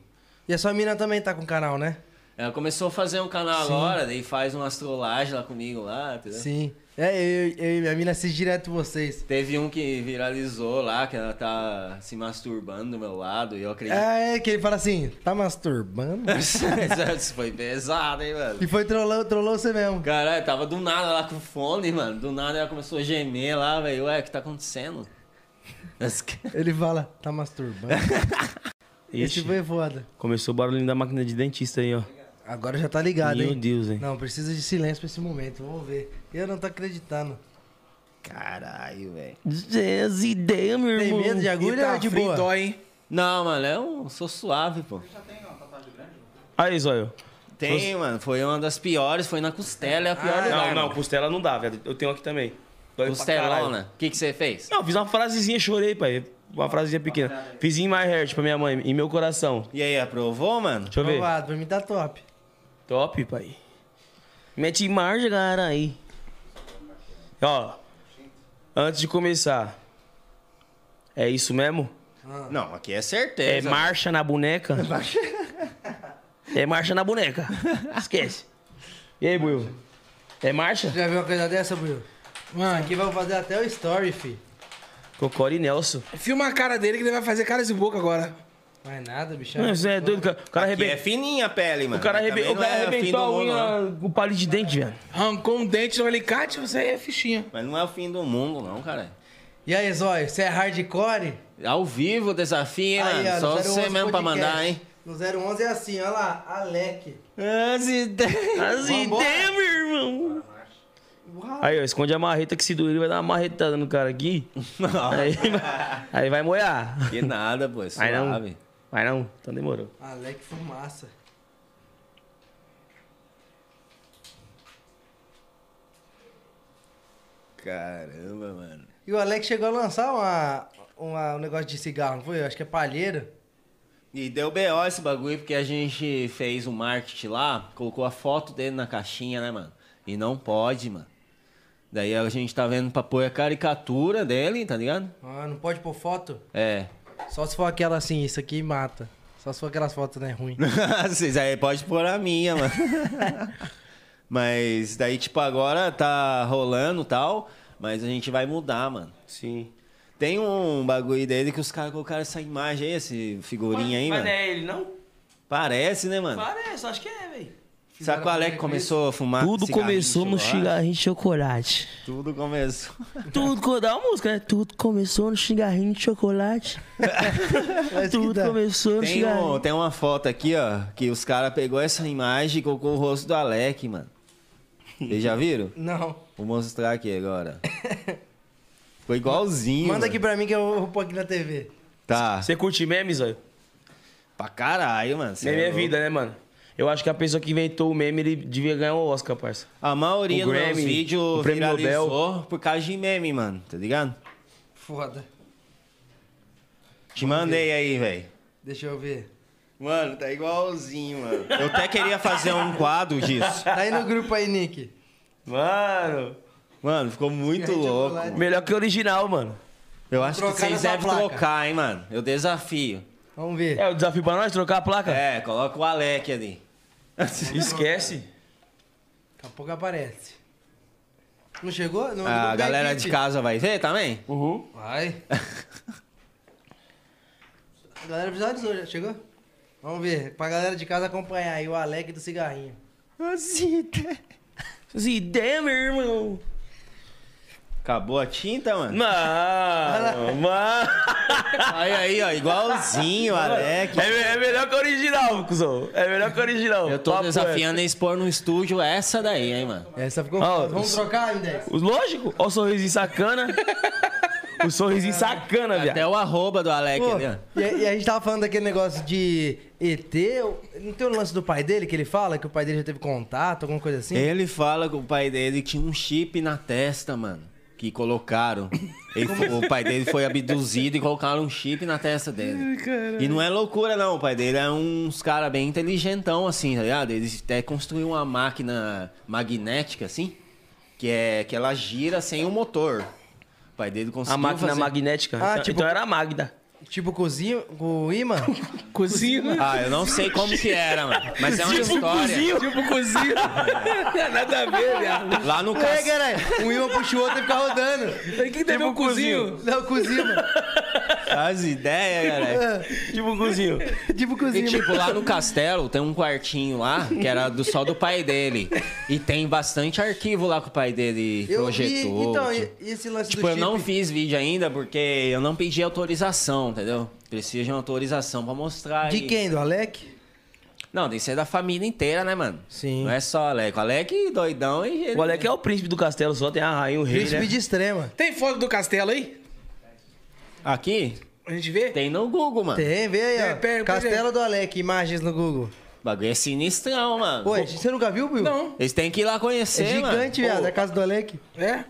[SPEAKER 1] E a sua mina também tá com canal, né?
[SPEAKER 4] Ela começou a fazer um canal agora, daí faz uma astrolagem lá comigo lá, entendeu?
[SPEAKER 1] Sim. É, eu, eu e minha mina assisto direto vocês.
[SPEAKER 4] Teve um que viralizou lá, que ela tá se masturbando do meu lado, e eu acredito.
[SPEAKER 1] É, é, que ele fala assim, tá masturbando?
[SPEAKER 4] Isso foi pesado, hein, mano?
[SPEAKER 1] e foi trollou, trollou você mesmo.
[SPEAKER 4] Caralho, tava do nada lá com fone, mano. Do nada ela começou a gemer lá, velho. Ué, o que tá acontecendo? Mas-
[SPEAKER 1] Ele fala, tá masturbando.
[SPEAKER 2] Ixi,
[SPEAKER 1] Esse foi foda.
[SPEAKER 2] começou o barulhinho da máquina de dentista aí, ó.
[SPEAKER 1] Agora já tá ligado,
[SPEAKER 2] Meu
[SPEAKER 1] hein?
[SPEAKER 2] Deus, hein?
[SPEAKER 1] Não, precisa de silêncio pra esse momento. Vamos ver. Eu não tô acreditando.
[SPEAKER 4] Caralho, velho.
[SPEAKER 2] As ideias, meu
[SPEAKER 1] Tem
[SPEAKER 2] irmão.
[SPEAKER 1] medo de agulha ou é de boa?
[SPEAKER 3] tá dói, hein?
[SPEAKER 4] Não, mano, eu sou suave, pô.
[SPEAKER 2] Aí, Zóio.
[SPEAKER 4] Tem, mano. Foi uma das piores, foi na costela, é a pior do
[SPEAKER 2] Ah, Não,
[SPEAKER 4] lugar.
[SPEAKER 2] não,
[SPEAKER 4] mano.
[SPEAKER 2] costela não dá, velho. Eu tenho aqui também. Dói pra
[SPEAKER 1] né?
[SPEAKER 2] caralho.
[SPEAKER 4] Costelona. O que que você fez?
[SPEAKER 2] Não, fiz uma frasezinha, chorei, pai. Uma frasezinha
[SPEAKER 1] Ah,
[SPEAKER 2] pequena. Fiz em my heart pra minha mãe, em meu coração.
[SPEAKER 4] E aí, aprovou, mano?
[SPEAKER 2] Deixa eu ver.
[SPEAKER 1] Provado, pra mim tá top.
[SPEAKER 2] Top, pai. Mete margem, galera, aí. Ó, antes de começar. É isso mesmo?
[SPEAKER 4] Não, aqui é
[SPEAKER 2] É
[SPEAKER 4] certeza.
[SPEAKER 2] marcha na boneca? É marcha na boneca. Esquece. E aí, Buiu? É marcha?
[SPEAKER 1] Já viu uma coisa dessa, Bruno?
[SPEAKER 3] Mano,
[SPEAKER 1] Aqui vamos fazer até o story, fi.
[SPEAKER 2] Cocore e Nelson.
[SPEAKER 1] é-
[SPEAKER 3] filma a cara dele que ele vai fazer caras e boca agora.
[SPEAKER 1] Mais nada, bichão.
[SPEAKER 2] Não, você é doido. cara. O cara,
[SPEAKER 4] Aqui é
[SPEAKER 2] arrebe...
[SPEAKER 4] fininha a pele, mano.
[SPEAKER 2] o cara,
[SPEAKER 4] mas
[SPEAKER 2] arrebe...
[SPEAKER 4] também
[SPEAKER 2] o
[SPEAKER 4] não
[SPEAKER 2] cara
[SPEAKER 4] é fim do
[SPEAKER 2] arrebentou a
[SPEAKER 4] mundo, não.
[SPEAKER 2] unha né? com o palito de dente, velho.
[SPEAKER 3] Arrancou um dente no alicate, você é fichinha.
[SPEAKER 4] Mas não é o fim do mundo, não, cara.
[SPEAKER 1] E aí, Zóio, você é hardcore?
[SPEAKER 4] Ao vivo o desafio, hein,
[SPEAKER 1] Aí,
[SPEAKER 4] mano.
[SPEAKER 1] ó,
[SPEAKER 4] Só
[SPEAKER 1] no 011
[SPEAKER 4] você mesmo pra
[SPEAKER 1] podcast.
[SPEAKER 4] mandar, hein?
[SPEAKER 1] No 011 é assim, olha lá, Alec.
[SPEAKER 4] As ideias.
[SPEAKER 2] As ideias, meu irmão. Aí, ó, esconde a marreta que se doer, ele vai dar uma marretada no cara aqui. Aí, vai- aí vai moiar.
[SPEAKER 4] Que nada, pô. é
[SPEAKER 2] Vai não.
[SPEAKER 4] Suave.
[SPEAKER 2] Vai não, então demorou.
[SPEAKER 1] Alec Fumaça.
[SPEAKER 4] Caramba, mano.
[SPEAKER 1] E o Alec chegou a lançar uma, uma- um negócio de cigarro, não foi? Eu acho que é palheiro.
[SPEAKER 4] E deu BO esse bagulho, porque a gente fez o marketing lá, colocou a foto dele na caixinha, né, mano? E não pode, mano. Daí a gente tá vendo pra pôr a caricatura dele, tá ligado?
[SPEAKER 1] Ah, não pode pôr foto?
[SPEAKER 4] É.
[SPEAKER 1] Só se for aquela assim, isso aqui mata. Só se for aquelas fotos, né, ruim.
[SPEAKER 4] Vocês aí pode pôr a minha, mano. mas daí, tipo, agora tá rolando e tal, mas a gente vai mudar, mano.
[SPEAKER 2] Sim.
[SPEAKER 4] Tem um bagulho dele que os caras colocaram essa imagem aí, esse figurinha aí, mano.
[SPEAKER 2] é ele, não?
[SPEAKER 4] Parece, né, mano?
[SPEAKER 2] Parece, acho que é, velho.
[SPEAKER 4] Sabe qual é que começou a fumar?
[SPEAKER 2] Tudo
[SPEAKER 4] cigarrinho,
[SPEAKER 2] começou no
[SPEAKER 4] chocolate?
[SPEAKER 2] cigarrinho de chocolate.
[SPEAKER 4] Tudo começou.
[SPEAKER 2] Tudo, co- dá uma música, né? Tudo começou no cigarrinho de chocolate. é Tudo começou no
[SPEAKER 4] Tem, um-
[SPEAKER 2] cigarrinho.
[SPEAKER 4] tem uma foto aqui, ó, que os caras pegou essa imagem e colocou o rosto do Alec, mano. Vocês já viram?
[SPEAKER 1] Não.
[SPEAKER 4] Vou mostrar aqui agora. Foi igualzinho.
[SPEAKER 1] Manda
[SPEAKER 4] mano.
[SPEAKER 1] aqui pra mim que eu vou pôr aqui na TV.
[SPEAKER 4] Tá.
[SPEAKER 2] Você curte memes, ó?
[SPEAKER 4] é Pra caralho, mano. Cê
[SPEAKER 2] Meme é
[SPEAKER 4] louco.
[SPEAKER 2] vida, né, mano? Eu acho que a pessoa que inventou o meme, ele devia ganhar o Oscar, parça.
[SPEAKER 4] A maioria
[SPEAKER 2] O
[SPEAKER 4] dos meus
[SPEAKER 2] Grammy,
[SPEAKER 4] vídeos
[SPEAKER 2] o Prêmio
[SPEAKER 4] viralizou por causa de meme, mano. Tá ligado?
[SPEAKER 1] Foda.
[SPEAKER 4] Te mandei aí, velho.
[SPEAKER 1] Deixa eu ver.
[SPEAKER 4] Mano, tá igualzinho, mano. Eu até queria fazer um quadro disso.
[SPEAKER 1] Tá aí no grupo aí, Nick.
[SPEAKER 2] Mano!
[SPEAKER 4] Mano, ficou muito
[SPEAKER 1] Cigarrinho de
[SPEAKER 4] louco.
[SPEAKER 1] chocolate.
[SPEAKER 2] Melhor que o original, mano.
[SPEAKER 4] Eu acho que
[SPEAKER 1] trocar
[SPEAKER 4] vocês
[SPEAKER 1] nessa
[SPEAKER 4] devem
[SPEAKER 1] placa.
[SPEAKER 4] trocar, hein, mano. Eu desafio.
[SPEAKER 1] Vamos ver.
[SPEAKER 2] É o desafio pra nós trocar a placa?
[SPEAKER 4] É, coloca o Alec ali.
[SPEAKER 2] Esquece.
[SPEAKER 1] Daqui a pouco aparece. Não chegou? Não,
[SPEAKER 4] A galera de
[SPEAKER 1] cá.
[SPEAKER 4] casa vai ver também?
[SPEAKER 2] Uhum.
[SPEAKER 1] Vai. A galera visualizou, já chegou? Vamos ver, pra galera de casa acompanhar aí o Alec do cigarrinho.
[SPEAKER 2] As ideias, meu irmão.
[SPEAKER 4] Acabou a tinta, mano?
[SPEAKER 2] Mano, mano.
[SPEAKER 4] Aí, aí, ó, igualzinho o Alec.
[SPEAKER 2] É, me- é melhor que o original, cuzão. É melhor que o original.
[SPEAKER 4] Eu tô
[SPEAKER 2] Papo
[SPEAKER 4] desafiando a expor no estúdio essa daí, hein, mano.
[SPEAKER 1] Essa ficou
[SPEAKER 2] Ó,
[SPEAKER 1] foda. Vamos
[SPEAKER 2] os-
[SPEAKER 1] trocar, Index?
[SPEAKER 2] reto. Lógico. Ó o sorrisinho sacana. o sorrisinho sacana,
[SPEAKER 4] Até
[SPEAKER 2] viado.
[SPEAKER 4] o arroba do Alec
[SPEAKER 1] Pô,
[SPEAKER 4] ali, ó.
[SPEAKER 1] e, a- e a gente tava falando daquele negócio de ET. eu- Não tem o lance do pai dele que ele fala? Que o pai dele já teve contato, alguma coisa assim?
[SPEAKER 4] Ele fala que o pai dele tinha um chip na testa, mano. Que colocaram. Ele fo- o pai dele foi abduzido e colocaram um chip na testa dele. e não é loucura, não. O pai dele é uns caras bem inteligentão, assim, tá ligado? Eles até construíram uma máquina magnética, assim, que, é, que ela gira sem o motor. O pai dele conseguiu
[SPEAKER 2] A máquina
[SPEAKER 4] fazer...
[SPEAKER 2] magnética.
[SPEAKER 1] Ah,
[SPEAKER 2] então,
[SPEAKER 1] tipo-
[SPEAKER 2] então era a Magda.
[SPEAKER 1] Tipo cozinho, com o imã?
[SPEAKER 3] Cozinha.
[SPEAKER 4] Ah, eu não sei como que era, mano. Mas é uma
[SPEAKER 1] um
[SPEAKER 4] história.
[SPEAKER 3] Tipo cozinha. Nada a ver, viado.
[SPEAKER 4] Lá no
[SPEAKER 1] É,
[SPEAKER 4] castelo.
[SPEAKER 1] caralho. Um imã puxa o outro e fica rodando.
[SPEAKER 3] Quem que teve um cozinho?
[SPEAKER 1] Não, cozinho, mano.
[SPEAKER 4] As ideias, galera.
[SPEAKER 2] Tipo cozinho.
[SPEAKER 1] Tipo
[SPEAKER 4] E,
[SPEAKER 1] cozinho,
[SPEAKER 4] tipo, lá no castelo tem um quartinho lá, que era do, só do pai dele. E tem bastante arquivo lá que o pai dele
[SPEAKER 1] Eu vi,
[SPEAKER 4] projetou.
[SPEAKER 1] então, e-
[SPEAKER 4] tipo,
[SPEAKER 1] e esse lance
[SPEAKER 4] Tipo,
[SPEAKER 1] do
[SPEAKER 4] eu
[SPEAKER 1] chip?
[SPEAKER 4] não fiz vídeo ainda porque eu não pedi autorização, entendeu? Precisa de uma autorização pra mostrar.
[SPEAKER 1] De
[SPEAKER 4] aí.
[SPEAKER 1] quem? Do Alec?
[SPEAKER 4] Não, tem que ser da família inteira, né, mano?
[SPEAKER 1] Sim.
[SPEAKER 4] Não é só o Alec. O Alec doidão e. ele-
[SPEAKER 2] O Alec é o príncipe do castelo, só tem a rainha, o rei,
[SPEAKER 1] Príncipe
[SPEAKER 2] né?
[SPEAKER 1] de extrema.
[SPEAKER 3] Tem foto do castelo aí?
[SPEAKER 4] Aqui?
[SPEAKER 3] A gente vê?
[SPEAKER 4] Tem no Google, mano.
[SPEAKER 1] é Tem, vê aí, ó.
[SPEAKER 3] É, pera, pera,
[SPEAKER 1] Castelo do Alec, imagens no Google.
[SPEAKER 4] O bagulho é sinistrão, mano.
[SPEAKER 1] Pô, você nunca viu, Bill?
[SPEAKER 3] Não.
[SPEAKER 4] Eles têm que ir lá
[SPEAKER 1] É
[SPEAKER 4] conhecer, mano.
[SPEAKER 1] gigante, viado. É a casa do Alec.
[SPEAKER 3] É?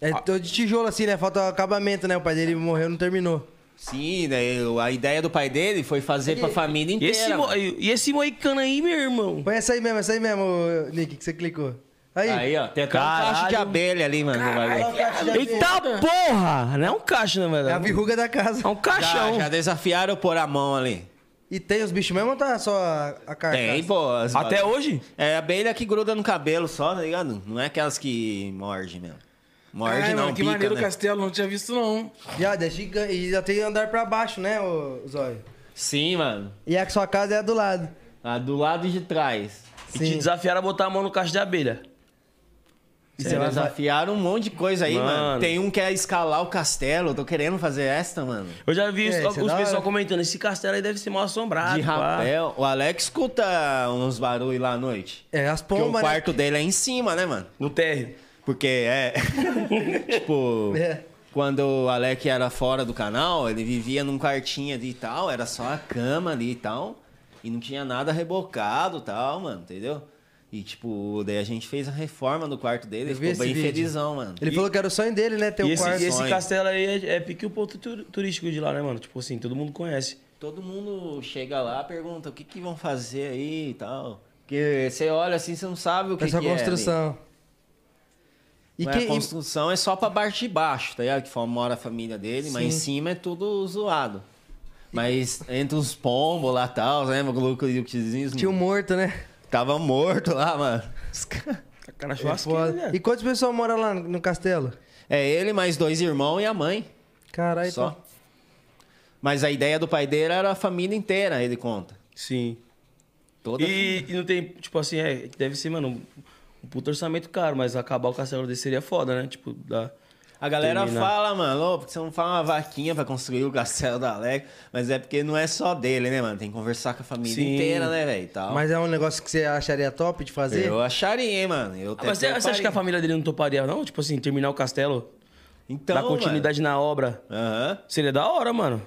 [SPEAKER 1] É todo de tijolo assim, né? Falta acabamento, né? O pai dele morreu, não terminou.
[SPEAKER 4] Sim, né? o- a ideia do pai dele foi fazer pra família
[SPEAKER 2] E
[SPEAKER 4] inteira.
[SPEAKER 2] esse, mo-
[SPEAKER 4] mano.
[SPEAKER 2] e esse moicano aí, meu irmão?
[SPEAKER 1] Põe essa aí mesmo, essa aí mesmo, ô, Nick, que você clicou. Aí. um
[SPEAKER 4] Aí, ó, tem até um cacho de
[SPEAKER 2] Caralho.
[SPEAKER 4] abelha ali, mano. no bagulho.
[SPEAKER 1] Olha o cacho de abelha.
[SPEAKER 2] Eita porra! Não é um caixa, na
[SPEAKER 1] É a
[SPEAKER 2] verdade.
[SPEAKER 1] verruga da
[SPEAKER 2] É
[SPEAKER 1] casa.
[SPEAKER 2] um
[SPEAKER 4] Já,
[SPEAKER 2] caixão.
[SPEAKER 4] já desafiaram por a mão ali.
[SPEAKER 1] E tem os bichos mesmo ou tá só a, a carcaça?
[SPEAKER 4] Tem, pô. as
[SPEAKER 2] Até
[SPEAKER 4] bagulho.
[SPEAKER 2] hoje?
[SPEAKER 4] É abelha que gruda no cabelo só, tá ligado? Não é aquelas que morde mesmo. Morde
[SPEAKER 3] Ai,
[SPEAKER 4] não,
[SPEAKER 3] mano, que
[SPEAKER 4] pica,
[SPEAKER 3] maneiro o
[SPEAKER 4] né?
[SPEAKER 3] castelo, não tinha visto não.
[SPEAKER 1] Viado, é gigante. E já tem andar pra baixo, né, ô Zóio?
[SPEAKER 4] Sim, mano.
[SPEAKER 1] E a sua casa é a do lado.
[SPEAKER 4] Ah, do lado de trás.
[SPEAKER 2] E te desafiaram a botar a mão no caixa de abelha.
[SPEAKER 4] Vocês desafiaram um monte de coisa aí, mano.
[SPEAKER 2] Mano.
[SPEAKER 4] Tem um que é escalar o castelo. Tô querendo fazer esta, mano.
[SPEAKER 2] Eu já vi
[SPEAKER 1] É,
[SPEAKER 2] os-
[SPEAKER 1] isso é
[SPEAKER 2] os
[SPEAKER 1] da
[SPEAKER 2] pessoal
[SPEAKER 1] hora.
[SPEAKER 2] comentando, esse castelo aí deve ser mal assombrado.
[SPEAKER 4] De
[SPEAKER 2] pá."
[SPEAKER 4] rapel. O Alex escuta uns barulhos lá à noite.
[SPEAKER 1] É, as
[SPEAKER 4] Porque o
[SPEAKER 1] pombas, né?
[SPEAKER 4] quarto dele é em cima, né, mano?
[SPEAKER 2] No térreo.
[SPEAKER 4] Porque é. tipo.
[SPEAKER 1] É.
[SPEAKER 4] Quando o Alec era fora do canal, ele vivia num quartinho ali e tal, era só a cama ali e tal. E não tinha nada rebocado e tal, mano, entendeu? E tipo, daí a gente fez a reforma do quarto dele,
[SPEAKER 1] Eu vi
[SPEAKER 4] ficou
[SPEAKER 1] esse
[SPEAKER 4] bem
[SPEAKER 1] vídeo.
[SPEAKER 4] felizão, mano.
[SPEAKER 1] Ele falou que era o sonho dele, né? Ter
[SPEAKER 2] E
[SPEAKER 1] o
[SPEAKER 2] esse,
[SPEAKER 1] quarto.
[SPEAKER 2] e esse
[SPEAKER 4] Sonho.
[SPEAKER 2] castelo aí é, é pique o ponto tur- turístico de lá, né, mano? Tipo assim, todo mundo conhece.
[SPEAKER 4] Todo mundo chega lá, pergunta o que que vão fazer aí e tal. Porque você olha assim, você não sabe o que,
[SPEAKER 1] Essa
[SPEAKER 4] que é. ali.
[SPEAKER 1] construção. E
[SPEAKER 4] Mas
[SPEAKER 1] quem.
[SPEAKER 4] a construção é só pra parte de baixo, tá ligado? Que for- mora a família dele, mas em
[SPEAKER 1] Sim.
[SPEAKER 4] cima é tudo zoado. Mas entre os pombos lá e tal, lembra? O Lucas e o Tizinho
[SPEAKER 1] e Tinha um morto, né?
[SPEAKER 4] tava morto lá, mano. Os cara-
[SPEAKER 2] Tá cara
[SPEAKER 1] É
[SPEAKER 2] churrasqueira,
[SPEAKER 1] foda.
[SPEAKER 2] né?
[SPEAKER 1] E quantas pessoas moram lá no- no castelo?
[SPEAKER 4] É ele, mais dois irmãos e a mãe.
[SPEAKER 1] Caralho,
[SPEAKER 4] só.
[SPEAKER 1] tá-
[SPEAKER 4] Mas a ideia do pai dele era a família inteira, ele conta.
[SPEAKER 2] Sim.
[SPEAKER 4] Toda
[SPEAKER 2] E, e não tem, tipo assim, é, deve ser, mano, um puto orçamento caro, mas acabar o castelo desse seria foda, né? Tipo, dá.
[SPEAKER 4] A galera
[SPEAKER 2] Termina.
[SPEAKER 4] fala, mano, ô, porque você não fala uma vaquinha pra construir o castelo da Alec, mas é porque não é só dele, né, mano? Tem que conversar com a família
[SPEAKER 2] Sim.
[SPEAKER 4] inteira, né, velho? e tal.
[SPEAKER 1] Mas é um negócio que você acharia top de fazer?
[SPEAKER 4] Eu acharia, hein, mano. Eu
[SPEAKER 2] Ah, mas
[SPEAKER 4] até
[SPEAKER 2] você, você acha que a
[SPEAKER 4] toparia.
[SPEAKER 2] família dele não toparia, não? Tipo assim, terminar o castelo,
[SPEAKER 4] Então,
[SPEAKER 2] dar continuidade na obra.
[SPEAKER 4] mano. Aham.
[SPEAKER 2] Seria da hora, mano.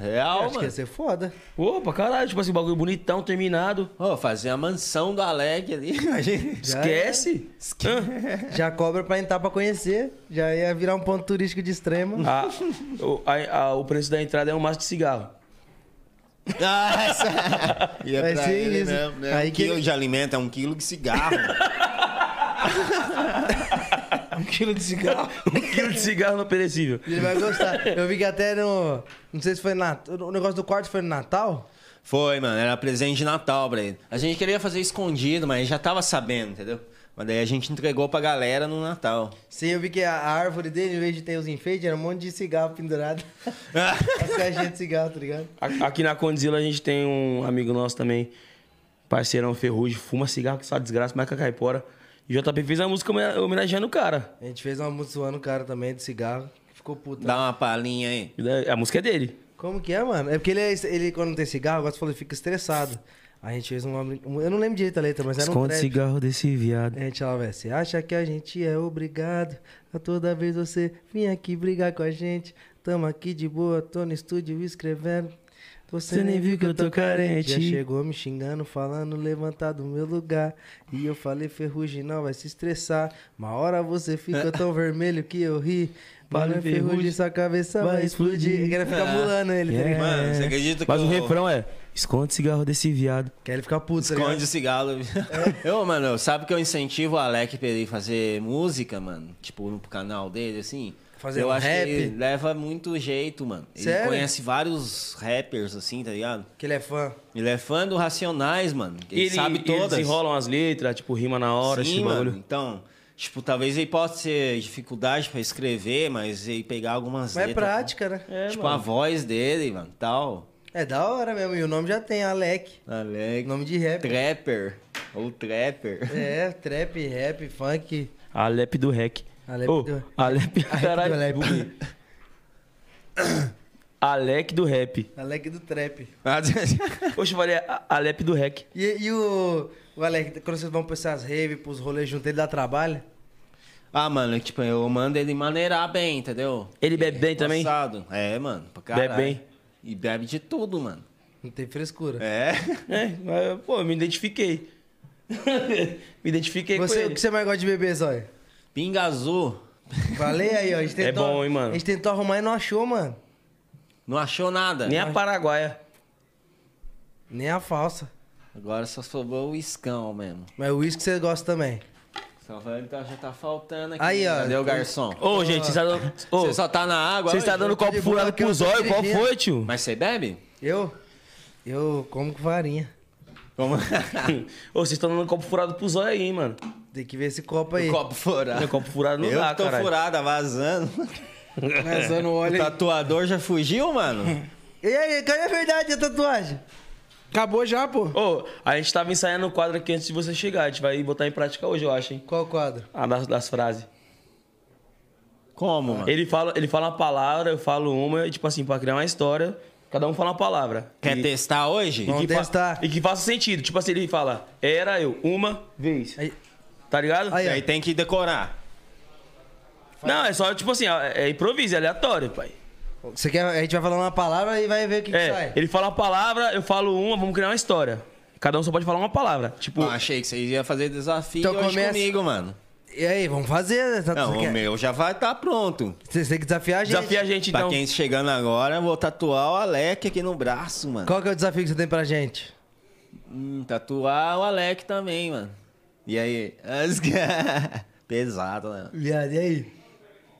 [SPEAKER 4] Real,
[SPEAKER 1] Acho que é
[SPEAKER 4] mano.
[SPEAKER 1] ia ser foda.
[SPEAKER 2] Opa, caralho, tipo assim, bagulho bonitão, terminado.
[SPEAKER 1] assim.
[SPEAKER 4] Ô, fazer a mansão do Alec ali, imagina.
[SPEAKER 2] Esquece. Hã?
[SPEAKER 1] Já cobra pra entrar pra conhecer. Já ia virar um ponto turístico de extremo.
[SPEAKER 2] A- o, a- a- o preço da entrada é um maço de cigarro.
[SPEAKER 4] Nossa! Ah, Ia
[SPEAKER 1] Vai
[SPEAKER 4] pra
[SPEAKER 1] ser
[SPEAKER 4] ele
[SPEAKER 1] isso.
[SPEAKER 4] mesmo, né?
[SPEAKER 1] Aí
[SPEAKER 4] um
[SPEAKER 1] que-
[SPEAKER 4] quilo de alimento, é um quilo de cigarro.
[SPEAKER 3] Um quilo de cigarro.
[SPEAKER 2] Um quilo de cigarro não perecível.
[SPEAKER 1] Ele vai gostar. Eu vi que até no. Não sei se foi na. O negócio do quarto foi no Natal?
[SPEAKER 4] Foi, mano, era presente de Natal pra ele. A gente queria fazer escondido, mas já tava sabendo, entendeu? Mas daí a gente entregou pra galera no Natal.
[SPEAKER 1] Sim, eu vi que a a árvore dele, em vez de ter os enfeites, era um monte de cigarro pendurado. As caixinhas de cigarro, tá ligado?
[SPEAKER 2] A- Aqui na Condzilla a gente tem um amigo nosso também, parceirão Ferrugem, fuma cigarro que só desgraça, mas caipora. E JP fez a música homena- homenageando o cara.
[SPEAKER 1] A gente fez uma música zoando o cara também de cigarro. que Ficou puto.
[SPEAKER 4] Dá uma palhinha aí.
[SPEAKER 2] E daí- A música é dele.
[SPEAKER 1] Como que é, mano? É porque ele, é est- ele quando tem cigarro, gosta de falar, ele fica estressado. A gente fez uma. brin- Eu não lembro direito a letra, mas era um
[SPEAKER 2] Esconde
[SPEAKER 1] trap.
[SPEAKER 2] cigarro desse viado.
[SPEAKER 1] A gente lá, É, velho, você acha que a gente é obrigado a toda vez você vir aqui brigar com a gente? Tamo aqui de boa, tô no estúdio escrevendo. Você, nem viu que eu tô carente. Já chegou me xingando, falando, levantar do meu lugar. E eu falei, ferrugem, não vai se estressar. Uma hora você fica tão vermelho que eu ri.
[SPEAKER 2] Vale,
[SPEAKER 1] Valeu, ferrugem,
[SPEAKER 2] Ferrugem,
[SPEAKER 1] sua cabeça vai,
[SPEAKER 2] vai
[SPEAKER 1] explodir.
[SPEAKER 2] explodir.
[SPEAKER 1] Ele quer ficar mulando ele, tá ligado?
[SPEAKER 4] Mano, você acredita que
[SPEAKER 2] Mas o
[SPEAKER 4] eu-
[SPEAKER 2] refrão é: Esconde cigarro desse viado.
[SPEAKER 1] Quer ele ficar puto, tá ligado? É.
[SPEAKER 4] Esconde o cigarro. Eu, mano, sabe que eu incentivo o Alec pra ele fazer música, mano? Tipo, no canal dele, assim.
[SPEAKER 1] Fazer
[SPEAKER 4] eu
[SPEAKER 1] um
[SPEAKER 4] acho
[SPEAKER 1] rap?
[SPEAKER 4] que ele leva muito jeito, mano. Ele
[SPEAKER 1] Sério?
[SPEAKER 4] conhece vários rappers, assim, tá ligado?
[SPEAKER 1] Que ele é fã.
[SPEAKER 4] Ele é fã do Racionais, mano. Ele,
[SPEAKER 2] Ele-
[SPEAKER 4] sabe
[SPEAKER 2] Eles
[SPEAKER 4] todas.
[SPEAKER 2] enrolam as letras, tipo, rima na hora,
[SPEAKER 4] Sim,
[SPEAKER 2] esse
[SPEAKER 4] mano.
[SPEAKER 2] bagulho.
[SPEAKER 4] Então, tipo, talvez ele possa ter dificuldade pra escrever, mas ele pegar algumas
[SPEAKER 1] Mas é
[SPEAKER 4] letras.
[SPEAKER 1] prática, né?
[SPEAKER 2] É,
[SPEAKER 4] tipo,
[SPEAKER 2] mano.
[SPEAKER 4] a voz dele, mano, tal.
[SPEAKER 1] É da hora mesmo. E o nome já tem, Alec.
[SPEAKER 4] Alec.
[SPEAKER 1] Nome de rap.
[SPEAKER 4] Trapper. Ou Trapper.
[SPEAKER 1] É, trap, rap, funk.
[SPEAKER 2] Alep do Rec.
[SPEAKER 1] Alep
[SPEAKER 2] Ô,
[SPEAKER 1] do-
[SPEAKER 2] Alep,
[SPEAKER 1] Alep do
[SPEAKER 2] caralho.
[SPEAKER 1] Alep.
[SPEAKER 2] buguei. Alec do Rap.
[SPEAKER 1] Alec do Trap.
[SPEAKER 2] Poxa, eu falei a- Alep do Rec.
[SPEAKER 1] E, e o, o Alec, quando vocês vão pra essas raves, pros rolês juntos, ele dá trabalho?
[SPEAKER 4] Ah, mano, tipo, eu mando ele maneirar bem, entendeu?
[SPEAKER 2] Ele bebe bem também?
[SPEAKER 4] Passado. É, mano, pra caralho.
[SPEAKER 2] Bebe bem.
[SPEAKER 4] E bebe de tudo, mano.
[SPEAKER 1] Não tem frescura.
[SPEAKER 4] É.
[SPEAKER 2] É, mas, pô, eu me identifiquei. me identifiquei
[SPEAKER 1] Você,
[SPEAKER 2] com
[SPEAKER 1] o
[SPEAKER 2] ele.
[SPEAKER 1] que você mais gosta de beber, Zóia?
[SPEAKER 4] Pinga azul.
[SPEAKER 1] Falei aí, ó. A gente
[SPEAKER 2] É
[SPEAKER 1] tentou,
[SPEAKER 2] bom, hein, mano?
[SPEAKER 1] A gente tentou arrumar e não achou, mano.
[SPEAKER 4] Não achou nada.
[SPEAKER 2] Nem a Paraguaia.
[SPEAKER 1] Nem a falsa.
[SPEAKER 4] Agora só sobrou o iscão mesmo.
[SPEAKER 1] Mas o uísque você gosta também.
[SPEAKER 4] Só vai- tá- já tá faltando aqui.
[SPEAKER 1] Aí, ó.
[SPEAKER 4] Cadê o garçom?
[SPEAKER 2] Ô, gente, você tá dando. Ô,
[SPEAKER 4] Você só tá na água?
[SPEAKER 2] vocês tá
[SPEAKER 4] hoje?
[SPEAKER 2] dando
[SPEAKER 1] tô de
[SPEAKER 2] copo
[SPEAKER 1] boa
[SPEAKER 2] furado
[SPEAKER 1] aqui, é, eu
[SPEAKER 2] pro
[SPEAKER 1] tô
[SPEAKER 2] zóio? Qual
[SPEAKER 1] dirigindo.
[SPEAKER 2] foi, tio?
[SPEAKER 4] Mas você bebe?
[SPEAKER 1] Eu? Eu como com farinha.
[SPEAKER 4] Como...
[SPEAKER 2] Ô, vocês estão dando copo furado pro zóio aí, hein, mano.
[SPEAKER 1] Tem que ver esse copo aí.
[SPEAKER 4] o copo furado.
[SPEAKER 2] Meu copo furado não
[SPEAKER 4] eu
[SPEAKER 2] dá,
[SPEAKER 4] tô
[SPEAKER 2] caralho.
[SPEAKER 4] furada, vazando.
[SPEAKER 3] Vazando
[SPEAKER 4] O
[SPEAKER 3] óleo.
[SPEAKER 4] tatuador já fugiu, mano?
[SPEAKER 1] E aí, cadê a verdade da tatuagem?
[SPEAKER 3] Acabou já, pô.
[SPEAKER 2] Ô, a gente tava ensaiando o quadro aqui antes de você chegar. A gente vai botar em prática hoje, eu acho, hein?
[SPEAKER 1] Qual o quadro?
[SPEAKER 2] Ah, das, das frases.
[SPEAKER 4] Como, mano?
[SPEAKER 2] Ele fala, ele fala uma palavra, eu falo uma, e tipo assim, pra criar uma história, cada um fala uma palavra.
[SPEAKER 4] Quer
[SPEAKER 2] e,
[SPEAKER 4] testar hoje?
[SPEAKER 1] Vamos
[SPEAKER 2] que fa-
[SPEAKER 1] testar.
[SPEAKER 2] E que faça sentido. Tipo assim, ele fala, era eu, uma vez.
[SPEAKER 1] Aí,
[SPEAKER 2] Tá ligado?
[SPEAKER 1] aí, ó.
[SPEAKER 4] Aí tem que decorar.
[SPEAKER 2] Não, é só, tipo assim, é é improviso, é aleatório, pai.
[SPEAKER 1] Você quer, a gente vai falar uma palavra e vai ver o que, que
[SPEAKER 2] É,
[SPEAKER 1] sai.
[SPEAKER 2] ele fala uma palavra, eu falo uma, vamos criar uma história. Cada um só pode falar uma palavra. Tipo,
[SPEAKER 4] Pô, achei que vocês iam fazer desafio
[SPEAKER 1] Então
[SPEAKER 4] hoje
[SPEAKER 1] começa-
[SPEAKER 4] comigo, mano.
[SPEAKER 1] E aí, vamos fazer, né? Tá-
[SPEAKER 4] Não,
[SPEAKER 1] você
[SPEAKER 4] o é?
[SPEAKER 1] quer-
[SPEAKER 4] meu já vai estar pronto.
[SPEAKER 1] Você tem que desafiar a gente.
[SPEAKER 2] desafia a gente,
[SPEAKER 4] pra
[SPEAKER 2] então.
[SPEAKER 4] quem chegando agora, eu vou tatuar o Alec aqui no braço, mano.
[SPEAKER 1] Qual que é o desafio que você tem pra gente?
[SPEAKER 4] Hum, tatuar o Alec também, mano. E aí? As- Pesado, né?
[SPEAKER 1] Viado, e aí?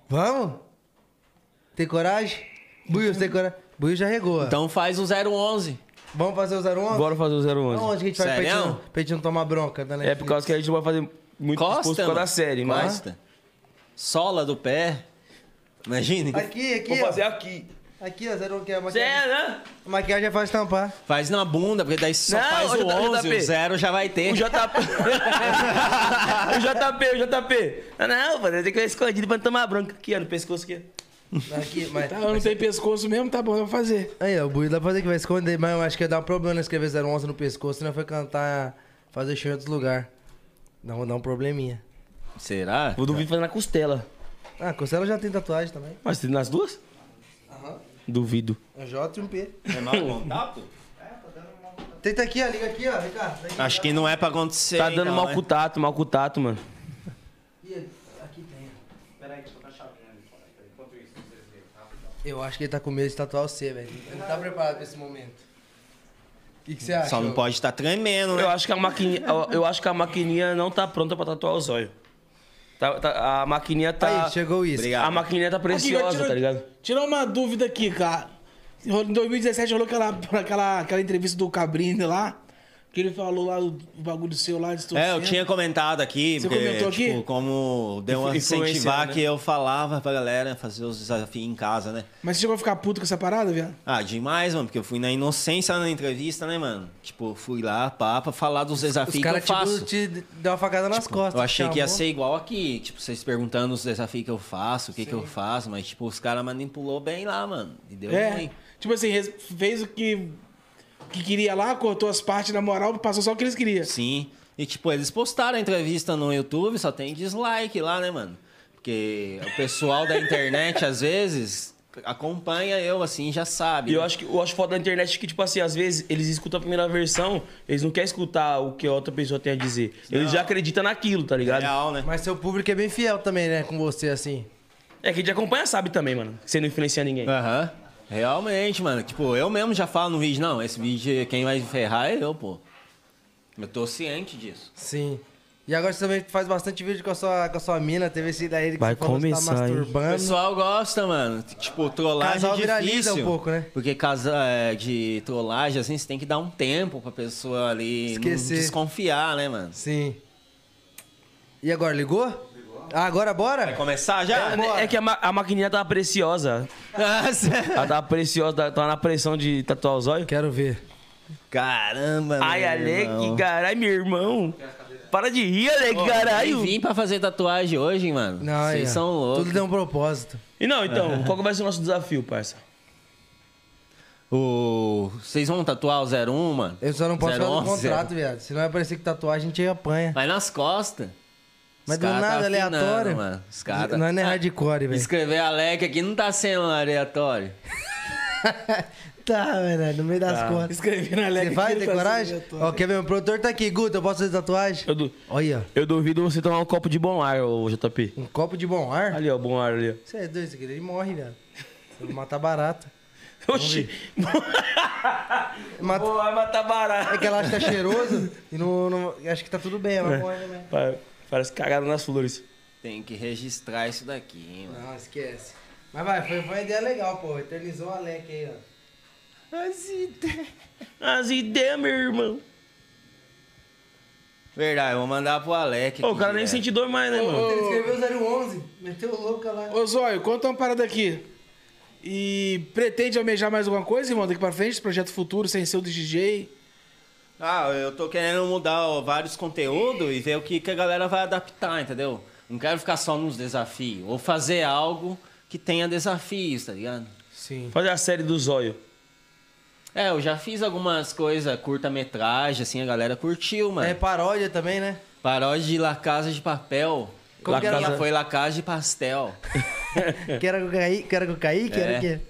[SPEAKER 1] Vamos? Tem coragem? Buiu, você tem coragem? Buiu já regou. ó.
[SPEAKER 4] Então faz o 011.
[SPEAKER 1] Vamos fazer o 01?
[SPEAKER 2] Bora fazer o 011.
[SPEAKER 1] Aonde que a gente vai pra gente
[SPEAKER 4] Sério?
[SPEAKER 1] não- pra gente não tomar bronca? tá, né? Da
[SPEAKER 2] É
[SPEAKER 1] Netflix?
[SPEAKER 2] por causa que a gente não vai fazer muito exposto por
[SPEAKER 4] Costa,
[SPEAKER 2] causa da
[SPEAKER 4] mano.
[SPEAKER 2] série, né? mas...
[SPEAKER 4] Costa. Sola do pé. Imagine.
[SPEAKER 1] Aqui, aqui.
[SPEAKER 2] Vou
[SPEAKER 1] ó.
[SPEAKER 2] fazer aqui.
[SPEAKER 1] Aqui, ó, 01 que é a
[SPEAKER 2] Cê
[SPEAKER 1] maquiagem.
[SPEAKER 2] é, né?
[SPEAKER 1] A maquiagem é fácil tampar.
[SPEAKER 4] Faz na bunda, porque daí só
[SPEAKER 2] Não,
[SPEAKER 4] faz
[SPEAKER 2] o
[SPEAKER 4] o
[SPEAKER 2] JP.
[SPEAKER 4] 11, o 0 já vai ter.
[SPEAKER 2] O JP. o JP, o JP. Ah, não, mano, tem que ir escondido pra não tomar bronca aqui, ó, no pescoço aqui.
[SPEAKER 1] Aqui, mas...
[SPEAKER 3] Tá, eu não tenho pescoço mesmo, tá bom, eu vou fazer.
[SPEAKER 1] Aí, ó, o Buiu dá pra fazer que vai esconder, mas eu acho que ia dar um problema escrever 011 no pescoço, senão foi cantar, fazer show em outro lugar. Não, dá um probleminha.
[SPEAKER 4] Será?
[SPEAKER 2] Vou duvido fazer na costela.
[SPEAKER 1] Ah, Costela já tem tatuagem também.
[SPEAKER 2] Mas tem nas duas?
[SPEAKER 1] Aham.
[SPEAKER 2] Duvido.
[SPEAKER 1] Um J e um P.
[SPEAKER 4] É mau contato?
[SPEAKER 1] Tenta tá aqui, ó, liga aqui, ó, Ricardo. Aqui,
[SPEAKER 4] Acho que não é pra acontecer.
[SPEAKER 2] Tá dando
[SPEAKER 4] então,
[SPEAKER 2] mau
[SPEAKER 4] né?
[SPEAKER 2] cutato, mau cutato, mano.
[SPEAKER 1] Ih, aqui tem.
[SPEAKER 5] Peraí, deixa eu botar a chavinha ali fora. Enquanto isso, vocês veem, rapidão.
[SPEAKER 1] Eu acho que ele tá com medo de tatuar você, velho. Ele não tá preparado pra esse momento. O que que você acha?
[SPEAKER 4] Só não
[SPEAKER 1] ô?
[SPEAKER 4] pode estar tremendo, né?
[SPEAKER 2] Eu acho que a maquininha, eu- eu acho que a maquininha não tá pronta pra tatuar o zóio. Tá- tá- a maquininha tá.
[SPEAKER 1] Aí, chegou isso.
[SPEAKER 4] Obrigado.
[SPEAKER 2] a maquininha tá
[SPEAKER 3] Aqui,
[SPEAKER 2] preciosa,
[SPEAKER 3] tira-
[SPEAKER 2] tá ligado?
[SPEAKER 3] Tirar uma dúvida aqui, cara. Em 2017 rolou aquela, aquela, aquela entrevista do Cabrini lá, que ele falou lá do bagulho seu lá, de
[SPEAKER 4] É, eu tinha comentado aqui,
[SPEAKER 3] Você
[SPEAKER 4] porque,
[SPEAKER 3] comentou aqui?
[SPEAKER 4] tipo, como deu uma
[SPEAKER 2] Influenciando,
[SPEAKER 4] incentivar
[SPEAKER 2] né?
[SPEAKER 4] que eu falava pra galera fazer os desafios em casa, né?
[SPEAKER 3] Mas você chegou a ficar puto com essa parada, viado?
[SPEAKER 4] Ah, demais, mano, porque eu fui na inocência na entrevista, né, mano? Tipo, fui lá, pá, pra falar dos desafios
[SPEAKER 1] Os caras,
[SPEAKER 4] que eu faço.
[SPEAKER 1] tipo, te deu uma facada nas costas. tá
[SPEAKER 4] Eu achei
[SPEAKER 1] te
[SPEAKER 4] que ia
[SPEAKER 1] amou.
[SPEAKER 4] ser igual aqui, tipo, vocês perguntando os desafios que eu faço, o que que eu faço, mas, tipo, os caras manipulou bem lá, mano, e deu
[SPEAKER 3] é.
[SPEAKER 4] ruim.
[SPEAKER 3] Tipo assim, res- fez o que, que queria lá, cortou as partes na moral, passou só o que eles queriam.
[SPEAKER 4] Sim. E, tipo, eles postaram a entrevista no YouTube, só tem dislike lá, né, mano? Porque o pessoal da internet, às vezes, acompanha eu, assim, já sabe.
[SPEAKER 2] E eu
[SPEAKER 4] né?
[SPEAKER 2] acho que eu acho foda da internet que, tipo assim, às vezes eles escutam a primeira versão, eles não querem escutar o que a outra pessoa tem a dizer. Eles já acreditam naquilo, tá
[SPEAKER 4] É
[SPEAKER 2] ligado?
[SPEAKER 4] real, né?
[SPEAKER 1] Mas seu público é bem fiel também, né? Com você, assim.
[SPEAKER 2] É, quem te acompanha sabe também, mano. que Você não influencia ninguém.
[SPEAKER 4] Aham. Realmente, mano. Tipo, eu mesmo já falo no vídeo, não, esse vídeo quem vai ferrar é eu, pô. Eu tô ciente disso.
[SPEAKER 1] Sim. E agora você também faz bastante vídeo com a sua, com a sua mina. Teve esse daí que
[SPEAKER 2] Vai
[SPEAKER 1] você falou que você tá
[SPEAKER 2] começar, hein?
[SPEAKER 4] O
[SPEAKER 1] masturbando.
[SPEAKER 4] pessoal gosta, mano. Tipo, trollagem
[SPEAKER 1] Casal
[SPEAKER 4] é
[SPEAKER 1] viraliza
[SPEAKER 4] difícil.
[SPEAKER 1] um pouco, né?
[SPEAKER 4] Porque casa é, de trollagem, assim, você tem que dar um tempo pra pessoa ali não
[SPEAKER 1] Esquecer.
[SPEAKER 4] desconfiar, né, mano?
[SPEAKER 1] Sim. E agora, ligou? Ah, agora bora?
[SPEAKER 4] Vai começar já?
[SPEAKER 2] É que a, ma a maquininha tava preciosa.
[SPEAKER 4] Nossa.
[SPEAKER 2] Ela tava preciosa, tava- tava na pressão de tatuar os olhos.
[SPEAKER 1] Quero ver.
[SPEAKER 4] Caramba,
[SPEAKER 2] Ai,
[SPEAKER 4] meu
[SPEAKER 2] Alec,
[SPEAKER 4] irmão.
[SPEAKER 2] carai, meu irmão. Para de rir, Alec,
[SPEAKER 4] Eu
[SPEAKER 2] caralho.
[SPEAKER 4] vim pra fazer tatuagem hoje, mano.
[SPEAKER 1] Não, é.
[SPEAKER 4] Vocês
[SPEAKER 1] aí, ó.
[SPEAKER 4] são loucos.
[SPEAKER 1] Tudo tem um propósito.
[SPEAKER 2] E não, então, qual que vai ser o nosso desafio, parça?
[SPEAKER 4] O... Vocês vão tatuar o 01, mano?
[SPEAKER 1] Eu só não posso falar do
[SPEAKER 4] 011,
[SPEAKER 1] contrato, viado. Senão vai parecer que tatuagem a gente apanha.
[SPEAKER 4] Mas um. nas costas.
[SPEAKER 1] Mas
[SPEAKER 4] Os
[SPEAKER 1] do
[SPEAKER 4] cara tá
[SPEAKER 1] nada,
[SPEAKER 4] afinando,
[SPEAKER 1] aleatório.
[SPEAKER 4] mano. Os cara tá-
[SPEAKER 1] Nós não é
[SPEAKER 4] Ah,
[SPEAKER 1] hardcore, velho.
[SPEAKER 4] Escrever Alec aqui não tá sendo aleatório.
[SPEAKER 1] Tá, velho, no meio das costas.
[SPEAKER 3] Escrevi na Alex.
[SPEAKER 1] Tá. Você vai
[SPEAKER 3] aqui,
[SPEAKER 1] ter
[SPEAKER 3] tá
[SPEAKER 1] coragem?
[SPEAKER 3] assim, eu tô-
[SPEAKER 1] Ó, quer ver? O produtor tá aqui, Guto, eu posso fazer tatuagem?
[SPEAKER 2] Eu, du-
[SPEAKER 1] Olha,
[SPEAKER 2] eu duvido você tomar um copo de bom ar, ô JP.
[SPEAKER 1] um copo de bom ar.
[SPEAKER 2] Ali, ó, bom ar ali.
[SPEAKER 1] Você é doido, isso aqui, ele morre, velho. Ele Mata barata.
[SPEAKER 2] ó. Oxi.
[SPEAKER 1] Mata...
[SPEAKER 2] Bom ar matar barato.
[SPEAKER 1] É que ela acha que tá cheiroso e não, não- Acho que tá tudo bem,
[SPEAKER 2] É.
[SPEAKER 1] ela morre também.
[SPEAKER 2] Pa- Parece cagada nas flores.
[SPEAKER 4] Tem que registrar isso daqui, hein, mano.
[SPEAKER 1] Não, esquece. Mas vai, foi, foi uma ideia legal, pô. Eternizou o Alec aí, ó.
[SPEAKER 2] As ideias, meu irmão.
[SPEAKER 4] Verdade, eu vou mandar pro Alec.
[SPEAKER 2] Ô, o
[SPEAKER 4] aqui
[SPEAKER 2] cara nem
[SPEAKER 4] direto.
[SPEAKER 2] sente dor mais, né, mano?
[SPEAKER 1] Ele escreveu 011, meteu louca lá.
[SPEAKER 3] Ô, Zóio, conta uma parada aqui. E pretende almejar mais alguma coisa, irmão, daqui pra frente? Projeto futuro, sem ser o de DJ?
[SPEAKER 4] Ah, eu tô querendo mudar ó, vários conteúdos e ver o que, que a galera vai adaptar, entendeu? Não quero ficar só nos desafios. Ou fazer algo que tenha desafios, tá ligado?
[SPEAKER 1] Sim.
[SPEAKER 2] Fazer a série do zóio.
[SPEAKER 4] É, eu já fiz algumas coisas, curta-metragem, assim, a galera curtiu, mano.
[SPEAKER 1] É paródia também, né?
[SPEAKER 4] Paródia de La Casa de Papel.
[SPEAKER 1] Como
[SPEAKER 4] La
[SPEAKER 1] que era
[SPEAKER 4] Casa-
[SPEAKER 1] lá?
[SPEAKER 4] Foi La Casa de Pastel.
[SPEAKER 1] Quero que eu caí, quero que eu caí, quero
[SPEAKER 4] É.
[SPEAKER 1] que.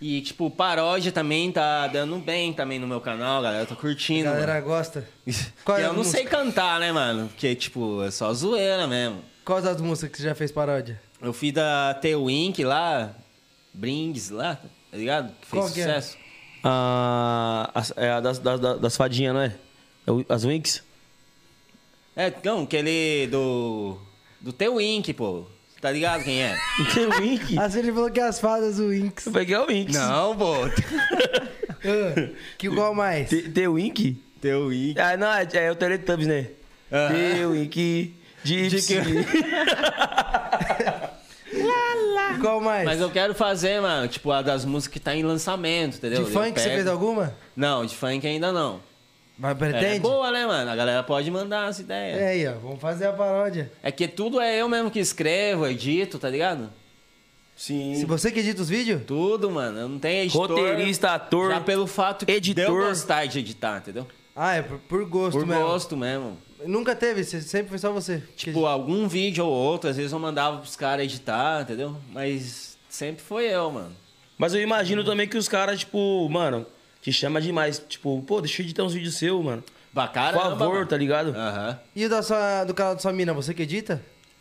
[SPEAKER 4] E, tipo, paródia também tá dando bem também no meu canal, galera. Tô
[SPEAKER 1] A
[SPEAKER 4] curtindo.
[SPEAKER 1] galera gosta.
[SPEAKER 4] mano.
[SPEAKER 1] qual é
[SPEAKER 4] E
[SPEAKER 1] a
[SPEAKER 4] eu não
[SPEAKER 1] música?
[SPEAKER 4] sei cantar, né, mano? Porque, tipo, é só zoeira mesmo.
[SPEAKER 1] Quais as músicas que você já fez paródia?
[SPEAKER 4] Eu fiz da T-Wink lá, Brings lá, tá ligado? Que fez
[SPEAKER 1] Qual que é?
[SPEAKER 4] sucesso.
[SPEAKER 2] Ah, as- é a das, das, das fadinhas, não é? É o- As Winx?
[SPEAKER 4] É, não, aquele do. Do T-Wink, pô. Tá ligado quem é?
[SPEAKER 2] Não tem o Winx?
[SPEAKER 1] Ah, você falou que as fadas, o Inks.
[SPEAKER 2] Eu peguei o Winx.
[SPEAKER 4] não, pô.
[SPEAKER 1] que igual mais?
[SPEAKER 2] Te- Tem o Wink?
[SPEAKER 4] T-Wink.
[SPEAKER 2] Ah, não, é, é o Teletubbies, né?
[SPEAKER 4] Aham.
[SPEAKER 2] Tem o Wink. Gypsy.
[SPEAKER 1] Igual mais?
[SPEAKER 4] Mas eu quero fazer, mano, tipo, a das músicas que tá em lançamento, entendeu?
[SPEAKER 1] De
[SPEAKER 4] Eu
[SPEAKER 1] funk, você
[SPEAKER 4] pego-
[SPEAKER 1] fez alguma?
[SPEAKER 4] Não, de funk ainda não.
[SPEAKER 1] Mas
[SPEAKER 4] É, é
[SPEAKER 1] pretende?
[SPEAKER 4] boa, né, mano? A galera pode mandar as ideias.
[SPEAKER 1] É aí, ó. Vamos fazer a paródia.
[SPEAKER 4] É que tudo é eu mesmo que escrevo, edito, tá ligado?
[SPEAKER 1] Se
[SPEAKER 2] Sim.
[SPEAKER 1] você que edita os vídeos,
[SPEAKER 4] Tudo, mano. Eu não tenho editor.
[SPEAKER 2] Roteirista, ator,
[SPEAKER 4] Já pelo fato que
[SPEAKER 2] editor.
[SPEAKER 4] de eu gostar de editar, entendeu?
[SPEAKER 1] ah, é por, por gosto
[SPEAKER 4] Por
[SPEAKER 1] mesmo.
[SPEAKER 4] gosto mesmo.
[SPEAKER 1] Nunca teve, você- sempre foi só você.
[SPEAKER 4] Tipo, algum vídeo ou outro, às vezes eu mandava pros caras editar, entendeu? Mas sempre foi eu, mano.
[SPEAKER 2] Mas eu imagino também que os caras, tipo, mano, te chama demais. Tipo, pô, deixa eu editar uns vídeos seus, mano.
[SPEAKER 4] Pra
[SPEAKER 2] Por
[SPEAKER 4] caramba,
[SPEAKER 2] favor,
[SPEAKER 4] mano.
[SPEAKER 2] tá ligado?
[SPEAKER 4] Aham.
[SPEAKER 1] E o da sua, do canal da sua mina, você que edita?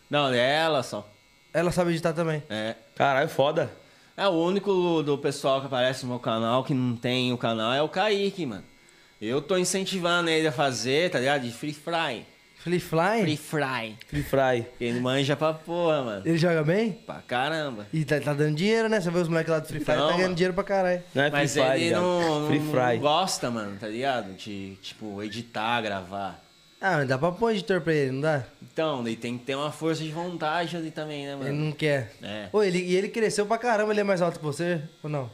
[SPEAKER 4] Não, é ela só.
[SPEAKER 1] Ela sabe editar também.
[SPEAKER 4] É.
[SPEAKER 2] Caralho, foda.
[SPEAKER 4] É, o único do pessoal que aparece no meu canal que não tem o canal é o Kaique, mano. Eu tô incentivando ele a fazer, tá ligado? De free fry.
[SPEAKER 1] Free Fly?
[SPEAKER 4] Free fry.
[SPEAKER 2] Free Fry.
[SPEAKER 4] Ele manja pra porra, mano.
[SPEAKER 1] Ele joga bem?
[SPEAKER 4] Pra caramba.
[SPEAKER 1] E tá, tá dando dinheiro, né? Você vê os moleques lá do Free Fire,
[SPEAKER 4] Então,
[SPEAKER 1] tá ganhando
[SPEAKER 4] mano.
[SPEAKER 1] dinheiro pra caralho.
[SPEAKER 2] Não é
[SPEAKER 4] Mas
[SPEAKER 2] Free Fry,
[SPEAKER 4] ele
[SPEAKER 2] ligado?
[SPEAKER 4] não, não-
[SPEAKER 2] Free
[SPEAKER 4] não
[SPEAKER 2] Fry.
[SPEAKER 4] gosta, mano, tá ligado? De, tipo, editar, gravar.
[SPEAKER 1] Ah, mas dá pra pôr um editor pra ele, não dá?
[SPEAKER 4] Então, daí tem que ter uma força de vontade ali também, né,
[SPEAKER 1] Ele
[SPEAKER 4] mano?
[SPEAKER 1] não quer.
[SPEAKER 4] É.
[SPEAKER 1] Ô, ele, e ele cresceu pra caramba, ele é mais alto que você ou não?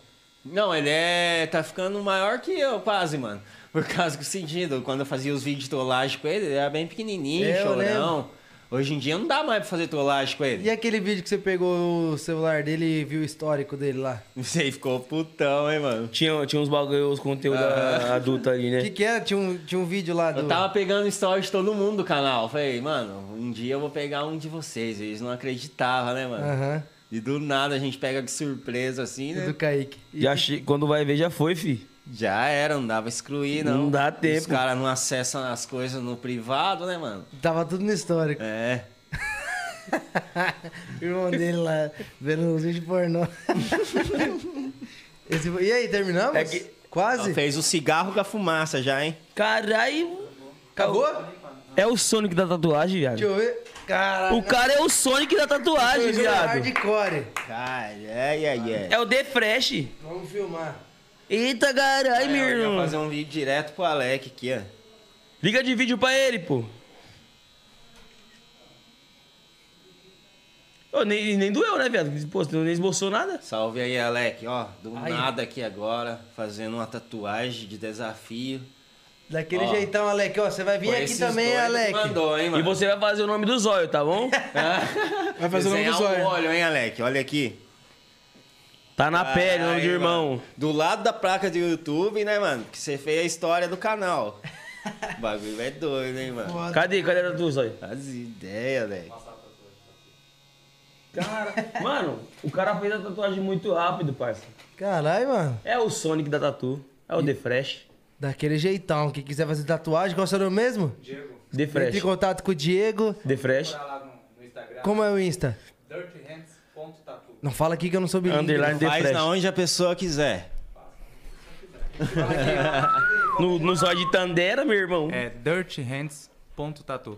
[SPEAKER 4] Não, ele é. tá ficando maior que eu, quase, mano. Por causa do sentido, quando eu fazia os vídeos de trollagem com ele, ele era bem pequenininho,
[SPEAKER 1] É, eu
[SPEAKER 4] chorão. Hoje em dia não dá mais pra fazer trollagem com ele.
[SPEAKER 1] E aquele vídeo que você pegou o celular dele e viu o histórico dele lá?
[SPEAKER 4] Você ficou putão, hein, mano?
[SPEAKER 2] Tinha, tinha uns bagulho, os conteúdos
[SPEAKER 4] Ah.
[SPEAKER 2] adultos ali,
[SPEAKER 1] O
[SPEAKER 2] né?
[SPEAKER 1] que que era? Tinha um, tinha um vídeo lá do...
[SPEAKER 4] Eu tava pegando stories de todo mundo do canal. Falei, mano, um dia eu vou pegar um de vocês. Eles não acreditavam, né, mano?
[SPEAKER 1] Aham,
[SPEAKER 4] E do nada a gente pega de surpresa assim, né?
[SPEAKER 1] do Kaique. E
[SPEAKER 2] Já che- Quando vai ver, já foi, fi.
[SPEAKER 4] Já era, não dava excluir, não.
[SPEAKER 2] Não dá
[SPEAKER 4] Os
[SPEAKER 2] tempo.
[SPEAKER 4] caras não acessam as coisas no privado, né, mano?
[SPEAKER 1] Tava tudo no histórico.
[SPEAKER 4] É.
[SPEAKER 1] O irmão dele lá, vendo os vídeos pornô. Esse- E aí, terminamos?
[SPEAKER 2] É que-
[SPEAKER 1] Quase?
[SPEAKER 4] Fez o cigarro com a fumaça já, hein?
[SPEAKER 2] Caralho.
[SPEAKER 1] Acabou?
[SPEAKER 2] É o Sonic da tatuagem,
[SPEAKER 1] Deixa
[SPEAKER 2] viado.
[SPEAKER 1] eu ver. Caralho.
[SPEAKER 2] O cara é o Sonic da tatuagem,
[SPEAKER 1] Jogo
[SPEAKER 2] viado.
[SPEAKER 1] é Hardcore.
[SPEAKER 4] Cara, é, é, é.
[SPEAKER 2] É o The Fresh.
[SPEAKER 1] Vamos filmar.
[SPEAKER 2] Eita, caralho, meu
[SPEAKER 4] Eu vou
[SPEAKER 2] irmão.
[SPEAKER 4] fazer um vídeo direto pro Alec aqui, ó.
[SPEAKER 2] Liga de vídeo pra ele, pô. Ô, nem, nem doeu, né, viado? Pô, você não esboçou nada.
[SPEAKER 4] Salve aí, Alec. Ó, do nada aqui agora, fazendo uma tatuagem de desafio.
[SPEAKER 1] Daquele
[SPEAKER 4] Ó.
[SPEAKER 1] jeitão, Alec. Ó, você vai vir
[SPEAKER 4] Foi
[SPEAKER 1] aqui
[SPEAKER 4] esses
[SPEAKER 1] também,
[SPEAKER 4] dois que
[SPEAKER 1] Alec.
[SPEAKER 4] Mandou, hein, mano?
[SPEAKER 2] E você vai fazer o nome do zóio, tá bom?
[SPEAKER 3] Vai fazer o nome do
[SPEAKER 4] Desenhar um
[SPEAKER 3] Zóio.
[SPEAKER 4] olho, hein, Alec? Olha aqui.
[SPEAKER 5] Tá na pele, o nome de
[SPEAKER 4] Caralho,
[SPEAKER 5] irmão.
[SPEAKER 4] mano. Do lado da placa do YouTube, né, mano? Que você fez a história do canal. o bagulho é doido, hein, mano?
[SPEAKER 5] Cadê? Cadê a tatu, Zóio?
[SPEAKER 4] As ideias, velho.
[SPEAKER 5] Cara, mano, o cara fez a tatuagem muito rápido, parça.
[SPEAKER 1] Caralho, mano.
[SPEAKER 5] É o Sonic da tatu. É o The Fresh.
[SPEAKER 1] Daquele jeitão. Quem quiser fazer tatuagem, qual é o seu nome mesmo?
[SPEAKER 6] Diego,
[SPEAKER 1] Entre
[SPEAKER 5] The
[SPEAKER 1] em
[SPEAKER 5] Fresh.
[SPEAKER 1] contato com o Diego.
[SPEAKER 5] The Fresh.
[SPEAKER 6] tá lá no, no Instagram,
[SPEAKER 1] Como é o Insta?
[SPEAKER 6] dirtyhands.tatu.
[SPEAKER 1] Não fala aqui que eu não soube
[SPEAKER 5] Underline The
[SPEAKER 4] Faz
[SPEAKER 5] Fresh.
[SPEAKER 4] na onde a pessoa quiser.
[SPEAKER 5] No, no Zóio de Tandera, meu irmão.
[SPEAKER 6] É dirtyhands.tatu.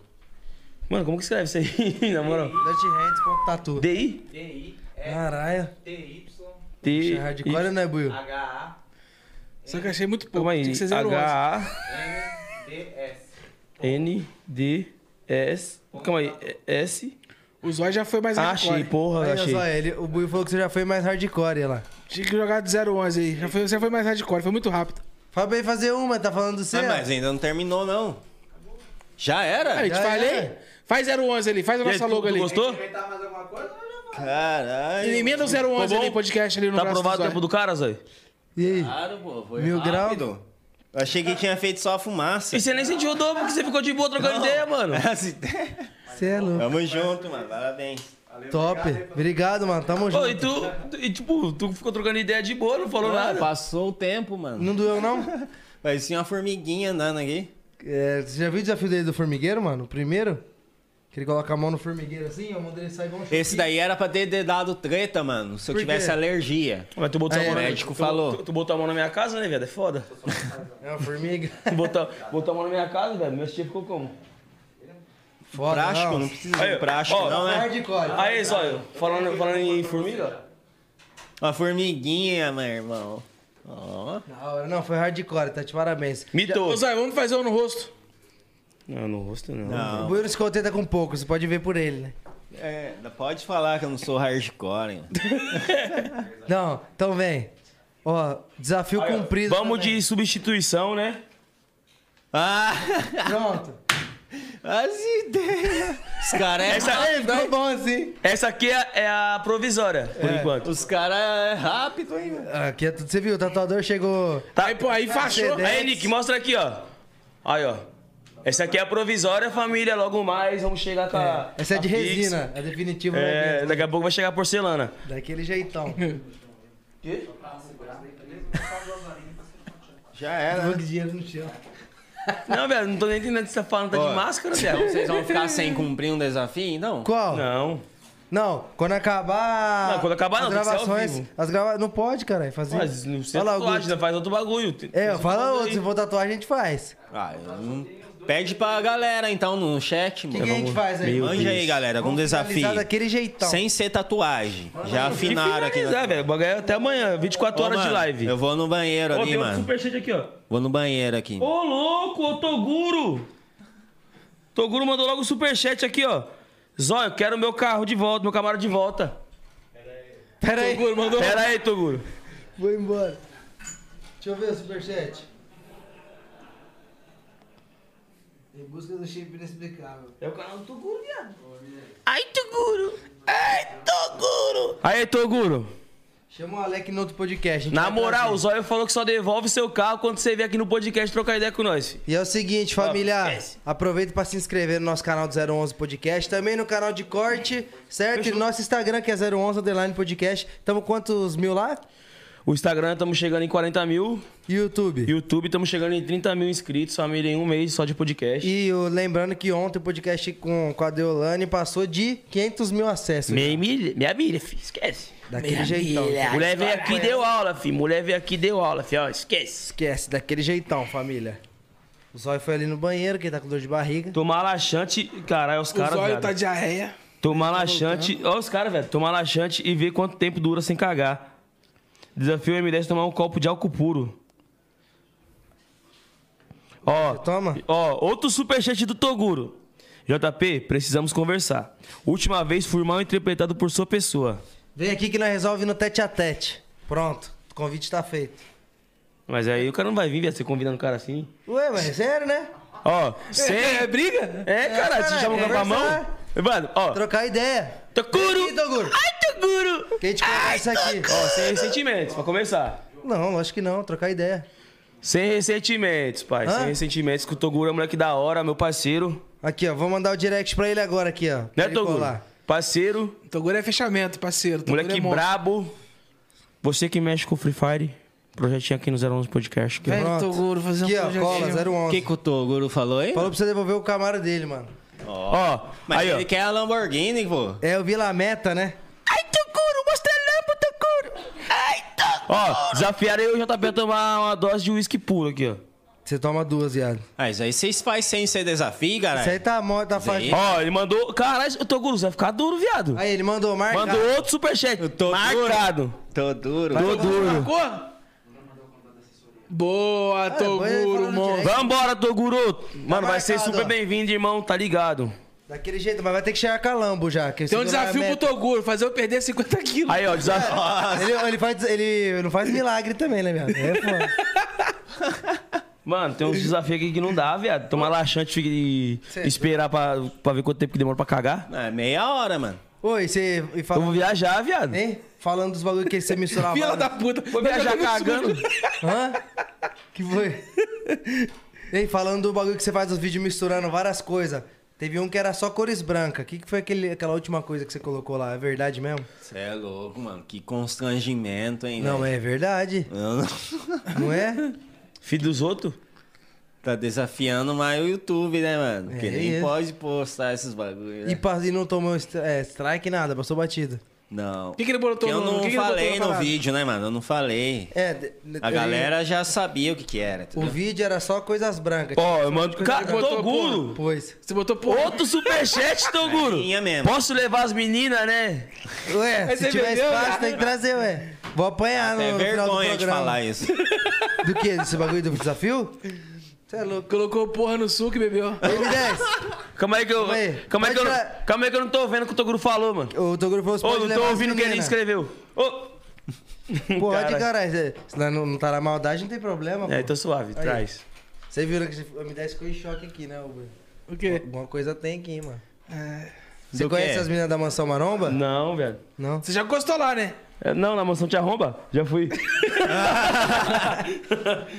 [SPEAKER 5] Mano, como que escreve isso aí, na moral?
[SPEAKER 1] DirtyHands.tatu.
[SPEAKER 5] DI?
[SPEAKER 1] Caralho.
[SPEAKER 6] D-I-R-T-Y-H-A.
[SPEAKER 5] T.
[SPEAKER 1] Puxa, Hardcore, né, Buio?
[SPEAKER 3] Só que eu achei muito pouco.
[SPEAKER 5] Calma aí.
[SPEAKER 3] Tinha que ser 011.
[SPEAKER 5] H-A-N-D-S.
[SPEAKER 6] NDS.
[SPEAKER 5] Calma aí. S.
[SPEAKER 3] O Zóio já foi mais
[SPEAKER 5] Ah,
[SPEAKER 3] hardcore.
[SPEAKER 5] achei, porra,
[SPEAKER 1] Olha
[SPEAKER 5] achei.
[SPEAKER 1] só, ele, o Buio falou que você já foi mais hardcore olha lá.
[SPEAKER 3] Tinha que jogar de 011 aí. Já foi, já foi mais hardcore, foi muito rápido.
[SPEAKER 1] Fala pra ele fazer uma, tá falando do
[SPEAKER 4] Ah,
[SPEAKER 1] seu.
[SPEAKER 4] mas ainda não terminou, não. É, Já
[SPEAKER 3] Aí,
[SPEAKER 4] era?
[SPEAKER 3] te
[SPEAKER 1] Já
[SPEAKER 3] falei?
[SPEAKER 1] era.
[SPEAKER 3] Faz 011 ali, faz a
[SPEAKER 5] E aí,
[SPEAKER 3] nossa
[SPEAKER 5] tu-
[SPEAKER 3] logo
[SPEAKER 5] tu
[SPEAKER 3] ali.
[SPEAKER 5] Gostou?
[SPEAKER 6] Inventar mais alguma coisa? Não, não, não.
[SPEAKER 4] Caralho.
[SPEAKER 3] E Emenda o 011
[SPEAKER 5] Tá bom?
[SPEAKER 3] ali, podcast ali no
[SPEAKER 5] Tá
[SPEAKER 3] braço do
[SPEAKER 5] aprovado o
[SPEAKER 3] Zóio.
[SPEAKER 5] tempo do cara, Zóio?
[SPEAKER 1] E aí?
[SPEAKER 4] Claro, pô. Foi
[SPEAKER 1] Mil grau?
[SPEAKER 4] rápido. Eu achei que tinha feito só a fumaça.
[SPEAKER 5] E você nem sentiu o dobro, porque você ficou de boa trocando ideia, mano.
[SPEAKER 4] As ideias.
[SPEAKER 1] Você é louco.
[SPEAKER 4] Tamo junto, mano. Parabéns.
[SPEAKER 1] Top. Obrigado, mano. Tamo
[SPEAKER 5] Ô, e
[SPEAKER 1] junto.
[SPEAKER 5] tu, tu- e tipo, tu ficou trocando ideia de boa, não falou nada.
[SPEAKER 4] Passou o tempo, mano.
[SPEAKER 1] Não doeu, não?
[SPEAKER 4] Parecia uma formiguinha andando aqui.
[SPEAKER 1] É, você já viu o desafio dele do formigueiro, mano? O primeiro? Que ele coloca a mão no formigueiro assim, a mão dele sai igual um
[SPEAKER 4] Esse
[SPEAKER 1] choquinho.
[SPEAKER 4] daí era pra ter dado treta, mano. Se eu
[SPEAKER 1] Por quê?
[SPEAKER 4] tivesse alergia.
[SPEAKER 5] Mas É, tu botou
[SPEAKER 1] Aí,
[SPEAKER 5] a mão
[SPEAKER 4] o
[SPEAKER 5] na minha-
[SPEAKER 4] médico
[SPEAKER 5] tu-
[SPEAKER 4] falou.
[SPEAKER 5] Tu, tu botou a mão na minha casa, né, velho? É foda.
[SPEAKER 1] É uma formiga.
[SPEAKER 5] Tu botou, botou a mão na minha casa, velho. Meu tio ficou como?
[SPEAKER 1] Foda,
[SPEAKER 4] prático, não,
[SPEAKER 1] não. é
[SPEAKER 4] precisa
[SPEAKER 5] Aí,
[SPEAKER 4] de prático,
[SPEAKER 5] ó,
[SPEAKER 4] não, né?
[SPEAKER 1] Hardcore.
[SPEAKER 5] Aí, Zóio, falando, falando em formiga.
[SPEAKER 4] Uma formiguinha, meu irmão. Ó.
[SPEAKER 1] Da hora. Não, foi hardcore, tá de parabéns.
[SPEAKER 5] Mitou.
[SPEAKER 3] Ô, Zóio, vamos fazer um no rosto.
[SPEAKER 5] Não, no rosto não.
[SPEAKER 1] O
[SPEAKER 4] Não.
[SPEAKER 1] Buiu não se contenta com pouco, você pode ver por ele, né?
[SPEAKER 4] É, pode falar que eu não sou hardcore, hein?
[SPEAKER 1] Não, então vem. Ó, desafio
[SPEAKER 5] Aí, ó,
[SPEAKER 1] cumprido.
[SPEAKER 5] Vamos
[SPEAKER 1] também.
[SPEAKER 5] de substituição, né?
[SPEAKER 4] Ah,
[SPEAKER 1] Pronto.
[SPEAKER 4] as ideias. Os caras
[SPEAKER 5] Essa-
[SPEAKER 4] é,
[SPEAKER 1] Aí, ficou bom assim.
[SPEAKER 5] Essa aqui é, é a provisória, por enquanto.
[SPEAKER 4] os cara é rápido, hein? mano?
[SPEAKER 1] Aqui é tudo. Você viu, o tatuador chegou.
[SPEAKER 5] Tá.
[SPEAKER 3] Aí, pô, aí fachou.
[SPEAKER 1] CD.
[SPEAKER 5] Aí, Nick, mostra aqui, ó. Aí, ó. Essa aqui é a provisória, família. Logo mais, vamos chegar com a.
[SPEAKER 1] Essa é de
[SPEAKER 5] a fixa.
[SPEAKER 1] resina, é definitivo. né?
[SPEAKER 5] Tá É, daqui a pouco vai chegar a porcelana.
[SPEAKER 1] Daquele jeitão.
[SPEAKER 4] Já era. né?
[SPEAKER 1] Jogo de dinheiro no chão.
[SPEAKER 5] Não, velho, não tô nem entendendo se você tá falando tá
[SPEAKER 4] Ó.
[SPEAKER 5] de máscara, velho.
[SPEAKER 4] Vocês vão ficar sem cumprir um desafio, então?
[SPEAKER 1] Qual? Não.
[SPEAKER 5] Não.
[SPEAKER 1] quando acabar.
[SPEAKER 5] Não, quando acabar não,
[SPEAKER 1] as
[SPEAKER 5] tem que ser ao
[SPEAKER 1] gravações.
[SPEAKER 5] vivo.
[SPEAKER 1] As grava... Não pode, cara, fazer.
[SPEAKER 5] Mas não precisa
[SPEAKER 1] Olha lá, o
[SPEAKER 5] tatuagem,
[SPEAKER 1] Guto.
[SPEAKER 5] né? faz outro bagulho.
[SPEAKER 1] É, eu fala outro, se for tatuagem a gente faz.
[SPEAKER 4] Ah, eu não- pede pra galera, então, no chat,
[SPEAKER 1] O que, que a
[SPEAKER 4] mano.
[SPEAKER 1] gente faz aí?
[SPEAKER 5] Meu
[SPEAKER 4] Manja aí, galera, É algum desafio.
[SPEAKER 1] Finalizar daquele jeitão.
[SPEAKER 4] então. Sem ser tatuagem. Já afinaram aqui. na-
[SPEAKER 5] Finalizar, velho. O bagulho é até amanhã, 24
[SPEAKER 4] Ô,
[SPEAKER 5] horas de
[SPEAKER 4] mano,
[SPEAKER 5] live.
[SPEAKER 4] Eu vou no banheiro
[SPEAKER 5] Ó,
[SPEAKER 4] ali,
[SPEAKER 5] tem outro
[SPEAKER 4] mano.
[SPEAKER 5] superchat aqui, ó.
[SPEAKER 4] Vou no banheiro aqui.
[SPEAKER 5] Ô, louco, ô Toguro! Toguro mandou logo o superchat aqui, ó. Zóio, quero meu carro de volta, meu camarada de volta.
[SPEAKER 1] Pera aí.
[SPEAKER 3] Seguro, mandou.
[SPEAKER 5] Pera aí, Toguro.
[SPEAKER 1] Vou embora. Deixa eu ver o superchat. Em busca do chip inexplicável.
[SPEAKER 5] É o canal do Toguro, viado. Ai, Toguro! Ai, Toguro! Aí, Toguro.
[SPEAKER 1] Chama o Alec no outro podcast. a gente
[SPEAKER 5] Na
[SPEAKER 1] vai
[SPEAKER 5] moral, o
[SPEAKER 1] trazer.
[SPEAKER 5] Zóio falou que só devolve seu carro quando você vier aqui no podcast trocar ideia com nós. fi.
[SPEAKER 1] E é o seguinte, família,
[SPEAKER 5] esquece.
[SPEAKER 1] aproveita pra se inscrever no nosso canal do 011 Podcast, também no canal de corte, certo? E no nosso Instagram, que é 011 Underline Podcast. Tamo quantos mil lá?
[SPEAKER 5] O Instagram estamos chegando em 40 mil.
[SPEAKER 1] YouTube.
[SPEAKER 5] YouTube estamos chegando em 30 mil inscritos, família, em um mês só de podcast.
[SPEAKER 1] E o- lembrando que ontem o podcast com, com a Deolane passou de 500 mil acessos.
[SPEAKER 5] Meia milha, minha milha, fi. Esquece. é.
[SPEAKER 1] Daquele jeitão.
[SPEAKER 5] Mulher veio aqui e deu aula, fi. Mulher veio aqui e deu aula, fi. Ó, esquece.
[SPEAKER 1] Esquece, daquele jeitão, família. O Zóio foi ali no banheiro, que ele tá com dor de barriga.
[SPEAKER 5] Tomar laxante, caralho, os
[SPEAKER 3] O
[SPEAKER 5] caras,
[SPEAKER 3] Zóio
[SPEAKER 5] velho.
[SPEAKER 3] tá diarreia.
[SPEAKER 5] Tomar laxante, ó os caras, velho. Tomar laxante e ver quanto tempo dura sem cagar. Desafio M10 tomar um copo de álcool puro. Ó,
[SPEAKER 1] Toma.
[SPEAKER 5] ó, outro superchat do Toguro. JP, precisamos conversar. Última vez fui mal interpretado por sua pessoa.
[SPEAKER 1] Vem aqui que nós resolve no tete a tete. Pronto, o convite tá feito.
[SPEAKER 5] Mas aí o cara não vai vir, velho, você convidando o cara assim.
[SPEAKER 1] Ué, mas é sério, né?
[SPEAKER 5] Ó, sem... É briga? É, cara,
[SPEAKER 1] caralho,
[SPEAKER 5] te chamam com a
[SPEAKER 1] conversar.
[SPEAKER 5] mão. Mano, ó,
[SPEAKER 1] Trocar ideia.
[SPEAKER 5] Toguro!
[SPEAKER 1] Ih, Toguro.
[SPEAKER 5] Ai, seguro.
[SPEAKER 1] Quem te conhece isso aqui?
[SPEAKER 5] Ó, sem ressentimentos, pra começar.
[SPEAKER 1] Não, lógico que não, trocar ideia.
[SPEAKER 5] Sem ressentimentos, pai.
[SPEAKER 1] Hã?
[SPEAKER 5] Sem ressentimentos. Que o Toguro é moleque da hora, meu parceiro.
[SPEAKER 1] Aqui, ó, vou mandar o direct pra ele agora aqui, ó. pra
[SPEAKER 5] Né,
[SPEAKER 1] ele
[SPEAKER 5] Toguro?
[SPEAKER 1] colar.
[SPEAKER 5] Parceiro,
[SPEAKER 3] Toguro é fechamento, parceiro. Toguro
[SPEAKER 5] moleque
[SPEAKER 3] é monstro.
[SPEAKER 5] brabo. Você que mexe com o Free Fire, projetinho aqui no 011 Podcast. Que é-
[SPEAKER 3] Velho,
[SPEAKER 1] Pronto.
[SPEAKER 3] Toguro, fazer um
[SPEAKER 1] Aqui, ó,
[SPEAKER 3] projetinho.
[SPEAKER 1] cola, 011.
[SPEAKER 4] O que, que o Toguro falou aí?
[SPEAKER 1] Falou pra você devolver o Camaro dele, mano.
[SPEAKER 5] Ó,
[SPEAKER 4] Mas
[SPEAKER 5] aí, ó.
[SPEAKER 4] ele quer a Lamborghini, pô.
[SPEAKER 1] É o Vila Meta, né?
[SPEAKER 5] Ai, Toguro, mostra a lâmpada, Toguro. Ai, Toguro. Ó, desafiaram eu e o JP a tomar uma dose de uísque puro aqui, ó.
[SPEAKER 1] Você toma duas, viado.
[SPEAKER 4] Ah, isso aí vocês fazem sem ser desafio,
[SPEAKER 1] Isso aí
[SPEAKER 4] caralho.
[SPEAKER 1] tá mó da faixa.
[SPEAKER 5] Ó, ele mandou... Caralho, o Toguro, você vai ficar duro, viado.
[SPEAKER 1] Aí, ele mandou marcar.
[SPEAKER 5] Mandou outro superchat.
[SPEAKER 4] tô
[SPEAKER 5] Marcado.
[SPEAKER 4] Tô duro.
[SPEAKER 5] Tô duro.
[SPEAKER 3] Marcou? Boa,
[SPEAKER 1] Ah, depois ele fala
[SPEAKER 3] Toguro,
[SPEAKER 1] no
[SPEAKER 3] monstro.
[SPEAKER 1] direct.
[SPEAKER 5] Vambora, Toguro. Mano, vai ser
[SPEAKER 1] marcado,
[SPEAKER 5] super
[SPEAKER 1] ó.
[SPEAKER 5] bem-vindo, irmão. Tá ligado.
[SPEAKER 1] Daquele jeito, mas vai ter que chegar calambo já. que
[SPEAKER 3] Tem um
[SPEAKER 1] segurar a
[SPEAKER 3] desafio pro
[SPEAKER 1] meta.
[SPEAKER 3] Toguro, fazer eu perder 50 quilos.
[SPEAKER 5] Aí, ó, desafio.
[SPEAKER 1] Ele, ele faz, ele não faz milagre também, né, viado? É foda.
[SPEAKER 5] Mano, tem uns desafios aqui que não dá, viado. Tomar laxante e
[SPEAKER 1] Certo.
[SPEAKER 5] esperar pra, pra ver quanto tempo que demora pra cagar.
[SPEAKER 4] Ah, meia hora, mano.
[SPEAKER 1] Oi, você... E
[SPEAKER 5] Eu vou
[SPEAKER 1] fala,
[SPEAKER 5] viajar, viado.
[SPEAKER 1] hein? Falando dos bagulho que você misturava.
[SPEAKER 3] Então Filha da puta.
[SPEAKER 5] Vou viajar
[SPEAKER 1] um
[SPEAKER 5] cagando.
[SPEAKER 1] Hã? Que foi? Ei, falando do bagulho que você faz os vídeos misturando várias coisas. Teve um que era só cores brancas. O que, que foi aquele, aquela última coisa que você colocou lá? É verdade mesmo?
[SPEAKER 4] Você é louco, mano. Que constrangimento, hein?
[SPEAKER 1] Não,
[SPEAKER 4] velho.
[SPEAKER 1] é verdade.
[SPEAKER 4] Não, não.
[SPEAKER 1] Não é?
[SPEAKER 5] Filho dos outros.
[SPEAKER 4] Tá desafiando mais o YouTube, né, mano? Porque
[SPEAKER 1] É
[SPEAKER 4] nem
[SPEAKER 1] isso.
[SPEAKER 4] pode postar esses né? bagulhos.
[SPEAKER 1] E, pa- e não tomou est- é, strike nada, passou batido.
[SPEAKER 4] Não.
[SPEAKER 3] que que ele botou
[SPEAKER 4] Eu
[SPEAKER 3] no-
[SPEAKER 4] não
[SPEAKER 3] que que ele
[SPEAKER 4] falei
[SPEAKER 3] botou na
[SPEAKER 4] no
[SPEAKER 3] parada?
[SPEAKER 4] vídeo, né, mano? Eu não falei.
[SPEAKER 1] É, de-
[SPEAKER 4] A
[SPEAKER 1] ele-
[SPEAKER 4] galera já sabia o que que era.
[SPEAKER 1] O
[SPEAKER 4] entendeu?
[SPEAKER 1] vídeo era só coisas brancas. tipo,
[SPEAKER 5] Ó, eu mando. Cara,
[SPEAKER 3] botou,
[SPEAKER 5] Toguro.
[SPEAKER 1] Pois.
[SPEAKER 3] Você botou porra.
[SPEAKER 5] Outro superchat, Toguro.
[SPEAKER 4] Minha mesmo.
[SPEAKER 5] Posso levar as meninas, né?
[SPEAKER 1] Ué,
[SPEAKER 3] Mas
[SPEAKER 1] se
[SPEAKER 3] você
[SPEAKER 1] tiver
[SPEAKER 3] vendeu,
[SPEAKER 1] espaço,
[SPEAKER 3] né?
[SPEAKER 1] tem que trazer, ué. Vou apanhar no,
[SPEAKER 4] É
[SPEAKER 1] no final do programa.
[SPEAKER 4] vergonha de falar isso.
[SPEAKER 1] Do que? Desse bagulho do desafio? Você é louco.
[SPEAKER 3] Colocou porra no suco e bebeu.
[SPEAKER 1] M10,
[SPEAKER 5] Calma aí que eu.
[SPEAKER 1] Calma aí.
[SPEAKER 5] Calma aí que eu,
[SPEAKER 1] Pode
[SPEAKER 5] não-
[SPEAKER 1] tirar-
[SPEAKER 5] calma aí que eu não tô vendo o que o Toguro falou, mano.
[SPEAKER 1] o Toguro falou, você
[SPEAKER 5] Ô,
[SPEAKER 1] pode
[SPEAKER 5] não
[SPEAKER 1] levar
[SPEAKER 5] tô
[SPEAKER 1] as
[SPEAKER 5] ouvindo o que ele
[SPEAKER 1] meninas.
[SPEAKER 5] escreveu. Ô.
[SPEAKER 1] Pode,
[SPEAKER 5] Caralho.
[SPEAKER 1] caralho. Se- Se nós não, não tá na maldade, não tem problema,
[SPEAKER 5] É,
[SPEAKER 1] pô.
[SPEAKER 5] tô suave,
[SPEAKER 1] Aí.
[SPEAKER 5] traz.
[SPEAKER 1] Você viu né, que o M10 ficou em choque aqui, né, Uber?
[SPEAKER 3] O quê?
[SPEAKER 1] Alguma coisa tem aqui, mano. Você
[SPEAKER 4] Do
[SPEAKER 1] conhece
[SPEAKER 4] quê?
[SPEAKER 1] as meninas da Mansão Maromba?
[SPEAKER 5] Não, velho.
[SPEAKER 1] Não.
[SPEAKER 3] Você já gostou lá, né?
[SPEAKER 5] É, Não, na mansão te arromba? Já fui.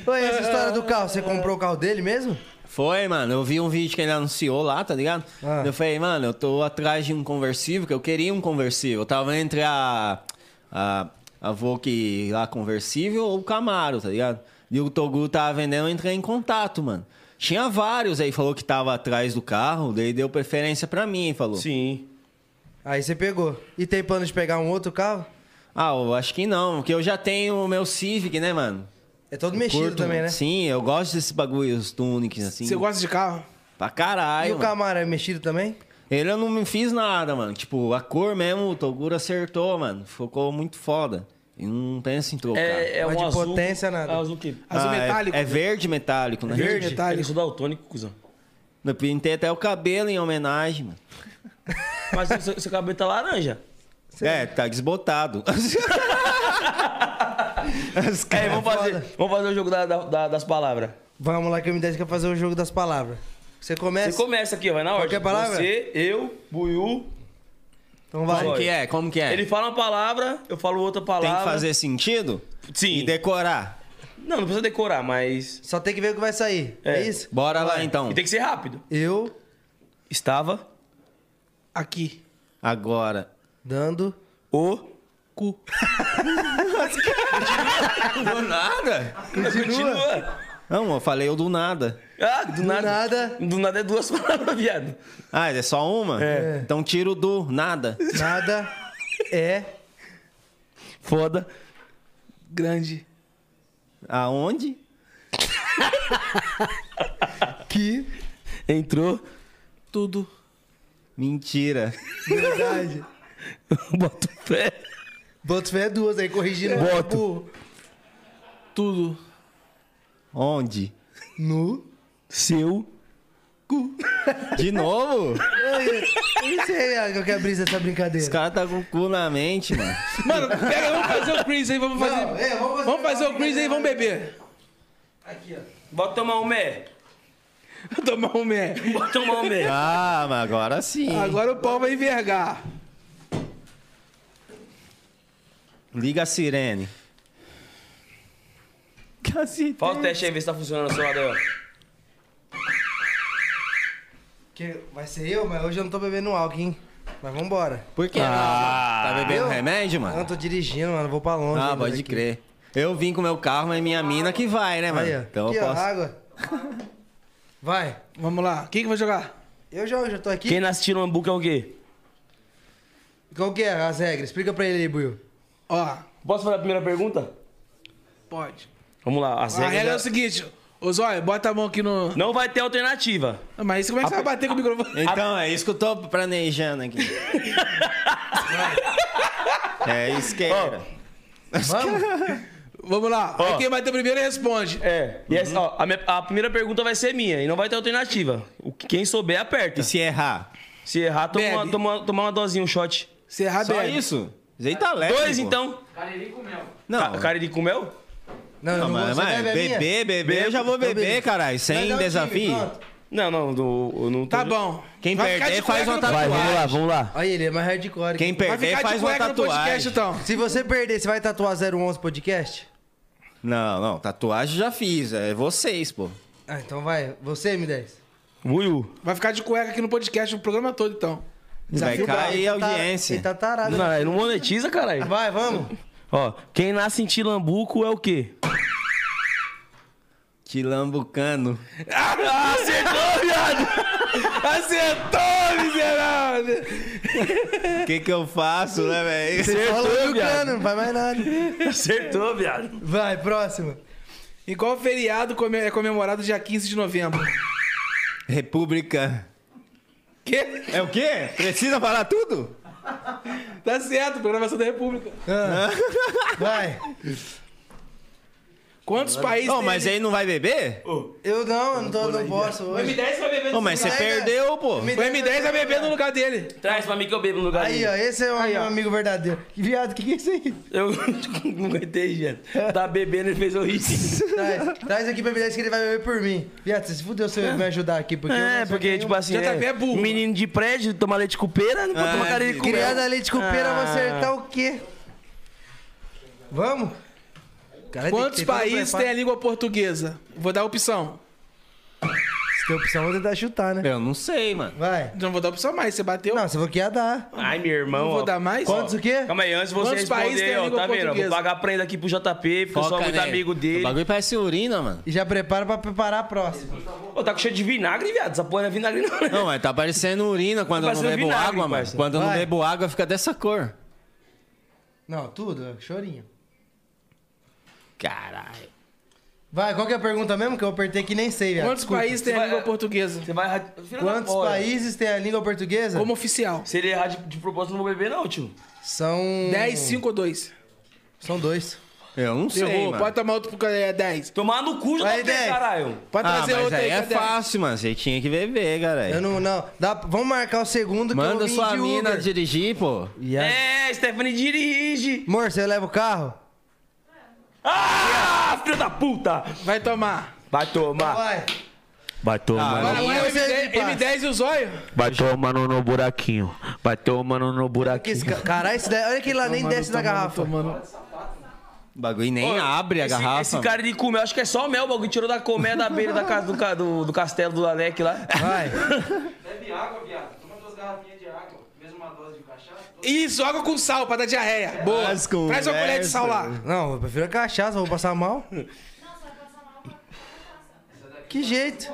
[SPEAKER 1] Oi, essa história do carro, você comprou o carro dele mesmo?
[SPEAKER 4] Foi, mano. Eu vi um vídeo que ele anunciou lá, tá ligado?
[SPEAKER 1] Ah.
[SPEAKER 4] Eu falei, mano, eu tô atrás de um conversível, que eu queria um conversível. Eu tava entre a. a. a Vogue lá conversível ou o Camaro, tá ligado? E o Togu tava vendendo, eu entrei em contato, mano. Tinha vários aí, falou que tava atrás do carro, daí deu preferência pra mim, falou.
[SPEAKER 5] Sim.
[SPEAKER 1] Aí você pegou. E tem plano de pegar um outro carro?
[SPEAKER 4] Ah, eu acho que não, porque eu já tenho o meu Civic, né, mano?
[SPEAKER 1] É todo mexido
[SPEAKER 4] Curto,
[SPEAKER 1] também, né?
[SPEAKER 4] Sim, eu gosto desse bagulho, os tunics, assim.
[SPEAKER 3] Você gosta de carro?
[SPEAKER 4] Pra
[SPEAKER 1] E
[SPEAKER 4] caralho.
[SPEAKER 1] o
[SPEAKER 4] mano.
[SPEAKER 1] Camaro é mexido também?
[SPEAKER 4] Ele eu não me fiz nada, mano. Tipo, a cor mesmo, o Toguro acertou, mano. Ficou muito foda. E não pensa em trocar.
[SPEAKER 5] É, é
[SPEAKER 1] Mas
[SPEAKER 5] um
[SPEAKER 1] de
[SPEAKER 5] azul.
[SPEAKER 1] potência, nada.
[SPEAKER 5] É um azul que.
[SPEAKER 3] Azul
[SPEAKER 4] é-
[SPEAKER 3] metálico?
[SPEAKER 4] É, verde metálico, né?
[SPEAKER 3] Ah, Verde. metálico.
[SPEAKER 5] Eu sou daltônico, cuzão.
[SPEAKER 4] Eu pintei até o cabelo em homenagem, mano.
[SPEAKER 5] Mas o seu, seu cabelo tá laranja.
[SPEAKER 4] É, tá desbotado. Os
[SPEAKER 5] É,
[SPEAKER 4] caras-
[SPEAKER 5] vamos fazer,
[SPEAKER 1] foda.
[SPEAKER 5] vamos fazer o jogo da- da- da- das palavras.
[SPEAKER 1] Vamos lá que o M10 quer fazer o jogo das palavras. Você começa?
[SPEAKER 5] Você começa aqui, ó, vai na
[SPEAKER 1] Qual
[SPEAKER 5] ordem.
[SPEAKER 1] que é a palavra?
[SPEAKER 5] Você, eu, Buiu.
[SPEAKER 1] Então vai.
[SPEAKER 4] Como
[SPEAKER 5] Vai.
[SPEAKER 4] que é? Como que é?
[SPEAKER 5] Ele fala uma palavra, eu falo outra
[SPEAKER 4] Tem
[SPEAKER 5] palavra.
[SPEAKER 4] que fazer sentido?
[SPEAKER 5] Sim.
[SPEAKER 4] E decorar.
[SPEAKER 5] Não, não precisa decorar, mas.
[SPEAKER 1] Só tem que ver o que vai sair. É,
[SPEAKER 5] É.
[SPEAKER 1] isso?
[SPEAKER 4] Bora lá, então.
[SPEAKER 5] E tem que ser rápido.
[SPEAKER 1] Eu
[SPEAKER 5] Estava
[SPEAKER 3] Aqui.
[SPEAKER 4] Agora.
[SPEAKER 1] dando.
[SPEAKER 5] o.
[SPEAKER 3] Cu.
[SPEAKER 4] Do nada?
[SPEAKER 5] Continua.
[SPEAKER 4] Não, eu falei eu do nada.
[SPEAKER 5] Ah,
[SPEAKER 1] Do
[SPEAKER 5] do, nada.
[SPEAKER 1] nada.
[SPEAKER 5] Do nada é duas palavras, viado.
[SPEAKER 4] Ah, é só uma?
[SPEAKER 5] É.
[SPEAKER 4] Então tiro do nada.
[SPEAKER 1] Nada. É.
[SPEAKER 5] Foda.
[SPEAKER 3] Grande.
[SPEAKER 4] Aonde?
[SPEAKER 1] Que.
[SPEAKER 5] Entrou.
[SPEAKER 3] Tudo.
[SPEAKER 4] Mentira.
[SPEAKER 1] Verdade.
[SPEAKER 5] Bota o pé.
[SPEAKER 1] Boto fé duas aí, corrigindo.
[SPEAKER 5] Boto.
[SPEAKER 1] Tipo,
[SPEAKER 3] Tudo.
[SPEAKER 4] Onde?
[SPEAKER 1] Nu.
[SPEAKER 5] Seu.
[SPEAKER 4] De novo?
[SPEAKER 1] Tipo, Eu, eu, eu não sei ah, que eu quero abrir essa
[SPEAKER 4] Os
[SPEAKER 1] brincadeira.
[SPEAKER 4] caras tá com o cu na mente, mano.
[SPEAKER 3] Mano, pega, vamos fazer o Chris aí, vamos fazer.
[SPEAKER 1] Não, é,
[SPEAKER 3] vamos,
[SPEAKER 1] vamos fazer-
[SPEAKER 3] fazer o Chris aí, vamos beber.
[SPEAKER 1] Aqui, ó.
[SPEAKER 5] Bota tomar um mé.
[SPEAKER 3] Tomar um mé.
[SPEAKER 5] Bota tomar um mé.
[SPEAKER 4] Ah, mas agora sim.
[SPEAKER 3] Agora o pau vai envergar.
[SPEAKER 4] Liga a sirene. Cacete.
[SPEAKER 5] Fala o teste aí, vê se tá funcionando o seu Adel.
[SPEAKER 1] Que vai ser eu, mas hoje eu não tô bebendo álcool, hein? Mas vambora.
[SPEAKER 4] Por que ah, Tá bebendo
[SPEAKER 1] eu?
[SPEAKER 4] remédio, mano?
[SPEAKER 1] Não, tô dirigindo, mano. Vou pra longe.
[SPEAKER 4] Ah,
[SPEAKER 1] ainda
[SPEAKER 4] pode
[SPEAKER 1] daqui.
[SPEAKER 4] crer. Eu vim com meu carro, mas minha mina que vai, né, mano?
[SPEAKER 1] Aí, ó.
[SPEAKER 4] Então
[SPEAKER 1] aqui,
[SPEAKER 4] eu
[SPEAKER 1] ó,
[SPEAKER 4] posso.
[SPEAKER 1] água. Vai.
[SPEAKER 3] Vamos lá. Quem que vai jogar?
[SPEAKER 1] Eu já, eu já tô aqui.
[SPEAKER 5] Quem nasce tirando hambúrguer é o quê?
[SPEAKER 1] Qual que é as regras? Explica pra ele aí, Buiu.
[SPEAKER 3] Ó,
[SPEAKER 5] Posso fazer a primeira pergunta?
[SPEAKER 3] pode.
[SPEAKER 5] Vamos lá, as
[SPEAKER 3] a regra é o
[SPEAKER 5] regras... já-
[SPEAKER 3] seguinte. Ô, Zóio, bota a mão aqui no...
[SPEAKER 5] Não vai ter alternativa.
[SPEAKER 3] Ah, Mas isso, como é que você vai bater com o microfone?
[SPEAKER 4] Então, é isso que eu tô planejando aqui. é isso que era.
[SPEAKER 1] Vamos?
[SPEAKER 3] Vamos lá.
[SPEAKER 5] Ó.
[SPEAKER 3] Aí Quem bater primeiro responde.
[SPEAKER 5] É. E essa, ó, a, minha- a primeira pergunta vai ser minha e não vai ter alternativa. O, que- quem souber, aperta.
[SPEAKER 4] E se errar?
[SPEAKER 5] Se errar, toma
[SPEAKER 3] Bebe.
[SPEAKER 5] uma, toma, toma uma dosinha, um shot.
[SPEAKER 3] Se errar,
[SPEAKER 4] Só
[SPEAKER 3] bebe.
[SPEAKER 4] isso? Isso aí tá leve.
[SPEAKER 5] Dois,
[SPEAKER 4] pô.
[SPEAKER 5] então.
[SPEAKER 7] Cariri com mel.
[SPEAKER 4] Não,
[SPEAKER 5] Ca- Cara de comel?
[SPEAKER 1] Não,
[SPEAKER 4] não,
[SPEAKER 1] eu não
[SPEAKER 4] mas,
[SPEAKER 1] vou
[SPEAKER 4] mas
[SPEAKER 1] você bebe a minha?
[SPEAKER 4] beber, beber, eu já vou
[SPEAKER 1] Então,
[SPEAKER 4] beber,
[SPEAKER 1] beleza. Vai
[SPEAKER 4] caralho. Sem
[SPEAKER 1] dar um time,
[SPEAKER 4] desafio.
[SPEAKER 1] pronto.
[SPEAKER 5] Não, não, do- eu não tô...
[SPEAKER 3] Tá bom.
[SPEAKER 4] Quem
[SPEAKER 3] Vai ficar
[SPEAKER 4] perder
[SPEAKER 3] de
[SPEAKER 4] faz
[SPEAKER 3] cueca
[SPEAKER 4] uma
[SPEAKER 3] no-
[SPEAKER 4] tatuagem.
[SPEAKER 5] vamos lá.
[SPEAKER 1] Aí, ele é mais hardcore.
[SPEAKER 4] Quem
[SPEAKER 3] Vai
[SPEAKER 4] perder
[SPEAKER 3] ficar
[SPEAKER 4] faz
[SPEAKER 3] de
[SPEAKER 4] uma
[SPEAKER 3] cueca no podcast,
[SPEAKER 4] tatuagem.
[SPEAKER 3] então.
[SPEAKER 1] Se você perder, você vai tatuar 011 podcast?
[SPEAKER 4] Não, não, tatuagem já fiz. É vocês, pô.
[SPEAKER 1] Ah, então vai. Você, M10.
[SPEAKER 5] Buiu.
[SPEAKER 3] Vai ficar de cueca aqui no podcast o programa todo, então.
[SPEAKER 4] Vai
[SPEAKER 1] Desafio brabo.
[SPEAKER 4] cair a
[SPEAKER 1] Ele tá- Ele
[SPEAKER 4] audiência.
[SPEAKER 1] tá tarado.
[SPEAKER 5] Não, não monetiza, caralho.
[SPEAKER 1] Vai, vamos.
[SPEAKER 5] Ó, quem nasce em Tilambuco é o quê?
[SPEAKER 4] Tilambucano.
[SPEAKER 5] Ah, acertou, viado!
[SPEAKER 3] Acertou, miserável!
[SPEAKER 4] O que que eu faço, né, velho?
[SPEAKER 1] Você falou
[SPEAKER 5] Acertou,
[SPEAKER 1] do
[SPEAKER 5] viado!
[SPEAKER 1] cano, não faz mais nada.
[SPEAKER 5] Acertou, viado!
[SPEAKER 1] Vai, próximo.
[SPEAKER 3] Em qual feriado come- é comemorado dia 15 de novembro?
[SPEAKER 4] República.
[SPEAKER 3] Quê?
[SPEAKER 4] É o quê? Precisa falar tudo?
[SPEAKER 3] Tá certo, programação da República.
[SPEAKER 1] Vai.
[SPEAKER 3] Quantos países
[SPEAKER 4] Ô, mas aí não vai beber? Ô,
[SPEAKER 1] Eu não, eu não, tô, não posso
[SPEAKER 3] O
[SPEAKER 1] hoje.
[SPEAKER 3] M10 vai beber.
[SPEAKER 4] mas você
[SPEAKER 1] Vai,
[SPEAKER 4] perdeu, pô.
[SPEAKER 1] Me-
[SPEAKER 3] O M10 vai beber no lugar dele.
[SPEAKER 5] Traz pra mim que eu bebo no lugar
[SPEAKER 1] Aí,
[SPEAKER 5] dele.
[SPEAKER 1] ó, esse é um
[SPEAKER 3] Aí, ó.
[SPEAKER 1] amigo verdadeiro. Que viado, que que é isso aí?
[SPEAKER 5] Eu não aguentei, viado. Tá bebendo, ele fez eu rir.
[SPEAKER 1] Traz, traz aqui pra M10 que ele vai beber por mim. Viado, você se fudeu se eu me ajudar aqui, porque eu
[SPEAKER 5] É,
[SPEAKER 1] não sou
[SPEAKER 5] porque,
[SPEAKER 1] nenhum.
[SPEAKER 5] tipo assim,
[SPEAKER 3] Já tá bem é burro.
[SPEAKER 5] menino de prédio, tomar leite com pera, não pode
[SPEAKER 4] Ah,
[SPEAKER 5] tomar cara de
[SPEAKER 4] filho.
[SPEAKER 5] com
[SPEAKER 1] Criada
[SPEAKER 3] é?
[SPEAKER 1] a leite com pera,
[SPEAKER 5] Ah.
[SPEAKER 1] vou acertar o quê? Vamos? Cara, tem
[SPEAKER 3] Quantos
[SPEAKER 1] que ter todo
[SPEAKER 4] um
[SPEAKER 3] países
[SPEAKER 1] preparo.
[SPEAKER 3] tem a língua portuguesa? Vou dar a opção.
[SPEAKER 1] Se tem opção, eu vou tentar chutar, né?
[SPEAKER 4] Eu não sei, mano.
[SPEAKER 1] Vai.
[SPEAKER 3] Não vou dar a opção mais, você bateu.
[SPEAKER 1] Não, você falou que ia dar.
[SPEAKER 5] Ai, meu irmão,
[SPEAKER 3] Não vou
[SPEAKER 5] ó.
[SPEAKER 3] dar mais? né?
[SPEAKER 1] Quantos o quê?
[SPEAKER 5] Calma aí, antes de você
[SPEAKER 3] Quantos países tem
[SPEAKER 5] responder,
[SPEAKER 3] a
[SPEAKER 5] ó,
[SPEAKER 3] língua
[SPEAKER 5] tá vendo? ó, Vou
[SPEAKER 3] portuguesa?
[SPEAKER 5] pagar a prenda aqui pro JP, porque eu sou
[SPEAKER 4] Foca,
[SPEAKER 5] muito
[SPEAKER 4] né?
[SPEAKER 5] amigo
[SPEAKER 4] O
[SPEAKER 5] dele.
[SPEAKER 4] bagulho parece urina, mano.
[SPEAKER 1] E já prepara pra preparar a próxima.
[SPEAKER 5] Ô, tá com cheio de vinagre, viado. Essa porra não é vinagre, não, né?
[SPEAKER 4] Não, mas tá parecendo urina quando
[SPEAKER 5] Tá
[SPEAKER 4] eu não
[SPEAKER 5] parecendo
[SPEAKER 4] bebo
[SPEAKER 5] vinagre,
[SPEAKER 4] água, mano.
[SPEAKER 5] parça.
[SPEAKER 4] Quando eu não
[SPEAKER 1] Vai.
[SPEAKER 4] bebo água, fica dessa cor.
[SPEAKER 1] Não, tudo, é chorinho.
[SPEAKER 4] Caralho.
[SPEAKER 1] Vai, qual que é a pergunta mesmo? Que eu apertei que nem sei, viado.
[SPEAKER 3] Quantos
[SPEAKER 1] Desculpa.
[SPEAKER 3] países tem a
[SPEAKER 5] Vai-
[SPEAKER 3] língua portuguesa?
[SPEAKER 5] Você vai errar. Filha da
[SPEAKER 1] Quantos
[SPEAKER 5] porra.
[SPEAKER 1] países tem a língua portuguesa?
[SPEAKER 3] Como oficial.
[SPEAKER 5] Se ele errar de, de propósito, eu não vou beber, não, tio.
[SPEAKER 1] São.
[SPEAKER 3] 10, 5 ou 2?
[SPEAKER 1] São dois.
[SPEAKER 4] Eu não sei,
[SPEAKER 3] Errou.
[SPEAKER 4] mano.
[SPEAKER 3] Pode tomar outro pro cara. É 10.
[SPEAKER 5] Tomar no cu já
[SPEAKER 1] Vai,
[SPEAKER 5] tá bem,
[SPEAKER 1] Dez.
[SPEAKER 5] caralho.
[SPEAKER 3] Pode
[SPEAKER 4] Ah,
[SPEAKER 3] trazer
[SPEAKER 4] mas
[SPEAKER 3] outro
[SPEAKER 4] aí
[SPEAKER 3] aí,
[SPEAKER 4] é
[SPEAKER 3] cadê?
[SPEAKER 4] fácil, mano. Você tinha que beber,
[SPEAKER 1] Eu
[SPEAKER 4] galera.
[SPEAKER 1] não, não. Dá- vamos marcar o segundo que eu
[SPEAKER 4] Manda
[SPEAKER 1] vim
[SPEAKER 4] sua
[SPEAKER 1] de
[SPEAKER 4] mina
[SPEAKER 1] Uber.
[SPEAKER 4] dirigir, pô.
[SPEAKER 1] E aí?
[SPEAKER 5] É, Stephanie dirige.
[SPEAKER 1] Amor, você leva o carro?
[SPEAKER 5] Ah, filho da puta.
[SPEAKER 3] Vai tomar. é
[SPEAKER 5] Vai tomar.
[SPEAKER 1] Vai.
[SPEAKER 5] Vai
[SPEAKER 4] Ah,
[SPEAKER 5] tomar.
[SPEAKER 3] Vai,
[SPEAKER 1] e
[SPEAKER 3] vai,
[SPEAKER 1] você,
[SPEAKER 3] M10,
[SPEAKER 1] Zipa?
[SPEAKER 3] M10 e o zóio?
[SPEAKER 5] Vai tomando no buraquinho. Vai tomando no
[SPEAKER 1] Que esse
[SPEAKER 5] buraquinho.
[SPEAKER 1] ca- Caralho, esse daí. Olha que lá nem desce da garrafa.
[SPEAKER 4] O bagulho nem
[SPEAKER 5] Ô,
[SPEAKER 4] abre a
[SPEAKER 5] esse,
[SPEAKER 4] garrafa.
[SPEAKER 5] Esse cara de comer, acho que é só o mel, o bagulho tirou da colmeia
[SPEAKER 2] é
[SPEAKER 5] da beira da casa, do, ca- do, do castelo do Alec lá.
[SPEAKER 1] Vai.
[SPEAKER 7] Bebe água, viado. Toma duas garrafinhas de água. Mesmo uma dose de cachaça.
[SPEAKER 3] Isso, água com sal pra dar diarreia. Boa.
[SPEAKER 4] As
[SPEAKER 3] Traz uma colher de sal lá.
[SPEAKER 4] conversas.
[SPEAKER 1] Não, eu prefiro a cachaça, vou passar mal. Que jeito.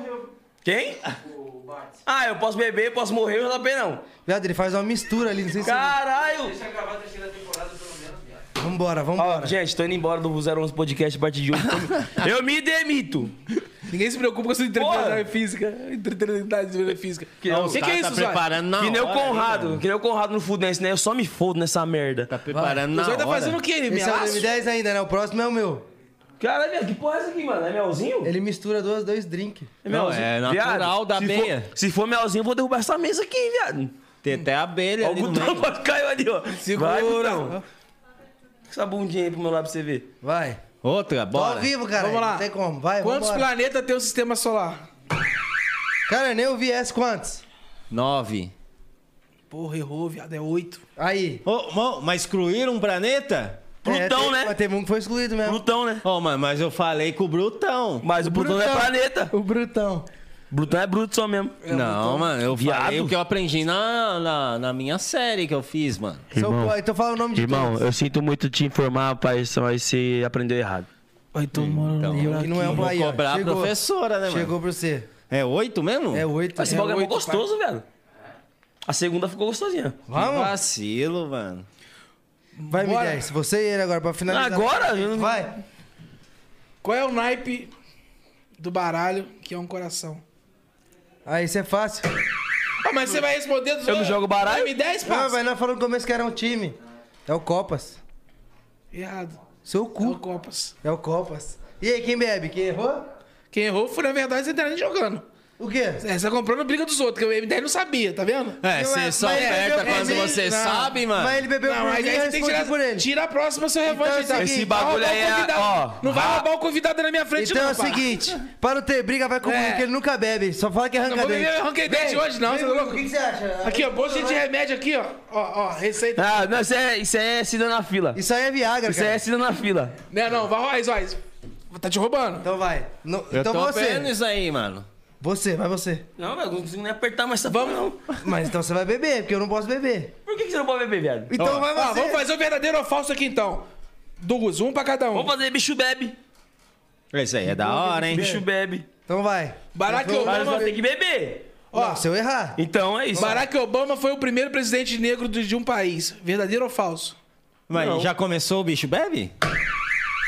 [SPEAKER 5] Quem? Ah, eu posso beber, posso morrer, eu já bem não.
[SPEAKER 1] Viado, ele faz uma mistura ali, não sei se.
[SPEAKER 5] Caralho!
[SPEAKER 7] Deixa gravar a terceira temporada pelo menos, viado.
[SPEAKER 1] Vambora,
[SPEAKER 5] Ó,
[SPEAKER 1] vambora.
[SPEAKER 5] gente, tô indo embora do 011 Podcast a partir de hoje. Eu me demito.
[SPEAKER 3] Ninguém se preocupa com essa
[SPEAKER 5] Porra.
[SPEAKER 3] entretenimento física. Entretenimento física.
[SPEAKER 4] Não,
[SPEAKER 3] o que, que
[SPEAKER 4] cara
[SPEAKER 3] é
[SPEAKER 4] tá
[SPEAKER 3] isso, Zóio?
[SPEAKER 4] preparando na
[SPEAKER 5] que nem o
[SPEAKER 4] hora, hein,
[SPEAKER 5] Conrado,
[SPEAKER 4] mano?
[SPEAKER 5] que nem o Conrado no Fluminense, né? Eu só me fodo nessa merda.
[SPEAKER 4] Tá preparando
[SPEAKER 3] O
[SPEAKER 4] na
[SPEAKER 3] Zóio tá
[SPEAKER 4] hora.
[SPEAKER 3] fazendo o quê?
[SPEAKER 1] Esse é o
[SPEAKER 3] Melaço?
[SPEAKER 1] M10 ainda, né? O próximo é o meu.
[SPEAKER 5] Caralho, viado, que porra é essa aqui, mano? É melzinho?
[SPEAKER 1] Ele mistura duas, dois drinks.
[SPEAKER 5] É
[SPEAKER 4] Não, é natural da
[SPEAKER 5] se for-
[SPEAKER 4] meia.
[SPEAKER 5] se for melzinho, eu vou derrubar essa mesa aqui, viado.
[SPEAKER 4] Tem até abelha
[SPEAKER 5] Ó, o
[SPEAKER 4] ali no
[SPEAKER 5] Gutão
[SPEAKER 4] meio.
[SPEAKER 5] quase caiu ali, ó. Vai, Gutão. Essa bundinha aí pro meu lado pra você ver.
[SPEAKER 1] Vai.
[SPEAKER 4] Outra,
[SPEAKER 1] Tô
[SPEAKER 4] bora.
[SPEAKER 1] ao vivo, cara.
[SPEAKER 3] Vamos lá.
[SPEAKER 1] Não tem como.
[SPEAKER 5] é,
[SPEAKER 1] Vai,
[SPEAKER 3] Quantos
[SPEAKER 1] vambora.
[SPEAKER 3] planetas tem o sistema solar?
[SPEAKER 1] Cara, nem ouvi essa. Quantos?
[SPEAKER 4] Nove.
[SPEAKER 3] Porra, errou, viado. É oito.
[SPEAKER 1] Aí.
[SPEAKER 4] Ô, mo- mas excluíram um planeta?
[SPEAKER 5] Plutão,
[SPEAKER 1] tem-
[SPEAKER 5] né?
[SPEAKER 1] Mas teve um que foi excluído mesmo.
[SPEAKER 5] Plutão, né?
[SPEAKER 4] Ô, mano, mas eu falei com o Brutão.
[SPEAKER 5] Mas o Plutão, não é planeta.
[SPEAKER 1] O Brutão.
[SPEAKER 5] Brutão é bruto só mesmo.
[SPEAKER 4] não, mano, eu
[SPEAKER 5] Viado.
[SPEAKER 4] falei o que eu aprendi na, na, na minha série que eu fiz, mano.
[SPEAKER 1] Seu pai, então fala o nome de
[SPEAKER 5] Irmão,
[SPEAKER 1] todos.
[SPEAKER 5] eu sinto muito te informar, rapaz, mas você aprendeu errado.
[SPEAKER 3] Vai tomar
[SPEAKER 4] Então,
[SPEAKER 3] no
[SPEAKER 4] eu
[SPEAKER 1] que não é
[SPEAKER 3] buraquinho.
[SPEAKER 1] um
[SPEAKER 4] Vou
[SPEAKER 1] Aí, ó,
[SPEAKER 4] cobrar a
[SPEAKER 1] chegou.
[SPEAKER 4] professora, né, mano?
[SPEAKER 1] Chegou pra você.
[SPEAKER 4] É oito mesmo?
[SPEAKER 1] É oito.
[SPEAKER 5] Esse
[SPEAKER 1] É
[SPEAKER 5] bagulho é mó
[SPEAKER 1] oito,
[SPEAKER 5] gostoso, velho. A segunda ficou gostosinha.
[SPEAKER 4] Vamos.
[SPEAKER 1] Vamos?
[SPEAKER 4] Vacilo, mano.
[SPEAKER 1] Vai,
[SPEAKER 3] Bora.
[SPEAKER 1] Miguel. Se você e ele agora pra finalizar.
[SPEAKER 5] Agora? eu não-
[SPEAKER 1] Vai.
[SPEAKER 3] Qual é o naipe do baralho que é um coração?
[SPEAKER 1] Aí, isso é fácil.
[SPEAKER 3] Ah, mas você vai responder dos
[SPEAKER 5] Eu não jogo baralho?
[SPEAKER 3] M10,
[SPEAKER 1] Ah,
[SPEAKER 3] parça.
[SPEAKER 1] mas nós falamos no começo que era um time. É o Copas.
[SPEAKER 3] Errado.
[SPEAKER 1] Seu
[SPEAKER 3] É o
[SPEAKER 1] cu.
[SPEAKER 3] Copas.
[SPEAKER 1] É o Copas. E aí, quem bebe? Quem errou?
[SPEAKER 3] Quem errou foi, na verdade, você tá nem jogando.
[SPEAKER 1] O quê?
[SPEAKER 3] É, você tá comprando briga dos outros, que o M10 não sabia, tá vendo?
[SPEAKER 1] Não
[SPEAKER 4] É,
[SPEAKER 1] é-
[SPEAKER 4] você só
[SPEAKER 1] mas ele
[SPEAKER 4] aperta
[SPEAKER 1] bebeu
[SPEAKER 4] quando
[SPEAKER 1] por mim,
[SPEAKER 4] você
[SPEAKER 1] não.
[SPEAKER 4] sabe, mano.
[SPEAKER 1] Mas ele bebeu
[SPEAKER 3] Não,
[SPEAKER 1] por
[SPEAKER 3] mas
[SPEAKER 1] mim,
[SPEAKER 3] aí
[SPEAKER 1] eu
[SPEAKER 3] você tem que
[SPEAKER 1] respondi
[SPEAKER 3] tirar,
[SPEAKER 1] por ele.
[SPEAKER 3] tira a próxima seu revanche.
[SPEAKER 1] Então é o
[SPEAKER 3] aí, tá?
[SPEAKER 1] seguinte,
[SPEAKER 3] Vai roubar
[SPEAKER 5] bagulho
[SPEAKER 3] o
[SPEAKER 5] aí é-
[SPEAKER 3] convidado.
[SPEAKER 5] ó,
[SPEAKER 3] Não vai
[SPEAKER 5] ra-
[SPEAKER 3] roubar o convidado na minha frente,
[SPEAKER 1] Então
[SPEAKER 3] não,
[SPEAKER 1] é o
[SPEAKER 3] pá.
[SPEAKER 1] seguinte, para não ter briga, vai com
[SPEAKER 3] É.
[SPEAKER 1] ele, que ele nunca bebe. Só fala que
[SPEAKER 3] Não
[SPEAKER 1] arranca
[SPEAKER 3] vou beber
[SPEAKER 1] dente.
[SPEAKER 3] arranquei dente hoje, não, você tá
[SPEAKER 1] O
[SPEAKER 3] louco?
[SPEAKER 1] que, que você acha?
[SPEAKER 3] Aqui, ó, bolsa de remédio aqui, ó. Ó, ó, receita.
[SPEAKER 5] Ah, não, isso é, isso é sida na fila.
[SPEAKER 1] Isso aí é Viagra,
[SPEAKER 5] Isso
[SPEAKER 1] cara.
[SPEAKER 5] é sida na fila.
[SPEAKER 3] Não, Né, não, vai, Royce, Royce. Tá te roubando.
[SPEAKER 1] Então vai. No-
[SPEAKER 4] Eu
[SPEAKER 1] então
[SPEAKER 4] tô
[SPEAKER 1] você.
[SPEAKER 4] vendo isso aí, mano.
[SPEAKER 1] Você, vai você.
[SPEAKER 5] Não, velho, eu Ah, não consigo nem apertar mais essa Vamos, não.
[SPEAKER 1] Mas então você vai beber, porque eu não posso beber.
[SPEAKER 5] Por que, que você não pode beber, viado?
[SPEAKER 1] Então vai você.
[SPEAKER 3] Ó, vamos fazer o verdadeiro ou falso aqui, então. Duas, um pra cada um.
[SPEAKER 5] Vamos fazer bicho bebe.
[SPEAKER 4] Isso aí é da hora, hein?
[SPEAKER 5] Bicho bebe.
[SPEAKER 1] Então vai.
[SPEAKER 3] Barack
[SPEAKER 1] Eu tô-
[SPEAKER 5] Mas
[SPEAKER 3] Obama,
[SPEAKER 5] nós tem que beber.
[SPEAKER 1] Ó, se eu errar.
[SPEAKER 5] Então é isso.
[SPEAKER 3] Barack Obama foi o primeiro presidente negro de de um país. Verdadeiro ou falso?
[SPEAKER 4] Mas
[SPEAKER 5] Não.
[SPEAKER 4] já começou o bicho bebe?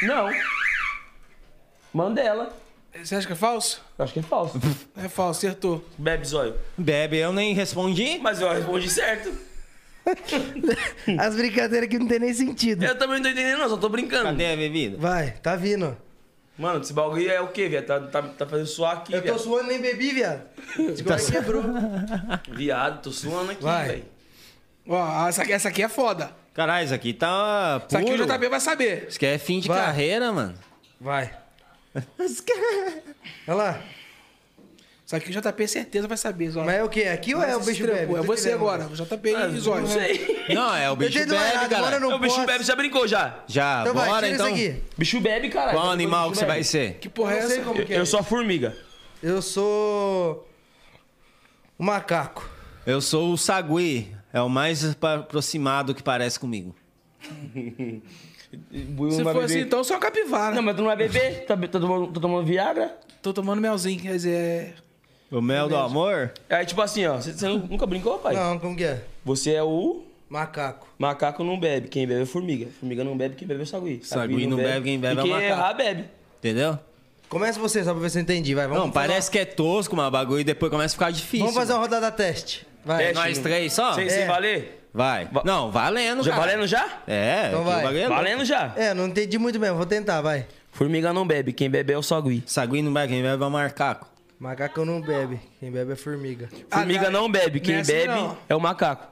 [SPEAKER 5] Não. Mandela.
[SPEAKER 3] Você acha que é falso?
[SPEAKER 5] Eu acho que é falso.
[SPEAKER 3] É falso, acertou.
[SPEAKER 5] Bebe, zóio.
[SPEAKER 4] Bebe, eu nem respondi.
[SPEAKER 5] Mas eu respondi certo.
[SPEAKER 1] As brincadeiras que não tem nem sentido.
[SPEAKER 5] Eu também não tô entendendo, não, só tô brincando.
[SPEAKER 4] Cadê a bebida?
[SPEAKER 1] Vai, tá vindo.
[SPEAKER 5] Mano, esse bagulho é o quê, viado? Tá, tá, tá fazendo suar aqui,
[SPEAKER 1] Eu tô
[SPEAKER 5] viado.
[SPEAKER 1] suando nem bebi, viado.
[SPEAKER 4] Tá
[SPEAKER 1] Desculpa, quebrou.
[SPEAKER 5] Viado, tô suando aqui,
[SPEAKER 1] Vai.
[SPEAKER 5] velho.
[SPEAKER 3] Ó, essa aqui, essa aqui é foda.
[SPEAKER 4] Caralho, isso aqui tá puro.
[SPEAKER 3] Essa aqui o JB vai saber.
[SPEAKER 4] Isso aqui é fim de
[SPEAKER 1] Vai.
[SPEAKER 4] carreira, mano.
[SPEAKER 1] Vai. Olha lá.
[SPEAKER 3] Essa aqui o JP certeza vai saber. Zó.
[SPEAKER 1] Mas é o quê? Aqui ou é o
[SPEAKER 3] Esse
[SPEAKER 1] bicho
[SPEAKER 3] trampo,
[SPEAKER 1] bebe?
[SPEAKER 3] É
[SPEAKER 1] Tô
[SPEAKER 3] você
[SPEAKER 1] entendendo.
[SPEAKER 3] agora, o JP
[SPEAKER 1] Ah,
[SPEAKER 3] e
[SPEAKER 5] Não
[SPEAKER 3] Zóio.
[SPEAKER 5] sei.
[SPEAKER 4] Não, é o bicho
[SPEAKER 1] tentei do
[SPEAKER 4] bebe,
[SPEAKER 1] lado, agora
[SPEAKER 4] cara.
[SPEAKER 1] não-
[SPEAKER 5] É O bicho
[SPEAKER 1] posso.
[SPEAKER 5] bebe, já brincou já.
[SPEAKER 4] Já,
[SPEAKER 1] Então
[SPEAKER 4] bora
[SPEAKER 1] vai, tira
[SPEAKER 4] então.
[SPEAKER 1] isso aqui.
[SPEAKER 5] Bicho bebe, caralho.
[SPEAKER 4] Qual
[SPEAKER 5] Essa
[SPEAKER 4] animal que
[SPEAKER 5] coisa
[SPEAKER 4] você
[SPEAKER 5] de
[SPEAKER 4] vai
[SPEAKER 5] bicho
[SPEAKER 4] ser?
[SPEAKER 3] Que porra é
[SPEAKER 1] Eu não sei
[SPEAKER 3] essa?
[SPEAKER 1] como
[SPEAKER 5] bebe.
[SPEAKER 1] que
[SPEAKER 5] Eu,
[SPEAKER 1] é.
[SPEAKER 5] eu sou a formiga.
[SPEAKER 1] Eu sou. O macaco.
[SPEAKER 4] Eu sou o sagui. É o mais pa- aproximado que parece comigo.
[SPEAKER 3] Se for assim, então eu sou a capivara.
[SPEAKER 5] Não, mas tu não vai beber? Tá, be- tá tomando, tá tomando Viagra?
[SPEAKER 3] Tô tomando melzinho, quer dizer. é-
[SPEAKER 4] O mel do amor?
[SPEAKER 5] Aí, tipo assim, ó. Você você nu- nunca brincou, pai?
[SPEAKER 1] Não, como que é?
[SPEAKER 5] Você é o
[SPEAKER 1] Macaco.
[SPEAKER 5] macaco não bebe. Quem bebe é formiga. Formiga não bebe, quem bebe é sagui.
[SPEAKER 4] Sagui não bebe, quem bebe
[SPEAKER 5] e
[SPEAKER 4] é
[SPEAKER 5] quem
[SPEAKER 4] macaco.
[SPEAKER 5] errar, bebe.
[SPEAKER 4] Entendeu?
[SPEAKER 1] Começa você, só pra ver se eu entendi. Vai, vamos.
[SPEAKER 4] não,
[SPEAKER 1] fazer
[SPEAKER 4] parece que é tosco, mas o bagulho depois começa a ficar
[SPEAKER 1] uma-
[SPEAKER 4] difícil.
[SPEAKER 1] Vamos fazer uma
[SPEAKER 4] mano.
[SPEAKER 1] rodada teste. Vai.
[SPEAKER 5] Teste.
[SPEAKER 4] Nós três só?
[SPEAKER 5] Sem,
[SPEAKER 4] É.
[SPEAKER 5] sem
[SPEAKER 1] É.
[SPEAKER 5] valer?
[SPEAKER 4] Vai.
[SPEAKER 5] Va-
[SPEAKER 4] Não, valendo,
[SPEAKER 5] Já
[SPEAKER 4] cara.
[SPEAKER 5] valendo já?
[SPEAKER 4] É,
[SPEAKER 1] Então
[SPEAKER 4] aqui
[SPEAKER 1] vai.
[SPEAKER 4] o bagulho é louco.
[SPEAKER 5] Valendo já.
[SPEAKER 1] É, não entendi muito mesmo. Vou tentar, vai.
[SPEAKER 5] Formiga não bebe, quem bebe é o sagui.
[SPEAKER 4] Sagui não bebe, quem bebe é o marcaco.
[SPEAKER 1] Macaco não bebe. Quem bebe é formiga.
[SPEAKER 3] Ah,
[SPEAKER 5] Formiga
[SPEAKER 3] cara,
[SPEAKER 5] não bebe, quem
[SPEAKER 3] nessa
[SPEAKER 5] bebe
[SPEAKER 3] não.
[SPEAKER 5] é o macaco.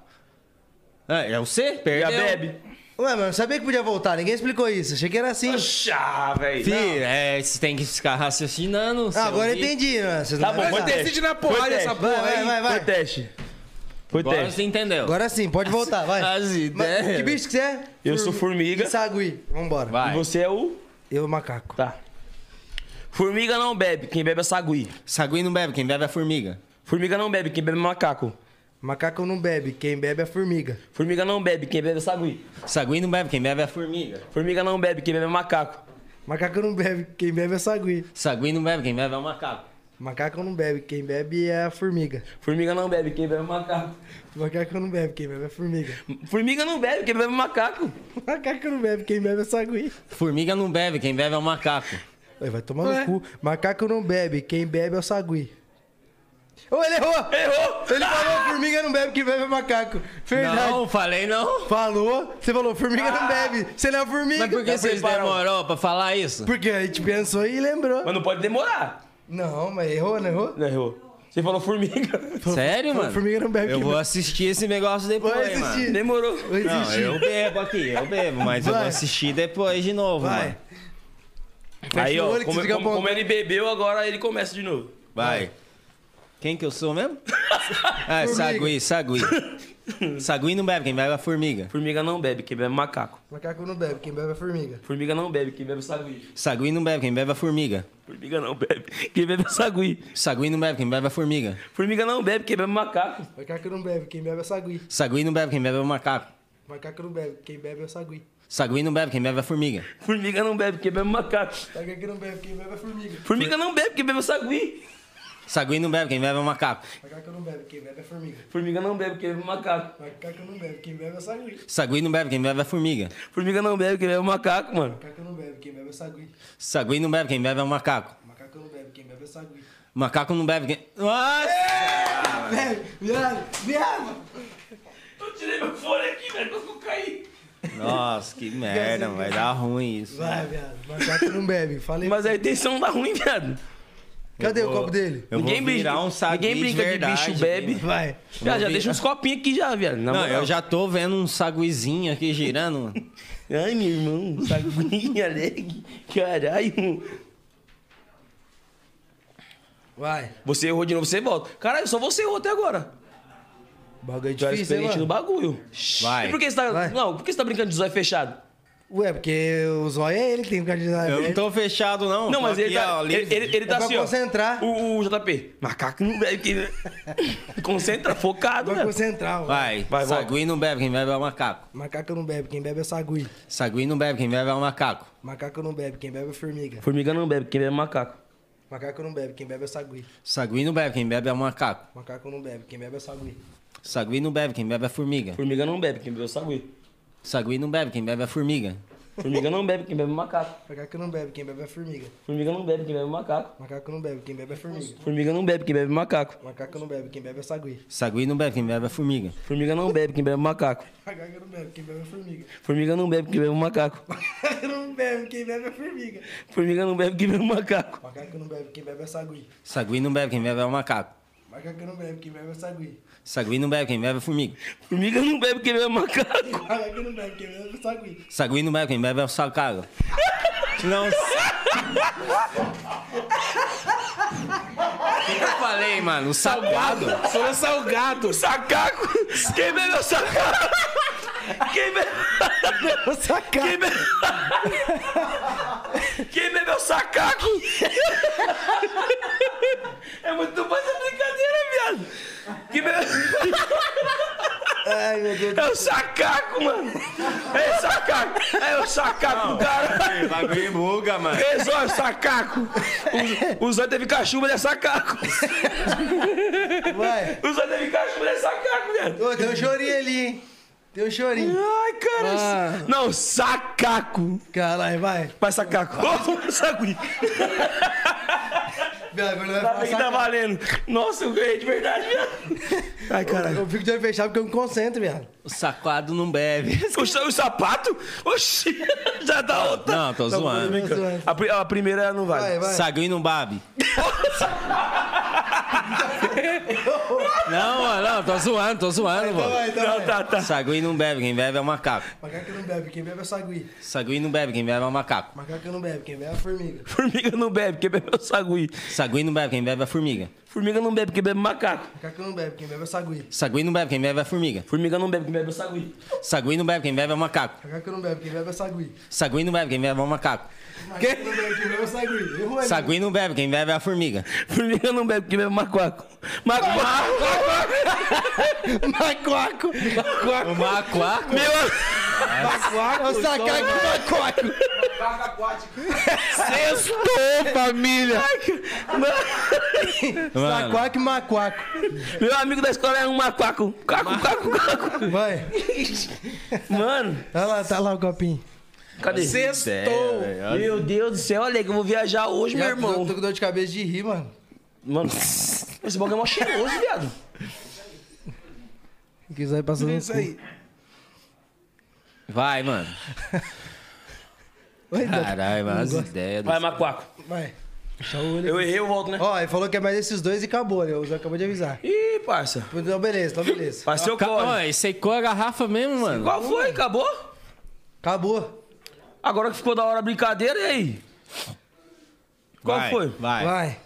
[SPEAKER 4] É, é o C?
[SPEAKER 5] Já
[SPEAKER 4] Perdeu.
[SPEAKER 5] bebe.
[SPEAKER 1] Ué, mas eu sabia que podia voltar. Ninguém explicou isso. Achei que era assim.
[SPEAKER 5] Chá, velho.
[SPEAKER 4] Fih, é, você tem que ficar raciocinando. você
[SPEAKER 1] Ah, agora eu
[SPEAKER 4] ouvir.
[SPEAKER 1] entendi, né? Vocês
[SPEAKER 5] Tá
[SPEAKER 1] não
[SPEAKER 5] bom,
[SPEAKER 1] vão
[SPEAKER 5] foi
[SPEAKER 1] dar.
[SPEAKER 3] teste. decide na porrada
[SPEAKER 5] Foi
[SPEAKER 3] essa
[SPEAKER 5] teste.
[SPEAKER 1] Vai, vai, vai,
[SPEAKER 5] Foi
[SPEAKER 1] vai.
[SPEAKER 5] teste. Foi
[SPEAKER 4] Agora
[SPEAKER 5] teste.
[SPEAKER 4] você entendeu.
[SPEAKER 1] Agora sim, pode voltar, vai.
[SPEAKER 4] as ideias.
[SPEAKER 1] Mas que bicho que você é?
[SPEAKER 5] Eu sou formiga.
[SPEAKER 1] Sagui. Vambora.
[SPEAKER 5] E
[SPEAKER 4] Vai.
[SPEAKER 5] você é o.
[SPEAKER 1] Eu, macaco.
[SPEAKER 5] Tá. Formiga não bebe, quem bebe é sagui.
[SPEAKER 4] Sagui não bebe, quem bebe é formiga.
[SPEAKER 5] Formiga não bebe, quem bebe é macaco.
[SPEAKER 1] Macaco não bebe. Quem bebe é formiga.
[SPEAKER 5] Formiga não bebe, quem bebe é sagui.
[SPEAKER 4] Sagui não bebe, quem bebe é formiga.
[SPEAKER 5] Formiga não bebe, quem bebe é macaco.
[SPEAKER 1] Macaco não bebe. Quem bebe é sagui.
[SPEAKER 4] Sagui não bebe, quem bebe é o macaco.
[SPEAKER 1] Macaco não bebe. Quem bebe é a formiga.
[SPEAKER 5] Formiga não bebe, quem bebe é macaco.
[SPEAKER 1] Macaco não bebe. Quem bebe é formiga.
[SPEAKER 5] Formiga não bebe, quem bebe é macaco.
[SPEAKER 1] Macaco não bebe. Quem bebe é sagui.
[SPEAKER 4] Formiga não bebe, quem bebe é o macaco.
[SPEAKER 1] Ué, vai tomar no cu. Macaco não bebe. Quem bebe é o sagui. Ô, ele errou!
[SPEAKER 5] Errou!
[SPEAKER 1] Ele falou formiga não bebe. Quem bebe é macaco. Verdade.
[SPEAKER 4] Não, falei não.
[SPEAKER 1] Falou, você falou, formiga não bebe. Você não é formiga.
[SPEAKER 4] Mas por que
[SPEAKER 5] Já
[SPEAKER 4] vocês
[SPEAKER 5] preparou.
[SPEAKER 4] demorou pra falar isso?
[SPEAKER 1] Porque a gente pensou e lembrou.
[SPEAKER 5] Mas não pode demorar.
[SPEAKER 1] Não, mas errou, não errou?
[SPEAKER 5] Não, errou. Você falou formiga.
[SPEAKER 4] Sério, mano?
[SPEAKER 1] Formiga não bebe.
[SPEAKER 4] Eu
[SPEAKER 1] que
[SPEAKER 4] vou assistir esse negócio depois,
[SPEAKER 1] Vai assistir.
[SPEAKER 4] mano.
[SPEAKER 5] Demorou.
[SPEAKER 1] Vou
[SPEAKER 4] Não,
[SPEAKER 1] existir.
[SPEAKER 4] eu bebo aqui, eu bebo, mas eu
[SPEAKER 1] Vai.
[SPEAKER 4] vou assistir depois de novo,
[SPEAKER 1] Vai.
[SPEAKER 4] mano.
[SPEAKER 1] Fecha
[SPEAKER 5] Aí,
[SPEAKER 1] o
[SPEAKER 5] ó,
[SPEAKER 1] olho que
[SPEAKER 5] como,
[SPEAKER 1] fica
[SPEAKER 5] como-
[SPEAKER 1] bom.
[SPEAKER 5] como ele bebeu, agora ele começa de novo.
[SPEAKER 4] Vai. Quem que eu sou mesmo? Ah, é
[SPEAKER 1] Formiga.
[SPEAKER 4] Sagui, Sagui. Sagui não bebe, quem bebe é a formiga.
[SPEAKER 5] Formiga não bebe, quem bebe é macaco.
[SPEAKER 1] Macaco não bebe, quem bebe é formiga.
[SPEAKER 5] Formiga não bebe, quem bebe é sagui.
[SPEAKER 4] Sagui não bebe, quem bebe é a formiga.
[SPEAKER 5] Formiga não bebe, quem bebe é sagui.
[SPEAKER 4] Sagui não bebe, quem bebe é a formiga.
[SPEAKER 5] Formiga não bebe, quem bebe é macaco.
[SPEAKER 1] Macaco não bebe, quem bebe é sagui.
[SPEAKER 4] Sagui não bebe, quem bebe é o macaco.
[SPEAKER 1] Macaco não bebe, quem bebe é sagui.
[SPEAKER 4] Sagui não bebe, quem bebe é a formiga.
[SPEAKER 5] Formiga não bebe, quem bebe é macaco.
[SPEAKER 1] Macaco não bebe, quem bebe é formiga.
[SPEAKER 5] Formiga não bebe, quem bebe é sagui.
[SPEAKER 4] Sagui não bebe, quem bebe é o macaco.
[SPEAKER 1] Macaco não bebe, quem bebe é formiga.
[SPEAKER 5] Formiga não bebe, quem bebe é macaco.
[SPEAKER 1] Macaco não bebe, quem bebe é sagui.
[SPEAKER 4] Sagui não bebe, quem bebe é a formiga.
[SPEAKER 5] Formiga não bebe, quem bebe é macaco, mano.
[SPEAKER 1] Macaco não bebe, quem bebe é sagui.
[SPEAKER 4] Sagui não bebe, quem bebe é o macaco.
[SPEAKER 1] Macaco não bebe, quem bebe é sagui.
[SPEAKER 4] Macaco não bebe, quem. Nossa!
[SPEAKER 1] Bebe, viado, viado.
[SPEAKER 5] Eu tirei meu fone aqui, velho, quase que eu caí.
[SPEAKER 4] Nossa, que merda, vai dar ruim isso.
[SPEAKER 1] Vai, viado. Macaco não bebe, falei.
[SPEAKER 5] Mas a intenção dá ruim, viado.
[SPEAKER 1] Cadê o
[SPEAKER 4] vou-
[SPEAKER 1] copo dele?
[SPEAKER 4] Eu
[SPEAKER 5] ninguém
[SPEAKER 4] vou virar
[SPEAKER 5] brinca,
[SPEAKER 4] um sagui
[SPEAKER 5] ninguém
[SPEAKER 4] de
[SPEAKER 5] brinca que
[SPEAKER 4] verdade,
[SPEAKER 5] bicho bebe.
[SPEAKER 4] né?
[SPEAKER 1] Vai.
[SPEAKER 5] Já, já
[SPEAKER 4] vir-
[SPEAKER 5] deixa uns copinhos aqui já, viado. na
[SPEAKER 4] Não,
[SPEAKER 5] moral.
[SPEAKER 4] eu já tô vendo um saguizinho aqui girando.
[SPEAKER 5] Ai, meu irmão, saguinha alegre. Caralho.
[SPEAKER 1] Vai.
[SPEAKER 5] Você errou de novo, você volta. Caralho, só você errou até agora.
[SPEAKER 1] Bagulho
[SPEAKER 5] Já era
[SPEAKER 1] difícil, hein,
[SPEAKER 5] experiente no
[SPEAKER 1] mano?
[SPEAKER 5] bagulho.
[SPEAKER 4] Vai.
[SPEAKER 5] E por que você tá.
[SPEAKER 1] Vai.
[SPEAKER 5] Não, por que você tá brincando de zóio fechado?
[SPEAKER 1] Ué, porque o zóio é ele que tem que ficar
[SPEAKER 4] Eu não tô fechado, não. Tô
[SPEAKER 5] Não, mas ele
[SPEAKER 4] aqui, ó,
[SPEAKER 5] tá.
[SPEAKER 4] livre.
[SPEAKER 5] Ele, ele, ele tá
[SPEAKER 1] É pra
[SPEAKER 5] assim, ó.
[SPEAKER 1] concentrar.
[SPEAKER 5] O, o JP. Macaco não bebe. que- Concentra, focado, né?
[SPEAKER 1] Banco
[SPEAKER 5] velho.
[SPEAKER 1] Central.
[SPEAKER 4] Vai,
[SPEAKER 5] é- Vai, volta.
[SPEAKER 4] sagui não bebe, quem bebe é o macaco.
[SPEAKER 1] Macaco não bebe, quem bebe é sagui.
[SPEAKER 4] Sagui não bebe, quem bebe é o macaco.
[SPEAKER 1] Macaco não bebe, quem bebe é formiga.
[SPEAKER 5] Formiga não bebe, quem bebe é macaco.
[SPEAKER 1] Macaco não bebe, quem bebe é sagui.
[SPEAKER 4] Sagui não bebe, quem bebe é o macaco.
[SPEAKER 1] Macaco não bebe, quem bebe é sagui.
[SPEAKER 4] Sagui não bebe, quem bebe é a formiga.
[SPEAKER 5] Formiga não bebe, quem bebe é o sagui.
[SPEAKER 4] Sagui não bebe, quem bebe é a formiga.
[SPEAKER 5] Formiga não bebe, quem bebe é macaco.
[SPEAKER 1] Macaco não bebe, quem bebe é formiga.
[SPEAKER 5] Formiga não bebe, quem bebe é macaco.
[SPEAKER 1] Macaco não bebe, quem bebe é formiga.
[SPEAKER 5] Formiga não bebe, quem bebe é macaco.
[SPEAKER 1] Macaco não bebe, quem bebe é sagui.
[SPEAKER 4] Sagui não bebe, quem bebe é a formiga.
[SPEAKER 5] Formiga não bebe, quem bebe é macaco.
[SPEAKER 1] Macaco não bebe, quem bebe é formiga.
[SPEAKER 5] Formiga não bebe, quem bebe é macaco.
[SPEAKER 1] Macaco não bebe, quem bebe é formiga.
[SPEAKER 5] Formiga não bebe, quem bebe é macaco.
[SPEAKER 1] Macaco não bebe, quem bebe é sagui.
[SPEAKER 4] Sagui não bebe, quem bebe é o macaco.
[SPEAKER 1] Macaco não bebe, quem bebe é sagui.
[SPEAKER 4] Sagui não bebe, quem bebe é a formiga.
[SPEAKER 5] Formiga não bebe, quem bebe é macaco.
[SPEAKER 1] Macaco não bebe, quem bebe é sagui.
[SPEAKER 4] Sagui não bebe, quem bebe é o sacago. Não. O que que eu falei, mano? O salgado?
[SPEAKER 8] Sou eu salgado.
[SPEAKER 5] O sacaco. Quem bebe é o sacaco. Quem bebe...
[SPEAKER 1] É
[SPEAKER 5] Quem bebe... Quem bebe é o sacaco. É muito boa essa brincadeira, viado. Quem bebe...
[SPEAKER 1] Ai, meu Deus.
[SPEAKER 5] É o sacaco, mano. É o sacaco. É o sacaco do cara.
[SPEAKER 4] Bagulho buga, mano.
[SPEAKER 5] Resolve, é sacaco. O, o Zé teve cachumba, ele é sacaco.
[SPEAKER 1] Vai.
[SPEAKER 5] O Zé teve cachumba, ele é sacaco, viado.
[SPEAKER 1] Ô, tem um chorinho ali, hein? Tem um chorinho.
[SPEAKER 5] Ai, cara.
[SPEAKER 1] Ah.
[SPEAKER 5] esse- Não, sacaco.
[SPEAKER 1] Caralho, vai.
[SPEAKER 5] Vai, sacaco. Ô, sagui.
[SPEAKER 1] Viado, Agora
[SPEAKER 5] Tá
[SPEAKER 1] vai
[SPEAKER 5] bem que tá valendo. Nossa, eu ganhei de verdade, viado. Ai, caralho.
[SPEAKER 1] Eu fico de olho fechado porque eu me concentro, viado.
[SPEAKER 4] O sacado não bebe.
[SPEAKER 5] O, sa- o sapato? Oxi, já tá outra.
[SPEAKER 4] Não, tô zoando.
[SPEAKER 1] Tô zoando.
[SPEAKER 5] A, pri- a primeira não vale.
[SPEAKER 1] Vai, vai.
[SPEAKER 4] Sagui não babe. Não, mano, não, tô zoando, tô zoando,
[SPEAKER 1] Então vai,
[SPEAKER 4] mano.
[SPEAKER 1] então
[SPEAKER 5] Não,
[SPEAKER 1] vai.
[SPEAKER 5] tá, tá.
[SPEAKER 4] Sagui não bebe, quem bebe é o macaco.
[SPEAKER 1] Macaco não bebe, quem bebe é sagui.
[SPEAKER 4] Sagui não bebe, quem bebe é o macaco.
[SPEAKER 1] Macaco não bebe, quem bebe é formiga.
[SPEAKER 5] Formiga não bebe, quem bebe é o sagui.
[SPEAKER 4] Sagui não bebe, quem bebe é a formiga.
[SPEAKER 5] Formiga não bebe, quem bebe é macaco.
[SPEAKER 1] Macaco não bebe, quem bebe é sagui.
[SPEAKER 4] Sagui não bebe, quem bebe é a formiga.
[SPEAKER 5] Formiga não bebe, quem bebe é o sagui.
[SPEAKER 4] Sagui não bebe, quem bebe é o macaco.
[SPEAKER 1] Macaco não bebe, quem bebe é sagui.
[SPEAKER 4] Sagui não bebe, quem bebe é o macaco.
[SPEAKER 1] Macaco não bebe, quem bebe é sagui. Errou ali.
[SPEAKER 4] Sagui não bebe, quem bebe é a formiga.
[SPEAKER 5] Formiga não bebe, quem bebe é macaco. Macaco!
[SPEAKER 4] Macaco! O macaco?
[SPEAKER 5] Meu
[SPEAKER 1] Macaco,
[SPEAKER 4] O sacaco macaco!
[SPEAKER 9] Vaca aquática.
[SPEAKER 4] Sextou, família! Mano,
[SPEAKER 1] Saquaco e macaco.
[SPEAKER 5] Meu amigo da escola é um macaco. Caco, caco, caco.
[SPEAKER 1] Vai.
[SPEAKER 5] Mano,
[SPEAKER 1] Olha lá, tá lá o copinho.
[SPEAKER 5] cadê?
[SPEAKER 4] Sextou.
[SPEAKER 5] Meu Deus do céu, olha que eu vou viajar hoje, meu
[SPEAKER 1] Já tô-
[SPEAKER 5] irmão.
[SPEAKER 1] Tô com dor de cabeça de rir, mano.
[SPEAKER 5] Mano, esse bagulho é mó cheiroso, viado.
[SPEAKER 1] Se quiser passar no
[SPEAKER 8] Isso
[SPEAKER 1] cu.
[SPEAKER 8] aí.
[SPEAKER 4] Vai, mano.
[SPEAKER 1] Oi, Dota.
[SPEAKER 4] Caralho, mano, as ideias. do-
[SPEAKER 5] Vai, macaco.
[SPEAKER 1] Vai. Fechar o olho.
[SPEAKER 5] Eu errei, eu volto, né?
[SPEAKER 1] Ó, ele falou que é mais esses dois e acabou, né? O Zé acabou de avisar.
[SPEAKER 5] Ih, parça.
[SPEAKER 1] Então, beleza, então beleza.
[SPEAKER 5] Passei o
[SPEAKER 4] Ca- Ó,
[SPEAKER 5] corre.
[SPEAKER 4] e secou a garrafa mesmo, mano.
[SPEAKER 5] Qual foi? Acabou?
[SPEAKER 1] Acabou.
[SPEAKER 5] Agora que ficou da hora a brincadeira, e aí? Qual
[SPEAKER 4] Vai,
[SPEAKER 5] foi?
[SPEAKER 4] Vai.
[SPEAKER 1] Vai.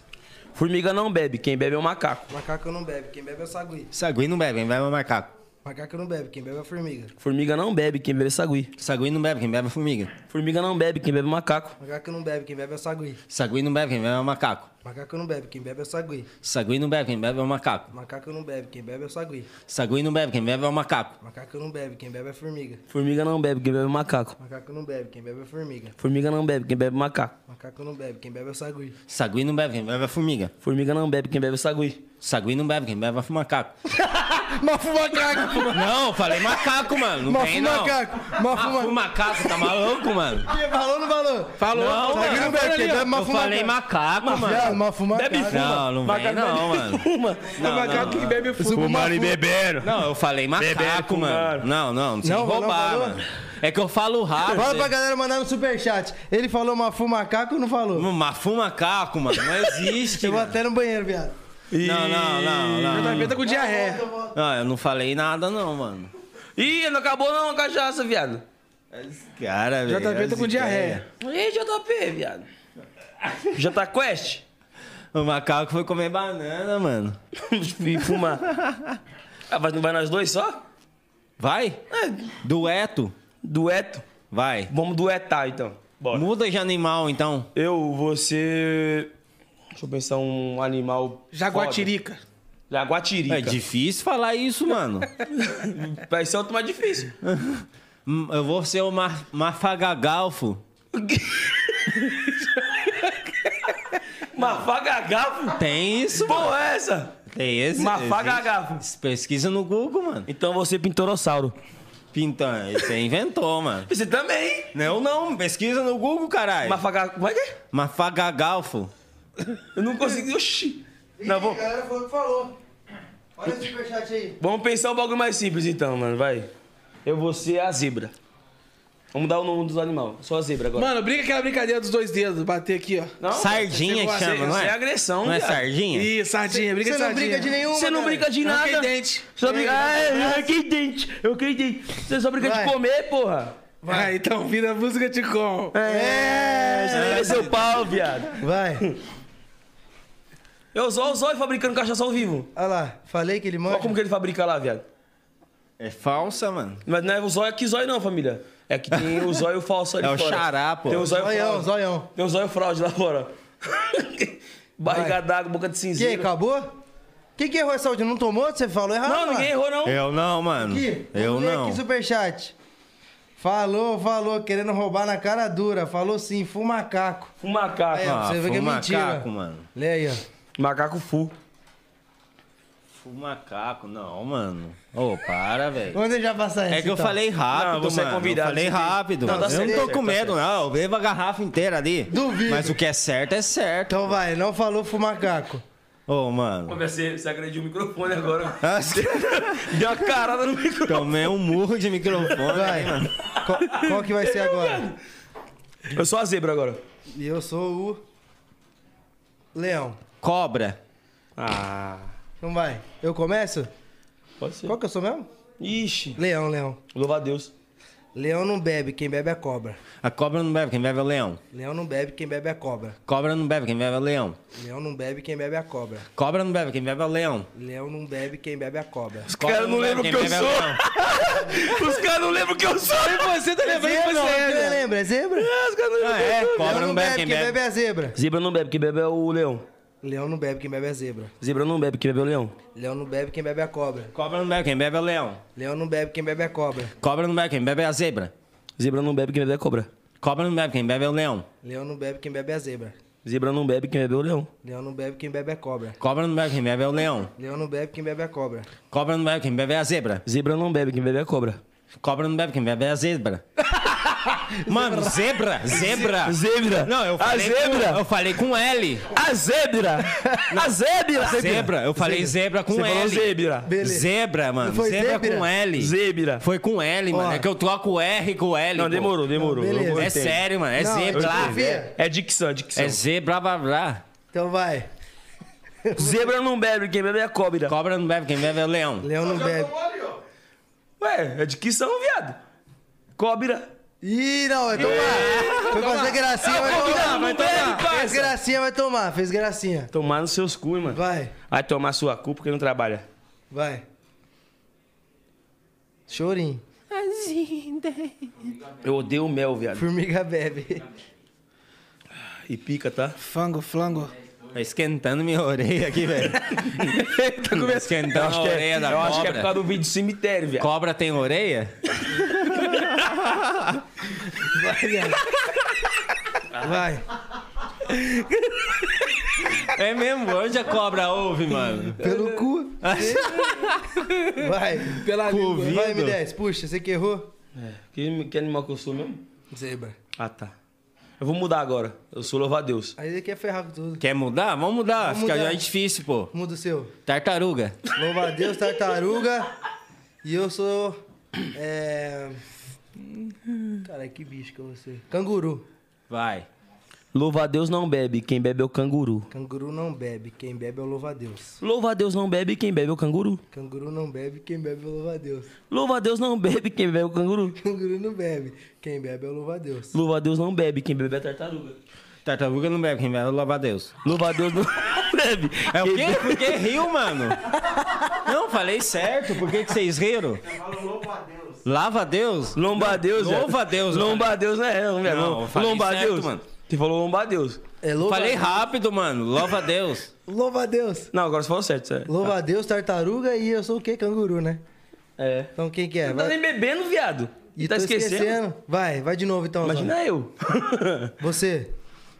[SPEAKER 5] Formiga não bebe, quem bebe é o macaco.
[SPEAKER 1] Macaco não bebe, quem bebe é sagui.
[SPEAKER 4] Sagui não bebe, quem bebe é o macaco.
[SPEAKER 1] Macaco não bebe, quem bebe é a formiga.
[SPEAKER 5] Formiga não bebe, quem bebe é sagui.
[SPEAKER 4] Sagui não bebe, quem bebe é formiga.
[SPEAKER 5] Formiga não bebe, quem bebe é macaco.
[SPEAKER 1] Macaco não bebe, quem bebe é o sagui.
[SPEAKER 4] Sagui não bebe, quem bebe é macaco.
[SPEAKER 1] Macaco não bebe, quem bebe é o sagui.
[SPEAKER 4] Sagui não bebe, quem bebe é macaco.
[SPEAKER 1] Macaco não bebe, quem bebe é o sagui.
[SPEAKER 4] Sagui não bebe, quem bebe é macaco.
[SPEAKER 1] Macaco não bebe, quem bebe é a formiga.
[SPEAKER 5] Formiga não bebe, quem bebe é macaco.
[SPEAKER 1] Macaco não bebe, quem bebe é a formiga.
[SPEAKER 5] Formiga não bebe, quem bebe é macaco.
[SPEAKER 1] Macaco não bebe, quem bebe é o sagui.
[SPEAKER 4] Sagui não bebe, quem bebe é formiga.
[SPEAKER 5] Formiga não bebe, quem bebe é sagui.
[SPEAKER 4] Sagui não bebe, quem bebe é macaco.
[SPEAKER 1] Mafu macaco!
[SPEAKER 4] Não, falei macaco, mano. Não
[SPEAKER 1] Mafu
[SPEAKER 4] tem, não.
[SPEAKER 1] macaco! Mafu
[SPEAKER 4] Mafu
[SPEAKER 1] macaco!
[SPEAKER 4] macaco, tá maluco, mano?
[SPEAKER 1] Falou ou não falou?
[SPEAKER 4] Falou. Não,
[SPEAKER 1] Sagui
[SPEAKER 4] mano.
[SPEAKER 1] não bebe, quem bebe é
[SPEAKER 4] Eu
[SPEAKER 1] mafu
[SPEAKER 4] falei
[SPEAKER 1] macaco.
[SPEAKER 4] macaco,
[SPEAKER 1] Viado,
[SPEAKER 4] mano.
[SPEAKER 1] mafu macaco.
[SPEAKER 5] Bebe
[SPEAKER 4] Não, não vem não, mano.
[SPEAKER 5] Fuma.
[SPEAKER 4] Não,
[SPEAKER 3] o macaco
[SPEAKER 4] não,
[SPEAKER 3] que bebe
[SPEAKER 1] Eu sou
[SPEAKER 3] fuma.
[SPEAKER 1] mafu.
[SPEAKER 10] beberam.
[SPEAKER 4] Não, eu falei
[SPEAKER 10] Beberam
[SPEAKER 4] macaco,
[SPEAKER 10] com
[SPEAKER 4] mano.
[SPEAKER 10] mano.
[SPEAKER 4] Não, não, não precisa
[SPEAKER 1] Não, mas não
[SPEAKER 4] roubar,
[SPEAKER 1] falou.
[SPEAKER 4] mano. É que eu falo rápido.
[SPEAKER 1] Fala pra
[SPEAKER 4] né?
[SPEAKER 1] galera mandar no superchat. Ele falou mafu macaco ou não falou?
[SPEAKER 4] Mafu macaco, mano. Não existe.
[SPEAKER 1] Eu vou
[SPEAKER 4] mano.
[SPEAKER 1] até no banheiro, viado.
[SPEAKER 4] Não, não, não, não.
[SPEAKER 3] Também tá com diarreia.
[SPEAKER 4] Não, eu não falei nada, não, mano.
[SPEAKER 5] Ih, não acabou não a cachaça, viado.
[SPEAKER 4] Cara, velho.
[SPEAKER 3] JB tá
[SPEAKER 4] as
[SPEAKER 3] com
[SPEAKER 4] ideias.
[SPEAKER 3] diarreia.
[SPEAKER 5] Ih, JP, viado. Jota tá Quest?
[SPEAKER 4] O macaco foi comer banana, mano.
[SPEAKER 5] e fumar. Ah, mas não vai nós dois só?
[SPEAKER 4] Vai?
[SPEAKER 1] É.
[SPEAKER 4] Dueto?
[SPEAKER 5] Dueto?
[SPEAKER 4] Vai.
[SPEAKER 5] Vamos duetar, então. Bora.
[SPEAKER 4] Muda de animal, então.
[SPEAKER 5] Eu, você... Deixa eu pensar um animal...
[SPEAKER 3] Jaguatirica.
[SPEAKER 5] foda. Jaguatirica.
[SPEAKER 4] É difícil falar isso, mano.
[SPEAKER 5] Vai ser outro mais difícil.
[SPEAKER 4] Hum, eu vou ser o ma- mafagagalfo.
[SPEAKER 5] Mafagagafo?
[SPEAKER 4] Tem isso?
[SPEAKER 5] Porra é essa?
[SPEAKER 4] Tem esse?
[SPEAKER 5] Mafagagafo.
[SPEAKER 4] existe. Pesquisa no Google, mano.
[SPEAKER 5] Então você pintorossauro.
[SPEAKER 4] Pintão, você inventou, mano.
[SPEAKER 5] Você também, hein?
[SPEAKER 4] Não, não, pesquisa no Google, caralho.
[SPEAKER 5] Mafaga... Como é que é?
[SPEAKER 4] Mafagagalfo.
[SPEAKER 5] Eu não consegui... Oxi. Não,
[SPEAKER 1] A
[SPEAKER 5] vamos...
[SPEAKER 1] galera falou que falou. Olha o superchat aí.
[SPEAKER 5] Vamos pensar um bagulho mais simples, então, mano. Vai. Eu vou ser a zebra. Vamos dar o nome dos animais. Só a zebra agora.
[SPEAKER 3] Mano, brinca aquela brincadeira dos dois dedos, bater aqui, ó.
[SPEAKER 5] Não,
[SPEAKER 4] Sardinha
[SPEAKER 5] você-
[SPEAKER 4] que chama,
[SPEAKER 5] você-
[SPEAKER 4] não é?
[SPEAKER 5] Você é agressão,
[SPEAKER 4] Não é
[SPEAKER 5] viado.
[SPEAKER 4] sardinha?
[SPEAKER 3] Ih, sardinha, brinca
[SPEAKER 1] Você
[SPEAKER 3] de
[SPEAKER 1] não
[SPEAKER 3] sardinha.
[SPEAKER 1] brinca de nenhuma,
[SPEAKER 5] Você não
[SPEAKER 1] cara.
[SPEAKER 5] brinca de
[SPEAKER 3] Eu
[SPEAKER 5] nada.
[SPEAKER 3] fiquei dente.
[SPEAKER 5] Só brinca... Ah, eu fiquei dente. Eu fiquei dente. Você só brinca
[SPEAKER 1] Vai.
[SPEAKER 5] de comer, porra.
[SPEAKER 3] Vai, então vira a música de com.
[SPEAKER 5] É, você é seu pau, viado.
[SPEAKER 1] né? Vai.
[SPEAKER 5] Eu só os olhos fabricando cachaça ao vivo.
[SPEAKER 1] Olha lá. Falei que ele manja.
[SPEAKER 5] Olha como que ele fabrica lá, viado.
[SPEAKER 4] É falsa, mano.
[SPEAKER 5] Mas não é o zóio aqui, zóio não, família. É que tem o zóio falso ali
[SPEAKER 4] É o
[SPEAKER 5] fora.
[SPEAKER 4] xará, pô.
[SPEAKER 5] Tem o zóio
[SPEAKER 1] Zoião,
[SPEAKER 5] fraude.
[SPEAKER 1] zoião.
[SPEAKER 5] Tem o zóio fraude lá fora. Barriga
[SPEAKER 1] Vai.
[SPEAKER 5] d'água, boca
[SPEAKER 1] E
[SPEAKER 5] de
[SPEAKER 1] aí,
[SPEAKER 5] cinzeiro.
[SPEAKER 1] acabou? Quem que errou essa última? Não tomou? Você falou errado?
[SPEAKER 5] Não, ninguém errou, não.
[SPEAKER 4] Eu não, mano.
[SPEAKER 1] Aqui,
[SPEAKER 4] Eu
[SPEAKER 1] vamos ler
[SPEAKER 4] não.
[SPEAKER 1] Aqui, superchat. Falou, falou, querendo roubar na cara dura. Falou sim, fu macaco.
[SPEAKER 5] Um macaco.
[SPEAKER 1] Aí, ó,
[SPEAKER 4] Ah,
[SPEAKER 1] você vê que é
[SPEAKER 4] foi um
[SPEAKER 1] mentira.
[SPEAKER 4] macaco, mano.
[SPEAKER 1] Lê aí, ó.
[SPEAKER 5] Macaco full.
[SPEAKER 4] Fu macaco, não, mano. Ô, para, velho.
[SPEAKER 1] Vamos deixar passar essa.
[SPEAKER 4] É que eu
[SPEAKER 1] então.
[SPEAKER 4] falei rápido,
[SPEAKER 5] assim, Não, você é
[SPEAKER 4] mano.
[SPEAKER 5] convidado,
[SPEAKER 4] eu falei
[SPEAKER 5] você tem-
[SPEAKER 4] rápido.
[SPEAKER 5] Não, tá
[SPEAKER 4] eu
[SPEAKER 5] certo,
[SPEAKER 4] não tô com
[SPEAKER 5] tá certo,
[SPEAKER 4] medo, não. Eu bebo a garrafa inteira ali.
[SPEAKER 1] Duvido.
[SPEAKER 4] Mas o que é certo é certo.
[SPEAKER 1] Então vai, não falou fu macaco.
[SPEAKER 4] Ô, mano.
[SPEAKER 5] Você, você agrediu o microfone agora.
[SPEAKER 4] As-
[SPEAKER 5] Deu uma carada no microfone.
[SPEAKER 4] Tomei um murro de microfone.
[SPEAKER 1] Vai. qual, qual que vai
[SPEAKER 4] é
[SPEAKER 1] ser
[SPEAKER 4] um
[SPEAKER 1] agora?
[SPEAKER 5] Eu sou a zebra agora.
[SPEAKER 1] E eu sou o. Leão.
[SPEAKER 4] Cobra.
[SPEAKER 5] Ah.
[SPEAKER 1] Então vai. Eu começo?
[SPEAKER 5] Pode ser.
[SPEAKER 1] Qual que eu sou mesmo?
[SPEAKER 5] Ixi.
[SPEAKER 1] Leão, leão.
[SPEAKER 5] Louva a Deus.
[SPEAKER 1] Leão não bebe, quem bebe é cobra.
[SPEAKER 4] A cobra não bebe, quem bebe é o leão.
[SPEAKER 1] Leão não bebe, quem bebe é cobra.
[SPEAKER 4] Cobra não bebe, quem bebe é o leão.
[SPEAKER 1] Leão não bebe, quem bebe é cobra.
[SPEAKER 4] Cobra não bebe, quem bebe é o leão.
[SPEAKER 1] Leão não bebe, quem bebe é cobra.
[SPEAKER 4] Cobra
[SPEAKER 5] caras não
[SPEAKER 4] bebe,
[SPEAKER 5] lembram
[SPEAKER 4] quem
[SPEAKER 5] que eu
[SPEAKER 4] bebe é o
[SPEAKER 5] sou.
[SPEAKER 4] leão.
[SPEAKER 5] Os caras não lembram que eu sou.
[SPEAKER 3] Você tá lembrando que
[SPEAKER 1] Zebra,
[SPEAKER 3] você é,
[SPEAKER 1] você
[SPEAKER 3] né?
[SPEAKER 1] lembra? É zebra?
[SPEAKER 5] Os caras não
[SPEAKER 4] Ah,
[SPEAKER 5] lembram.
[SPEAKER 4] é,
[SPEAKER 1] Leão
[SPEAKER 4] cobra não bebe, quem bebe.
[SPEAKER 1] é zebra.
[SPEAKER 5] Zebra não bebe, quem bebe é o leão.
[SPEAKER 1] Leão não bebe, quem bebe é zebra.
[SPEAKER 5] Zebra não bebe, quem bebe é o leão.
[SPEAKER 1] Leão não bebe, quem bebe é cobra.
[SPEAKER 4] Cobra não bebe, quem bebe é o leão.
[SPEAKER 1] Leão não bebe, quem bebe é cobra.
[SPEAKER 4] Cobra não bebe, quem bebe é a zebra.
[SPEAKER 5] Zebra não bebe, quem bebe é cobra.
[SPEAKER 4] Cobra não bebe, quem bebe é o leão.
[SPEAKER 1] Leão não bebe, quem bebe é zebra.
[SPEAKER 5] Zebra não bebe, quem bebe é o leão.
[SPEAKER 1] Leão não bebe, quem bebe é cobra.
[SPEAKER 4] Cobra não bebe, quem bebe é o leão.
[SPEAKER 1] Leão não bebe, quem bebe é cobra.
[SPEAKER 4] Cobra não bebe, quem bebe é a zebra.
[SPEAKER 5] Zebra não bebe, quem bebe é cobra.
[SPEAKER 4] Cobra não bebe, quem bebe é a zebra. Mano, zebra, zebra.
[SPEAKER 5] Zebra.
[SPEAKER 4] Não, eu
[SPEAKER 5] A
[SPEAKER 4] falei
[SPEAKER 5] zebra.
[SPEAKER 4] Com, eu falei com L.
[SPEAKER 5] A zebra! A zebra!
[SPEAKER 4] Zebra, eu falei zebra com
[SPEAKER 5] Você falou
[SPEAKER 4] L.
[SPEAKER 5] zebra.
[SPEAKER 1] Beleza.
[SPEAKER 4] Zebra, mano.
[SPEAKER 1] Foi
[SPEAKER 4] zebra,
[SPEAKER 1] zebra?
[SPEAKER 4] com L.
[SPEAKER 5] Zebra.
[SPEAKER 4] Foi com L, mano.
[SPEAKER 1] Ó.
[SPEAKER 4] É que eu troco o R com o L.
[SPEAKER 5] Não,
[SPEAKER 4] pô.
[SPEAKER 5] demorou, demorou.
[SPEAKER 1] Não, beleza.
[SPEAKER 5] Eu
[SPEAKER 4] É
[SPEAKER 5] entendo.
[SPEAKER 4] sério, mano. É
[SPEAKER 1] Não, eu
[SPEAKER 4] zebra.
[SPEAKER 1] confio.
[SPEAKER 5] É dicção, é dicção.
[SPEAKER 4] É zebra, blá, blá.
[SPEAKER 1] Então vai.
[SPEAKER 5] Zebra não bebe, quem bebe é cobra.
[SPEAKER 4] Cobra não bebe, quem bebe é o leão.
[SPEAKER 1] Leão não bebe.
[SPEAKER 5] Ué, é dicção, viado. Cobra.
[SPEAKER 1] Ih, não, vai tomar. Foi fazer gracinha, vai tomar.
[SPEAKER 5] vai tomar.
[SPEAKER 1] Fez gracinha, vai tomar. Fez gracinha.
[SPEAKER 5] Tomar nos seus cu, mano.
[SPEAKER 1] Vai,
[SPEAKER 5] Vai tomar sua cu porque não trabalha.
[SPEAKER 1] vai. Chorinho.
[SPEAKER 5] Eu odeio mel, viado.
[SPEAKER 1] Formiga bebe.
[SPEAKER 5] E pica, tá?
[SPEAKER 3] Fango, flango.
[SPEAKER 4] Tá esquentando minha orelha aqui, velho.
[SPEAKER 5] tá começando.
[SPEAKER 4] Esquentando a orelha da
[SPEAKER 5] eu acho que é
[SPEAKER 4] cobra.
[SPEAKER 5] por causa do vídeo do cemitério, viado.
[SPEAKER 4] Cobra tem orelha?
[SPEAKER 1] Vai.
[SPEAKER 4] É mesmo, onde a cobra ouve, mano?
[SPEAKER 1] Pelo cu. Vai.
[SPEAKER 3] Pela língua.
[SPEAKER 4] Covid.
[SPEAKER 1] Vai, M10. Puxa, você que errou.
[SPEAKER 5] Que, que animal que eu sou mesmo?
[SPEAKER 1] Zebra.
[SPEAKER 5] Ah, tá. Eu vou mudar agora. Eu sou louvo a Deus.
[SPEAKER 1] Aí ele quer ferrar com tudo.
[SPEAKER 4] Quer mudar? Vamos mudar,
[SPEAKER 1] Vamos
[SPEAKER 4] fica
[SPEAKER 1] mudar.
[SPEAKER 4] mais difícil, pô.
[SPEAKER 1] Muda o seu.
[SPEAKER 4] Tartaruga.
[SPEAKER 1] Louva a Deus, tartaruga. E eu sou. É. Cara, que bicho que eu vou ser? Canguru.
[SPEAKER 4] Vai.
[SPEAKER 5] Louva a Deus não bebe, quem bebe é o canguru.
[SPEAKER 1] Canguru não bebe, quem bebe é o louva a Deus.
[SPEAKER 5] Louva a Deus não bebe, quem bebe é o canguru.
[SPEAKER 1] Canguru não bebe, quem bebe é o louva a Deus.
[SPEAKER 5] Louva a Deus não bebe, quem bebe é o canguru.
[SPEAKER 1] Canguru não bebe, quem bebe é o louva a Deus.
[SPEAKER 5] Louva a Deus não bebe, quem bebe é a tartaruga.
[SPEAKER 4] Tartaruga não bebe, quem bebe é o louva Deus.
[SPEAKER 5] Louva a Deus não bebe.
[SPEAKER 4] É o
[SPEAKER 5] quem
[SPEAKER 4] quê?
[SPEAKER 5] bebe-
[SPEAKER 4] Por que riu, mano? Não, falei certo. Por que, que vocês riram? Lava Deus?
[SPEAKER 5] Lomba a Deus, velho.
[SPEAKER 4] Louva a Deus,
[SPEAKER 5] Lomba a Deus é. não é, velho.
[SPEAKER 4] Não, eu falei
[SPEAKER 5] Lomba a
[SPEAKER 4] certo,
[SPEAKER 5] Deus.
[SPEAKER 4] mano.
[SPEAKER 5] Você falou lomba a Deus.
[SPEAKER 1] É louva,
[SPEAKER 4] Falei rápido, mano. Louva Deus.
[SPEAKER 1] louva a Deus.
[SPEAKER 5] Não, agora você falou certo, sério.
[SPEAKER 1] Louva a Deus, tartaruga e eu sou o quê? Canguru, né?
[SPEAKER 5] É.
[SPEAKER 1] Então quem que é?
[SPEAKER 5] Não tá
[SPEAKER 1] Vai...
[SPEAKER 5] nem bebendo, viado. E
[SPEAKER 1] Ih,
[SPEAKER 5] tá
[SPEAKER 1] tô
[SPEAKER 5] esquecendo.
[SPEAKER 1] Vai, vai de novo então. Zona.
[SPEAKER 5] Imagina eu.
[SPEAKER 1] Você.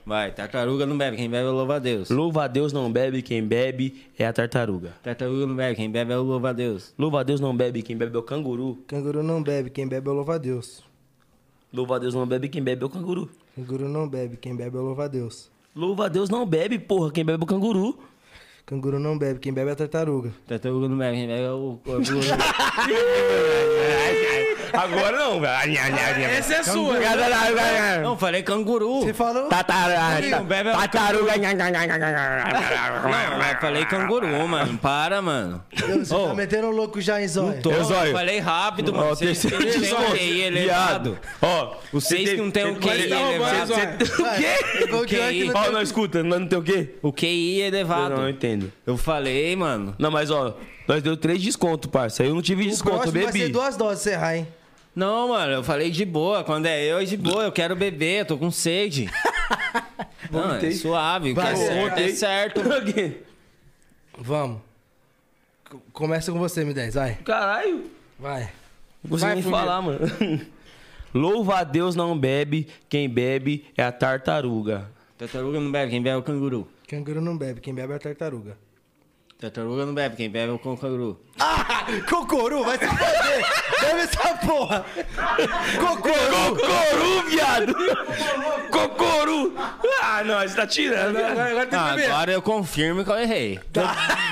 [SPEAKER 4] Vai, tartaruga não bebe, quem bebe é o louva Deus.
[SPEAKER 5] Louva a Deus não bebe, quem bebe é a tartaruga.
[SPEAKER 4] Tartaruga não bebe, quem bebe é o louva Deus.
[SPEAKER 5] Louva a Deus não bebe, quem bebe é o canguru.
[SPEAKER 1] Canguru não bebe, quem bebe é o louva a Deus.
[SPEAKER 5] Louva a Deus não bebe, quem bebe é o canguru.
[SPEAKER 1] Canguru não bebe, quem bebe é o louva a Deus.
[SPEAKER 5] Louva a Deus não bebe, porra, quem bebe é o canguru.
[SPEAKER 1] Canguru não bebe, quem bebe é a tartaruga.
[SPEAKER 4] Tartaruga não bebe, quem bebe é o.
[SPEAKER 5] Agora não, velho.
[SPEAKER 3] Essa é sua.
[SPEAKER 4] não, falei canguru.
[SPEAKER 1] Você falou?
[SPEAKER 4] Não bebe é o Não, eu falei canguru, mano. Para, mano.
[SPEAKER 1] Eu- Você tá metendo louco já, hein, Zóia?
[SPEAKER 4] Não,
[SPEAKER 5] zóio.
[SPEAKER 4] eu falei rápido,
[SPEAKER 5] Ó,
[SPEAKER 4] mano.
[SPEAKER 5] o
[SPEAKER 4] Vocês
[SPEAKER 5] terceiro
[SPEAKER 4] que não tem o
[SPEAKER 5] desconto.
[SPEAKER 4] QI
[SPEAKER 5] Viado.
[SPEAKER 4] elevado.
[SPEAKER 5] Ó, o
[SPEAKER 4] Vocês que não tem o QI
[SPEAKER 3] tá roubando,
[SPEAKER 4] elevado.
[SPEAKER 3] Zóio.
[SPEAKER 5] O quê?
[SPEAKER 1] Igual o Dior que não
[SPEAKER 5] Ó,
[SPEAKER 1] tem-
[SPEAKER 5] não, escuta, nós não tem o quê?
[SPEAKER 4] O QI
[SPEAKER 5] Eu
[SPEAKER 4] elevado.
[SPEAKER 5] não entendo.
[SPEAKER 4] Eu falei, mano.
[SPEAKER 5] Não, mas ó, nós deu três descontos, parça. Eu não tive
[SPEAKER 1] O
[SPEAKER 5] desconto, eu
[SPEAKER 1] próximo vai ser
[SPEAKER 5] bebi.
[SPEAKER 1] duas doses, você errar, hein?
[SPEAKER 4] Não, mano, eu falei de boa. Quando é eu, é de boa. Eu quero beber, eu tô com sede. Não, é suave. O que é
[SPEAKER 1] Vai,
[SPEAKER 4] certo, é
[SPEAKER 5] voltei.
[SPEAKER 4] certo.
[SPEAKER 1] Vamos. C- Começa com você, M10, vai.
[SPEAKER 5] Caralho.
[SPEAKER 1] Vai.
[SPEAKER 5] Não consigo
[SPEAKER 3] Vai,
[SPEAKER 5] nem
[SPEAKER 3] Fumiro.
[SPEAKER 5] falar, mano. Louva a Deus não bebe, quem bebe é a tartaruga.
[SPEAKER 4] Tartaruga não bebe, quem bebe é o canguru.
[SPEAKER 1] Canguru não bebe, quem bebe é a tartaruga.
[SPEAKER 4] Tartaruga não bebe, quem bebe é o canguru.
[SPEAKER 1] Cocoru, vai se fazer! Bebe essa porra! Cocoru!
[SPEAKER 5] Cocoru, viado! Cocoru! Ah, não, você tá tirando.
[SPEAKER 3] Agora,
[SPEAKER 5] viado.
[SPEAKER 3] agora tem
[SPEAKER 4] Ah,
[SPEAKER 3] que beber.
[SPEAKER 4] agora eu confirmo que eu errei.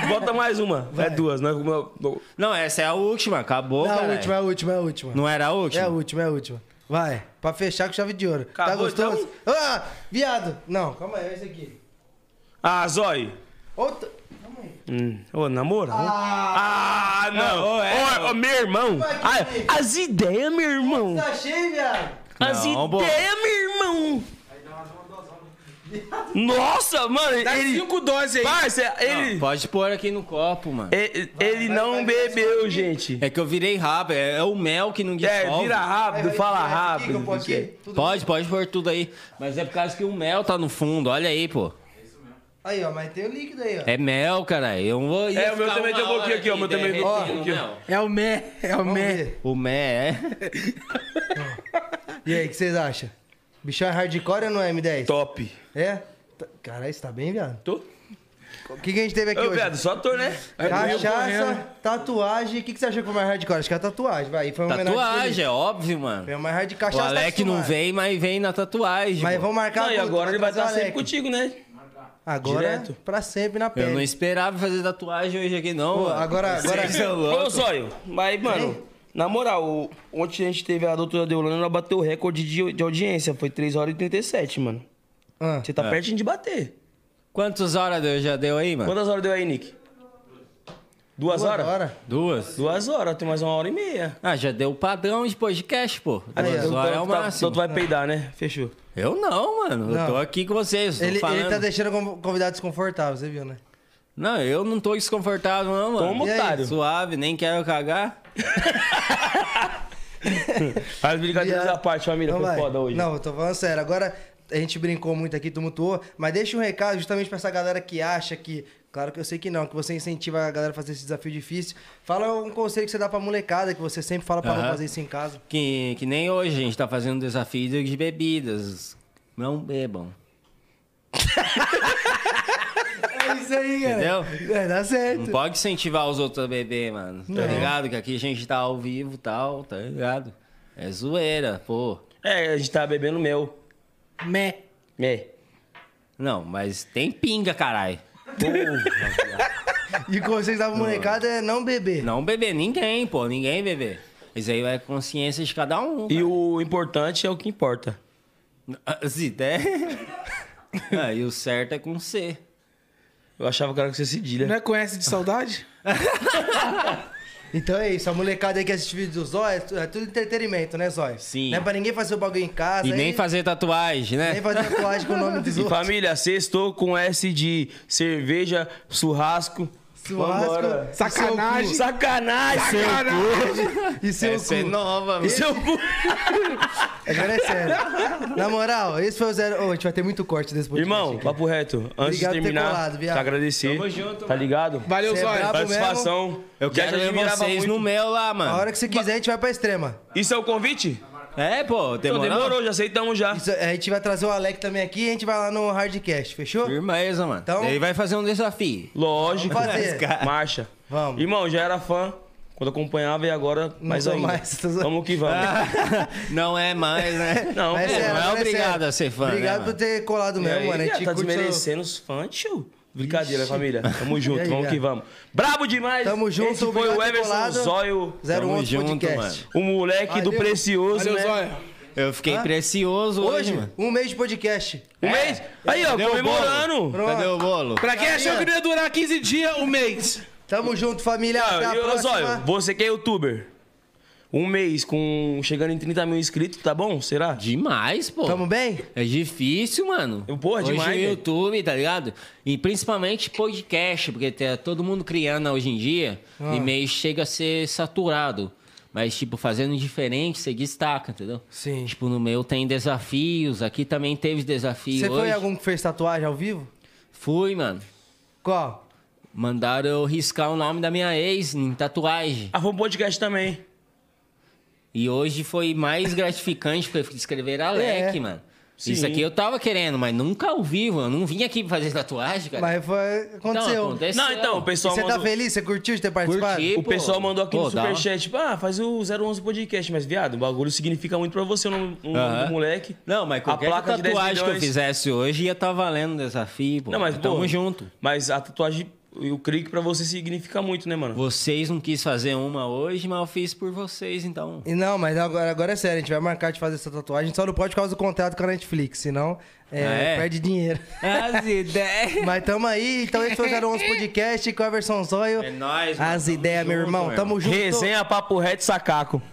[SPEAKER 5] Bota mais uma. É duas, né? Uma- do-
[SPEAKER 4] Não, essa é a última, acabou,
[SPEAKER 1] Não,
[SPEAKER 4] cara.
[SPEAKER 1] a última, é a última, é a última.
[SPEAKER 4] Não era a última?
[SPEAKER 1] É a última, é a última. Vai, pra fechar com chave de ouro. tá
[SPEAKER 5] Acabou, então?
[SPEAKER 1] gostoso? Ah, viado! Não, calma aí, é esse aqui.
[SPEAKER 5] Ah, Zói.
[SPEAKER 1] Outro...
[SPEAKER 5] Hum. Ô, namoro? Ah, não. Ô,
[SPEAKER 4] é.
[SPEAKER 5] ô, meu irmão.
[SPEAKER 1] Vai,
[SPEAKER 5] Ah, as ideias, meu irmão.
[SPEAKER 1] Tá cheio, viado!
[SPEAKER 5] As
[SPEAKER 4] Não, bom.
[SPEAKER 5] ideias, meu irmão. Nossa, mano,
[SPEAKER 3] Dá
[SPEAKER 5] ele...
[SPEAKER 3] cinco doses aí.
[SPEAKER 5] Parça, ele...
[SPEAKER 4] Não, pode pôr aqui no copo, mano.
[SPEAKER 5] Ele, ele não bebeu, gente.
[SPEAKER 4] É que eu virei rápido, é é o mel que não dissolve.
[SPEAKER 5] É, vira rápido,
[SPEAKER 1] Vai, vai,
[SPEAKER 5] fala
[SPEAKER 1] vai, aqui que eu
[SPEAKER 5] rápido.
[SPEAKER 1] posso ir. Tudo
[SPEAKER 4] Pode, pode pôr tudo aí. Mas é por causa que o mel tá no fundo, olha aí, pô.
[SPEAKER 1] Aí, ó, mas tem o líquido aí, ó.
[SPEAKER 4] É mel, cara. Eu não vou. ia
[SPEAKER 5] É, o meu
[SPEAKER 4] ficar
[SPEAKER 5] também
[SPEAKER 4] uma
[SPEAKER 5] tem um
[SPEAKER 4] hora
[SPEAKER 5] pouquinho aqui, um ó, o meu também tem um
[SPEAKER 4] derretendo
[SPEAKER 5] pouquinho.
[SPEAKER 4] mel.
[SPEAKER 3] É o Mé, é o
[SPEAKER 1] Vamos
[SPEAKER 3] Mé.
[SPEAKER 1] ver.
[SPEAKER 4] O mel é.
[SPEAKER 1] E aí, o que vocês acham? Bichão é hardcore ou não é M10?
[SPEAKER 5] Top.
[SPEAKER 1] É? Tá- Caralho, você tá bem, viado?
[SPEAKER 5] Tô.
[SPEAKER 1] O que, que a gente teve aqui
[SPEAKER 5] Ô,
[SPEAKER 1] hoje?
[SPEAKER 5] viado, só ator, né?
[SPEAKER 1] Cachaça, tatuagem. O que, que você achou que foi mais hardcore? Acho que é a tatuagem, vai. Foi uma homenagem bonita.
[SPEAKER 4] Tatuagem, é óbvio, mano.
[SPEAKER 1] Foi mais hard de
[SPEAKER 4] O
[SPEAKER 5] um
[SPEAKER 1] cachaça. tá
[SPEAKER 4] Alec não
[SPEAKER 1] acostumado.
[SPEAKER 4] vem, mas vem na tatuagem.
[SPEAKER 1] Mas
[SPEAKER 4] pô.
[SPEAKER 1] vamos marcar
[SPEAKER 5] Não, e
[SPEAKER 1] a luta,
[SPEAKER 5] agora ele vai
[SPEAKER 1] tá
[SPEAKER 2] tá
[SPEAKER 1] trazer
[SPEAKER 5] estar
[SPEAKER 1] o
[SPEAKER 5] sempre
[SPEAKER 1] Alec.
[SPEAKER 5] contigo, né?
[SPEAKER 1] Agora, é
[SPEAKER 5] Direto.
[SPEAKER 1] pra sempre na
[SPEAKER 4] Eu
[SPEAKER 1] pele.
[SPEAKER 4] não esperava fazer tatuagem hoje aqui, não.
[SPEAKER 1] Pô,
[SPEAKER 4] mano.
[SPEAKER 1] agora, agora.
[SPEAKER 4] Vocês são
[SPEAKER 5] Ô,
[SPEAKER 4] loucos.
[SPEAKER 5] Zóio, mas, mano, na moral, o- ontem a gente teve a doutora Deolane, ela bateu o recorde de, de audiência, foi 3 horas e 37, mano.
[SPEAKER 1] Ah,
[SPEAKER 5] Você tá pertinho de bater.
[SPEAKER 4] Quantas horas deu- já deu aí, mano?
[SPEAKER 5] Quantas horas deu aí, Nick? Duas, horas?
[SPEAKER 1] agora?
[SPEAKER 4] Duas.
[SPEAKER 5] Duas horas, tem mais uma hora e meia.
[SPEAKER 4] Ah, já deu o padrão de podcast, pô.
[SPEAKER 1] Ah,
[SPEAKER 5] Aí,
[SPEAKER 4] Duas
[SPEAKER 5] então,
[SPEAKER 4] horas é
[SPEAKER 5] então
[SPEAKER 4] o
[SPEAKER 5] tu tá-
[SPEAKER 4] máximo.
[SPEAKER 5] Então tu vai peidar, né? Fechou.
[SPEAKER 4] Eu não, mano.
[SPEAKER 1] Não.
[SPEAKER 4] Eu tô aqui com vocês. Tô
[SPEAKER 1] Ele, tá ele
[SPEAKER 4] falando.
[SPEAKER 1] tá deixando o convidado desconfortável, você viu, né?
[SPEAKER 4] Não, eu não tô desconfortável, não, mano.
[SPEAKER 5] Como
[SPEAKER 1] E aí,
[SPEAKER 5] otário.
[SPEAKER 4] Suave, nem quero cagar.
[SPEAKER 5] As brincadeiras à parte, família,
[SPEAKER 1] Não
[SPEAKER 5] foi
[SPEAKER 1] Então vai.
[SPEAKER 5] foda hoje.
[SPEAKER 1] Não, eu tô falando sério. Agora, a gente brincou muito aqui, tumultuou, mas deixa um recado justamente pra essa galera que acha que. Claro que eu sei que não, que você incentiva a galera a fazer esse desafio difícil. Fala um conselho que você dá pra molecada, que você sempre fala pra não
[SPEAKER 4] Aham.
[SPEAKER 1] fazer isso em casa.
[SPEAKER 4] Que, que nem hoje a gente tá fazendo desafio de bebidas. Não bebam.
[SPEAKER 1] É isso aí,
[SPEAKER 4] Entendeu?
[SPEAKER 1] É, dá certo.
[SPEAKER 4] Não pode incentivar os outros a beber, mano. Tá ligado? Que aqui a gente tá ao vivo e tal, tá ligado? É zoeira, pô.
[SPEAKER 5] É, a gente tava bebendo meu.
[SPEAKER 3] Mé.
[SPEAKER 5] É.
[SPEAKER 4] Não, mas tem pinga, caralho.
[SPEAKER 1] E o conselho que dá pra molecada é não beber.
[SPEAKER 4] Não beber ninguém, pô. Ninguém beber. Isso aí é consciência de cada um.
[SPEAKER 5] E o importante é o que importa.
[SPEAKER 4] Ah, Se der. Ah, e o certo é com C.
[SPEAKER 5] Eu achava que era com você cedilha.
[SPEAKER 3] Não é conhece de saudade?
[SPEAKER 1] Então é isso, a molecada aí que assiste vídeo do Zóia, é tu- é tudo entretenimento, né, Zóia?
[SPEAKER 4] Sim.
[SPEAKER 1] Não é pra ninguém fazer o bagulho em casa.
[SPEAKER 4] E
[SPEAKER 1] fazer
[SPEAKER 4] nem fazer tatuagem, né?
[SPEAKER 1] nem fazer tatuagem com o nome dos
[SPEAKER 5] E
[SPEAKER 1] outros.
[SPEAKER 5] família, sextou com S de cerveja, churrasco.
[SPEAKER 1] Churrasco,
[SPEAKER 5] Vambora.
[SPEAKER 3] Sacanagem.
[SPEAKER 5] Sacanagem! Sacanagem!
[SPEAKER 1] E seu
[SPEAKER 4] Essa é
[SPEAKER 1] cu.
[SPEAKER 4] nova, mano.
[SPEAKER 5] Seu cu.
[SPEAKER 1] Agora é sério. Na moral, esse foi o zero. Ô, a gente vai ter muito corte desse podcast.
[SPEAKER 5] Irmão,
[SPEAKER 1] cara.
[SPEAKER 5] papo reto. Antes
[SPEAKER 1] Obrigado por
[SPEAKER 5] de
[SPEAKER 1] ter
[SPEAKER 5] terminar,
[SPEAKER 1] colado, viado.
[SPEAKER 5] te agradecer.
[SPEAKER 4] Tamo junto,
[SPEAKER 5] Tá ligado?
[SPEAKER 3] Valeu,
[SPEAKER 1] Cê é
[SPEAKER 3] Zóia.
[SPEAKER 1] brabo.
[SPEAKER 5] Satisfação.
[SPEAKER 4] Eu
[SPEAKER 5] Já
[SPEAKER 4] quero
[SPEAKER 5] te
[SPEAKER 4] ver
[SPEAKER 5] admirava
[SPEAKER 4] vocês
[SPEAKER 5] muito.
[SPEAKER 4] no meu lá, mano.
[SPEAKER 1] a hora que você quiser, a gente vai pra extrema.
[SPEAKER 5] Isso é o convite?
[SPEAKER 4] É, pô,
[SPEAKER 5] Então
[SPEAKER 4] demorou?
[SPEAKER 5] demorou, já aceitamos já.
[SPEAKER 1] Isso- a gente vai trazer o Alec também aqui e a gente vai lá no Hardcast, fechou?
[SPEAKER 4] Firmeza, mano.
[SPEAKER 1] Então-
[SPEAKER 4] Então... Daí vai fazer um desafio.
[SPEAKER 5] Lógico.
[SPEAKER 1] Vamos fazer.
[SPEAKER 5] Marcha.
[SPEAKER 1] Vamos.
[SPEAKER 5] Irmão, já era fã quando acompanhava e agora mais
[SPEAKER 1] sou
[SPEAKER 5] ainda.
[SPEAKER 1] mais, tô zoando.
[SPEAKER 5] Vamos que vamos.
[SPEAKER 4] Não é mais, né?
[SPEAKER 5] Não,
[SPEAKER 1] Mas
[SPEAKER 5] pô.
[SPEAKER 4] não é
[SPEAKER 1] agora
[SPEAKER 4] obrigado
[SPEAKER 1] sério.
[SPEAKER 4] a ser fã, né,
[SPEAKER 1] Obrigado
[SPEAKER 4] mano?
[SPEAKER 1] por ter colado
[SPEAKER 5] E
[SPEAKER 1] mesmo,
[SPEAKER 5] aí,
[SPEAKER 1] mano. A
[SPEAKER 5] viado,
[SPEAKER 1] gente
[SPEAKER 5] tá
[SPEAKER 1] curte seu-
[SPEAKER 5] desmerecendo os fãs, tio. Brincadeira,
[SPEAKER 1] Ixi.
[SPEAKER 5] família. Tamo
[SPEAKER 1] E
[SPEAKER 5] junto,
[SPEAKER 1] aí,
[SPEAKER 5] vamos que
[SPEAKER 1] viado?
[SPEAKER 5] vamos. Brabo demais.
[SPEAKER 1] Tamo junto,
[SPEAKER 5] Esse foi
[SPEAKER 1] obrigado
[SPEAKER 5] o
[SPEAKER 1] por ter
[SPEAKER 5] Everson
[SPEAKER 1] colado.
[SPEAKER 5] Zóio,
[SPEAKER 1] 011
[SPEAKER 4] junto,
[SPEAKER 1] Podcast.
[SPEAKER 5] o moleque do
[SPEAKER 1] Valeu.
[SPEAKER 5] Precioso,
[SPEAKER 3] Valeu,
[SPEAKER 5] né?
[SPEAKER 3] Zóia.
[SPEAKER 4] Eu fiquei precioso hoje,
[SPEAKER 1] Hoje,
[SPEAKER 4] mano.
[SPEAKER 1] um mês de podcast.
[SPEAKER 3] É.
[SPEAKER 5] Um mês. Aí, ó,
[SPEAKER 4] Cadê o
[SPEAKER 5] comemorando.
[SPEAKER 4] bolo? Cadê o bolo?
[SPEAKER 3] Pra quem achou que não ia durar 15 dias, um mês.
[SPEAKER 1] Tamo junto, família. Até a
[SPEAKER 5] Ah, e, ô,
[SPEAKER 1] próxima.
[SPEAKER 5] Zóio, você que é youtuber. Um mês com chegando em 30 mil inscritos, tá bom? Será?
[SPEAKER 4] Demais, pô.
[SPEAKER 1] Tamo bem?
[SPEAKER 4] É difícil, mano.
[SPEAKER 5] Porra,
[SPEAKER 4] hoje
[SPEAKER 5] demais,
[SPEAKER 4] o
[SPEAKER 5] velho.
[SPEAKER 4] YouTube, tá ligado? E principalmente podcast, porque tá todo mundo criando hoje em dia
[SPEAKER 1] Ah.
[SPEAKER 4] e meio chega a ser saturado. Mas, tipo, fazendo diferente, você destaca, entendeu?
[SPEAKER 1] Sim.
[SPEAKER 4] Tipo, no meu tem desafios, aqui também teve desafio
[SPEAKER 1] Você
[SPEAKER 4] hoje.
[SPEAKER 1] foi algum que fez tatuagem ao vivo?
[SPEAKER 4] Fui, mano.
[SPEAKER 1] Qual?
[SPEAKER 4] Mandaram eu riscar o nome da minha ex em tatuagem.
[SPEAKER 5] Ah, foi um podcast também.
[SPEAKER 4] E hoje foi mais gratificante porque escrever Alec,
[SPEAKER 1] É.
[SPEAKER 4] mano.
[SPEAKER 5] Sim.
[SPEAKER 4] Isso aqui eu tava querendo, mas nunca ao vivo. Eu não vim aqui fazer tatuagem, cara.
[SPEAKER 1] Mas foi. Aconteceu.
[SPEAKER 4] Não, aconteceu.
[SPEAKER 5] Não, então, o
[SPEAKER 1] E
[SPEAKER 4] é
[SPEAKER 5] pessoal
[SPEAKER 1] você tá
[SPEAKER 5] mandou...
[SPEAKER 1] feliz? Você curtiu de ter participado?
[SPEAKER 4] Curti.
[SPEAKER 5] O
[SPEAKER 4] Pô,
[SPEAKER 5] pessoal mandou aqui no
[SPEAKER 4] pô, da hora.
[SPEAKER 5] superchat, tipo, ah, faz o 011 podcast, mas viado, o bagulho significa muito pra você o nome, o nome
[SPEAKER 4] Aham.
[SPEAKER 5] do moleque.
[SPEAKER 4] Não, mas qualquer
[SPEAKER 5] a placa de 10
[SPEAKER 4] tatuagem que eu
[SPEAKER 5] milhões.
[SPEAKER 4] fizesse hoje ia estar valendo o desafio, pô.
[SPEAKER 5] Não, mas
[SPEAKER 4] Tamo
[SPEAKER 5] pô,
[SPEAKER 4] junto.
[SPEAKER 5] Mas a tatuagem, eu creio que pra você significa muito, né, mano?
[SPEAKER 4] Vocês não quis fazer uma hoje, mas eu fiz por vocês, então.
[SPEAKER 1] E não, mas agora, agora é sério, a gente vai marcar de fazer essa tatuagem, só não pode por causa do contrato com a Netflix, senão é,
[SPEAKER 4] Ah, é? Ah,
[SPEAKER 1] perde dinheiro.
[SPEAKER 4] As ideias.
[SPEAKER 1] mas tamo aí, então esse foi o 011 Podcast com a versão Zóio.
[SPEAKER 4] É nóis, mano.
[SPEAKER 1] As
[SPEAKER 4] Tamo
[SPEAKER 1] ideias, meu
[SPEAKER 4] junto,
[SPEAKER 1] irmão,
[SPEAKER 4] meu
[SPEAKER 1] tamo junto.
[SPEAKER 5] Resenha, papo reto e sacaco.